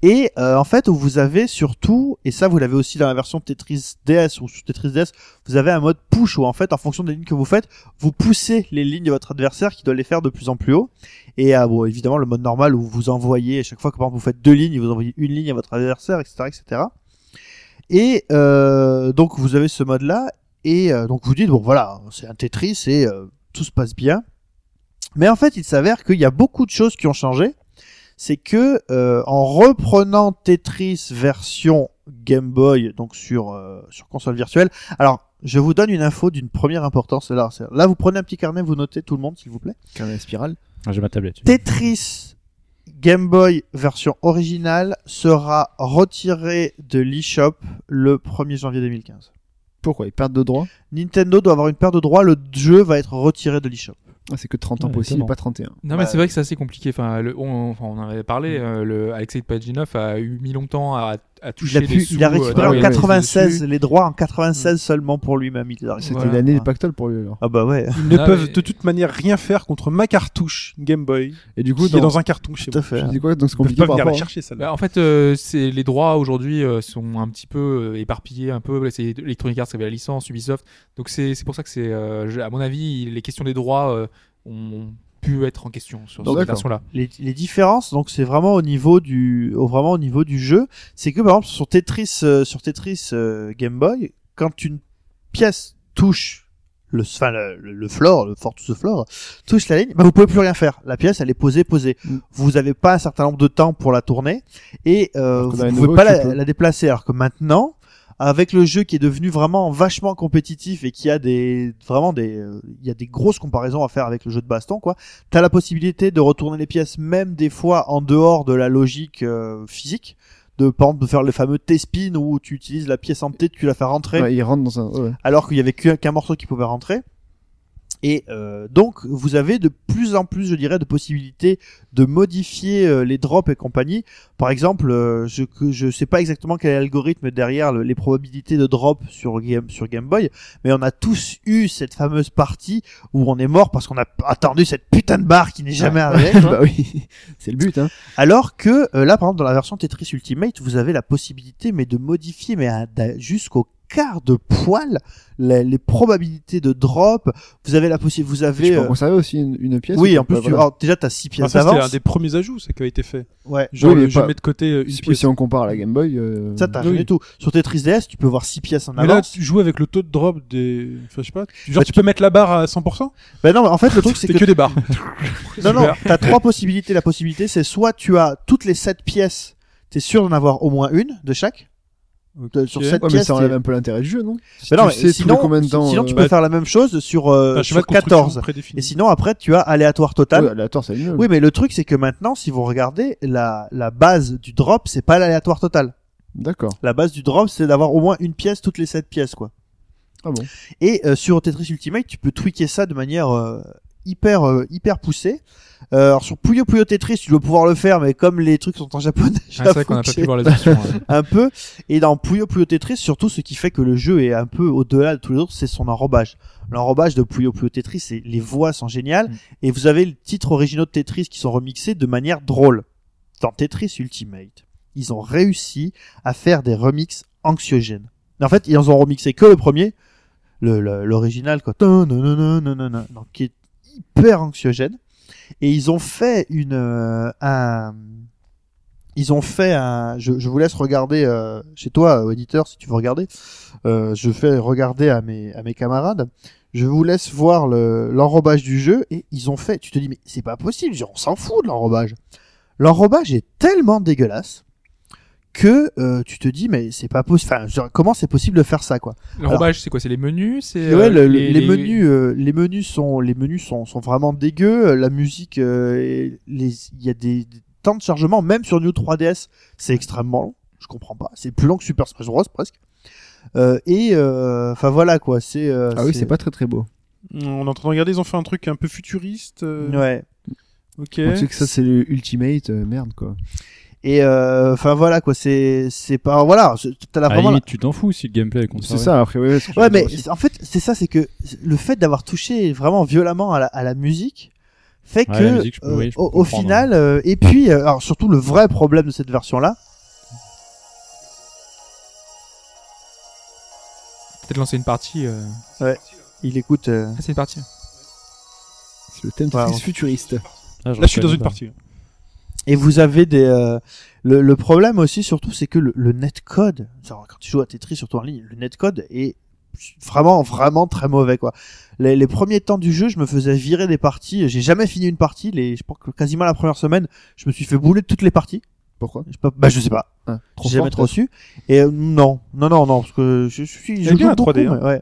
Speaker 4: Et euh, en fait, vous avez surtout, et ça vous l'avez aussi dans la version Tetris DS ou sur Tetris DS, vous avez un mode push où en fait, en fonction des lignes que vous faites, vous poussez les lignes de votre adversaire qui doit les faire de plus en plus haut. Et euh, bon, évidemment, le mode normal où vous envoyez, à chaque fois que par exemple, vous faites deux lignes, vous envoyez une ligne à votre adversaire, etc. etc. Et euh, donc, vous avez ce mode-là, et euh, donc vous dites, bon voilà, c'est un Tetris et euh, tout se passe bien. Mais en fait, il s'avère qu'il y a beaucoup de choses qui ont changé c'est que euh, en reprenant Tetris version Game Boy, donc sur euh, sur console virtuelle. Alors, je vous donne une info d'une première importance. Là, c'est- là, vous prenez un petit carnet, vous notez tout le monde, s'il vous plaît.
Speaker 5: Car la spirale.
Speaker 6: Ah, J'ai ma tablette.
Speaker 4: Tetris Game Boy version originale sera retiré de l'eShop le 1er janvier 2015.
Speaker 5: Pourquoi Ils perdent de droits
Speaker 4: Nintendo doit avoir une paire de droits. Le jeu va être retiré de l'eShop.
Speaker 5: Ah, C'est que 30 ans
Speaker 6: Ouais,
Speaker 5: possible,
Speaker 6: étonnant.
Speaker 5: pas 31.
Speaker 3: Non, mais c'est vrai que c'est assez compliqué. Enfin, le- on, enfin, on en avait parlé. euh, le Alexei Pajinov a eu mis longtemps à, à
Speaker 4: Mm. Il
Speaker 3: toucher
Speaker 4: a,
Speaker 3: des
Speaker 4: pu-
Speaker 3: sous,
Speaker 4: il a
Speaker 3: euh,
Speaker 4: récupéré
Speaker 3: dans
Speaker 4: en
Speaker 3: les-
Speaker 4: 96
Speaker 3: dessus.
Speaker 4: les droits en 96 seulement pour lui-même. Il les a
Speaker 5: C'était
Speaker 4: récupérés.
Speaker 3: Voilà.
Speaker 5: l'année des pactoles pour lui alors.
Speaker 4: Ah bah ouais.
Speaker 2: Ils ne
Speaker 3: Ah,
Speaker 2: peuvent
Speaker 3: mais-
Speaker 2: de toute manière rien faire contre ma cartouche Game Boy
Speaker 5: Et du coup,
Speaker 2: qui est
Speaker 5: dans...
Speaker 2: dans un carton chez
Speaker 4: Tout à
Speaker 2: moi.
Speaker 4: fait.
Speaker 5: tu dis quoi Donc c'est
Speaker 2: Ils peuvent
Speaker 5: compliqué
Speaker 2: pas
Speaker 5: par
Speaker 2: venir
Speaker 5: rapport.
Speaker 2: la
Speaker 5: hein.
Speaker 2: chercher celle-là.
Speaker 3: Bah, en fait, euh, c'est les droits aujourd'hui euh, sont un petit peu euh, éparpillés, un peu. C'est Electronic Arts qui avait la licence, Ubisoft. Donc c'est c'est pour ça que c'est, euh, je- à mon avis, les questions des droits euh, ont pu être en question sur
Speaker 5: Donc,
Speaker 3: cette
Speaker 5: d'accord.
Speaker 3: version-là.
Speaker 4: les, les différences donc c'est vraiment au niveau du au- vraiment au niveau du jeu c'est que par exemple sur Tetris euh, sur Tetris euh, Game Boy quand une pièce touche le enfin le, le, le floor le fort to the floor touche la ligne bah, vous pouvez plus rien faire la pièce elle est posée posée
Speaker 5: Mm.
Speaker 4: vous avez pas un certain nombre de temps pour la tourner et euh,
Speaker 5: Alors que
Speaker 4: vous
Speaker 5: dans les
Speaker 4: pouvez
Speaker 5: nouveaux,
Speaker 4: pas
Speaker 5: tu
Speaker 4: la,
Speaker 5: peux.
Speaker 4: la déplacer alors que maintenant avec le jeu qui est devenu vraiment vachement compétitif et qui a des vraiment des euh, il y a des grosses comparaisons à faire avec le jeu de baston quoi T'as la possibilité de retourner les pièces même des fois en dehors de la logique euh, physique. De, par exemple, de faire le fameux T-spin où tu utilises la pièce en T, tu la fais rentrer,
Speaker 5: Ouais, ils rentrent dans un. ouais.
Speaker 4: alors qu'il y avait qu'un qu'un morceau qui pouvait rentrer. Et euh, donc, vous avez de plus en plus, je dirais, de possibilités de modifier euh, les drops et compagnie. Par exemple, euh, je que je sais pas exactement quel est l'algorithme derrière le- les probabilités de drop sur Game, sur Game Boy, mais on a tous eu cette fameuse partie où on est mort parce qu'on a attendu cette putain de barre qui n'est jamais arrivée.
Speaker 5: bah oui, c'est le but. Hein.
Speaker 4: Alors que euh, là, par exemple, dans la version Tetris Ultimate, vous avez la possibilité, mais de modifier, mais à- d'a- jusqu'au quart de poil, la- les probabilités de drop. Vous avez la possibilité, vous
Speaker 5: Tu
Speaker 4: avez.
Speaker 5: peux en
Speaker 4: euh,
Speaker 5: conserver aussi une, une pièce.
Speaker 4: oui,
Speaker 5: ou
Speaker 4: en
Speaker 5: pas,
Speaker 4: plus, tu,
Speaker 5: voilà.
Speaker 4: alors, déjà, t'as 6
Speaker 2: Enfin,
Speaker 4: pièces
Speaker 2: ça, c'était un
Speaker 4: d'avance.
Speaker 2: des premiers ajouts, ça qui a été fait.
Speaker 4: Ouais.
Speaker 2: Genre,
Speaker 5: Oui, mais
Speaker 2: je
Speaker 5: pas-
Speaker 2: mets de côté euh, une
Speaker 5: Si-
Speaker 2: pièce.
Speaker 5: Si on compare à la Game Boy. euh,
Speaker 4: Ça, t'as
Speaker 2: Oui.
Speaker 4: rien du tout. Sur Tetris DS, tu peux voir 6 pièces en
Speaker 2: Mais là,
Speaker 4: avance.
Speaker 2: tu joues avec le taux de drop des. Enfin, je sais pas. Genre,
Speaker 4: Bah,
Speaker 2: tu peux mettre la barre à 100%
Speaker 4: Ben non, mais en fait, le truc, c'est
Speaker 2: C'était
Speaker 4: que
Speaker 2: que euh, des barres.
Speaker 4: Non, non,
Speaker 2: Super.
Speaker 4: t'as trois possibilités. La possibilité, c'est soit tu as toutes les sept pièces, t'es sûr d'en avoir au moins une de chaque. De- Sur
Speaker 2: Ok.
Speaker 4: sept
Speaker 5: Ouais, mais
Speaker 4: pièces.
Speaker 5: ça enlève
Speaker 4: t'es-
Speaker 5: un peu l'intérêt du jeu, non Si
Speaker 4: Ben non,
Speaker 5: tu
Speaker 4: mais
Speaker 5: sais tous les
Speaker 4: sinon,
Speaker 5: combien de temps,
Speaker 4: sinon, tu
Speaker 5: euh,
Speaker 4: peux
Speaker 2: bah,
Speaker 4: faire la même chose sur, euh,
Speaker 2: Enfin, je sais pas,
Speaker 4: sur
Speaker 2: de construction
Speaker 4: 14.
Speaker 2: prédéfinie.
Speaker 4: Et sinon, après, tu as aléatoire total.
Speaker 5: ouais, la torse, c'est mieux.
Speaker 4: Oui, mais le truc, c'est que maintenant, si vous regardez, la, la base du drop, c'est pas l'aléatoire total.
Speaker 5: D'accord.
Speaker 4: La base du drop, c'est d'avoir au moins une pièce toutes les sept pièces, quoi.
Speaker 5: Ah bon.
Speaker 4: Et euh, sur Tetris Ultimate, tu peux tweaker ça de manière euh, hyper euh, hyper poussé. Euh, alors sur Puyo Puyo Tetris, tu dois pouvoir le faire, mais comme les trucs sont en japonais,
Speaker 3: Ah, c'est vrai qu'on n'a pas
Speaker 4: j'avoue que
Speaker 3: pu voir les options. hein.
Speaker 4: un peu. Et dans Puyo Puyo Tetris, surtout, ce qui fait que le jeu est un peu au-delà de tous les autres, c'est son enrobage. L'enrobage de Puyo Puyo Tetris, c'est- les voix sont géniales.
Speaker 3: Mm.
Speaker 4: Et vous avez les titres originaux de Tetris qui sont remixés de manière drôle. Dans Tetris Ultimate, ils ont réussi à faire des remixes anxiogènes. Mais en fait, ils en ont remixé que le premier, le- le- l'original, quoi. Tan, nan, nan, nan, nan, nan, nan. Donc, qui est hyper anxiogène. Et ils ont fait une, euh, un, ils ont fait un. Je, je vous laisse regarder euh, chez toi, euh, auditeur, si tu veux regarder. Euh, je fais regarder à mes, à mes camarades. Je vous laisse voir le- l'enrobage du jeu et ils ont fait. Tu te dis mais c'est pas possible, genre, on s'en fout de l'enrobage. L'enrobage est tellement dégueulasse que euh, tu te dis mais c'est pas possible. Enfin, genre, comment c'est possible de faire ça quoi
Speaker 3: L'enrobage, c'est quoi C'est les menus C'est
Speaker 4: Ouais,
Speaker 3: euh,
Speaker 4: le- les, menus, euh, les menus sont, les menus sont, sont vraiment dégueux. La musique, euh, et les, il y a des, des temps de chargement, même sur New 3DS, c'est extrêmement long. Je comprends pas. C'est plus long que Super Smash Bros presque. Euh, et euh, enfin voilà quoi. C'est euh,
Speaker 5: Ah oui, c'est pas très très beau.
Speaker 2: On est en train de regarder, ils ont fait un truc un peu futuriste. euh,
Speaker 4: Ouais.
Speaker 2: Ok.
Speaker 5: On sait que ça c'est le ultimate, euh, merde quoi.
Speaker 4: Et euh, enfin voilà quoi. C'est c'est pas voilà. c'est- T'as la
Speaker 6: À la
Speaker 4: vraiment. la-
Speaker 6: limite, tu t'en fous si le gameplay est
Speaker 5: C'est
Speaker 6: conservé.
Speaker 5: ça après. Ouais, ouais, c'est-
Speaker 4: Ouais, mais c'est- en fait c'est ça, c'est que le fait d'avoir touché vraiment violemment à la, à la musique fait
Speaker 6: Ouais,
Speaker 4: que
Speaker 6: la musique, je peux-
Speaker 4: euh,
Speaker 6: oui, je peux
Speaker 4: au, au
Speaker 6: comprendre. hein.
Speaker 4: final euh, et puis euh, alors surtout le vrai problème de cette version là
Speaker 3: Peut-être lancer une partie. euh,
Speaker 4: Il écoute. euh,
Speaker 3: Ah, c'est une partie.
Speaker 5: c'est le thème
Speaker 4: Voilà.
Speaker 5: Tetris futuriste.
Speaker 6: Ah,
Speaker 2: Là, je suis dans
Speaker 6: reconnais
Speaker 2: une
Speaker 6: pas.
Speaker 2: partie. hein.
Speaker 4: Et vous avez des. euh, Le, le problème aussi, surtout, c'est que le, le netcode, genre, quand tu joues à Tetris, surtout en ligne, le netcode est vraiment, vraiment très mauvais, quoi. Les, les premiers temps du jeu, je me faisais virer des parties. J'ai jamais fini une partie. Les, je pense que quasiment la première semaine, je me suis fait bouler de toutes les parties.
Speaker 5: Pourquoi
Speaker 4: Je sais pas, bah, je sais pas.
Speaker 5: Ah,
Speaker 4: J'ai jamais
Speaker 5: fort,
Speaker 4: trop su. Et euh, non, non, non, non, parce que je, je suis.
Speaker 2: est
Speaker 4: Je
Speaker 2: bien, la
Speaker 4: joue
Speaker 2: 3D, hein.
Speaker 4: beaucoup, mais ouais.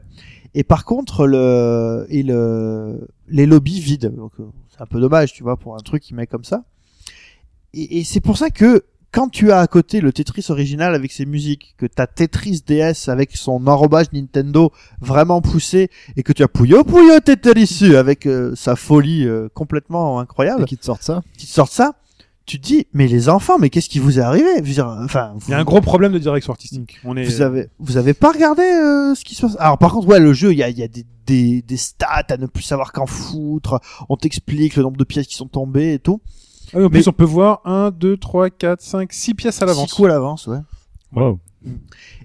Speaker 4: Et par contre, le, et le, les lobbies vides. Donc, euh, c'est un peu dommage, tu vois, pour un truc qui met comme ça. Et, et c'est pour ça que quand tu as à côté le Tetris original avec ses musiques, que t'as Tetris DS avec son enrobage Nintendo vraiment poussé, et que tu as Puyo Puyo Tetris avec euh, sa folie euh, complètement incroyable,
Speaker 5: Et qui te sortent ça
Speaker 4: qui te sortent ça, tu te dis, mais les enfants, mais qu'est-ce qui vous est arrivé Je veux dire, Enfin, vous,
Speaker 2: Il y a un gros problème de direction artistique. On est.
Speaker 4: vous avez, vous avez pas regardé euh, ce qui se passe. Alors par contre, ouais, le jeu, il y a, il y a des, des, des stats à ne plus savoir qu'en foutre. On t'explique le nombre de pièces qui sont tombées et tout.
Speaker 2: Ah oui, en
Speaker 4: Mais-
Speaker 2: plus, on peut voir 1, 2, 3, 4, 5, 6 pièces à l'avance.
Speaker 4: Six coups à l'avance, ouais.
Speaker 6: Wow.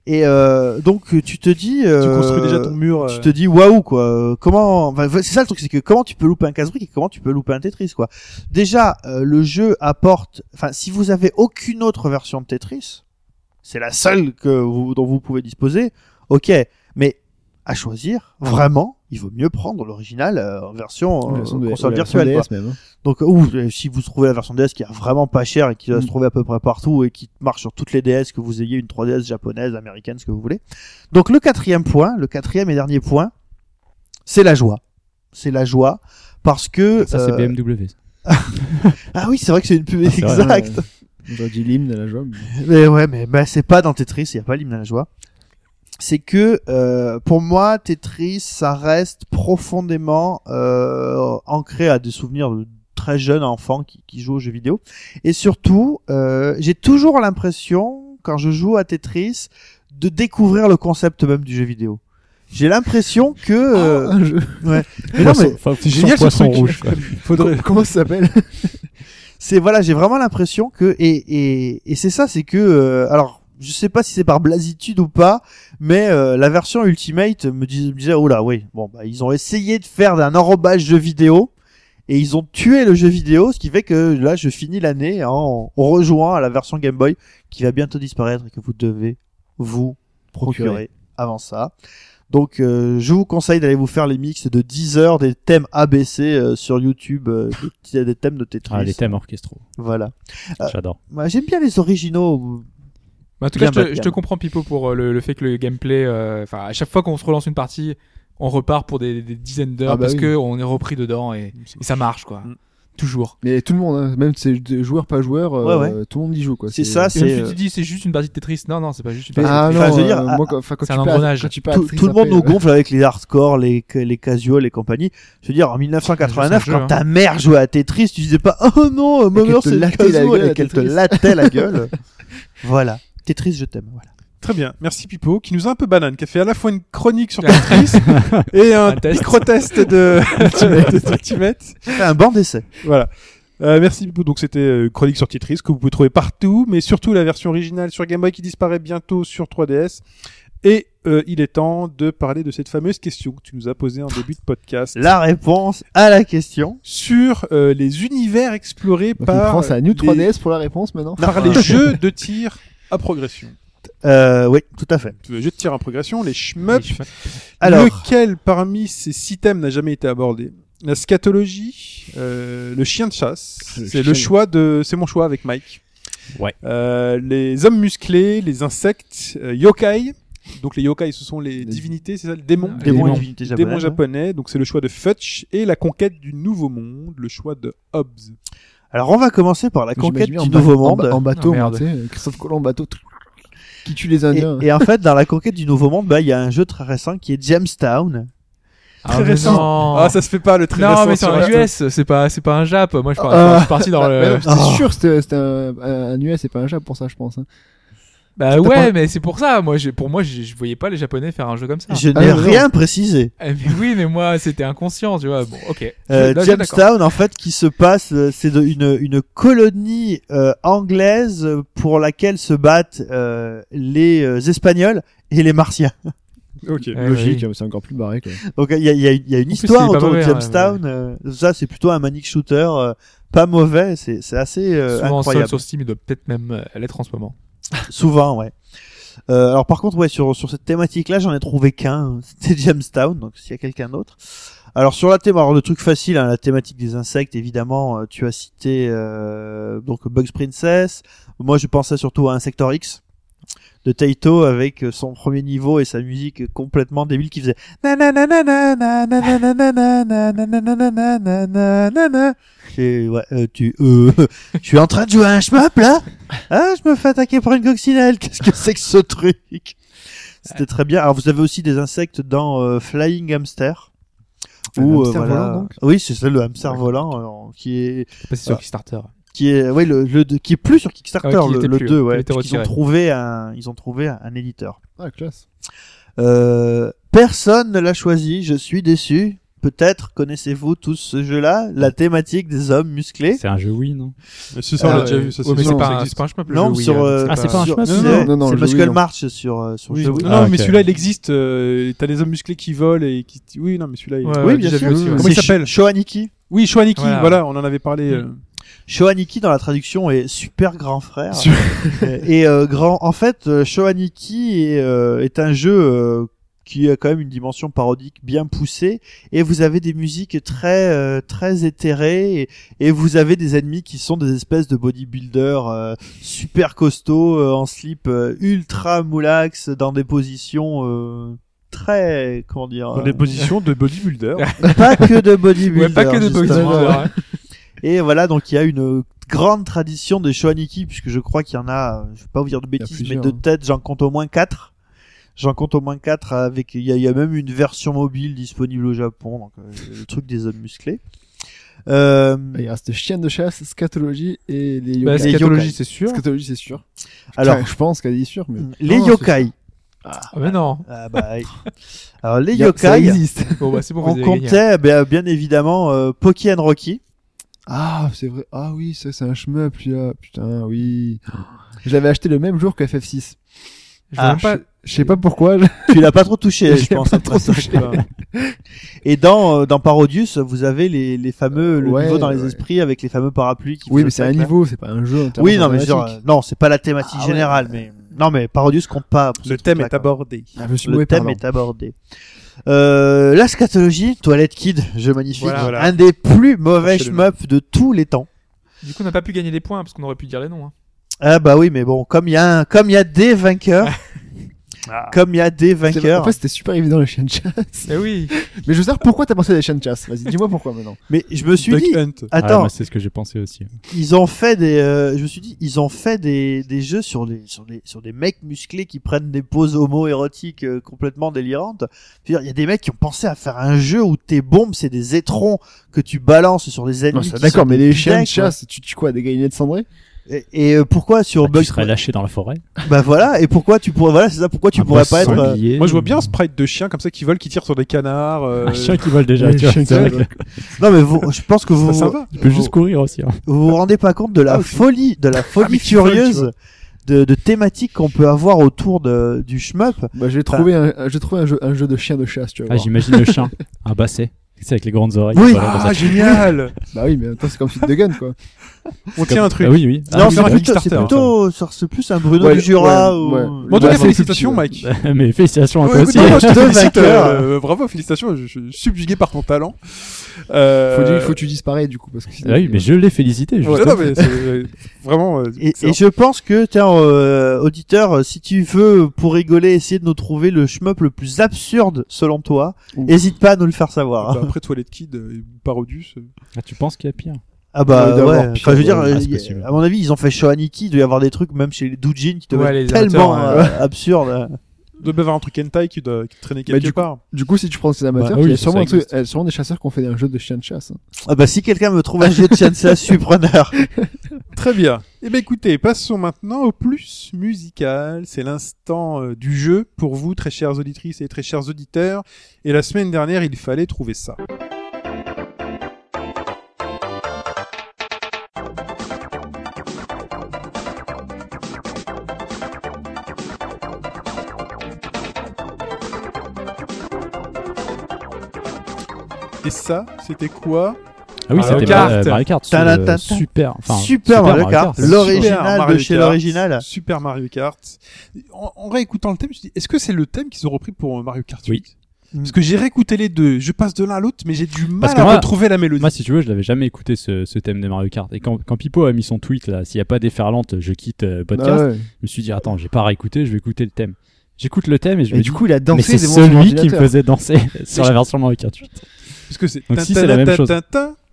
Speaker 4: Et euh, donc euh, tu te dis,
Speaker 2: Tu
Speaker 4: euh,
Speaker 2: construis déjà ton mur.
Speaker 4: tu
Speaker 2: euh,
Speaker 4: te dis waouh quoi. euh, Comment enfin, c'est ça le truc, c'est que comment tu peux louper un Kazooie et comment tu peux louper un Tetris quoi. Déjà, euh, le jeu apporte. Enfin, si vous avez aucune autre version de Tetris, c'est la seule que vous, dont vous pouvez disposer. Ok, mais à choisir, vraiment, il vaut mieux prendre l'original euh, en version, euh,
Speaker 5: La version de-
Speaker 4: console
Speaker 5: la version
Speaker 4: virtuelle. quoi.
Speaker 5: DS même. hein.
Speaker 4: Donc, ou euh, si vous trouvez la version DS qui est vraiment pas chère et qui va se
Speaker 5: Mm.
Speaker 4: trouver à peu près partout et qui marche sur toutes les DS, que vous ayez une 3DS japonaise, américaine, ce que vous voulez. Donc, le quatrième point, le quatrième et dernier point, c'est la joie. C'est la joie parce que.
Speaker 6: Ça, c'est
Speaker 4: euh,
Speaker 6: BMW.
Speaker 4: Ah oui, c'est vrai que c'est une pub
Speaker 6: Ah, c'est vrai,
Speaker 4: exacte.
Speaker 5: Ouais, J'aurais dit l'hymne à la joie. mais-
Speaker 4: Mais ouais, mais bah, c'est pas dans Tetris, il n'y a pas l'hymne à la joie. C'est que euh, pour moi, Tetris, ça reste profondément euh, ancré à des souvenirs de très jeunes enfants qui, qui jouent aux jeux vidéo. Et surtout, euh, j'ai toujours l'impression, quand je joue à Tetris, de découvrir le concept même du jeu vidéo. J'ai l'impression que... euh,
Speaker 5: Ah, Un jeu.
Speaker 4: mais non, mais-
Speaker 6: c'est
Speaker 2: génial, ce
Speaker 6: poisson
Speaker 2: truc.
Speaker 6: rouge. quoi.
Speaker 5: Faudrait. Comment ça s'appelle
Speaker 4: c'est voilà, j'ai vraiment l'impression que et et et c'est ça, c'est que euh, alors je sais pas si c'est par blasitude ou pas, mais euh, la version Ultimate me, dis- me disait oh là oui bon bah ils ont essayé de faire un enrobage jeu vidéo et ils ont tué le jeu vidéo, ce qui fait que là je finis l'année en, en rejoint à la version Game Boy qui va bientôt disparaître et que vous devez vous procurer,
Speaker 5: Procurer.
Speaker 4: avant ça. Donc euh, je vous conseille d'aller vous faire les mix de 10 heures des thèmes ABC euh, sur YouTube, euh, des, des thèmes de Tetris.
Speaker 6: Ah, les thèmes orchestraux.
Speaker 4: Voilà. Euh,
Speaker 6: J'adore.
Speaker 4: Moi, j'aime bien les originaux.
Speaker 3: Mais Bah, en tout cas,
Speaker 4: Bien
Speaker 3: je te,
Speaker 4: bas de
Speaker 3: je te
Speaker 4: gamme.
Speaker 3: comprends, Pipo, pour euh, le, le fait que le gameplay. euh, Enfin, à chaque fois qu'on se relance une partie, on repart pour des, des dizaines d'heures
Speaker 5: Ah bah
Speaker 3: parce
Speaker 5: oui.
Speaker 3: que on est repris dedans et, et ça marche, quoi.
Speaker 2: Mm.
Speaker 3: Toujours.
Speaker 5: Mais tout le monde, hein, même ces des joueurs pas joueurs, euh,
Speaker 4: Ouais,
Speaker 5: tout le monde y joue quoi.
Speaker 4: C'est ça,
Speaker 3: Et je me
Speaker 4: c'est.
Speaker 3: suis dit, c'est juste une partie de Tetris. Non, non, c'est pas juste une partie
Speaker 5: Ah
Speaker 3: de
Speaker 5: non,
Speaker 3: Tetris.
Speaker 4: Enfin, je veux dire,
Speaker 5: euh,
Speaker 4: ah,
Speaker 5: moi, quand, enfin, quand
Speaker 3: c'est
Speaker 5: tu
Speaker 3: un
Speaker 5: perds-
Speaker 3: engrenage.
Speaker 5: quand tu perds
Speaker 4: tout,
Speaker 5: Tetris
Speaker 4: tout le monde
Speaker 5: après,
Speaker 4: nous
Speaker 5: euh,
Speaker 4: gonfle avec les hardcore, les, les casuals et compagnie. Je veux dire, en 1989,
Speaker 3: C'est un jeu,
Speaker 4: quand
Speaker 3: hein.
Speaker 4: ta mère jouait à Tetris, tu disais pas Oh non, ma
Speaker 5: qu'elle
Speaker 4: mère
Speaker 5: te
Speaker 4: c'est le
Speaker 5: lattait la
Speaker 4: casual
Speaker 5: gueule
Speaker 4: et
Speaker 5: à
Speaker 4: qu'elle te
Speaker 5: Tetris.
Speaker 4: lattait la gueule. voilà. Tetris, je t'aime. Voilà.
Speaker 2: Très bien, merci Pipo, qui nous a un peu banane, qui a fait à la fois une chronique sur Tetris et un,
Speaker 4: ah,
Speaker 3: Un test.
Speaker 2: micro-test de de Ultimate.
Speaker 4: Fais un banc d'essai.
Speaker 2: Voilà. Euh, merci beaucoup. Donc c'était euh, Chronique sur Tetris que vous pouvez trouver partout, mais surtout la version originale sur Game Boy qui disparaît bientôt sur 3DS. Et euh, il est temps de parler de cette fameuse question que tu nous as posée en début de podcast
Speaker 4: La réponse à la question.
Speaker 2: sur euh, les univers explorés
Speaker 5: donc,
Speaker 2: par
Speaker 5: il prend sa New
Speaker 2: les-
Speaker 5: 3DS pour la réponse maintenant.
Speaker 2: par les jeux de tir à progression.
Speaker 4: Euh, oui, tout à fait.
Speaker 2: Les jeux de tir à progression, les shmups,
Speaker 4: Alors,
Speaker 2: Lequel parmi ces six thèmes n'a jamais été abordé La scatologie, euh, le chien de chasse.
Speaker 5: Le
Speaker 2: C'est le
Speaker 5: chien.
Speaker 2: choix de, c'est mon choix avec Mike.
Speaker 6: Ouais.
Speaker 2: Euh, les hommes musclés, les insectes, euh, yokai. Donc les yokai, ce sont les,
Speaker 5: Les-
Speaker 2: divinités, c'est ça, les démons.
Speaker 3: Les
Speaker 4: Ah, démons et
Speaker 3: démons.
Speaker 4: divinités
Speaker 2: Les démons
Speaker 4: japonaises.
Speaker 2: japonais. Donc c'est le choix de Futch et la conquête du nouveau monde, le choix de Hobbes.
Speaker 4: Alors, on va commencer par la conquête du
Speaker 5: J'imagine bien en ba-
Speaker 4: Nouveau
Speaker 5: en ba-
Speaker 4: Monde.
Speaker 5: En, bateau,
Speaker 3: Ah, merde.
Speaker 5: tu sais, euh, Christophe Colomb en bateau. tout- Qui tue les Indiens.
Speaker 4: Et, et en fait, dans la conquête du Nouveau Monde, bah, il y a un jeu très récent qui est Jamestown.
Speaker 3: Ah,
Speaker 2: Très
Speaker 3: mais
Speaker 2: récent.
Speaker 3: non.
Speaker 2: Ah, ça se fait pas le très
Speaker 3: non,
Speaker 2: récent
Speaker 3: mais c'est
Speaker 2: sur
Speaker 3: un
Speaker 2: la-
Speaker 3: US, c'est pas, c'est pas un Jap. Moi, je, par-
Speaker 5: Ah,
Speaker 3: je suis parti dans
Speaker 5: Bah, bah
Speaker 3: le.
Speaker 5: non, J'étais
Speaker 4: Oh.
Speaker 5: sûr que c'était c'était un, un- un US et pas un Jap pour ça, je pense. hein.
Speaker 3: Bah
Speaker 5: C'était
Speaker 3: ouais,
Speaker 5: pas-
Speaker 3: mais c'est pour ça. Moi, j'ai- pour moi, j'ai- je voyais pas les Japonais faire un jeu comme ça.
Speaker 4: Je
Speaker 5: Ah,
Speaker 4: n'ai
Speaker 5: non, non.
Speaker 4: rien précisé.
Speaker 3: Eh, mais oui, mais moi, c'était inconscient, tu vois. Bon, ok.
Speaker 4: Euh,
Speaker 3: Là, je suis d'accord.
Speaker 4: Jamestown, en fait, qui se passe, euh, c'est de- une, une colonie euh, anglaise euh, pour laquelle se battent euh, les euh, Espagnols et les Martiens.
Speaker 2: Ok.
Speaker 3: Ouais,
Speaker 5: Logique,
Speaker 3: ouais.
Speaker 5: hein, c'est encore plus barré. Quoi.
Speaker 4: Donc il y a, il y a une- il y a une
Speaker 3: En plus,
Speaker 4: histoire
Speaker 3: il est pas
Speaker 4: autour de
Speaker 3: mauvais, hein,
Speaker 4: Jamestown. euh, ça, c'est plutôt un manic shooter, euh, pas mauvais. C'est c'est assez euh,
Speaker 3: Souvent en solde
Speaker 4: incroyable.
Speaker 3: sur Steam, il doit peut-être même euh, l'être en ce moment.
Speaker 4: Souvent, ouais. Euh, alors par contre, ouais, sur, sur cette thématique-là, j'en ai trouvé qu'un. C'était Jamestown, donc s'il y a quelqu'un d'autre. Alors sur la thème, alors le truc facile, hein, la thématique des insectes, évidemment, euh, tu as cité euh, donc Bugs Princess. Moi, je pensais surtout à Insector X de Taito avec euh, son premier niveau et sa musique complètement débile qui faisait nananananananananananananananananananana. Et ouais, euh, tu euh, je suis en train de jouer à un shmup là ah, je me fais attaquer par une coccinelle. Qu'est-ce que c'est que ce truc C'était très bien. Alors, vous avez aussi des insectes dans euh, Flying Hamster.
Speaker 5: Un
Speaker 4: Ou, euh,
Speaker 5: hamster volant, donc
Speaker 4: oui, c'est ça le hamster volant alors, qui est
Speaker 3: Je sais pas si c'est sur
Speaker 4: Ah.
Speaker 3: Kickstarter.
Speaker 4: qui est ouais, le, le deux- qui est plus sur Kickstarter
Speaker 3: Ah ouais, qui
Speaker 4: le,
Speaker 3: était
Speaker 4: le
Speaker 3: plus,
Speaker 4: 2
Speaker 3: ouais, il
Speaker 4: ouais.
Speaker 3: était
Speaker 4: Ils ont
Speaker 3: retiré.
Speaker 4: trouvé un ils ont trouvé un, un éditeur.
Speaker 5: Ah, classe.
Speaker 4: Euh, personne ne l'a choisi, je suis déçu. Peut-être connaissez-vous tous ce jeu-là, la thématique des hommes musclés.
Speaker 6: C'est un jeu Wii, non
Speaker 2: Mais c'est ça, on
Speaker 4: Ah,
Speaker 2: l'a déjà vu. Ça,
Speaker 3: Ouais, mais
Speaker 2: sûr,
Speaker 3: c'est
Speaker 2: ça
Speaker 3: pas, un-
Speaker 2: existe.
Speaker 3: c'est pas un shmup, le jeu
Speaker 4: Non,
Speaker 3: Wii,
Speaker 4: sur
Speaker 3: hein.
Speaker 4: euh,
Speaker 6: Ah, c'est pas un
Speaker 4: sur-
Speaker 6: chemin,
Speaker 4: c'est-
Speaker 5: non, non, non, non,
Speaker 4: c'est
Speaker 5: le
Speaker 4: Muscle
Speaker 5: Wii, non.
Speaker 4: March sur euh, sur
Speaker 2: Oui,
Speaker 4: jeu
Speaker 2: non,
Speaker 4: Wii.
Speaker 6: Ah,
Speaker 2: non, mais
Speaker 6: ok.
Speaker 2: celui-là, il existe. euh, t'as les hommes musclés qui volent et qui. Oui, non, mais celui-là. il-
Speaker 3: Ouais,
Speaker 4: oui,
Speaker 3: ouais,
Speaker 4: bien
Speaker 3: j'ai
Speaker 4: sûr.
Speaker 3: vu aussi, ouais.
Speaker 2: Comment
Speaker 4: C'est
Speaker 2: il s'appelle
Speaker 4: Sho- Shoaniki.
Speaker 2: Oui, Shoaniki,
Speaker 3: Voilà.
Speaker 2: voilà. on en avait parlé. euh,
Speaker 4: Shoaniki dans la traduction est super grand frère.
Speaker 2: Sur-
Speaker 4: Euh, et euh, grand en fait euh, Shoaniki est, euh, est un jeu euh, qui a quand même une dimension parodique bien poussée et vous avez des musiques très euh, très éthérées et, et vous avez des ennemis qui sont des espèces de bodybuilders euh, super costauds euh, en slip euh, ultra moulax dans des positions euh, très comment dire
Speaker 2: Dans des
Speaker 4: euh,
Speaker 2: positions de bodybuilder.
Speaker 4: pas que de bodybuilder
Speaker 3: Ouais, pas que de
Speaker 4: justement.
Speaker 3: bodybuilder, hein.
Speaker 4: Et voilà, donc il y a une grande tradition des Shoaniki, puisque je crois qu'il y en a, euh, je vais pas vous dire de
Speaker 5: y a
Speaker 4: bêtises, mais
Speaker 5: plusieurs,
Speaker 4: de
Speaker 5: hein.
Speaker 4: tête, j'en compte au moins quatre. J'en compte au moins quatre avec, il y, a- il y a même une version mobile disponible au Japon, donc euh, le truc des hommes musclés. Euh,
Speaker 5: Et il reste chien de chasse, scatologie et les
Speaker 3: Bah,
Speaker 5: yokai.
Speaker 3: Scatologie, c'est sûr.
Speaker 5: Scatologie, c'est sûr.
Speaker 4: alors,
Speaker 5: Enfin, je pense qu'elle est sûre. Mais...
Speaker 4: les
Speaker 5: euh, Non,
Speaker 4: yokai.
Speaker 3: Ah, mais non.
Speaker 4: Ah, bah, alors les
Speaker 5: c'est- Ça
Speaker 4: yokai,
Speaker 5: existe.
Speaker 3: Bon, bah, c'est bon,
Speaker 4: on
Speaker 3: vous avez gagné.
Speaker 4: comptait ben, bien évidemment euh, Poki and Rocky.
Speaker 5: Ah, c'est vrai. Ah oui, ça, c'est un shmup, puis là. Putain, oui. Je l'avais acheté le même jour que FF6.
Speaker 3: Je
Speaker 4: Ah,
Speaker 3: vois même pas.
Speaker 5: Je sais pas pourquoi. je-
Speaker 4: Tu l'as pas trop touché, je
Speaker 5: J'ai
Speaker 4: pense.
Speaker 5: pas
Speaker 4: à
Speaker 5: trop
Speaker 4: ça.
Speaker 5: touché.
Speaker 4: Et dans euh, dans Parodius, vous avez les, les fameux le
Speaker 5: Ouais,
Speaker 4: niveau dans les
Speaker 5: ouais.
Speaker 4: esprits avec les fameux parapluies. Qui
Speaker 5: Oui,
Speaker 4: vous
Speaker 5: mais c'est un
Speaker 4: attaquent, là.
Speaker 5: niveau, c'est pas un jeu. en termes
Speaker 4: Oui, non, mais je veux dire,
Speaker 5: thématiques.
Speaker 4: euh, non, c'est pas la thématique
Speaker 5: Ah ouais.
Speaker 4: générale, mais non, mais Parodius compte pas. pour ce
Speaker 2: Le thème
Speaker 4: truc-là,
Speaker 2: est
Speaker 4: quoi.
Speaker 2: abordé.
Speaker 5: Ah, je me suis
Speaker 4: Le
Speaker 5: mauvais
Speaker 4: thème
Speaker 5: parlant.
Speaker 4: est abordé. Euh, la scatologie, Toilette Kid, jeu magnifique,
Speaker 2: Voilà, voilà.
Speaker 4: un des plus mauvais
Speaker 2: Absolument.
Speaker 4: shmups de tous les temps.
Speaker 3: Du coup, on n'a pas pu gagner des points parce qu'on aurait pu dire les noms. hein.
Speaker 4: Ah bah oui, mais bon, comme il y a un, comme il y a des vainqueurs,
Speaker 2: Ah.
Speaker 4: Comme il y a des
Speaker 5: C'est-
Speaker 4: vainqueurs.
Speaker 5: En fait, c'était super évident les chiens de chasse.
Speaker 3: Eh oui.
Speaker 5: Mais je veux savoir pourquoi t'as pensé à des chiens de chasse. Vas-y, dis-moi pourquoi maintenant.
Speaker 4: Mais je me suis
Speaker 2: Duck
Speaker 4: dit,
Speaker 2: Hunt.
Speaker 6: Ah,
Speaker 4: attends,
Speaker 6: bah, c'est ce que j'ai pensé aussi.
Speaker 4: ils ont fait des. euh, je me suis dit, ils ont fait des, des jeux sur des sur des sur des mecs musclés qui prennent des poses homo-érotiques euh, complètement délirantes. Je veux dire, il y a des mecs qui ont pensé à faire un jeu où tes bombes c'est des étrons que tu balances sur des ennemis.
Speaker 5: Non, ça,
Speaker 4: qui
Speaker 5: d'accord,
Speaker 4: sont
Speaker 5: mais
Speaker 4: des
Speaker 5: les chiens de
Speaker 4: bidets, quoi.
Speaker 5: chasse, tu tues quoi Des gallinets de cendré
Speaker 4: Et, et, euh, pourquoi sur
Speaker 6: Bah,
Speaker 4: Bugs
Speaker 6: tu serais lâché dans la forêt.
Speaker 4: Bah voilà. Et pourquoi tu pourrais voilà c'est ça. Pourquoi tu
Speaker 6: Un
Speaker 4: pourrais
Speaker 6: boss
Speaker 4: pas être euh,
Speaker 6: sanglier.
Speaker 2: Moi, je vois bien un sprite de chien comme ça qui vole, qui tire sur des canards. euh,
Speaker 6: Un chien qui vole déjà.
Speaker 5: Ouais,
Speaker 6: tu
Speaker 5: un
Speaker 6: vois,
Speaker 5: chien qui
Speaker 6: c'est vrai
Speaker 5: vole.
Speaker 6: que
Speaker 4: euh, Non mais vous, je pense que vous
Speaker 2: ça, ça va.
Speaker 6: tu peux juste courir aussi. hein.
Speaker 4: vous vous rendez pas compte de la
Speaker 2: Ah, ok.
Speaker 4: folie, de la folie
Speaker 2: mais tu voles, tu
Speaker 4: furieuse de, de thématiques qu'on peut avoir autour de, du shmup.
Speaker 5: Bah, j'ai trouvé, un, un- j'ai trouvé un, jeu, un jeu de chiens de chasse, tu vois.
Speaker 6: Ah, j'imagine le chien. Un basset. C'est avec les grandes oreilles.
Speaker 4: Oui.
Speaker 6: Voilà, comme ça.
Speaker 2: Ah, génial
Speaker 5: bah oui, mais en même temps, c'est comme si de gun, quoi.
Speaker 2: On tient un truc.
Speaker 6: Ah oui, oui.
Speaker 2: Ah,
Speaker 4: non,
Speaker 2: oui,
Speaker 4: c'est
Speaker 2: bah,
Speaker 4: plutôt,
Speaker 2: Kickstarter,
Speaker 4: c'est plutôt, ça, c'est plus un Bruno
Speaker 5: Ouais,
Speaker 4: du Jura
Speaker 5: ouais,
Speaker 4: ou.
Speaker 5: ouais.
Speaker 2: Bon, en tout
Speaker 5: Bah,
Speaker 2: cas,
Speaker 5: c'est
Speaker 2: félicitations,
Speaker 5: plus
Speaker 2: Mike.
Speaker 6: Mais félicitations à toi
Speaker 2: Ouais,
Speaker 6: aussi.
Speaker 2: écoute, non, moi, je te
Speaker 4: Deux
Speaker 2: félicite,
Speaker 4: vainqueurs.
Speaker 2: euh, bravo, félicitations. Je suis subjugué par ton talent. Euh,
Speaker 5: Faut, dire- faut que tu dises pareil, du coup, parce que sinon-
Speaker 6: Ah oui, mais je l'ai félicité.
Speaker 2: ouais,
Speaker 6: justement.
Speaker 2: non, mais c'est vraiment. euh,
Speaker 4: Et,
Speaker 2: excellent.
Speaker 4: et je pense que, tiens, euh, auditeur, euh, si tu veux, pour rigoler, essayer de nous trouver le shmup le plus absurde selon toi,
Speaker 5: Ouh.
Speaker 4: hésite pas à nous le faire savoir. hein.
Speaker 2: Bah, après Toilette Kid et Parodius. euh,
Speaker 6: Ah, tu penses qu'il y a pire
Speaker 4: Ah bah
Speaker 5: Ouais, d'avoir
Speaker 4: ouais.
Speaker 5: pire,
Speaker 4: Enfin, je veux dire,
Speaker 5: ouais,
Speaker 4: euh,
Speaker 6: ah, c'est
Speaker 4: y-
Speaker 6: possible.
Speaker 4: à mon avis, ils ont fait Shoaniki, il doit y avoir des trucs même chez les Doujin qui doivent
Speaker 3: Ouais, les
Speaker 4: être tellement
Speaker 3: amateurs,
Speaker 4: euh, absurdes.
Speaker 2: Il doit y avoir un truc hentai qui, doit, qui traînait
Speaker 5: Bah,
Speaker 2: quelque
Speaker 5: du coup-
Speaker 2: part.
Speaker 5: Du coup, si tu prends ces
Speaker 6: Bah,
Speaker 5: amateurs,
Speaker 6: oui,
Speaker 5: il y a
Speaker 6: ça
Speaker 5: sûrement, un truc-
Speaker 6: existe.
Speaker 5: euh, sûrement des chasseurs qui ont fait un jeu de chiens de chasse. hein.
Speaker 4: Ah bah si quelqu'un me trouve un jeu de Chansa, je suis preneur.
Speaker 2: Très bien. Eh bien, écoutez, passons maintenant au plus musical. C'est l'instant euh, du jeu pour vous, très chères auditrices et très chers auditeurs. Et la semaine dernière, il fallait trouver ça. Et ça, c'était quoi
Speaker 6: Ah oui,
Speaker 3: Ah,
Speaker 6: c'était
Speaker 3: Mario
Speaker 6: Mario
Speaker 3: Kart.
Speaker 6: Mario Kart.
Speaker 4: Ta-da,
Speaker 6: sur le
Speaker 4: ta-ta.
Speaker 6: euh, Super. enfin,
Speaker 4: Super Mario Kart,
Speaker 6: c'est
Speaker 2: Super
Speaker 4: l'original
Speaker 2: Mario
Speaker 4: de chez
Speaker 2: Kart.
Speaker 4: l'original.
Speaker 2: Super Mario Kart. En, en réécoutant le thème, je me suis dit, est-ce que c'est le thème qu'ils ont repris pour euh, Mario Kart
Speaker 6: Oui.
Speaker 2: 8
Speaker 4: Mm.
Speaker 2: Parce que j'ai réécouté les deux, je passe de l'un à l'autre, mais j'ai du mal
Speaker 6: Parce que
Speaker 2: à
Speaker 6: moi-
Speaker 2: retrouver la mélodie.
Speaker 6: Moi, si tu veux, je l'avais jamais écouté ce, ce thème de Mario Kart. Et quand, quand Pipo a mis son tweet là, s'il n'y a pas déferlante, je quitte euh, podcast,
Speaker 5: Ah ouais.
Speaker 6: je me suis dit, attends, j'ai pas réécouté, je vais écouter le thème. J'écoute le thème et je
Speaker 5: Et
Speaker 6: me
Speaker 5: du
Speaker 6: dis,
Speaker 5: coup, il a
Speaker 6: mais
Speaker 5: dansé
Speaker 6: c'est
Speaker 5: devant son
Speaker 6: celui qui me
Speaker 5: ordinateur.
Speaker 6: faisait danser sur la version Mario Kart 8.
Speaker 2: Parce que c'est.
Speaker 6: Donc si, c'est la même chose.
Speaker 5: Ah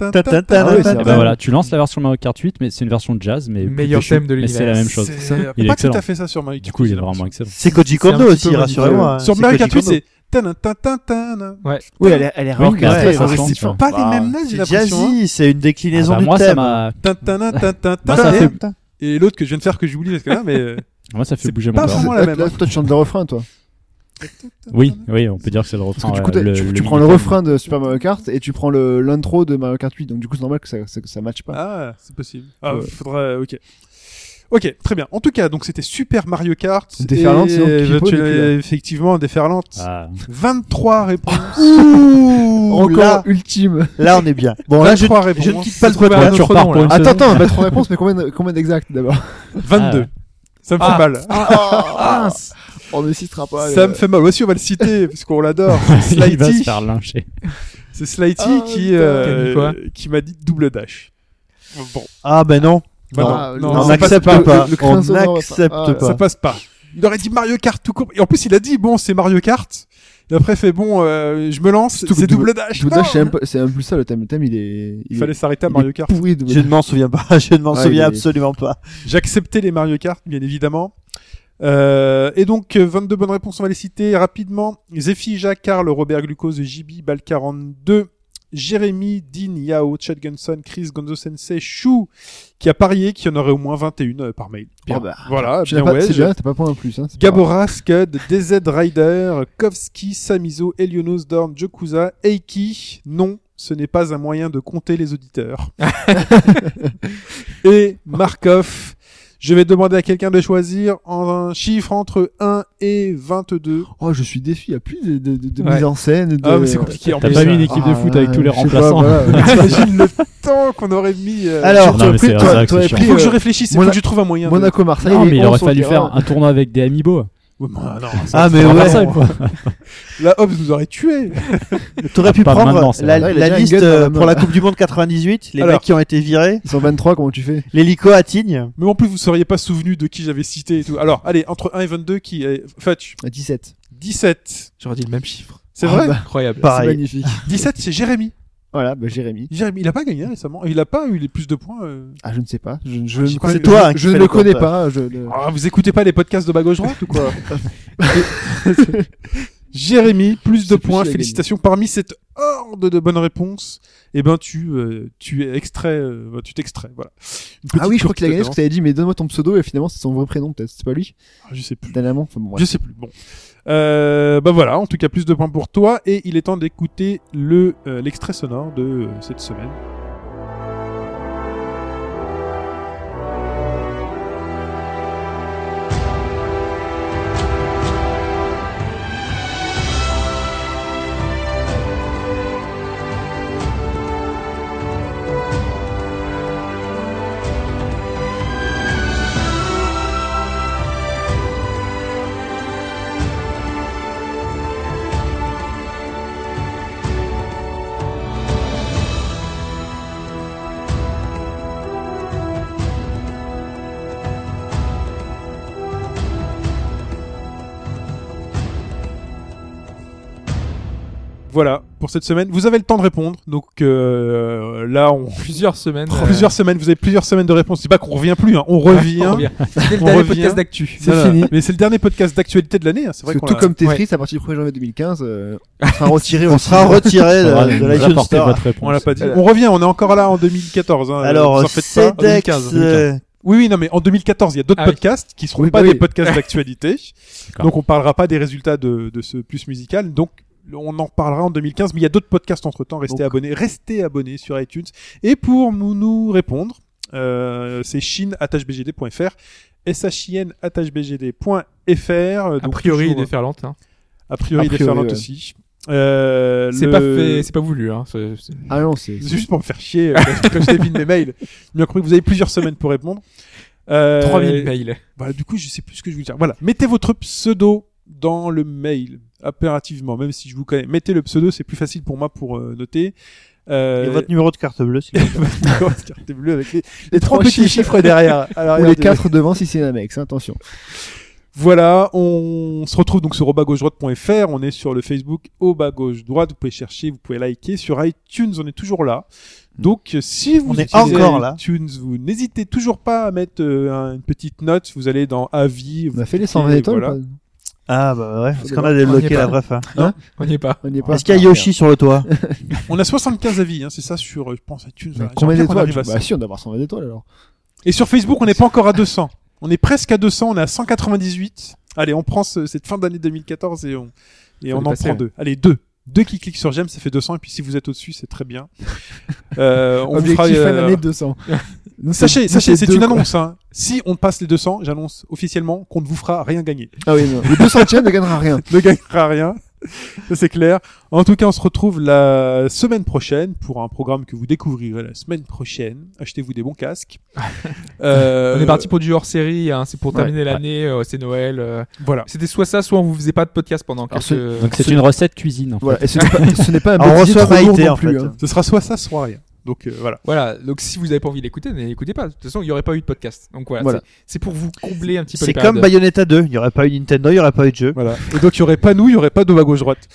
Speaker 5: ouais, c'est
Speaker 6: Et
Speaker 5: Ah
Speaker 6: ben
Speaker 5: ouais.
Speaker 6: voilà, tu lances la version Mario Kart 8, mais c'est une version jazz, mais.
Speaker 3: Meilleur
Speaker 6: plus péchu.
Speaker 3: thème de
Speaker 6: Mais c'est la
Speaker 3: l'univers.
Speaker 6: même chose.
Speaker 2: C'est
Speaker 6: Il est
Speaker 2: pas tout
Speaker 6: excellent.
Speaker 2: à fait ça sur Mario Kart.
Speaker 6: Du coup, il est
Speaker 2: j'ai l'impression.
Speaker 6: vraiment excellent.
Speaker 4: C'est Koji
Speaker 2: C'est un
Speaker 4: Kondo
Speaker 2: petit
Speaker 4: aussi,
Speaker 2: peu
Speaker 4: rassurez-moi. hein.
Speaker 2: Sur
Speaker 4: C'est
Speaker 2: Mario
Speaker 4: Koji
Speaker 2: Kart 8,
Speaker 4: Kondo.
Speaker 2: c'est. tanan, tanan, tanan.
Speaker 5: Oui, elle est, elle est hein.
Speaker 6: Alors que
Speaker 5: réorchestrée,
Speaker 6: la
Speaker 5: vraiment.
Speaker 6: façon,
Speaker 5: C'est
Speaker 6: tu vois.
Speaker 2: Pas les
Speaker 4: Bah,
Speaker 2: mêmes notes, j'ai
Speaker 4: C'est
Speaker 2: l'impression. hein.
Speaker 4: jazzy, c'est une
Speaker 6: Ah
Speaker 4: déclinaison
Speaker 6: bah,
Speaker 4: du
Speaker 6: moi, ça
Speaker 4: thème.
Speaker 6: m'a,
Speaker 2: Tan, tan, tan, tan, tan,
Speaker 6: Bah, ça fait-
Speaker 2: tan. Et l'autre que je viens de faire que j'ai oublié parce que là, mais. euh,
Speaker 6: moi, ça fait
Speaker 2: C'est
Speaker 6: bouger mon
Speaker 2: pas
Speaker 6: corps.
Speaker 2: vraiment la-
Speaker 5: Ah, Là,
Speaker 2: même.
Speaker 5: là, toi, tu chantes le refrain, toi.
Speaker 6: Oui, oui, on peut dire que c'est le
Speaker 5: Parce
Speaker 6: refrain.
Speaker 5: que du
Speaker 6: Ah ouais,
Speaker 5: coup, t'as-
Speaker 6: le-
Speaker 5: tu,
Speaker 6: le
Speaker 5: tu prends le
Speaker 6: mini-thème.
Speaker 5: refrain de Super Mario Kart et tu prends le- l'intro de Mario Kart 8. Donc, du coup, c'est normal que ça, ça, que ça matche pas.
Speaker 2: Ah, c'est possible. Ah,
Speaker 5: Ouais.
Speaker 2: faudra. Ok. Ok, très bien. En tout cas, donc c'était Super Mario Kart.
Speaker 5: Déferlante,
Speaker 2: et
Speaker 5: sinon, qui
Speaker 2: je-
Speaker 5: pose
Speaker 2: tu-
Speaker 5: depuis là.
Speaker 2: Effectivement, déferlante.
Speaker 6: Ah.
Speaker 2: 23 réponses.
Speaker 4: Ouh,
Speaker 5: Encore
Speaker 4: là,
Speaker 5: ultime.
Speaker 4: là, on est bien. Bon, là, je,
Speaker 2: 23
Speaker 4: je ne
Speaker 2: réponses.
Speaker 4: quitte pas le
Speaker 3: trouvé
Speaker 4: podcast.
Speaker 3: un
Speaker 6: tu
Speaker 3: autre
Speaker 6: repars
Speaker 3: nom,
Speaker 6: pour
Speaker 3: là.
Speaker 6: une
Speaker 5: Attends,
Speaker 6: saison.
Speaker 5: attends, bah, trois réponses, mais combien, combien d'exacts d'abord
Speaker 2: 22. Ça me fait
Speaker 3: Ah.
Speaker 2: mal.
Speaker 5: ah, On ne citera pas.
Speaker 2: Ça
Speaker 5: euh,
Speaker 2: me fait mal. Aussi, on va le citer parce qu'on l'adore. C'est
Speaker 6: Il va se
Speaker 2: Slighty.
Speaker 6: faire lyncher.
Speaker 2: C'est Slighty
Speaker 5: Ah,
Speaker 2: qui,
Speaker 5: putain.
Speaker 2: euh,
Speaker 3: T'as dit quoi
Speaker 2: qui m'a dit double dash. Bon,
Speaker 4: Ah, ben non.
Speaker 2: bah
Speaker 4: Non.
Speaker 5: Ah,
Speaker 2: non,
Speaker 5: le-
Speaker 2: non,
Speaker 4: on
Speaker 2: ça passe
Speaker 4: n'accepte
Speaker 2: pas.
Speaker 4: pas.
Speaker 5: Le- le
Speaker 4: on
Speaker 5: crin sonore,
Speaker 4: n'accepte
Speaker 5: ça- ah,
Speaker 4: pas.
Speaker 2: ça passe pas. Il aurait dit Mario Kart tout court. Et en plus, il a dit bon, c'est Mario Kart. Et après, fait bon, euh, je me lance.
Speaker 5: Tout-
Speaker 2: C'est double
Speaker 5: double-
Speaker 2: dash.
Speaker 5: Double
Speaker 2: non
Speaker 5: Dash, c'est un peu- c'est un peu ça le thème. Le thème, il est.
Speaker 2: il fallait
Speaker 5: est
Speaker 2: s'arrêter à
Speaker 5: il
Speaker 2: Mario
Speaker 5: est
Speaker 2: Kart.
Speaker 5: pourri Double
Speaker 4: Je ne m'en souviens pas. Je ne m'en
Speaker 5: Ouais, il est-
Speaker 4: souviens absolument pas.
Speaker 2: J'acceptais les Mario Kart, bien évidemment. Euh, et donc, euh, 22 bonnes réponses, on va les citer rapidement. Zephy, Jacques, Carl, Robert Glucose, JB, Bal42, Jérémy, Dean, Yao, Chad Gunson, Chris, Gonzo Sensei, Chou, qui a parié qu'il y en aurait au moins 21 euh, par mail.
Speaker 5: Oh bah,
Speaker 2: voilà,
Speaker 5: Tu n'as
Speaker 2: bien
Speaker 5: pas,
Speaker 2: ouais.
Speaker 5: c'est bien, t'as pas point en plus. Hein, c'est pas grave.
Speaker 2: Gabora, Scud, DZ Rider, Kovski, Samizo, Elionos, Dorn, Jokusa, Eiki. Non, ce n'est pas un moyen de compter les auditeurs. et Markov. Je vais demander à quelqu'un de choisir en un chiffre entre 1 et 22.
Speaker 5: Oh, je suis déçu. Il n'y a plus de, de, de, de
Speaker 3: Ouais.
Speaker 5: mise en scène. De...
Speaker 2: Ah, mais c'est compliqué. en
Speaker 6: T'as
Speaker 2: plus.
Speaker 6: pas vu une équipe de
Speaker 5: Ah,
Speaker 6: foot avec tous les
Speaker 5: je sais pas,
Speaker 6: remplaçants
Speaker 5: voilà.
Speaker 2: T'imagines le temps qu'on aurait mis. euh,
Speaker 4: Alors,
Speaker 6: Non, mais
Speaker 5: Toi,
Speaker 6: c'est
Speaker 5: toi,
Speaker 6: vrai que
Speaker 5: toi,
Speaker 6: c'est
Speaker 5: et
Speaker 6: chiant.
Speaker 5: puis,
Speaker 2: faut que je hein.
Speaker 5: euh,
Speaker 2: réfléchisse, il faut
Speaker 5: Mona-
Speaker 2: que je trouve un moyen. de-
Speaker 5: Monaco-Marseille.
Speaker 6: Non,
Speaker 5: les
Speaker 6: mais il aurait
Speaker 5: 11 sont
Speaker 6: fallu
Speaker 5: au
Speaker 6: faire
Speaker 5: terrain.
Speaker 6: un tournoi avec des amiibo.
Speaker 2: Oui, bah, non,
Speaker 4: Ah, mais
Speaker 6: On va
Speaker 4: ouais.
Speaker 6: faire ça une fois.
Speaker 2: La Hobbs nous aurait tué.
Speaker 4: T'aurais pu
Speaker 6: Pas
Speaker 4: prendre
Speaker 6: maintenant, c'est
Speaker 4: la,
Speaker 6: vrai.
Speaker 4: la
Speaker 5: Il a déjà une
Speaker 4: liste
Speaker 5: gueule dans la
Speaker 4: euh,
Speaker 5: main.
Speaker 4: pour la Coupe du Monde 98, les
Speaker 2: Alors.
Speaker 4: mecs qui ont été virés,
Speaker 5: Ils sont 23, comment tu fais
Speaker 4: l'hélico à Tignes.
Speaker 2: Mais en plus, vous seriez pas souvenu de qui j'avais cité et tout. Alors, allez, entre 1 et 22, qui est Fetch
Speaker 5: À 17.
Speaker 2: 17.
Speaker 3: J'aurais dit le même chiffre.
Speaker 2: C'est
Speaker 5: Ah
Speaker 2: vrai
Speaker 5: bah.
Speaker 3: Incroyable.
Speaker 5: C'est
Speaker 4: Pareil.
Speaker 5: magnifique.
Speaker 2: 17, c'est Jérémy.
Speaker 5: Voilà, bah, Jérémy.
Speaker 2: Jérémy, il a pas gagné récemment. Il a pas eu les plus de points. euh.
Speaker 5: Ah, je ne sais pas. Je, je,
Speaker 2: Ah, j'y
Speaker 5: ne connais-
Speaker 4: C'est toi hein, qui
Speaker 5: je
Speaker 4: fais
Speaker 5: ne
Speaker 4: les
Speaker 5: le connais
Speaker 4: comptes.
Speaker 5: pas. Je, le-
Speaker 2: Ah, vous écoutez pas les podcasts de bas gauche droite ou quoi Jérémy, plus
Speaker 5: Je
Speaker 2: de
Speaker 5: sais plus
Speaker 2: points,
Speaker 5: s'il a
Speaker 2: félicitations. Parmi cette horde de bonnes réponses, eh ben tu, euh, tu es extrait, euh, bah, tu t'extrais, voilà. Une petite
Speaker 5: Ah oui, je crois
Speaker 2: courte
Speaker 5: qu'il a gagné
Speaker 2: devant.
Speaker 5: parce que t'avais dit, mais donne-moi ton pseudo et finalement c'est son vrai prénom peut-être. C'est pas lui
Speaker 2: Ah, Je sais plus.
Speaker 5: Dernièrement Enfin bon, ouais.
Speaker 2: Je sais plus. Bon, euh, bah voilà. En tout cas, plus de points pour toi et il est temps d'écouter le euh, l'extrait sonore de euh, cette semaine. Voilà pour cette semaine. Vous avez le temps de répondre. Donc euh, là, on
Speaker 3: Plusieurs semaines. euh,
Speaker 2: plusieurs semaines. Vous avez plusieurs semaines de réponses. C'est pas qu'on revient plus. hein, On revient.
Speaker 3: on revient. C'était le
Speaker 2: On
Speaker 3: dernier
Speaker 2: revient.
Speaker 3: podcast d'actu.
Speaker 5: C'est
Speaker 2: Non, non,
Speaker 5: fini.
Speaker 2: Mais c'est le dernier podcast d'actualité de l'année. hein, C'est vrai
Speaker 5: Parce que
Speaker 2: qu'on
Speaker 5: tout
Speaker 2: l'a-
Speaker 5: comme Tetris, à partir du 1er janvier 2015, euh, on sera retiré
Speaker 4: On
Speaker 5: aussi.
Speaker 4: sera retiré de, de
Speaker 6: Vous
Speaker 4: l'iTunes
Speaker 6: apportez
Speaker 4: Store.
Speaker 6: votre euh, réponse.
Speaker 2: On l'a pas dit.
Speaker 5: Voilà.
Speaker 2: On revient, on est encore là en 2014. hein, vous en
Speaker 4: Alors,
Speaker 2: faites pas. En
Speaker 4: Cedex,
Speaker 2: 2015.
Speaker 4: euh,
Speaker 2: Oui, oui, non, mais en 2014, il y a d'autres
Speaker 3: Ah oui.
Speaker 2: podcasts qui seront
Speaker 5: Oui,
Speaker 2: pas
Speaker 5: bah
Speaker 2: des
Speaker 5: oui.
Speaker 2: podcasts d'actualité.
Speaker 6: D'accord.
Speaker 2: donc, on parlera pas des résultats de, de ce plus musical. Donc, on en parlera en 2015. Mais il y a d'autres podcasts entre temps. Restez
Speaker 5: Donc.
Speaker 2: abonnés. Restez abonnés sur iTunes. Et pour nous- nous répondre, euh, c'est chine.bgd.fr. shin.bgd.fr. euh,
Speaker 3: A
Speaker 2: donc
Speaker 3: priori,
Speaker 2: toujours-
Speaker 3: il est ferlante. hein.
Speaker 2: a priori,
Speaker 5: A priori,
Speaker 2: déferlante
Speaker 5: ouais.
Speaker 2: aussi. Euh,
Speaker 3: C'est
Speaker 2: le-
Speaker 3: pas fait, c'est pas voulu. Hein. C'est- c'est-
Speaker 5: Ah non, c'est.
Speaker 2: C'est juste pour me faire chier euh, quand- quand je débine mes mails. Bien compris que vous avez plusieurs semaines pour répondre. Euh,
Speaker 3: 3000 mails.
Speaker 2: Voilà, du coup, je sais plus ce que je voulais dire. Voilà, mettez votre pseudo dans le mail, impérativement, même si je vous connais. Mettez le pseudo, c'est plus facile pour moi pour euh, noter. Euh,
Speaker 4: et votre numéro de carte bleue, s'il vous plaît.
Speaker 2: votre numéro de carte bleue avec les, les
Speaker 5: trois
Speaker 2: trois petits
Speaker 5: chiffres.
Speaker 2: chiffres derrière. Alors,
Speaker 5: Ou les quatre devant si c'est un mec, hein, attention.
Speaker 2: Voilà, on se retrouve donc sur droite.fr on est sur le Facebook au bas gauche droite, vous pouvez chercher, vous pouvez liker, sur iTunes on est toujours là. Donc euh, si vous
Speaker 4: Mm. On est
Speaker 2: utilisez
Speaker 4: encore là.
Speaker 2: iTunes, vous n'hésitez toujours pas à mettre euh, un- une petite note, vous allez dans avis,
Speaker 5: On
Speaker 2: vous-
Speaker 5: a fait les 120
Speaker 2: Et
Speaker 5: étoiles
Speaker 2: voilà.
Speaker 5: ou
Speaker 4: Ah, bah ouais, parce
Speaker 5: Faut
Speaker 4: qu'on
Speaker 5: d'abord
Speaker 4: a débloqué
Speaker 3: prendre
Speaker 4: la
Speaker 3: les
Speaker 4: vraie fin.
Speaker 3: On n'y est pas.
Speaker 5: pas On n'y est pas.
Speaker 4: Est-ce qu'il y a Yoshi sur le toit
Speaker 2: on a 75 avis, hein, c'est ça sur, euh, je pense, iTunes.
Speaker 5: Mais
Speaker 2: voilà. J'aimerais
Speaker 5: Combien
Speaker 2: bien qu'on
Speaker 5: d'étoiles
Speaker 2: arrive à
Speaker 5: Bah
Speaker 2: ça.
Speaker 5: si, on doit avoir 120 étoiles alors.
Speaker 2: Et sur Facebook on n'est pas encore à 200, on est presque à 200, on est à 198. Allez, on prend ce- cette fin d'année 2014 et on, et
Speaker 3: Faut
Speaker 2: on en
Speaker 3: dépasser,
Speaker 2: prend
Speaker 5: hein.
Speaker 3: ouais.
Speaker 2: deux. Allez, deux. Deux qui cliquent sur j'aime, ça fait 200. Et puis si vous êtes au-dessus, c'est très bien. Euh, on vous
Speaker 5: Objectif
Speaker 2: fera,
Speaker 5: fin
Speaker 2: euh,
Speaker 5: d'année 200. Nous,
Speaker 2: Sachez,
Speaker 5: nous,
Speaker 2: sachez, c'est
Speaker 5: deux,
Speaker 2: une
Speaker 5: quoi.
Speaker 2: annonce. Hein. Si on passe les 200, j'annonce officiellement qu'on ne vous fera rien gagner.
Speaker 5: Ah oui, non. Le 200 e ne gagnera rien.
Speaker 2: Ne gagnera rien. Ça, c'est clair. En tout cas, on se retrouve la semaine prochaine pour un programme que vous découvrirez la semaine prochaine. Achetez-vous des bons casques. Euh,
Speaker 3: On est parti pour du hors série. Hein. C'est pour
Speaker 5: Ouais.
Speaker 3: terminer l'année. euh, c'est Noël. euh.
Speaker 2: Voilà.
Speaker 3: C'était soit ça, soit on vous faisait pas de podcast pendant
Speaker 5: Alors,
Speaker 3: quelques.
Speaker 6: Donc c'est une recette cuisine en fait.
Speaker 5: Voilà, et ce n'est pas, ce n'est pas un
Speaker 4: Alors, on
Speaker 5: bêtisier
Speaker 4: reçoit
Speaker 5: trop lourd
Speaker 4: Maïté,
Speaker 5: non
Speaker 4: en
Speaker 5: plus.
Speaker 4: fait.
Speaker 5: hein.
Speaker 2: Ce sera soit ça, soit rien. Donc euh, voilà.
Speaker 3: Voilà, donc si vous n'avez pas envie d'écouter, n'écoutez pas. De toute façon, il n'y aurait pas eu de podcast. Donc voilà,
Speaker 5: Voilà.
Speaker 3: c'est- c'est pour vous combler un petit peu
Speaker 4: C'est
Speaker 3: les
Speaker 4: comme
Speaker 3: périodes.
Speaker 4: Bayonetta 2. Il n'y aurait pas eu Nintendo, il n'y aurait pas eu de jeu.
Speaker 2: Voilà. Et donc, il y aurait pas nous, il y aurait pas de gauche droite.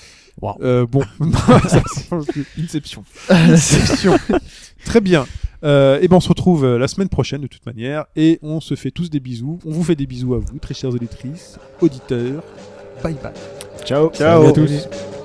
Speaker 6: Wow.
Speaker 2: Euh, bon. Ça sent le
Speaker 3: Inception.
Speaker 2: Section. Très bien. Euh, et ben on se retrouve euh, la semaine prochaine de toute manière et on se fait tous des bisous. On vous fait des bisous à vous, très chères auditrices, auditeurs. Bye bye.
Speaker 5: Ciao.
Speaker 4: Ciao.
Speaker 2: Salut à tous.